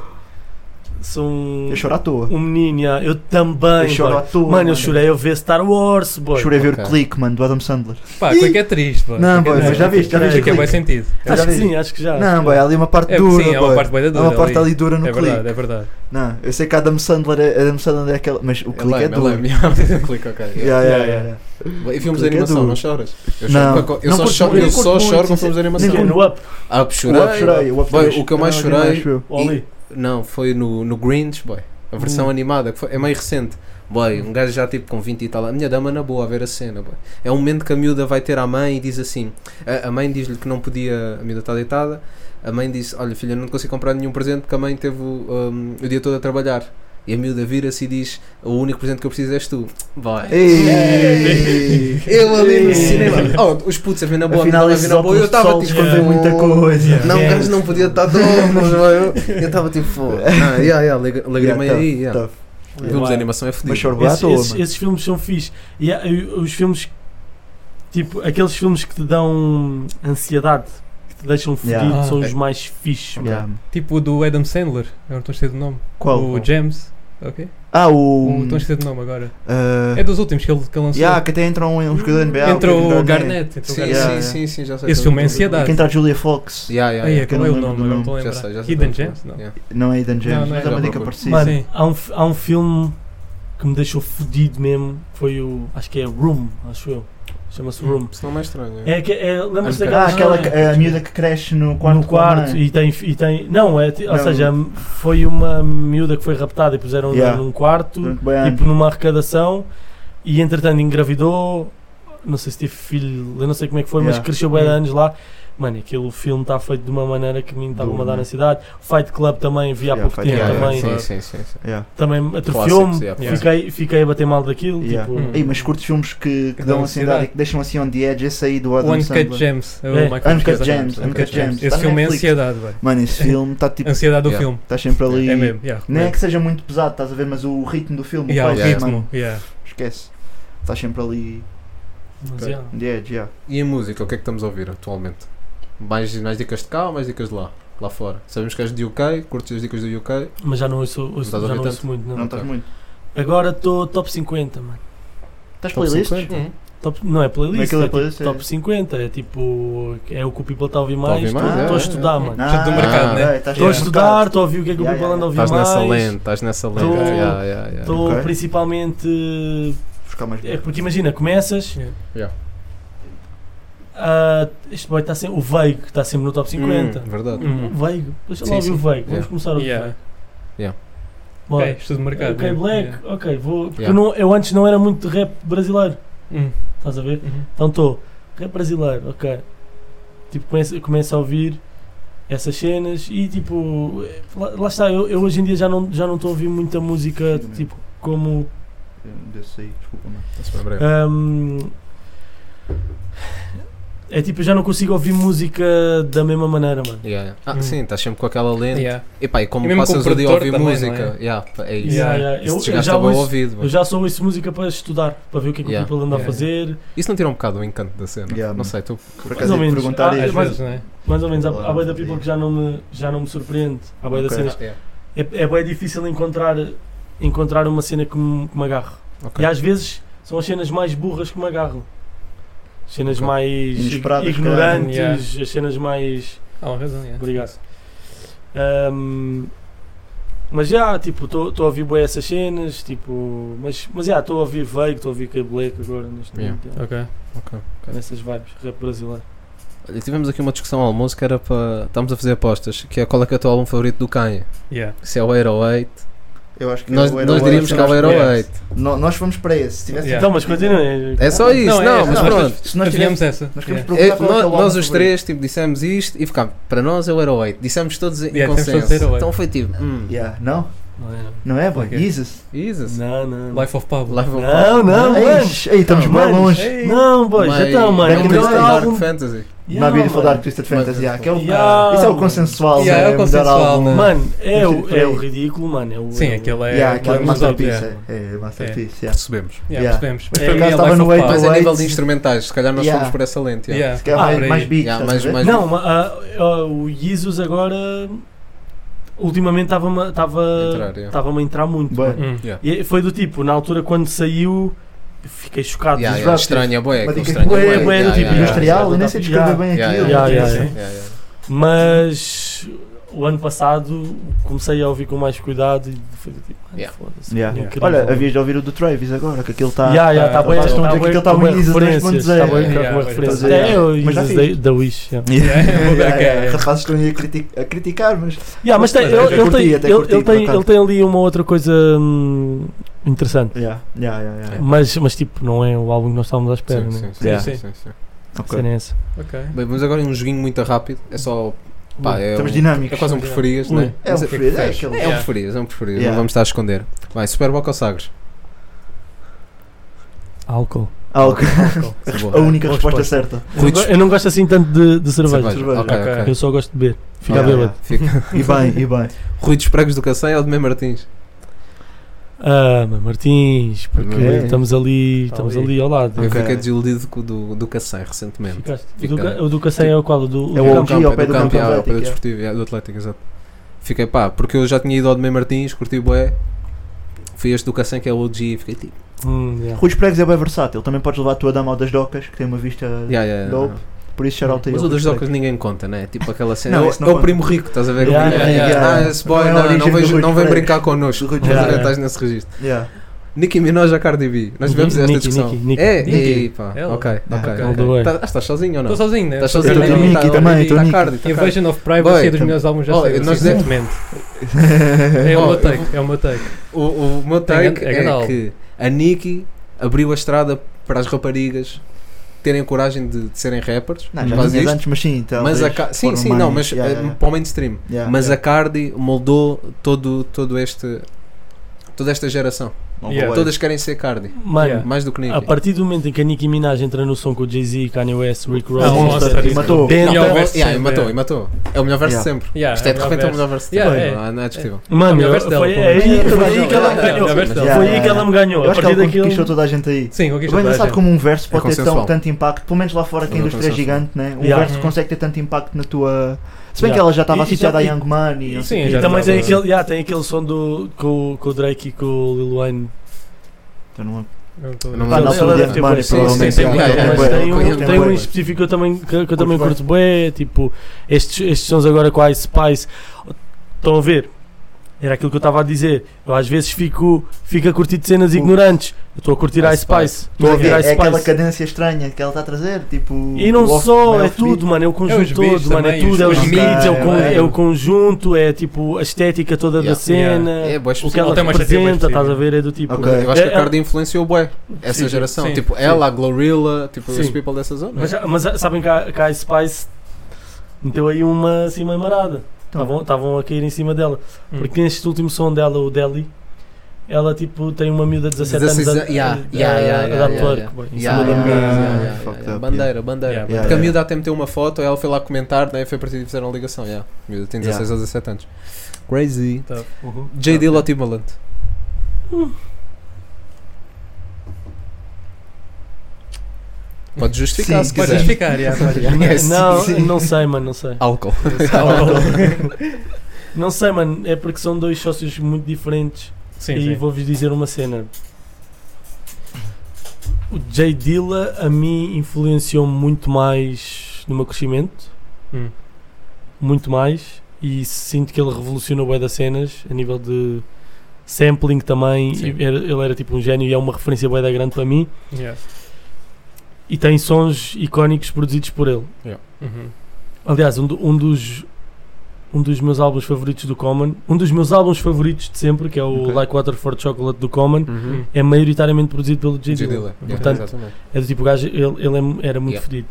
Speaker 6: Sou um.
Speaker 5: Eu choro à toa.
Speaker 6: Um menino, yeah. eu também.
Speaker 5: Eu choro à
Speaker 6: boy.
Speaker 5: toa.
Speaker 6: Mano, eu chorei a ver Star Wars, boy.
Speaker 5: Chorei a ver
Speaker 7: Ok.
Speaker 5: o clique, mano, do Adam Sandler.
Speaker 8: Pá, Click é triste, pá.
Speaker 5: Não,
Speaker 8: Click
Speaker 5: boy,
Speaker 8: é
Speaker 5: mas já
Speaker 8: triste.
Speaker 5: viste, já viste
Speaker 8: Click é
Speaker 5: o
Speaker 8: bem
Speaker 5: clique.
Speaker 8: sentido.
Speaker 5: Já
Speaker 6: Acho que
Speaker 5: vi.
Speaker 6: sim, acho que já. acho
Speaker 5: Não,
Speaker 6: Ah, que
Speaker 5: boy,
Speaker 6: já.
Speaker 5: há ali uma parte
Speaker 8: É,
Speaker 5: dura.
Speaker 8: sim, há uma
Speaker 5: boy.
Speaker 8: parte bué da
Speaker 5: Há uma
Speaker 8: dura
Speaker 5: parte
Speaker 8: ali.
Speaker 5: ali dura no
Speaker 8: É verdade,
Speaker 5: clique.
Speaker 8: é verdade.
Speaker 5: Não, eu sei que Adam Sandler é, Adam Sandler é aquela. Mas o
Speaker 7: Ele
Speaker 5: clique é
Speaker 7: é,
Speaker 5: duro.
Speaker 7: ele é. Clique, ok. yeah.
Speaker 5: Yeah, yeah,
Speaker 8: Yeah,
Speaker 5: yeah.
Speaker 7: E filmes de
Speaker 5: Clique é
Speaker 7: animação,
Speaker 5: duro.
Speaker 7: não choras? Eu,
Speaker 5: Não.
Speaker 7: choro, com- eu
Speaker 5: Não
Speaker 7: só
Speaker 5: curto
Speaker 7: choro,
Speaker 5: muito,
Speaker 7: eu
Speaker 5: eu curto
Speaker 7: só choro
Speaker 5: muito,
Speaker 7: com filmes de
Speaker 5: sim,
Speaker 6: Sim,
Speaker 7: animação.
Speaker 5: sim.
Speaker 6: no Up,
Speaker 7: Ah,
Speaker 5: O Up chorei, o Up
Speaker 7: Boy,
Speaker 5: dois.
Speaker 7: o que eu mais
Speaker 5: Não, ninguém
Speaker 7: chorei-
Speaker 5: mais chorou.
Speaker 6: ou ali.
Speaker 7: Não, foi no, no Grinch, boy. A versão
Speaker 6: Hum.
Speaker 7: animada, que foi- é meio recente. Boy, um gajo já tipo com 20 e tal, a minha dama na boa a ver a cena, boy. É um momento que a miúda vai ter à mãe e diz assim: a, a mãe diz-lhe que não podia, a miúda está deitada. A mãe disse: Olha, filha, não te consigo comprar nenhum presente porque a mãe teve um, o dia todo a trabalhar. E a miúda vira-se e diz: O único presente que eu preciso és tu. Boy.
Speaker 5: Ei.
Speaker 7: Eu ali no
Speaker 5: Ei.
Speaker 7: cinema. Oh, os putos a ver na boa,
Speaker 5: Afinal,
Speaker 7: a ver
Speaker 5: esses
Speaker 7: na boa.
Speaker 5: óculos
Speaker 7: Eu
Speaker 5: de sol
Speaker 7: estava tipo.
Speaker 5: escondem muita coisa.
Speaker 7: Não, o
Speaker 8: Yeah.
Speaker 7: gajo não podia estar de óculos, boy. Eu estava tipo. "Pô, Não, yeah, yeah, tá, lag- lagrimei
Speaker 5: Yeah,
Speaker 7: aí.
Speaker 5: tough,
Speaker 7: Yeah.
Speaker 5: tough.
Speaker 7: Filmes de animação é
Speaker 5: Mas
Speaker 7: fodido.
Speaker 5: chorbato
Speaker 6: Esses,
Speaker 5: ou
Speaker 6: esses-
Speaker 5: mano?
Speaker 6: esses filmes são fixe. E há- e os filmes, tipo, aqueles filmes que te dão ansiedade, que te deixam fodido,
Speaker 5: Yeah.
Speaker 8: Ah,
Speaker 6: são os
Speaker 7: ok.
Speaker 6: mais fixes. mano.
Speaker 5: Yeah.
Speaker 8: Tipo o do Adam Sandler. Agora estou a esquecer do nome.
Speaker 5: Qual?
Speaker 8: O James. Ok?
Speaker 5: Ah,
Speaker 8: O-
Speaker 5: o.
Speaker 8: Estou a esquecer do nome agora.
Speaker 5: ah,
Speaker 8: É dos últimos que ele, que ele lançou.
Speaker 5: yeah, que até entra um, um jogador da NBA.
Speaker 8: Entra
Speaker 5: que
Speaker 8: o
Speaker 5: nem-
Speaker 8: Garnett. entra o
Speaker 7: Sim,
Speaker 8: Garnett.
Speaker 5: Yeah,
Speaker 7: sim,
Speaker 5: yeah.
Speaker 7: sim, sim, já sei.
Speaker 8: Esse filme é
Speaker 7: ansiedade.
Speaker 5: E
Speaker 8: ansiedade.
Speaker 5: que entra a Julia Fox.
Speaker 7: Yeah, yeah,
Speaker 8: Ai,
Speaker 7: yeah.
Speaker 8: é, qual é
Speaker 5: Eu
Speaker 8: o
Speaker 5: não lembro
Speaker 8: nome?
Speaker 5: do
Speaker 8: Agora estou a
Speaker 7: Já
Speaker 8: lembrar.
Speaker 7: sei, já sei.
Speaker 8: Eden James? Não.
Speaker 7: Yeah.
Speaker 5: Não é Aidan James,
Speaker 8: não é
Speaker 5: mas é
Speaker 8: Aidan
Speaker 5: uma dica
Speaker 7: James.
Speaker 5: parecida.
Speaker 6: Mano,
Speaker 8: Sim.
Speaker 6: há um, fi- há um filme que me deixou fodido mesmo. Foi o. Acho que é Room, acho eu. Chama-se Room.
Speaker 7: Isso não é mais estranho. é?
Speaker 6: É, que- é, Lembra-se
Speaker 7: Ah,
Speaker 6: daquela.
Speaker 5: Ah, aquela
Speaker 6: cena?
Speaker 5: que- a miúda que cresce no quarto.
Speaker 6: no quarto e tem, e tem. Não, é, ti- ou
Speaker 5: Não.
Speaker 6: seja, foi uma miúda que foi raptada e puseram
Speaker 5: Yeah.
Speaker 6: num quarto, tipo
Speaker 5: Tipo,
Speaker 6: numa arrecadação, e entretanto engravidou. Não sei se teve filho, eu não sei como é que foi,
Speaker 5: Yeah.
Speaker 6: mas cresceu bem anos lá. Mano, aquele filme está feito de uma maneira que me estava a dar ansiedade. Fight Club também, vi há
Speaker 5: Yeah,
Speaker 6: pouco
Speaker 5: Fight
Speaker 6: tempo,
Speaker 5: Club,
Speaker 6: também, é?
Speaker 7: sim, sim, sim, sim.
Speaker 5: yeah.
Speaker 6: também
Speaker 7: Clássicos,
Speaker 6: atrofiou-me.
Speaker 7: yeah,
Speaker 8: Yeah.
Speaker 6: Fiquei, fiquei a bater mal daquilo.
Speaker 5: Yeah.
Speaker 6: Tipo,
Speaker 8: Hum.
Speaker 5: Ei, mas curto filmes que, que
Speaker 8: Que dão
Speaker 5: dão ansiedade
Speaker 8: ansiedade.
Speaker 5: e que deixam assim on the edge. Esse aí do
Speaker 8: O
Speaker 5: Adam
Speaker 8: Uncut
Speaker 5: Sandler.
Speaker 8: James. é o
Speaker 6: É.
Speaker 8: Michael
Speaker 5: Uncut
Speaker 8: James.
Speaker 5: James, Uncut James. Tá
Speaker 8: Esse
Speaker 5: na
Speaker 8: filme é
Speaker 5: Netflix.
Speaker 8: ansiedade, velho.
Speaker 5: Mano, esse filme está tipo.
Speaker 8: Ansiedade do
Speaker 7: Yeah.
Speaker 8: filme.
Speaker 5: Está sempre ali.
Speaker 8: É mesmo. Yeah,
Speaker 5: Nem é
Speaker 8: recomendo.
Speaker 5: que seja muito pesado, estás a ver, mas o ritmo do filme,
Speaker 8: Yeah,
Speaker 5: o
Speaker 8: o
Speaker 5: pace,
Speaker 7: yeah.
Speaker 5: mano,
Speaker 8: ritmo. Yeah.
Speaker 5: esquece. Estás sempre ali
Speaker 6: mas,
Speaker 7: Ok.
Speaker 6: yeah.
Speaker 5: on the edge, yeah.
Speaker 7: E a música, o que é que estamos a ouvir atualmente? Mais, mais dicas de cá ou mais dicas de lá? Lá fora. Sabemos que és de UK, curtes as dicas do UK.
Speaker 6: Mas já não ouço, ouço-
Speaker 7: Não estás a
Speaker 6: já
Speaker 7: ouvir
Speaker 6: não ouço
Speaker 7: tanto?
Speaker 6: muito. Não.
Speaker 5: Não estás
Speaker 7: tá.
Speaker 5: muito.
Speaker 6: Agora estou top 50, mano.
Speaker 5: Estás
Speaker 7: Top
Speaker 5: playlists?
Speaker 7: 50?
Speaker 6: Top- não é
Speaker 5: Como é
Speaker 6: playlist,
Speaker 5: que ele é
Speaker 6: é
Speaker 5: playlist?
Speaker 6: tipo top 50. É tipo, é o que o people está a ouvir mais.
Speaker 7: ouvir
Speaker 6: Estou
Speaker 5: mais,
Speaker 6: estou a
Speaker 7: é,
Speaker 6: estudar,
Speaker 7: é,
Speaker 6: mano.
Speaker 5: Ah,
Speaker 8: Tudo do mercado, né?
Speaker 5: ok, estás
Speaker 6: Estou a
Speaker 8: Yeah.
Speaker 5: no
Speaker 6: estudar,
Speaker 5: mercado.
Speaker 6: estou a ouvir o que é que
Speaker 5: é. Yeah,
Speaker 6: o people
Speaker 5: yeah,
Speaker 6: anda a ouvir
Speaker 7: Estás nessa
Speaker 6: mais.
Speaker 7: lente, estás nessa lente.
Speaker 6: Tô-
Speaker 7: Yeah, yeah, yeah.
Speaker 6: Estou
Speaker 5: Ok.
Speaker 6: principalmente.
Speaker 5: Buscar mais
Speaker 6: É porque imagina, começas.
Speaker 8: Yeah.
Speaker 7: Yeah.
Speaker 6: ah, este boy está sempre. O Veigo está sempre no top 50.
Speaker 7: Hum, verdade.
Speaker 6: O
Speaker 8: Hum.
Speaker 6: Veigo, deixa
Speaker 7: Sim,
Speaker 6: lá ouvir o
Speaker 7: sim.
Speaker 6: Veigo. Vamos
Speaker 7: Yeah.
Speaker 6: começar a ouvir o
Speaker 8: Yeah.
Speaker 6: Veigo.
Speaker 7: Yeah.
Speaker 6: Bora.
Speaker 8: Ok, estudo de mercado.
Speaker 6: Ok,
Speaker 8: yeah.
Speaker 6: Black,
Speaker 8: Yeah.
Speaker 6: ok, vou. Porque
Speaker 7: Yeah.
Speaker 6: eu não- eu antes não era muito de rap brasileiro,
Speaker 8: Hum.
Speaker 6: estás a ver?
Speaker 8: Uhum.
Speaker 6: Então estou, rap brasileiro, ok. Tipo, começo, começo a ouvir essas cenas e tipo, eh, lá, lá está, eu, eu hoje em dia já não estou já não estou a ouvir muita música, tipo, como.
Speaker 5: Desse aí, desculpa, mano.
Speaker 7: Está-se bem breve.
Speaker 6: hum, é tipo, eu já não consigo ouvir música da mesma maneira, mano.
Speaker 7: Yeah, yeah. Ah,
Speaker 8: Hum.
Speaker 7: sim, estás sempre com aquela lente.
Speaker 8: Yeah.
Speaker 7: Epá, e como
Speaker 8: E mesmo
Speaker 7: passas
Speaker 8: com o
Speaker 7: o dia a
Speaker 8: produtor
Speaker 7: ouvir
Speaker 8: também, não
Speaker 7: música. Yeah, é isso.
Speaker 8: Yeah.
Speaker 7: Isso
Speaker 6: Eu,
Speaker 7: te
Speaker 6: eu
Speaker 7: chegaste
Speaker 6: já
Speaker 7: ao bom
Speaker 6: ouço,
Speaker 7: ouvido.
Speaker 6: eu já só ouço música para estudar, para ver o que é que
Speaker 7: Yeah.
Speaker 6: o people anda
Speaker 8: Yeah.
Speaker 6: a fazer.
Speaker 7: Isso não tira um bocado o encanto da cena.
Speaker 5: Yeah,
Speaker 7: não
Speaker 5: mano.
Speaker 7: sei, tu.
Speaker 5: Por
Speaker 6: Mais
Speaker 5: acaso
Speaker 6: ou
Speaker 5: ia te
Speaker 6: menos.
Speaker 5: perguntar
Speaker 6: Ah,
Speaker 5: isso.
Speaker 8: Às
Speaker 6: mas-
Speaker 8: vezes, não é?
Speaker 6: Mais ou menos, há, há bué da people que já não me, já não me surpreende. Há bué da
Speaker 5: Ok.
Speaker 6: cenas.
Speaker 7: Yeah.
Speaker 6: É, é bem difícil encontrar, encontrar uma cena que me, que me agarre.
Speaker 7: Ok.
Speaker 6: E às vezes são as cenas mais burras que me agarram. Cenas
Speaker 7: Ok.
Speaker 6: mais ig-
Speaker 5: Inesperadas,
Speaker 6: ignorantes,
Speaker 8: caralho.
Speaker 6: as cenas mais.
Speaker 8: Há uma razão, yeah.
Speaker 6: Obrigado. Ahm, mas já, tipo, estou a ouvir bem essas cenas, tipo. Mas, mas já, estou a ouvir Veigo, estou a ouvir Cableco agora neste
Speaker 7: Yeah.
Speaker 6: momento. já.
Speaker 8: Ok.
Speaker 6: Nessas vibes, rap brasileiro.
Speaker 7: Olha, tivemos aqui uma discussão ao almoço que era para. Estamos a fazer apostas, que é qual é que é o teu álbum favorito do Kanye?
Speaker 8: Yeah.
Speaker 7: Se é o Aero 8.
Speaker 5: Eu acho que
Speaker 7: Nós,
Speaker 5: era o
Speaker 7: nós
Speaker 5: Aero
Speaker 7: diríamos que é
Speaker 5: Aero.
Speaker 7: o Aero
Speaker 8: Yeah.
Speaker 7: 8.
Speaker 5: No- Nós fomos para esse. Se tivesse-
Speaker 8: Yeah.
Speaker 6: Então, mas continua. é-
Speaker 7: É só isso, não,
Speaker 8: é-
Speaker 7: mas
Speaker 8: nós-
Speaker 7: pronto.
Speaker 5: Se nós
Speaker 8: Nós
Speaker 5: tivemos.
Speaker 8: tivemos essa.
Speaker 5: Nós queremos
Speaker 8: Yeah.
Speaker 7: É,
Speaker 5: perguntar qual é
Speaker 7: nó-
Speaker 5: que é o álbum
Speaker 7: nós os
Speaker 5: favorito.
Speaker 7: três tipo, dissemos isto e ficámos. Para nós é o Aero 8. Dissemos todos em
Speaker 8: Yeah, dissemos todos
Speaker 7: consenso.
Speaker 8: Aero 8.
Speaker 7: então foi tipo. Hum,
Speaker 5: Yeah, Não?
Speaker 6: Não, é, não.
Speaker 5: Não é, boy?
Speaker 8: Ok.
Speaker 5: Jesus.
Speaker 7: Jesus.
Speaker 6: não, não. não.
Speaker 8: Life of Pablo.
Speaker 7: Live of Pablo.
Speaker 6: Não, não, mano.
Speaker 5: Ei, ei, estamos bem
Speaker 6: Mano,
Speaker 5: longe.
Speaker 8: Ei.
Speaker 6: Não, boy, já então, mano. É
Speaker 5: Back
Speaker 6: o
Speaker 5: in the
Speaker 6: melhor
Speaker 5: Day.
Speaker 7: Dark
Speaker 6: álbum.
Speaker 7: Fantasy.
Speaker 5: Na
Speaker 6: Yeah,
Speaker 5: Beautiful
Speaker 6: mano.
Speaker 5: Dark Twisted Fantasy. yeah, que é o-
Speaker 6: Yeah,
Speaker 5: Isso é o
Speaker 6: mano.
Speaker 5: consensual.
Speaker 8: Yeah, é
Speaker 5: né?
Speaker 8: o
Speaker 5: mudar
Speaker 8: consensual,
Speaker 5: álbum.
Speaker 8: né?
Speaker 6: Mano, é o, é o
Speaker 5: Sim.
Speaker 6: ridículo, mano. É o,
Speaker 8: Sim,
Speaker 6: é o-
Speaker 8: aquele é.
Speaker 5: Yeah, aquele
Speaker 8: mais
Speaker 5: masterpiece.
Speaker 8: alto, yeah.
Speaker 5: é, É, masterpiece. yeah.
Speaker 7: Percebemos.
Speaker 8: Yeah,
Speaker 5: Yeah.
Speaker 8: percebemos. Mas
Speaker 6: É,
Speaker 8: para
Speaker 6: por
Speaker 8: mim é
Speaker 5: acaso estava
Speaker 8: Life
Speaker 5: no
Speaker 8: of
Speaker 5: Eight
Speaker 8: Pablo.
Speaker 7: Mas a
Speaker 5: Aero
Speaker 7: nível
Speaker 5: 8.
Speaker 7: de instrumentais, se calhar nós
Speaker 5: Yeah.
Speaker 7: fomos por essa lente. yeah.
Speaker 8: Yeah.
Speaker 5: Se calhar
Speaker 8: Ah,
Speaker 5: mais-
Speaker 8: por aí.
Speaker 5: mais beats.
Speaker 7: Yeah,
Speaker 5: estás a
Speaker 7: mais-
Speaker 5: ver?
Speaker 6: Não, ma- ah, ah, o Jesus agora. Ultimamente estava-me
Speaker 7: Entrar, yeah.
Speaker 6: estava a entrar muito.
Speaker 5: Bem,
Speaker 6: mano.
Speaker 8: Hum.
Speaker 6: E foi do tipo, na altura quando saiu, fiquei chocado.
Speaker 7: Yeah,
Speaker 5: Disruptive.
Speaker 7: yeah, estranha, boé.
Speaker 5: tipo, Mas
Speaker 7: aquilo
Speaker 5: digo que
Speaker 7: estranha, bué,
Speaker 5: bué,
Speaker 6: bué, do
Speaker 7: yeah,
Speaker 6: tipo
Speaker 7: yeah,
Speaker 5: Industrial, eu nem sei
Speaker 6: Yeah.
Speaker 5: descrever bem
Speaker 7: yeah,
Speaker 5: aquilo. Tipo assim,
Speaker 6: Yeah, yeah,
Speaker 5: Sim.
Speaker 7: yeah, yeah.
Speaker 6: Mas o ano passado comecei a ouvir com mais cuidado e foi do tipo, mano,
Speaker 7: Yeah.
Speaker 6: foda-se.
Speaker 5: Yeah.
Speaker 6: incrível.
Speaker 5: Olha, havias de ouvir o do Travis agora, que aquilo está.
Speaker 6: yeah, yeah,
Speaker 8: tá-
Speaker 6: tá bem,
Speaker 8: tá-
Speaker 5: estão a dizer que
Speaker 6: bem-
Speaker 5: aquilo tá
Speaker 6: tá
Speaker 5: um
Speaker 6: bem
Speaker 5: ISO
Speaker 6: referências,
Speaker 5: 2.0.
Speaker 6: tá bem
Speaker 8: Yeah,
Speaker 6: uma
Speaker 8: yeah,
Speaker 6: referência.
Speaker 5: yeah.
Speaker 6: É, o
Speaker 5: Mas assim- já
Speaker 6: ISO
Speaker 5: fiz.
Speaker 6: da- da Wish, yeah. é-
Speaker 8: Ok.
Speaker 5: Rapazes estão aí a, criti- a criticar, mas.
Speaker 6: Yeah, mas tem,
Speaker 8: Mas
Speaker 6: ele,
Speaker 5: até
Speaker 6: ele
Speaker 5: curti,
Speaker 6: tem,
Speaker 5: até
Speaker 6: ele,
Speaker 5: curti,
Speaker 6: ele
Speaker 5: por
Speaker 6: tem,
Speaker 5: acaso.
Speaker 6: ele tem ali uma outra coisa hum, interessante.
Speaker 5: Yeah, yeah, yeah, yeah.
Speaker 6: Mas, mas tipo, não é o álbum que nós estávamos à espera,
Speaker 7: Sim,
Speaker 6: né?
Speaker 7: sim, sim,
Speaker 5: Yeah.
Speaker 7: sim, sim, sim.
Speaker 6: A
Speaker 5: Ok.
Speaker 6: cena é essa.
Speaker 8: Ok.
Speaker 7: Bem, vamos agora em um joguinho muito rápido. É só. Pá, é,
Speaker 5: Estamos
Speaker 7: um- é
Speaker 5: dinâmicos.
Speaker 7: quase um preferias,
Speaker 6: Ui.
Speaker 7: não é?
Speaker 5: É um
Speaker 7: Mas
Speaker 5: frio, é
Speaker 8: fez.
Speaker 5: aquele.
Speaker 7: É um
Speaker 8: Yeah.
Speaker 7: preferias, é um preferias.
Speaker 5: Yeah.
Speaker 7: Não vamos estar a esconder. Vai, Superboc ou Sagres?
Speaker 6: Álcool.
Speaker 5: Ah, ok.
Speaker 7: Essa é boa.
Speaker 5: A única
Speaker 6: Boa
Speaker 5: resposta
Speaker 6: resposta.
Speaker 5: certa.
Speaker 6: Eu, não go- eu não gosto assim tanto de, de cerveja.
Speaker 5: cerveja.
Speaker 7: Ok, ok.
Speaker 8: Ok.
Speaker 6: Eu só gosto de beber. Fica
Speaker 5: Yeah,
Speaker 6: bêbado.
Speaker 7: Fica.
Speaker 5: E bem, e bem.
Speaker 7: Rui dos Pregos do Cacém ou de Mem Martins?
Speaker 6: Ah, mas Martins, porque
Speaker 5: Ok.
Speaker 6: estamos ali,
Speaker 8: Está
Speaker 6: estamos
Speaker 8: ali.
Speaker 6: ali ao lado.
Speaker 7: Eu
Speaker 5: Ok.
Speaker 7: fiquei desiludido com o do, do Cacém recentemente.
Speaker 6: Ficaste. O
Speaker 7: Fica.
Speaker 6: do Ca- O do Cacém é o qual? O do, do
Speaker 5: É o
Speaker 6: campo?
Speaker 5: OG ao pé do
Speaker 7: campo,
Speaker 5: campo
Speaker 7: yeah, ao pé do
Speaker 5: Atlético, é.
Speaker 7: desportivo, yeah, do Atlético, exato. Fiquei pá, porque eu já tinha ido ao de Mem Martins, curti bué. Fui este do Cacém que é o OG e fiquei tipo.
Speaker 6: Hum, yeah.
Speaker 5: Rui dos Pregos é bem versátil. Também podes levar a tua dama ao das docas, que tem uma vista
Speaker 7: Yeah, yeah, yeah.
Speaker 5: dope. Por isso, shout out aí
Speaker 7: Mas
Speaker 5: ao
Speaker 7: o das
Speaker 5: Rui dos
Speaker 7: docas ninguém conta, né? Tipo aquela cena.
Speaker 5: Não,
Speaker 7: é o-
Speaker 5: esse não
Speaker 7: é o
Speaker 5: conta.
Speaker 7: primo rico, estás a ver?
Speaker 6: Yeah,
Speaker 7: O primo
Speaker 5: yeah,
Speaker 7: rico,
Speaker 5: yeah,
Speaker 7: Ah,
Speaker 5: yeah.
Speaker 7: esse boy,
Speaker 5: Não é a
Speaker 7: não, não,
Speaker 5: origem do
Speaker 7: vejo-
Speaker 5: Rui
Speaker 7: não vem
Speaker 5: Freire.
Speaker 7: brincar connosco.
Speaker 5: Rui dos
Speaker 7: Estás a ver?
Speaker 6: Yeah.
Speaker 7: Estás nesse registro.
Speaker 5: Pregos. Yeah.
Speaker 7: Nicki Minaj a Cardi B. Nós tivemos
Speaker 6: Nicki,
Speaker 7: esta
Speaker 6: Nicki,
Speaker 7: discussão.
Speaker 6: Nicki,
Speaker 7: É,
Speaker 8: Nicki.
Speaker 7: e pá.
Speaker 8: Ela.
Speaker 7: Ok, ok.
Speaker 8: ok.
Speaker 7: ok.
Speaker 6: All the way.
Speaker 7: Tá- ah, Estás sozinho ou não?
Speaker 8: Estou sozinho, né?
Speaker 7: Estás
Speaker 8: Estou
Speaker 7: sozinho.
Speaker 5: Estou
Speaker 7: Tá-
Speaker 5: Nicki
Speaker 7: tá-
Speaker 5: também, estou
Speaker 7: tá-
Speaker 5: Nicki.
Speaker 7: Cardi, tá- Cardi.
Speaker 8: Invasion of Privacy
Speaker 7: Boy,
Speaker 8: é dos melhores álbuns já
Speaker 7: Olha,
Speaker 8: saíram,
Speaker 7: nós-
Speaker 8: recentemente. É o
Speaker 7: Oh,
Speaker 8: meu take, é o meu take.
Speaker 7: O, o meu
Speaker 8: Tem
Speaker 7: take
Speaker 8: grande- é
Speaker 7: é,
Speaker 8: grande álbum.
Speaker 7: que a Nicki abriu a estrada para as raparigas terem a coragem de, de serem rappers.
Speaker 5: Não, já
Speaker 7: quase
Speaker 5: tinhas
Speaker 7: isto.
Speaker 5: antes, mas sim. Então,
Speaker 7: mas a
Speaker 5: eles
Speaker 7: Ca- sim,
Speaker 5: foram
Speaker 7: sim,
Speaker 5: mais-
Speaker 7: não, mas
Speaker 5: yeah,
Speaker 7: eh,
Speaker 5: yeah,
Speaker 7: para o mainstream.
Speaker 5: yeah.
Speaker 7: mas
Speaker 5: Yeah.
Speaker 7: a Cardi moldou todo, todo este toda esta geração.
Speaker 5: Não
Speaker 8: Yeah.
Speaker 5: vou-
Speaker 7: Todas querem ser Cardi,
Speaker 6: Mano,
Speaker 8: Yeah.
Speaker 7: mais do que
Speaker 6: a
Speaker 7: Nicki.
Speaker 6: partir do momento em que a Nicki Minaj entra no som com o Jay-Z, Kanye West, Rick
Speaker 8: Ah,
Speaker 6: Ross,
Speaker 8: Monster,
Speaker 6: Monster,
Speaker 8: isso.
Speaker 5: matou.
Speaker 6: Ben-
Speaker 8: E
Speaker 7: Não,
Speaker 8: ao
Speaker 7: é-
Speaker 8: verso
Speaker 7: yeah, e
Speaker 8: sempre,
Speaker 7: matou,
Speaker 8: é.
Speaker 7: e matou. É o melhor verso
Speaker 5: Yeah.
Speaker 7: sempre.
Speaker 8: Yeah,
Speaker 7: Isto é, de repente é o
Speaker 8: verso.
Speaker 7: melhor verso de
Speaker 8: Yeah,
Speaker 7: sempre.
Speaker 8: é.
Speaker 7: Não, há- não é discutível.
Speaker 6: Mano,
Speaker 8: É o verso
Speaker 6: eu-
Speaker 8: dela,
Speaker 6: foi
Speaker 8: pelo
Speaker 6: aí
Speaker 8: menos.
Speaker 6: foi
Speaker 5: É o
Speaker 6: aí que ela
Speaker 5: verso
Speaker 6: me
Speaker 5: dela.
Speaker 6: ganhou.
Speaker 8: É o verso dela.
Speaker 6: Então, Foi
Speaker 5: Yeah,
Speaker 6: aí que ela me ganhou.
Speaker 5: Eu
Speaker 6: A
Speaker 5: acho que
Speaker 6: partir
Speaker 5: ela
Speaker 6: daquilo.
Speaker 5: conquistou toda a gente aí.
Speaker 8: Sim, conquista
Speaker 5: É bem
Speaker 8: toda a
Speaker 5: engraçado
Speaker 8: gente.
Speaker 5: como um verso pode ter tão,
Speaker 7: consensual.
Speaker 5: tanto impacto, pelo menos lá fora que a
Speaker 7: É
Speaker 5: indústria é
Speaker 7: consensual.
Speaker 5: gigante, né? um
Speaker 6: Yeah.
Speaker 5: verso consegue ter tanto impacto na tua. Se bem
Speaker 6: Yeah.
Speaker 5: que ela já estava
Speaker 6: E- e
Speaker 5: associada a
Speaker 6: já- e-
Speaker 5: Young Money. não sei
Speaker 8: sim,
Speaker 5: o quê.
Speaker 8: já
Speaker 6: E também
Speaker 8: estava-
Speaker 6: tem Então, é aquele, yeah, tem aquele som do, com, com o Drake e com o Lil Wayne.
Speaker 5: Então Ah, não-
Speaker 8: Eu tô-
Speaker 7: Não-
Speaker 5: Pá, na
Speaker 7: ela
Speaker 5: altura de
Speaker 6: deve ter
Speaker 5: Young Money,
Speaker 6: bué, sim,
Speaker 5: provavelmente.
Speaker 7: sim,
Speaker 5: ela
Speaker 7: sim,
Speaker 5: tem
Speaker 7: yeah,
Speaker 6: Mas
Speaker 5: bué,
Speaker 7: yeah,
Speaker 5: ela
Speaker 6: tem
Speaker 7: yeah,
Speaker 6: um,
Speaker 5: tem
Speaker 6: tem um
Speaker 5: bué.
Speaker 6: em específico que eu também, que, que eu também
Speaker 5: bué.
Speaker 6: curto bué, tipo, estes, estes sons agora com a Ice Spice, estão a ver? Era aquilo que eu estava a dizer. Eu às vezes fico, fico a curtir de cenas ignorantes. Eu estou a curtir Ice
Speaker 7: Ice Spice.
Speaker 6: Spice.
Speaker 5: Estou a ver,
Speaker 6: Ice
Speaker 5: é aquela
Speaker 6: Spice.
Speaker 5: cadência estranha que ela está a trazer, tipo.
Speaker 6: E não
Speaker 5: o off-
Speaker 6: só,
Speaker 5: meio
Speaker 6: é
Speaker 5: offbeat.
Speaker 6: tudo, mano, é o
Speaker 8: os
Speaker 6: conjunto
Speaker 8: beats
Speaker 6: todo, mano, é
Speaker 8: também,
Speaker 6: tudo, é
Speaker 8: os
Speaker 6: os
Speaker 8: beats,
Speaker 6: beats, é o,
Speaker 5: é,
Speaker 6: con-
Speaker 5: é.
Speaker 6: é o conjunto, é tipo a estética toda
Speaker 7: Yeah.
Speaker 6: da cena,
Speaker 7: É, boas
Speaker 6: o que
Speaker 8: Ela
Speaker 6: ela
Speaker 8: tem uma estética bem
Speaker 6: representa, estás a
Speaker 8: específica.
Speaker 6: ver, é do tipo...
Speaker 5: Ok.
Speaker 7: Eu acho que
Speaker 6: É,
Speaker 7: a
Speaker 6: é-
Speaker 7: Cardi influenciou bué essa
Speaker 8: Sim,
Speaker 7: geração.
Speaker 8: sim.
Speaker 7: tipo, ela, a Glorilla, tipo, os
Speaker 6: Sim.
Speaker 7: people dessa zona.
Speaker 6: Mas, mas ah, sabem que a, que a Ice Spice meteu aí uma assim meio marada.
Speaker 5: Então.
Speaker 6: Estavam estavam a cair em cima dela.
Speaker 8: Hum.
Speaker 6: Porque neste último som dela, o Deli, ela tipo tem uma miúda de 17
Speaker 7: 16
Speaker 6: anos a,
Speaker 7: anos, yeah,
Speaker 6: a-
Speaker 7: yeah,
Speaker 6: a-
Speaker 7: yeah,
Speaker 6: a
Speaker 7: yeah,
Speaker 6: dar
Speaker 7: yeah,
Speaker 6: twerk,
Speaker 7: yeah.
Speaker 6: boy, em cima
Speaker 7: Yeah,
Speaker 6: da
Speaker 7: yeah,
Speaker 6: mulher.
Speaker 7: yeah,
Speaker 5: mulher.
Speaker 7: yeah,
Speaker 5: Ah,
Speaker 7: yeah,
Speaker 5: fucked
Speaker 7: yeah.
Speaker 5: up,
Speaker 7: Bandeira, bandeira.
Speaker 8: Yeah,
Speaker 7: Porque a
Speaker 5: yeah.
Speaker 7: miúda até meteu uma foto, ela foi lá comentar, né? foi a partir de fizeram a ligação. Yeah. A miúda tem 16 ou 17 anos. Crazy.
Speaker 8: Tá.
Speaker 6: Uhum.
Speaker 7: J. Dill ou Timbaland? Pode justificar
Speaker 5: Sim,
Speaker 7: se
Speaker 8: Pode
Speaker 7: quiser.
Speaker 8: justificar, yeah, pode justificar.
Speaker 7: Yes.
Speaker 6: Não, não sei, mano, não sei.
Speaker 7: Álcool.
Speaker 8: Tá
Speaker 6: Tá Não sei, mano, é porque são dois sócios muito diferentes.
Speaker 8: Sim,
Speaker 6: e
Speaker 8: sim.
Speaker 6: vou-vos dizer uma cena. O Jay Dilla a mim influenciou muito mais no meu crescimento.
Speaker 8: Hum.
Speaker 6: Muito mais. E sinto que ele revolucionou bem das cenas a nível de sampling também.
Speaker 7: Sim.
Speaker 6: E era- ele era tipo um gênio e é uma referência bem da grande para mim.
Speaker 8: Yeah.
Speaker 6: E tem sons icónicos produzidos por ele.
Speaker 8: Uhum.
Speaker 6: Aliás, um, do- um dos um dos meus álbuns favoritos do Common, um dos meus álbuns favoritos de sempre, que é o
Speaker 7: Ok.
Speaker 6: Like Water for Chocolate do Common,
Speaker 7: Uhum.
Speaker 6: é maioritariamente produzido pelo J.
Speaker 7: J.
Speaker 6: Dilla.
Speaker 7: Dilla. Yeah,
Speaker 6: Portanto,
Speaker 7: exatamente.
Speaker 6: É do tipo o gajo, ele, ele é- era muito
Speaker 7: Yeah.
Speaker 6: fedido.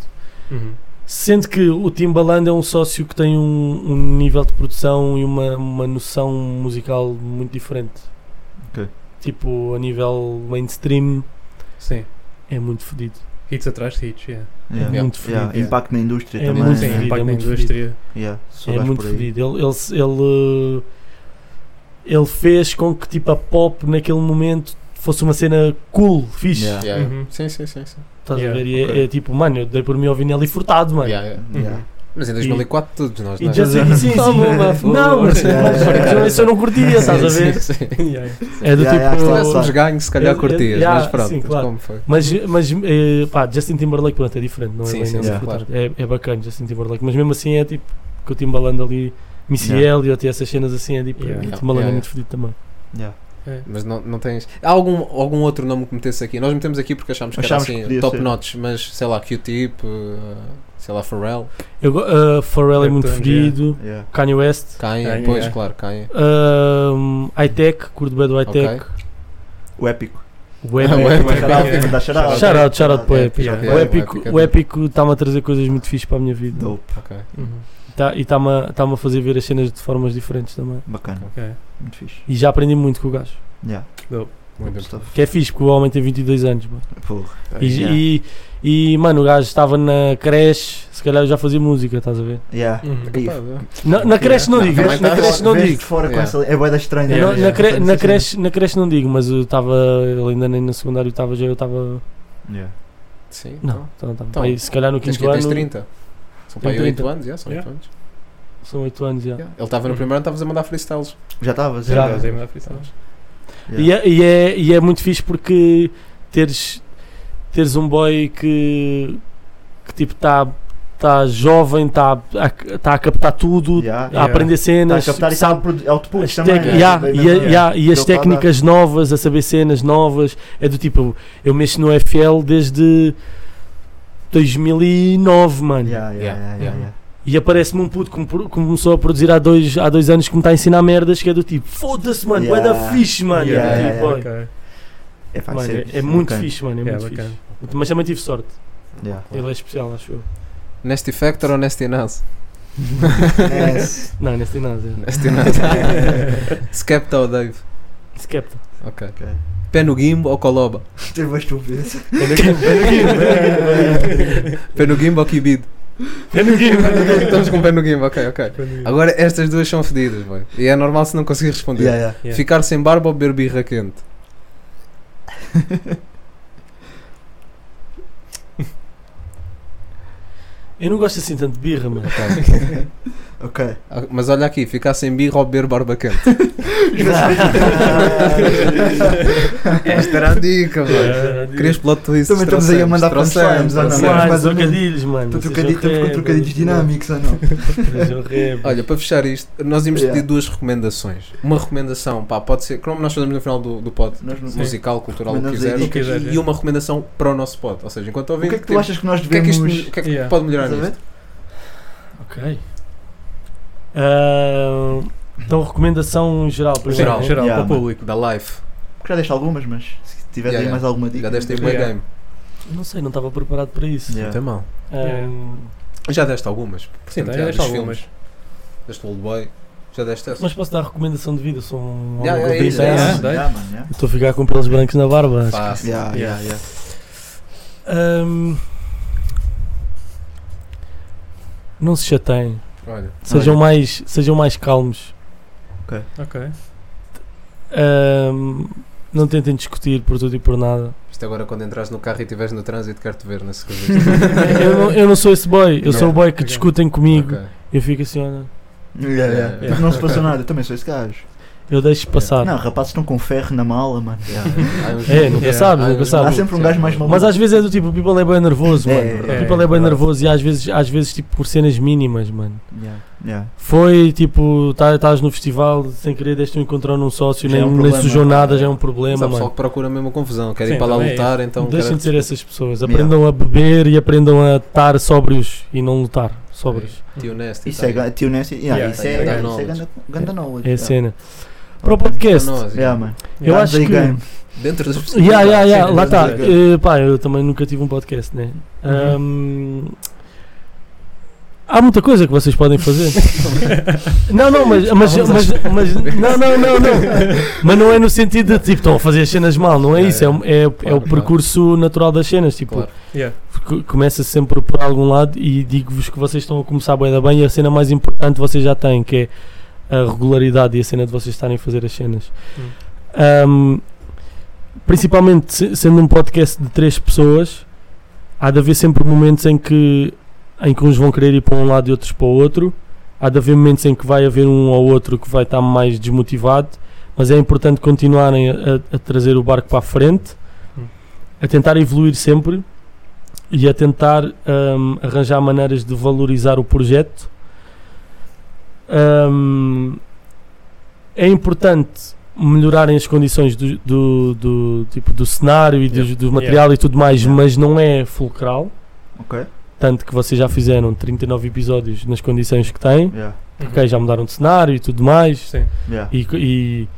Speaker 8: Uhum.
Speaker 6: Sendo que o Timbaland é um sócio que tem um, um nível de produção e uma, uma noção musical muito diferente.
Speaker 5: Ok.
Speaker 6: Tipo, a nível mainstream,
Speaker 8: Sim.
Speaker 6: é muito fedido.
Speaker 8: Hits atrás de hits, yeah.
Speaker 5: Yeah.
Speaker 6: É Muito
Speaker 5: É Yeah,
Speaker 6: fedido.
Speaker 5: Impacto na indústria
Speaker 6: É
Speaker 5: também.
Speaker 6: muito
Speaker 8: Sim,
Speaker 5: né?
Speaker 6: fedido.
Speaker 8: impacto
Speaker 6: é
Speaker 8: na
Speaker 6: muito
Speaker 8: indústria.
Speaker 5: Yeah, se
Speaker 6: É
Speaker 5: souberes
Speaker 6: muito
Speaker 5: por aí.
Speaker 6: fedido. Ele, ele, ele, ele fez com que tipo a pop naquele momento fosse uma cena cool, fixe.
Speaker 5: Yeah.
Speaker 7: Yeah.
Speaker 8: Uhum.
Speaker 7: Sim, sim, sim. sim.
Speaker 6: Estás
Speaker 8: Yeah,
Speaker 6: a ver? E é-
Speaker 7: ok.
Speaker 6: é, tipo, mano, eu dei por mim ao Vinelli furtado, mano.
Speaker 7: Yeah, yeah.
Speaker 5: Yeah.
Speaker 7: Mas em 2004 todos nós,
Speaker 6: E
Speaker 7: não é?
Speaker 6: já sei
Speaker 5: Sim,
Speaker 6: que
Speaker 7: sim.
Speaker 6: Não, mas
Speaker 5: Yeah,
Speaker 7: yeah.
Speaker 6: isso eu não curtia, estás a
Speaker 7: Sim,
Speaker 6: ver?
Speaker 7: sim, sim.
Speaker 6: É do
Speaker 5: Yeah, yeah,
Speaker 7: Se
Speaker 5: Oh.
Speaker 6: tipo.
Speaker 7: tivéssemos ganho, se calhar
Speaker 6: Eu- eu-
Speaker 7: curtias,
Speaker 6: yeah,
Speaker 7: mas pronto,
Speaker 6: sim,
Speaker 7: mas
Speaker 6: claro.
Speaker 7: como foi?
Speaker 6: Mas, mas eh, pá, Justin Timberlake, pronto, é diferente, não é
Speaker 7: Sim,
Speaker 6: bem
Speaker 7: sim,
Speaker 6: nesse
Speaker 5: sim,
Speaker 6: repertório. é, é bacana Justin Timberlake, mas mesmo assim é tipo que o Timbaland ali, Missy
Speaker 5: Yeah.
Speaker 6: Elliott e essas cenas assim, é tipo,
Speaker 8: Yeah.
Speaker 6: o Timbaland
Speaker 7: Yeah,
Speaker 6: é muito fedido também.
Speaker 5: Yeah.
Speaker 7: Mas não, não tens. Há algum, algum outro nome que metesse aqui? Nós metemos aqui porque achámos que
Speaker 5: Achámos que
Speaker 7: era assim,
Speaker 5: podia
Speaker 7: top
Speaker 5: ser.
Speaker 7: notch, mas sei lá, Q-Tip, uh, sei lá, Pharrell,
Speaker 6: Eu, go- eh, Pharrell é muito
Speaker 8: Clapton,
Speaker 6: fedido,
Speaker 5: Yeah.
Speaker 6: Kanye West, eh, hum,
Speaker 7: Kanye,
Speaker 8: Kanye,
Speaker 7: pois,
Speaker 8: yeah.
Speaker 7: claro, Kanye.
Speaker 6: um, Hightech, curto bem do Hightech,
Speaker 5: o épico.
Speaker 6: É,
Speaker 5: É,
Speaker 6: O
Speaker 7: Ah, o
Speaker 6: épico.
Speaker 7: Épico.
Speaker 5: Shoutout, dá shoutout.
Speaker 6: Shoutout, shoutout para o épico.
Speaker 8: Yeah,
Speaker 6: O
Speaker 7: yeah,
Speaker 6: épico-
Speaker 7: o Épico é
Speaker 6: O épico está-me a trazer coisas muito fixas para a minha vida.
Speaker 5: Dope,
Speaker 7: Ok.
Speaker 8: Uhum.
Speaker 6: Tá- e está-me a, tá-me a fazer ver as cenas de formas diferentes também.
Speaker 5: bacana,
Speaker 8: Ok.
Speaker 5: muito fixe.
Speaker 6: E já aprendi muito com o gajo.
Speaker 5: Yeah,
Speaker 7: Muito
Speaker 5: good stuff.
Speaker 6: Que é fixe, porque o homem tem 22 anos. mano.
Speaker 5: Porra.
Speaker 6: E,
Speaker 5: Yeah.
Speaker 6: e- e, mano, o gajo estava na creche, se calhar eu já fazia música, estás a ver?
Speaker 5: Yeah.
Speaker 8: Uhum.
Speaker 5: Aí,
Speaker 6: Na, na creche não
Speaker 7: Não,
Speaker 6: digo,
Speaker 7: também
Speaker 6: na
Speaker 7: tá
Speaker 6: creche não
Speaker 5: vês
Speaker 6: digo.
Speaker 5: de fora com
Speaker 7: Yeah. tá
Speaker 5: essa. É boeda estranha.
Speaker 6: Na,
Speaker 8: Yeah,
Speaker 5: né?
Speaker 8: yeah,
Speaker 6: na cre-
Speaker 8: sim,
Speaker 6: na
Speaker 8: sim,
Speaker 6: creche, na creche não digo, mas eu estava, ele ainda nem no secundário estava, já eu estava,
Speaker 5: Yeah.
Speaker 7: Sim.
Speaker 6: não,
Speaker 7: Não.
Speaker 6: tava- tava
Speaker 7: Então,
Speaker 6: aí, se calhar no
Speaker 7: Tens
Speaker 6: quinto
Speaker 7: que tens
Speaker 6: ano,
Speaker 7: 30. São para aí
Speaker 6: Tenho
Speaker 7: 8
Speaker 6: 30.
Speaker 7: anos, yeah, são 8
Speaker 8: Yeah.
Speaker 7: anos.
Speaker 6: são 8 anos já.
Speaker 7: Yeah. Ele estava no primeiro ano, estavas a mandar freestyles.
Speaker 5: Já estavas?
Speaker 8: Já,
Speaker 5: yeah.
Speaker 8: mas aí me dá freestyles.
Speaker 6: E, é, e, é, e é muito fixe porque teres, teres um boy que, que tipo está tá jovem, está a, tá a captar tudo,
Speaker 5: Yeah.
Speaker 6: a aprender
Speaker 5: Está
Speaker 6: cenas,
Speaker 5: a captar e está a
Speaker 6: sabe,
Speaker 5: produ- é output
Speaker 6: as
Speaker 5: também.
Speaker 6: tec-
Speaker 5: né?
Speaker 6: yeah,
Speaker 5: Também
Speaker 6: e, a-
Speaker 5: mesmo. tá
Speaker 6: yeah, e as
Speaker 5: Deu para
Speaker 6: técnicas novas, a saber cenas novas, é do tipo, eu mexo no FL desde 2009, mano.
Speaker 5: Yeah, yeah, yeah, yeah,
Speaker 7: Yeah.
Speaker 5: yeah.
Speaker 6: E aparece-me um puto que me pro- começou a produzir há dois, há dois anos que me está a ensinar merdas que é do tipo, foda-se, mano,
Speaker 5: Yeah.
Speaker 6: é da fixe, mano.
Speaker 5: Yeah,
Speaker 6: Tipo,
Speaker 5: yeah,
Speaker 6: olha,
Speaker 5: yeah.
Speaker 8: Ok.
Speaker 5: É, pá,
Speaker 6: mano,
Speaker 5: isso
Speaker 6: é- é
Speaker 5: isso
Speaker 6: muito
Speaker 5: bacana.
Speaker 6: fixe, mano, é
Speaker 8: Yeah,
Speaker 6: muito
Speaker 8: bacana.
Speaker 6: fixe. Mas também tive sorte.
Speaker 5: Yeah.
Speaker 6: Ele é especial, acho eu.
Speaker 7: Nasty Factor ou Nasty Nas?
Speaker 5: Yes.
Speaker 6: Não, nesse tem nada.
Speaker 7: Nasty Nas. Skepta ou Dave?
Speaker 6: Skepta.
Speaker 7: Pé no Gimbo ou Coloba?
Speaker 5: Tu vais tu vês.
Speaker 7: Pé no Gimbo ou Kibid? Estamos com pé no Gimbo, ok, ok. Agora estas duas são fedidas, boy. E é normal se não conseguir responder.
Speaker 5: Yeah, yeah.
Speaker 8: Yeah.
Speaker 7: Ficar sem barba ou beber birra quente?
Speaker 6: Eu não gosto assim tanto de birra, mano.
Speaker 5: Ok.
Speaker 7: Ah, Mas olha aqui, ficar sem birra ou beber barba quente? Esta era a dica, boy. Querias plot twist?
Speaker 5: Também estamos aí a mandar
Speaker 7: trouxemos,
Speaker 5: punchlines, ou não?
Speaker 7: trouxemos.
Speaker 5: Mas-
Speaker 6: Mano,
Speaker 5: mas-
Speaker 6: trocadilhos, mano.
Speaker 5: Estou
Speaker 6: vocês
Speaker 5: trocadilho, estamos com
Speaker 6: são
Speaker 5: trocadilhos
Speaker 6: rebeldes,
Speaker 5: dinâmicos ou não?
Speaker 6: mano. Vocês são rebeldes.
Speaker 7: Olha, para fechar isto, nós íamos
Speaker 5: Yeah.
Speaker 7: pedir duas recomendações. Uma recomendação, pá, pode ser, como nós fazemos no final do, do pod,
Speaker 5: Nós não-
Speaker 7: musical, cultural, o que
Speaker 5: Recomendamos
Speaker 7: quiser,
Speaker 5: aí
Speaker 7: e,
Speaker 8: dicas.
Speaker 7: e uma recomendação para o nosso pod. Ou seja, enquanto
Speaker 5: é O
Speaker 7: ouvinte,
Speaker 5: que é que tu
Speaker 7: tipo,
Speaker 5: achas que nós
Speaker 7: o que é que
Speaker 5: devemos.
Speaker 7: isto- o que é que
Speaker 8: Yeah.
Speaker 7: pode melhorar
Speaker 5: Estás a
Speaker 7: nisto?
Speaker 6: Ok. Ah, então, recomendação geral, primeiro.
Speaker 7: Geral,
Speaker 6: né?
Speaker 8: Geral,
Speaker 5: Yeah,
Speaker 8: para o
Speaker 5: mano.
Speaker 8: público.
Speaker 7: Da life.
Speaker 5: Porque já deste algumas, mas se tiver
Speaker 7: Yeah,
Speaker 5: aí
Speaker 7: yeah.
Speaker 5: mais alguma dica.
Speaker 7: Já deste aí
Speaker 8: Yeah.
Speaker 7: bem game.
Speaker 6: Não sei, não estava preparado para isso.
Speaker 5: Yeah.
Speaker 7: mal.
Speaker 6: Ah,
Speaker 8: Yeah.
Speaker 7: Já deste algumas.
Speaker 8: Sim,
Speaker 7: Portanto,
Speaker 8: dá-
Speaker 7: já
Speaker 8: deixa
Speaker 7: dos
Speaker 8: algumas.
Speaker 7: Deste Old Boy. Já deste essa.
Speaker 6: Mas posso dar recomendação de vida? Sou um homem
Speaker 7: Yeah,
Speaker 6: com
Speaker 7: yeah,
Speaker 6: 30
Speaker 7: isso,
Speaker 5: Yeah,
Speaker 8: yeah.
Speaker 6: anos.
Speaker 5: mano, yeah, mano, yeah.
Speaker 6: Estou a ficar com pelos brancos na barba. acho.
Speaker 7: Fácil.
Speaker 5: Yeah, yeah, yeah.
Speaker 6: Ahm, não se chateiem.
Speaker 7: Olha.
Speaker 6: Sejam mais, sejam mais calmos.
Speaker 8: Ok.
Speaker 6: Ahm, não tentem discutir por tudo e por nada.
Speaker 7: Isto agora quando entras no carro e estiveres no trânsito, quero-te ver na segunda.
Speaker 6: eu, não, eu não sou esse boy. Eu sou o boy que
Speaker 8: Ok.
Speaker 6: discutem comigo.
Speaker 7: Ok.
Speaker 6: Eu fico assim, olha.
Speaker 5: Yeah, yeah.
Speaker 7: Yeah.
Speaker 5: Não se passou nada, eu também sou esse gajo.
Speaker 6: Eu deixo passar.
Speaker 5: Não, rapazes estão com ferro na mala, mano.
Speaker 7: Yeah. Há uns-
Speaker 6: É, nunca
Speaker 7: Yeah.
Speaker 6: sabes,
Speaker 7: Há
Speaker 6: nunca
Speaker 7: uns-
Speaker 5: Há
Speaker 6: sabes.
Speaker 5: sempre um gajo mais maluco.
Speaker 6: Mas às vezes é do tipo, o people é bem nervoso, mano.
Speaker 5: É,
Speaker 6: o
Speaker 8: é, é
Speaker 6: people é, bem
Speaker 7: verdade.
Speaker 6: nervoso e às vezes, às vezes tipo, por cenas mínimas, mano.
Speaker 5: Yeah, yeah.
Speaker 6: Foi tipo, estás no festival, sem querer, deste um encontrão num sócio,
Speaker 5: Já
Speaker 6: nem,
Speaker 5: é um
Speaker 6: nem
Speaker 5: problema.
Speaker 6: sujou nada, já é um
Speaker 7: Mas
Speaker 6: problema,
Speaker 7: há pessoal
Speaker 6: mano.
Speaker 7: que procura mesmo a confusão, quer ir
Speaker 8: Sim,
Speaker 7: para lá
Speaker 8: também é
Speaker 7: lutar, então.
Speaker 6: Deixem
Speaker 7: quero-
Speaker 6: de ser essas pessoas.
Speaker 5: Yeah.
Speaker 6: Aprendam a beber e aprendam a estar sóbrios e não lutar sóbrios.
Speaker 7: Tio Nest.
Speaker 5: Isso é ga- tio Nancy. Yeah,
Speaker 8: Yeah,
Speaker 5: isso
Speaker 7: tem
Speaker 5: é,
Speaker 7: ganda
Speaker 5: isso é
Speaker 7: knowledge.
Speaker 5: ganda, ganda knowledge.
Speaker 6: É, a
Speaker 5: yeah.
Speaker 6: cena. Para o podcast,
Speaker 5: Yeah, mano.
Speaker 6: eu
Speaker 5: Dá-nos
Speaker 6: acho
Speaker 5: aí
Speaker 6: que.
Speaker 5: game.
Speaker 7: Dentro das
Speaker 6: Yeah, yeah, yeah,
Speaker 7: Sim,
Speaker 6: lá tá.
Speaker 7: dentro
Speaker 6: está. Eh,
Speaker 7: das-
Speaker 6: pá, eu também nunca tive um podcast, né? Ahm, há muita coisa que vocês podem fazer. não, não, mas, mas, mas, mas- não, não, não, não. Mas não é no sentido de tipo, estão a fazer as cenas mal, não é
Speaker 7: Yeah,
Speaker 6: isso. É, um- é, é
Speaker 7: Claro,
Speaker 6: o
Speaker 7: claro.
Speaker 6: percurso natural das cenas. Tipo,
Speaker 7: Claro.
Speaker 8: Yeah.
Speaker 6: co- começa sempre por algum lado e digo-vos que vocês estão a começar bem da bem e a cena mais importante vocês já têm, que é a regularidade e a cena de vocês estarem a fazer as cenas. Ahm, principalmente se- sendo um podcast de três pessoas, há de haver sempre momentos em que, em que uns vão querer ir para um lado e outros para o outro. Há de haver momentos em que vai haver um ou outro que vai estar mais desmotivado, mas é importante continuarem a, a trazer o barco para a frente,
Speaker 8: Hum.
Speaker 6: a tentar evoluir sempre e a tentar ahm, arranjar maneiras de valorizar o projeto. Ahm, é importante melhorarem as condições do, do, do- tipo, do cenário e dos- do, material e tudo mais,
Speaker 5: Yeah.
Speaker 6: mas não é fulcral.
Speaker 5: Ok.
Speaker 6: Tanto que vocês já fizeram 39 episódios nas condições que têm,
Speaker 5: Yeah,
Speaker 6: ok? Já mudaram de cenário e tudo mais,
Speaker 8: Sim.
Speaker 5: yeah.
Speaker 6: e, co- e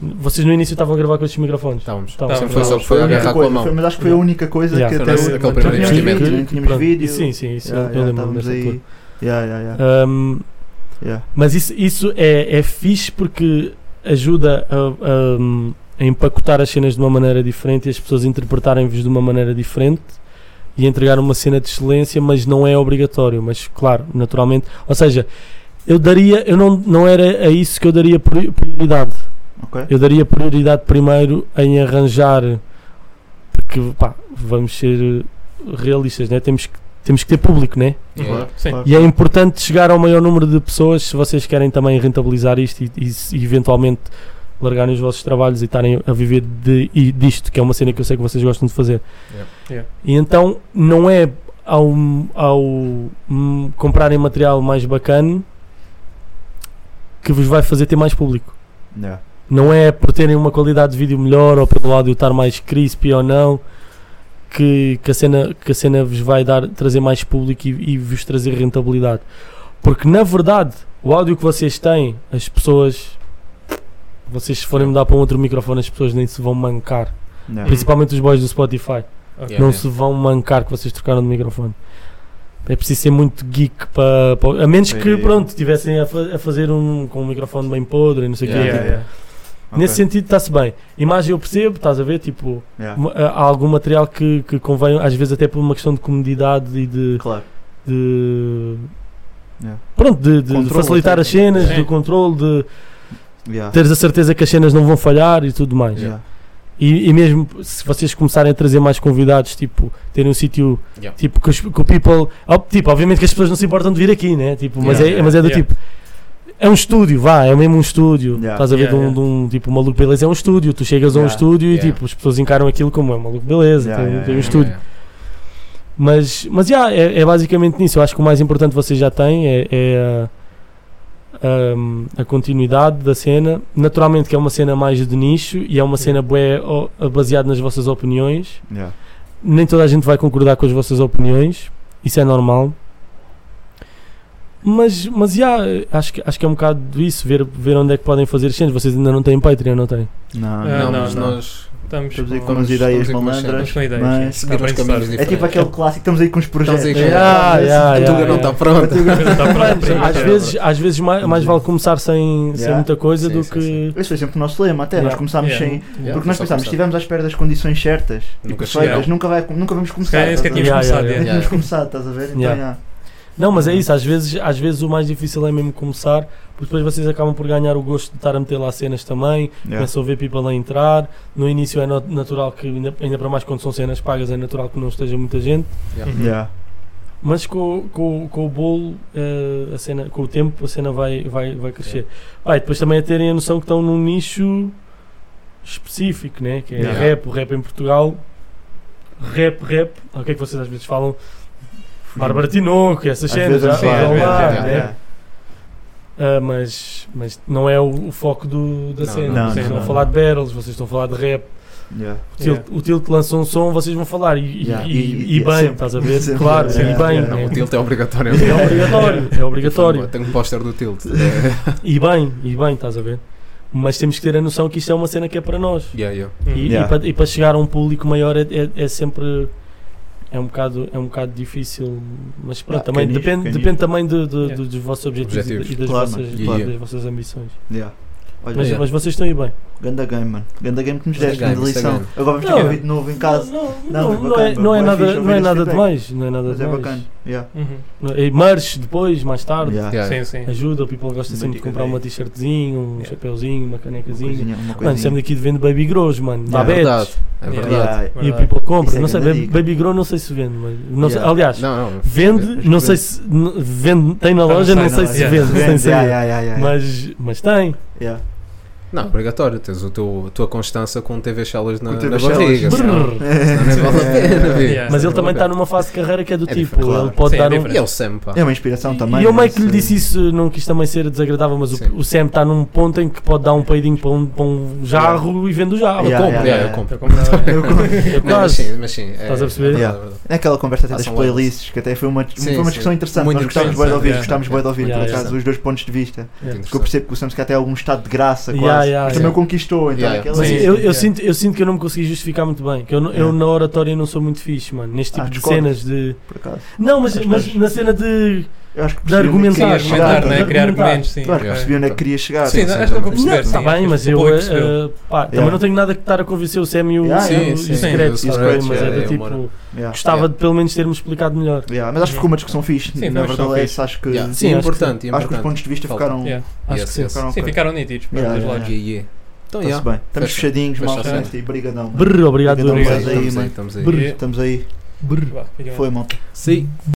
Speaker 6: Vocês no início estavam a gravar com estes microfones?
Speaker 7: Estávamos.
Speaker 6: Estávamos.
Speaker 7: Sempre foi só
Speaker 5: Mas
Speaker 7: foi
Speaker 5: a única
Speaker 7: agarrar com a
Speaker 5: coisa,
Speaker 7: mão.
Speaker 5: foi- mas acho que foi a única coisa
Speaker 6: Yeah.
Speaker 5: que
Speaker 7: Foi
Speaker 5: até.
Speaker 7: nosso- aquele primeiro
Speaker 5: não tínhamos
Speaker 7: investimento.
Speaker 5: vídeo, não tínhamos
Speaker 6: Pronto.
Speaker 5: né? vídeo.
Speaker 6: Sim, sim, isso
Speaker 5: Yeah,
Speaker 6: eu lembro
Speaker 5: yeah, Ah, estávamos
Speaker 6: dessa
Speaker 5: aí.
Speaker 6: altura. Um,
Speaker 5: Yeah, yeah, yeah.
Speaker 6: Ahm,
Speaker 5: Yeah.
Speaker 6: mas isso, isso é, é fixe porque ajuda a, a- a empacotar as cenas de uma maneira diferente e as pessoas interpretarem-vos de uma maneira diferente e entregar uma cena de excelência, mas não é obrigatório, mas claro, naturalmente. Ou seja, eu daria, eu não, não era a isso que eu daria priori- prioridade.
Speaker 5: Ok.
Speaker 6: Eu daria prioridade primeiro em arranjar, porque pá, vamos ser realistas, né? temos, que, temos que ter público, né?
Speaker 7: Yeah.
Speaker 8: Sim.
Speaker 5: Claro.
Speaker 6: E é importante chegar ao maior número de pessoas se vocês querem também rentabilizar isto e, e se- e eventualmente largarem os vossos trabalhos e estarem a viver de, e disto, que é uma cena que eu sei que vocês gostam de fazer.
Speaker 7: Yeah.
Speaker 8: Yeah.
Speaker 6: E então não é ao, ao hum, comprarem material mais bacana que vos vai fazer ter mais público.
Speaker 5: Yeah.
Speaker 6: Não é por terem uma qualidade de vídeo melhor ou pelo áudio estar mais crispy ou não que, que, a, cena, que a cena vos vai dar, trazer mais público e, e vos trazer rentabilidade. Porque na verdade, o áudio que vocês têm, as pessoas. Vocês se forem mudar para um outro microfone, as pessoas nem se vão mancar.
Speaker 5: Yeah.
Speaker 6: Principalmente os boys do Spotify.
Speaker 7: Yeah.
Speaker 6: Não se vão mancar que vocês trocaram de microfone. É preciso ser muito geek para. para- a menos que,
Speaker 5: Yeah.
Speaker 6: pronto, estivessem a, fa- a fazer um com um microfone bem podre e não sei o
Speaker 7: Yeah,
Speaker 6: que.
Speaker 8: É.
Speaker 7: yeah,
Speaker 5: Ok.
Speaker 6: Nesse sentido está-se bem. Imagem eu percebo, estás a ver? Tipo,
Speaker 5: Yeah.
Speaker 6: ma- há algum material que, que convém, às vezes até por uma questão de comodidade e de.
Speaker 5: Claro.
Speaker 6: de-
Speaker 5: Yeah.
Speaker 6: Pronto, de, de- de
Speaker 5: É. Controle,
Speaker 6: facilitar
Speaker 5: até.
Speaker 6: as cenas,
Speaker 8: Sim.
Speaker 6: do controle, de
Speaker 5: Yeah.
Speaker 6: teres a certeza que as cenas não vão falhar e tudo mais.
Speaker 5: Yeah.
Speaker 6: E, e mesmo se vocês começarem a trazer mais convidados, tipo, terem um sítio
Speaker 7: Yeah.
Speaker 6: tipo que, os- que o people. ó, tipo, obviamente que as pessoas não se importam de vir aqui, né? Tipo, mas,
Speaker 7: Yeah,
Speaker 6: é,
Speaker 7: yeah,
Speaker 6: mas é do
Speaker 8: yeah.
Speaker 6: tipo. É um estúdio, vá, é mesmo um estúdio.
Speaker 5: Yeah.
Speaker 6: Estás a ver
Speaker 8: Yeah,
Speaker 6: de, um,
Speaker 8: yeah.
Speaker 6: de um tipo maluco beleza, é um estúdio. Tu chegas a um
Speaker 5: Yeah.
Speaker 6: estúdio
Speaker 7: Yeah.
Speaker 6: e tipo, as pessoas encaram aquilo como é maluco beleza,
Speaker 5: Yeah,
Speaker 6: tem,
Speaker 5: yeah,
Speaker 6: tem um
Speaker 5: yeah,
Speaker 6: estúdio.
Speaker 7: Yeah,
Speaker 6: Mas, mas yeah, é, é basicamente nisso. Eu acho que o mais importante vocês já têm é, é a, um, a continuidade da cena. Naturalmente que é uma cena mais de nicho e é uma cena bué, ó, baseada nas vossas opiniões.
Speaker 5: Yeah.
Speaker 6: Nem toda a gente vai concordar com as vossas opiniões. Isso é normal. Mas, mas yeah, acho, que, acho que é um bocado isso, ver, ver onde é que podem fazer as cenas. Vocês ainda não têm Patreon, não têm?
Speaker 5: Não,
Speaker 8: Ah,
Speaker 7: yeah.
Speaker 5: não.
Speaker 7: Não,
Speaker 8: não,
Speaker 7: mas
Speaker 8: não.
Speaker 7: nós
Speaker 8: Estamos
Speaker 5: Estamos aí com
Speaker 7: Vamos-
Speaker 5: umas ideias
Speaker 7: vamos aí com umas
Speaker 5: malandras.
Speaker 7: cenas.
Speaker 8: com ideias.
Speaker 5: Mas-
Speaker 8: sim.
Speaker 7: seguimos
Speaker 8: Está
Speaker 7: caminhos
Speaker 8: bem
Speaker 5: É
Speaker 7: diferentes.
Speaker 5: tipo aquele clássico, estamos aí com os projetos.
Speaker 7: Estamos aí com-
Speaker 6: Yeah, yeah,
Speaker 7: A
Speaker 6: Ah,
Speaker 7: Tuga
Speaker 6: yeah,
Speaker 7: não
Speaker 6: yeah.
Speaker 7: está pronta.
Speaker 6: tá
Speaker 8: Está pronto, sim.
Speaker 6: Às vezes, às vezes mais, mais vale começar sem, sem
Speaker 5: Yeah.
Speaker 6: muita coisa
Speaker 7: Sim,
Speaker 6: do
Speaker 7: sim,
Speaker 6: que.
Speaker 7: sim.
Speaker 5: Esse foi sempre o nosso lema, até
Speaker 6: Yeah.
Speaker 5: nós começámos
Speaker 8: Yeah.
Speaker 5: sem.
Speaker 7: Yeah,
Speaker 5: porque nós
Speaker 7: só
Speaker 5: pensámos,
Speaker 7: começar.
Speaker 5: estivemos à espera das condições certas e
Speaker 7: Nunca
Speaker 5: perfeitas,
Speaker 7: chegaram.
Speaker 5: nunca, vai, nunca vamos
Speaker 8: Se
Speaker 5: começar.
Speaker 8: calhar nem sequer tínhamos
Speaker 5: estás a ver?
Speaker 6: Yeah,
Speaker 8: começado.
Speaker 6: yeah,
Speaker 5: Nem
Speaker 8: yeah.
Speaker 5: tínhamos começado, estás a ver? Então,
Speaker 6: Yeah.
Speaker 5: yeah.
Speaker 6: Não, mas é isso, às vezes, às vezes o mais difícil é mesmo começar, porque depois vocês acabam por ganhar o gosto de estar a meter lá cenas também, começam a ver people a entrar, no início é no- natural que, ainda, ainda para mais quando são cenas pagas, é natural que não esteja muita gente,
Speaker 8: Uhum.
Speaker 5: Yeah.
Speaker 6: mas com, o- com, o- com o bolo, eh, a cena, com o tempo, a cena vai, vai, vai crescer. Ah, e depois também é terem a noção que estão num nicho específico, né? que é
Speaker 7: Yeah.
Speaker 6: rap, o rap em Portugal, rap, rap, o que é que vocês às vezes falam? Bárbara Tinoco, e essas
Speaker 5: Às
Speaker 6: cenas,
Speaker 5: vezes
Speaker 6: já,
Speaker 5: é
Speaker 7: sim, às
Speaker 6: vão
Speaker 7: vezes,
Speaker 6: lá,
Speaker 7: yeah,
Speaker 6: né?
Speaker 5: yeah.
Speaker 6: Ah, mas, mas não é o, o foco do, da
Speaker 7: Não,
Speaker 6: cena.
Speaker 5: não,
Speaker 6: vocês
Speaker 5: não,
Speaker 6: estão
Speaker 5: não,
Speaker 6: a falar de battles, vocês estão a falar de rap.
Speaker 5: Yeah.
Speaker 6: O Tilt,
Speaker 8: Yeah.
Speaker 6: o Tilt lançou um som, vocês vão falar. E, e-
Speaker 5: Yeah.
Speaker 6: e,
Speaker 5: E-
Speaker 6: e
Speaker 5: e- é
Speaker 6: bem,
Speaker 5: sempre.
Speaker 6: estás a ver?
Speaker 5: Sempre.
Speaker 6: Claro,
Speaker 5: Yeah,
Speaker 6: e bem.
Speaker 5: yeah,
Speaker 7: Não,
Speaker 6: né?
Speaker 7: o tilt é obrigatório.
Speaker 6: É obrigatório, é obrigatório.
Speaker 7: Tenho um póster do tilt. É.
Speaker 6: E bem, e bem, estás a ver? Mas temos que ter a noção que isto é uma cena que é para nós.
Speaker 7: Yeah, yeah.
Speaker 8: Uhum.
Speaker 6: E,
Speaker 5: Yeah.
Speaker 6: para, chegar a um público maior é, é- é sempre. É um, bocado, é um bocado difícil, mas pronto,
Speaker 5: Ah,
Speaker 6: também
Speaker 5: quem diz,
Speaker 6: depende,
Speaker 5: quem diz.
Speaker 6: depende também do- do-
Speaker 8: Yeah.
Speaker 6: do- dos vossos objetivos, e-
Speaker 7: Objetivos.
Speaker 6: e das,
Speaker 5: Claro, é.
Speaker 6: vossas,
Speaker 7: mano. Yeah.
Speaker 6: das vossas ambições.
Speaker 5: Yeah. Olha,
Speaker 6: Mas,
Speaker 7: Yeah.
Speaker 6: mas vocês estão aí bem.
Speaker 5: Ganda game, mano. Ganda game que nos
Speaker 7: Ganda
Speaker 5: deste,
Speaker 7: game,
Speaker 5: grande
Speaker 7: isso é
Speaker 5: lição.
Speaker 7: game.
Speaker 5: Agora vamos ter
Speaker 6: Não.
Speaker 5: que ouvir de novo em casa.
Speaker 6: Não,
Speaker 5: Não,
Speaker 6: não,
Speaker 5: mas
Speaker 6: não,
Speaker 5: bacana,
Speaker 6: é, não é
Speaker 5: bacana, fixe
Speaker 6: nada,
Speaker 5: ouvir
Speaker 6: não é
Speaker 5: esse
Speaker 6: nada
Speaker 5: feedback.
Speaker 6: demais. Não é nada
Speaker 5: Mas é bacana.
Speaker 6: demais.
Speaker 5: Yeah.
Speaker 8: Uhum.
Speaker 6: E é merch depois, mais tarde.
Speaker 5: Yeah.
Speaker 8: Sim,
Speaker 7: Yeah.
Speaker 8: sim.
Speaker 6: Ajuda, o people gosta
Speaker 5: Uma
Speaker 6: sempre de
Speaker 5: dica
Speaker 6: comprar
Speaker 5: daí.
Speaker 6: uma t-shirtzinho, um
Speaker 5: Yeah.
Speaker 6: chapéuzinho, uma
Speaker 5: Uma
Speaker 6: canecazinha.
Speaker 5: coisinha, uma
Speaker 6: Mano,
Speaker 5: coisinha.
Speaker 6: estamos aqui de vendo Baby Grows, mano.
Speaker 5: Yeah.
Speaker 6: Dá
Speaker 7: É verdade.
Speaker 6: betes.
Speaker 7: É
Speaker 8: Yeah.
Speaker 7: verdade.
Speaker 6: E o
Speaker 8: Verdade.
Speaker 6: people compra.
Speaker 5: Isso é
Speaker 6: não sei,
Speaker 5: grande
Speaker 6: Baby,
Speaker 5: dica.
Speaker 6: Baby Grow não sei se vende, mas. Não sei-
Speaker 5: Yeah.
Speaker 6: aliás,
Speaker 7: Não, não.
Speaker 6: vende, não sei se. n- Vende, tem na
Speaker 8: Tá,
Speaker 6: loja,
Speaker 8: sai
Speaker 6: não
Speaker 8: na
Speaker 6: sei
Speaker 8: loja.
Speaker 6: se
Speaker 8: Yeah.
Speaker 6: vende, sem
Speaker 5: Vende, yeah,
Speaker 6: saber.
Speaker 5: yeah, yeah, yeah.
Speaker 6: Mas, mas tem.
Speaker 5: Yeah.
Speaker 7: Não, obrigatório. Tens o teu, a tua constância com TV Shellas na,
Speaker 5: Com TV
Speaker 7: na
Speaker 5: Shellas.
Speaker 7: barriga. senão-
Speaker 6: Brrr.
Speaker 7: senão nem vale a pena, vi.
Speaker 8: Yeah.
Speaker 6: Mas ele também
Speaker 7: Não vale a
Speaker 6: está numa fase de carreira que é do
Speaker 7: É
Speaker 6: tipo.
Speaker 7: diferente.
Speaker 6: Ele pode
Speaker 8: É, Sim, é
Speaker 6: dar um.
Speaker 8: diferente.
Speaker 7: pena. E é o Sam, pá.
Speaker 5: É uma inspiração também.
Speaker 6: E eu
Speaker 5: não
Speaker 6: meio que lhe
Speaker 5: sei.
Speaker 6: disse isso, não quis também ser desagradável, mas
Speaker 7: Sim.
Speaker 6: o, o Sam está num ponto em que pode dar um peidinho para um, para um jarro e vende o jarro.
Speaker 5: Yeah,
Speaker 7: compro,
Speaker 5: yeah,
Speaker 7: yeah, É,
Speaker 5: yeah.
Speaker 7: eu compro.
Speaker 8: Estou comprado.
Speaker 5: Eu
Speaker 6: É
Speaker 7: Não, mas
Speaker 6: quase.
Speaker 7: sim, mas sim. é-
Speaker 6: Estás a perceber?
Speaker 7: é verdade,
Speaker 5: Yeah.
Speaker 7: é verdade.
Speaker 5: Naquela conversa até
Speaker 7: Ah,
Speaker 5: das
Speaker 7: são
Speaker 5: playlists, que até foi uma,
Speaker 7: Sim,
Speaker 5: foi uma
Speaker 7: sim.
Speaker 5: discussão interessante.
Speaker 7: Muito
Speaker 5: Nós gostávamos
Speaker 7: interessante,
Speaker 5: bem de ouvir,
Speaker 8: yeah.
Speaker 5: gostávamos bem de ouvir,
Speaker 6: Yeah,
Speaker 5: por
Speaker 6: yeah.
Speaker 5: acaso, os dois pontos de vista.
Speaker 6: Yeah.
Speaker 5: Porque eu percebo que o Sam se calhar tem algum estado de graça, quase.
Speaker 6: Yeah, Yeah, yeah,
Speaker 5: Também
Speaker 6: yeah.
Speaker 5: o conquistou, então
Speaker 7: Yeah.
Speaker 5: aquele-
Speaker 6: Mas
Speaker 8: Sim.
Speaker 6: eu, eu
Speaker 8: Yeah.
Speaker 6: sinto, eu sinto que eu não me consegui justificar muito bem. Que eu, não- eu
Speaker 5: Yeah.
Speaker 6: na oratória não sou muito fixe, mano. Neste tipo
Speaker 5: Ah,
Speaker 6: de
Speaker 5: discordo.
Speaker 6: cenas de.
Speaker 5: por acaso.
Speaker 6: Não, mas,
Speaker 5: Mas
Speaker 6: mas
Speaker 5: nós-
Speaker 6: na cena de.
Speaker 5: Eu acho que
Speaker 6: De
Speaker 5: percebi onde é que
Speaker 6: argumentar,
Speaker 5: queria
Speaker 6: argumentar,
Speaker 5: chegar,
Speaker 8: Argumentar,
Speaker 5: tá
Speaker 8: né?
Speaker 5: bem?
Speaker 8: Criar argumentos, sim.
Speaker 5: Claro, que percebi onde é que queria chegar.
Speaker 8: Sim,
Speaker 5: tá
Speaker 8: não,
Speaker 5: bem.
Speaker 8: acho que eu
Speaker 6: Não,
Speaker 8: perceber,
Speaker 6: está
Speaker 8: sim, Tipo,
Speaker 6: bem, mas
Speaker 8: o
Speaker 6: eu.
Speaker 8: público
Speaker 6: eh,
Speaker 8: percebeu.
Speaker 6: eh, pá, Também
Speaker 5: Yeah.
Speaker 6: não tenho nada que estar a convencer o Sam e o
Speaker 5: Yeah,
Speaker 6: e
Speaker 5: yeah.
Speaker 6: o-
Speaker 7: Sim,
Speaker 6: e o
Speaker 7: sim.
Speaker 6: Secreto,
Speaker 7: Sim,
Speaker 6: tá bem,
Speaker 7: sim,
Speaker 6: mas
Speaker 7: sim.
Speaker 6: é do
Speaker 7: É,
Speaker 6: tipo.
Speaker 7: humor.
Speaker 5: Yeah.
Speaker 6: Gostava
Speaker 7: Yeah.
Speaker 6: de pelo menos termos explicado melhor.
Speaker 5: Yeah, Mas acho que ficou uma discussão fixe.
Speaker 8: Sim,
Speaker 5: na
Speaker 8: não, discussão
Speaker 5: verdade, é
Speaker 8: fixe.
Speaker 5: isso, acho que.
Speaker 7: Yeah.
Speaker 5: Acho
Speaker 7: Sim,
Speaker 6: acho que-
Speaker 7: importante,
Speaker 5: que os
Speaker 7: importante.
Speaker 5: pontos de vista
Speaker 7: Falta.
Speaker 5: ficaram.
Speaker 8: Yeah.
Speaker 6: Acho
Speaker 7: Yes,
Speaker 6: que sim.
Speaker 7: yes.
Speaker 5: ficaram
Speaker 8: Sim,
Speaker 5: ok.
Speaker 8: ficaram nítidos. para
Speaker 5: Yeah,
Speaker 8: os dois
Speaker 5: yeah,
Speaker 8: lados.
Speaker 7: Yeah, yeah. Então,
Speaker 5: Está-se
Speaker 7: yeah.
Speaker 5: bem. Estamos
Speaker 7: Fecha.
Speaker 5: fechadinhos,
Speaker 7: Fecha a
Speaker 5: mal
Speaker 8: cena.
Speaker 5: frente e brigadão. mano.
Speaker 6: Brr, obrigado,
Speaker 5: Obrigado,
Speaker 6: obrigado.
Speaker 5: obrigado. aí, né?
Speaker 7: Estamos aí,
Speaker 5: mano.
Speaker 7: estamos aí.
Speaker 8: Brr.
Speaker 5: Estamos aí.
Speaker 8: Vá, fiquem bem.
Speaker 5: Foi, malta.
Speaker 7: Sim.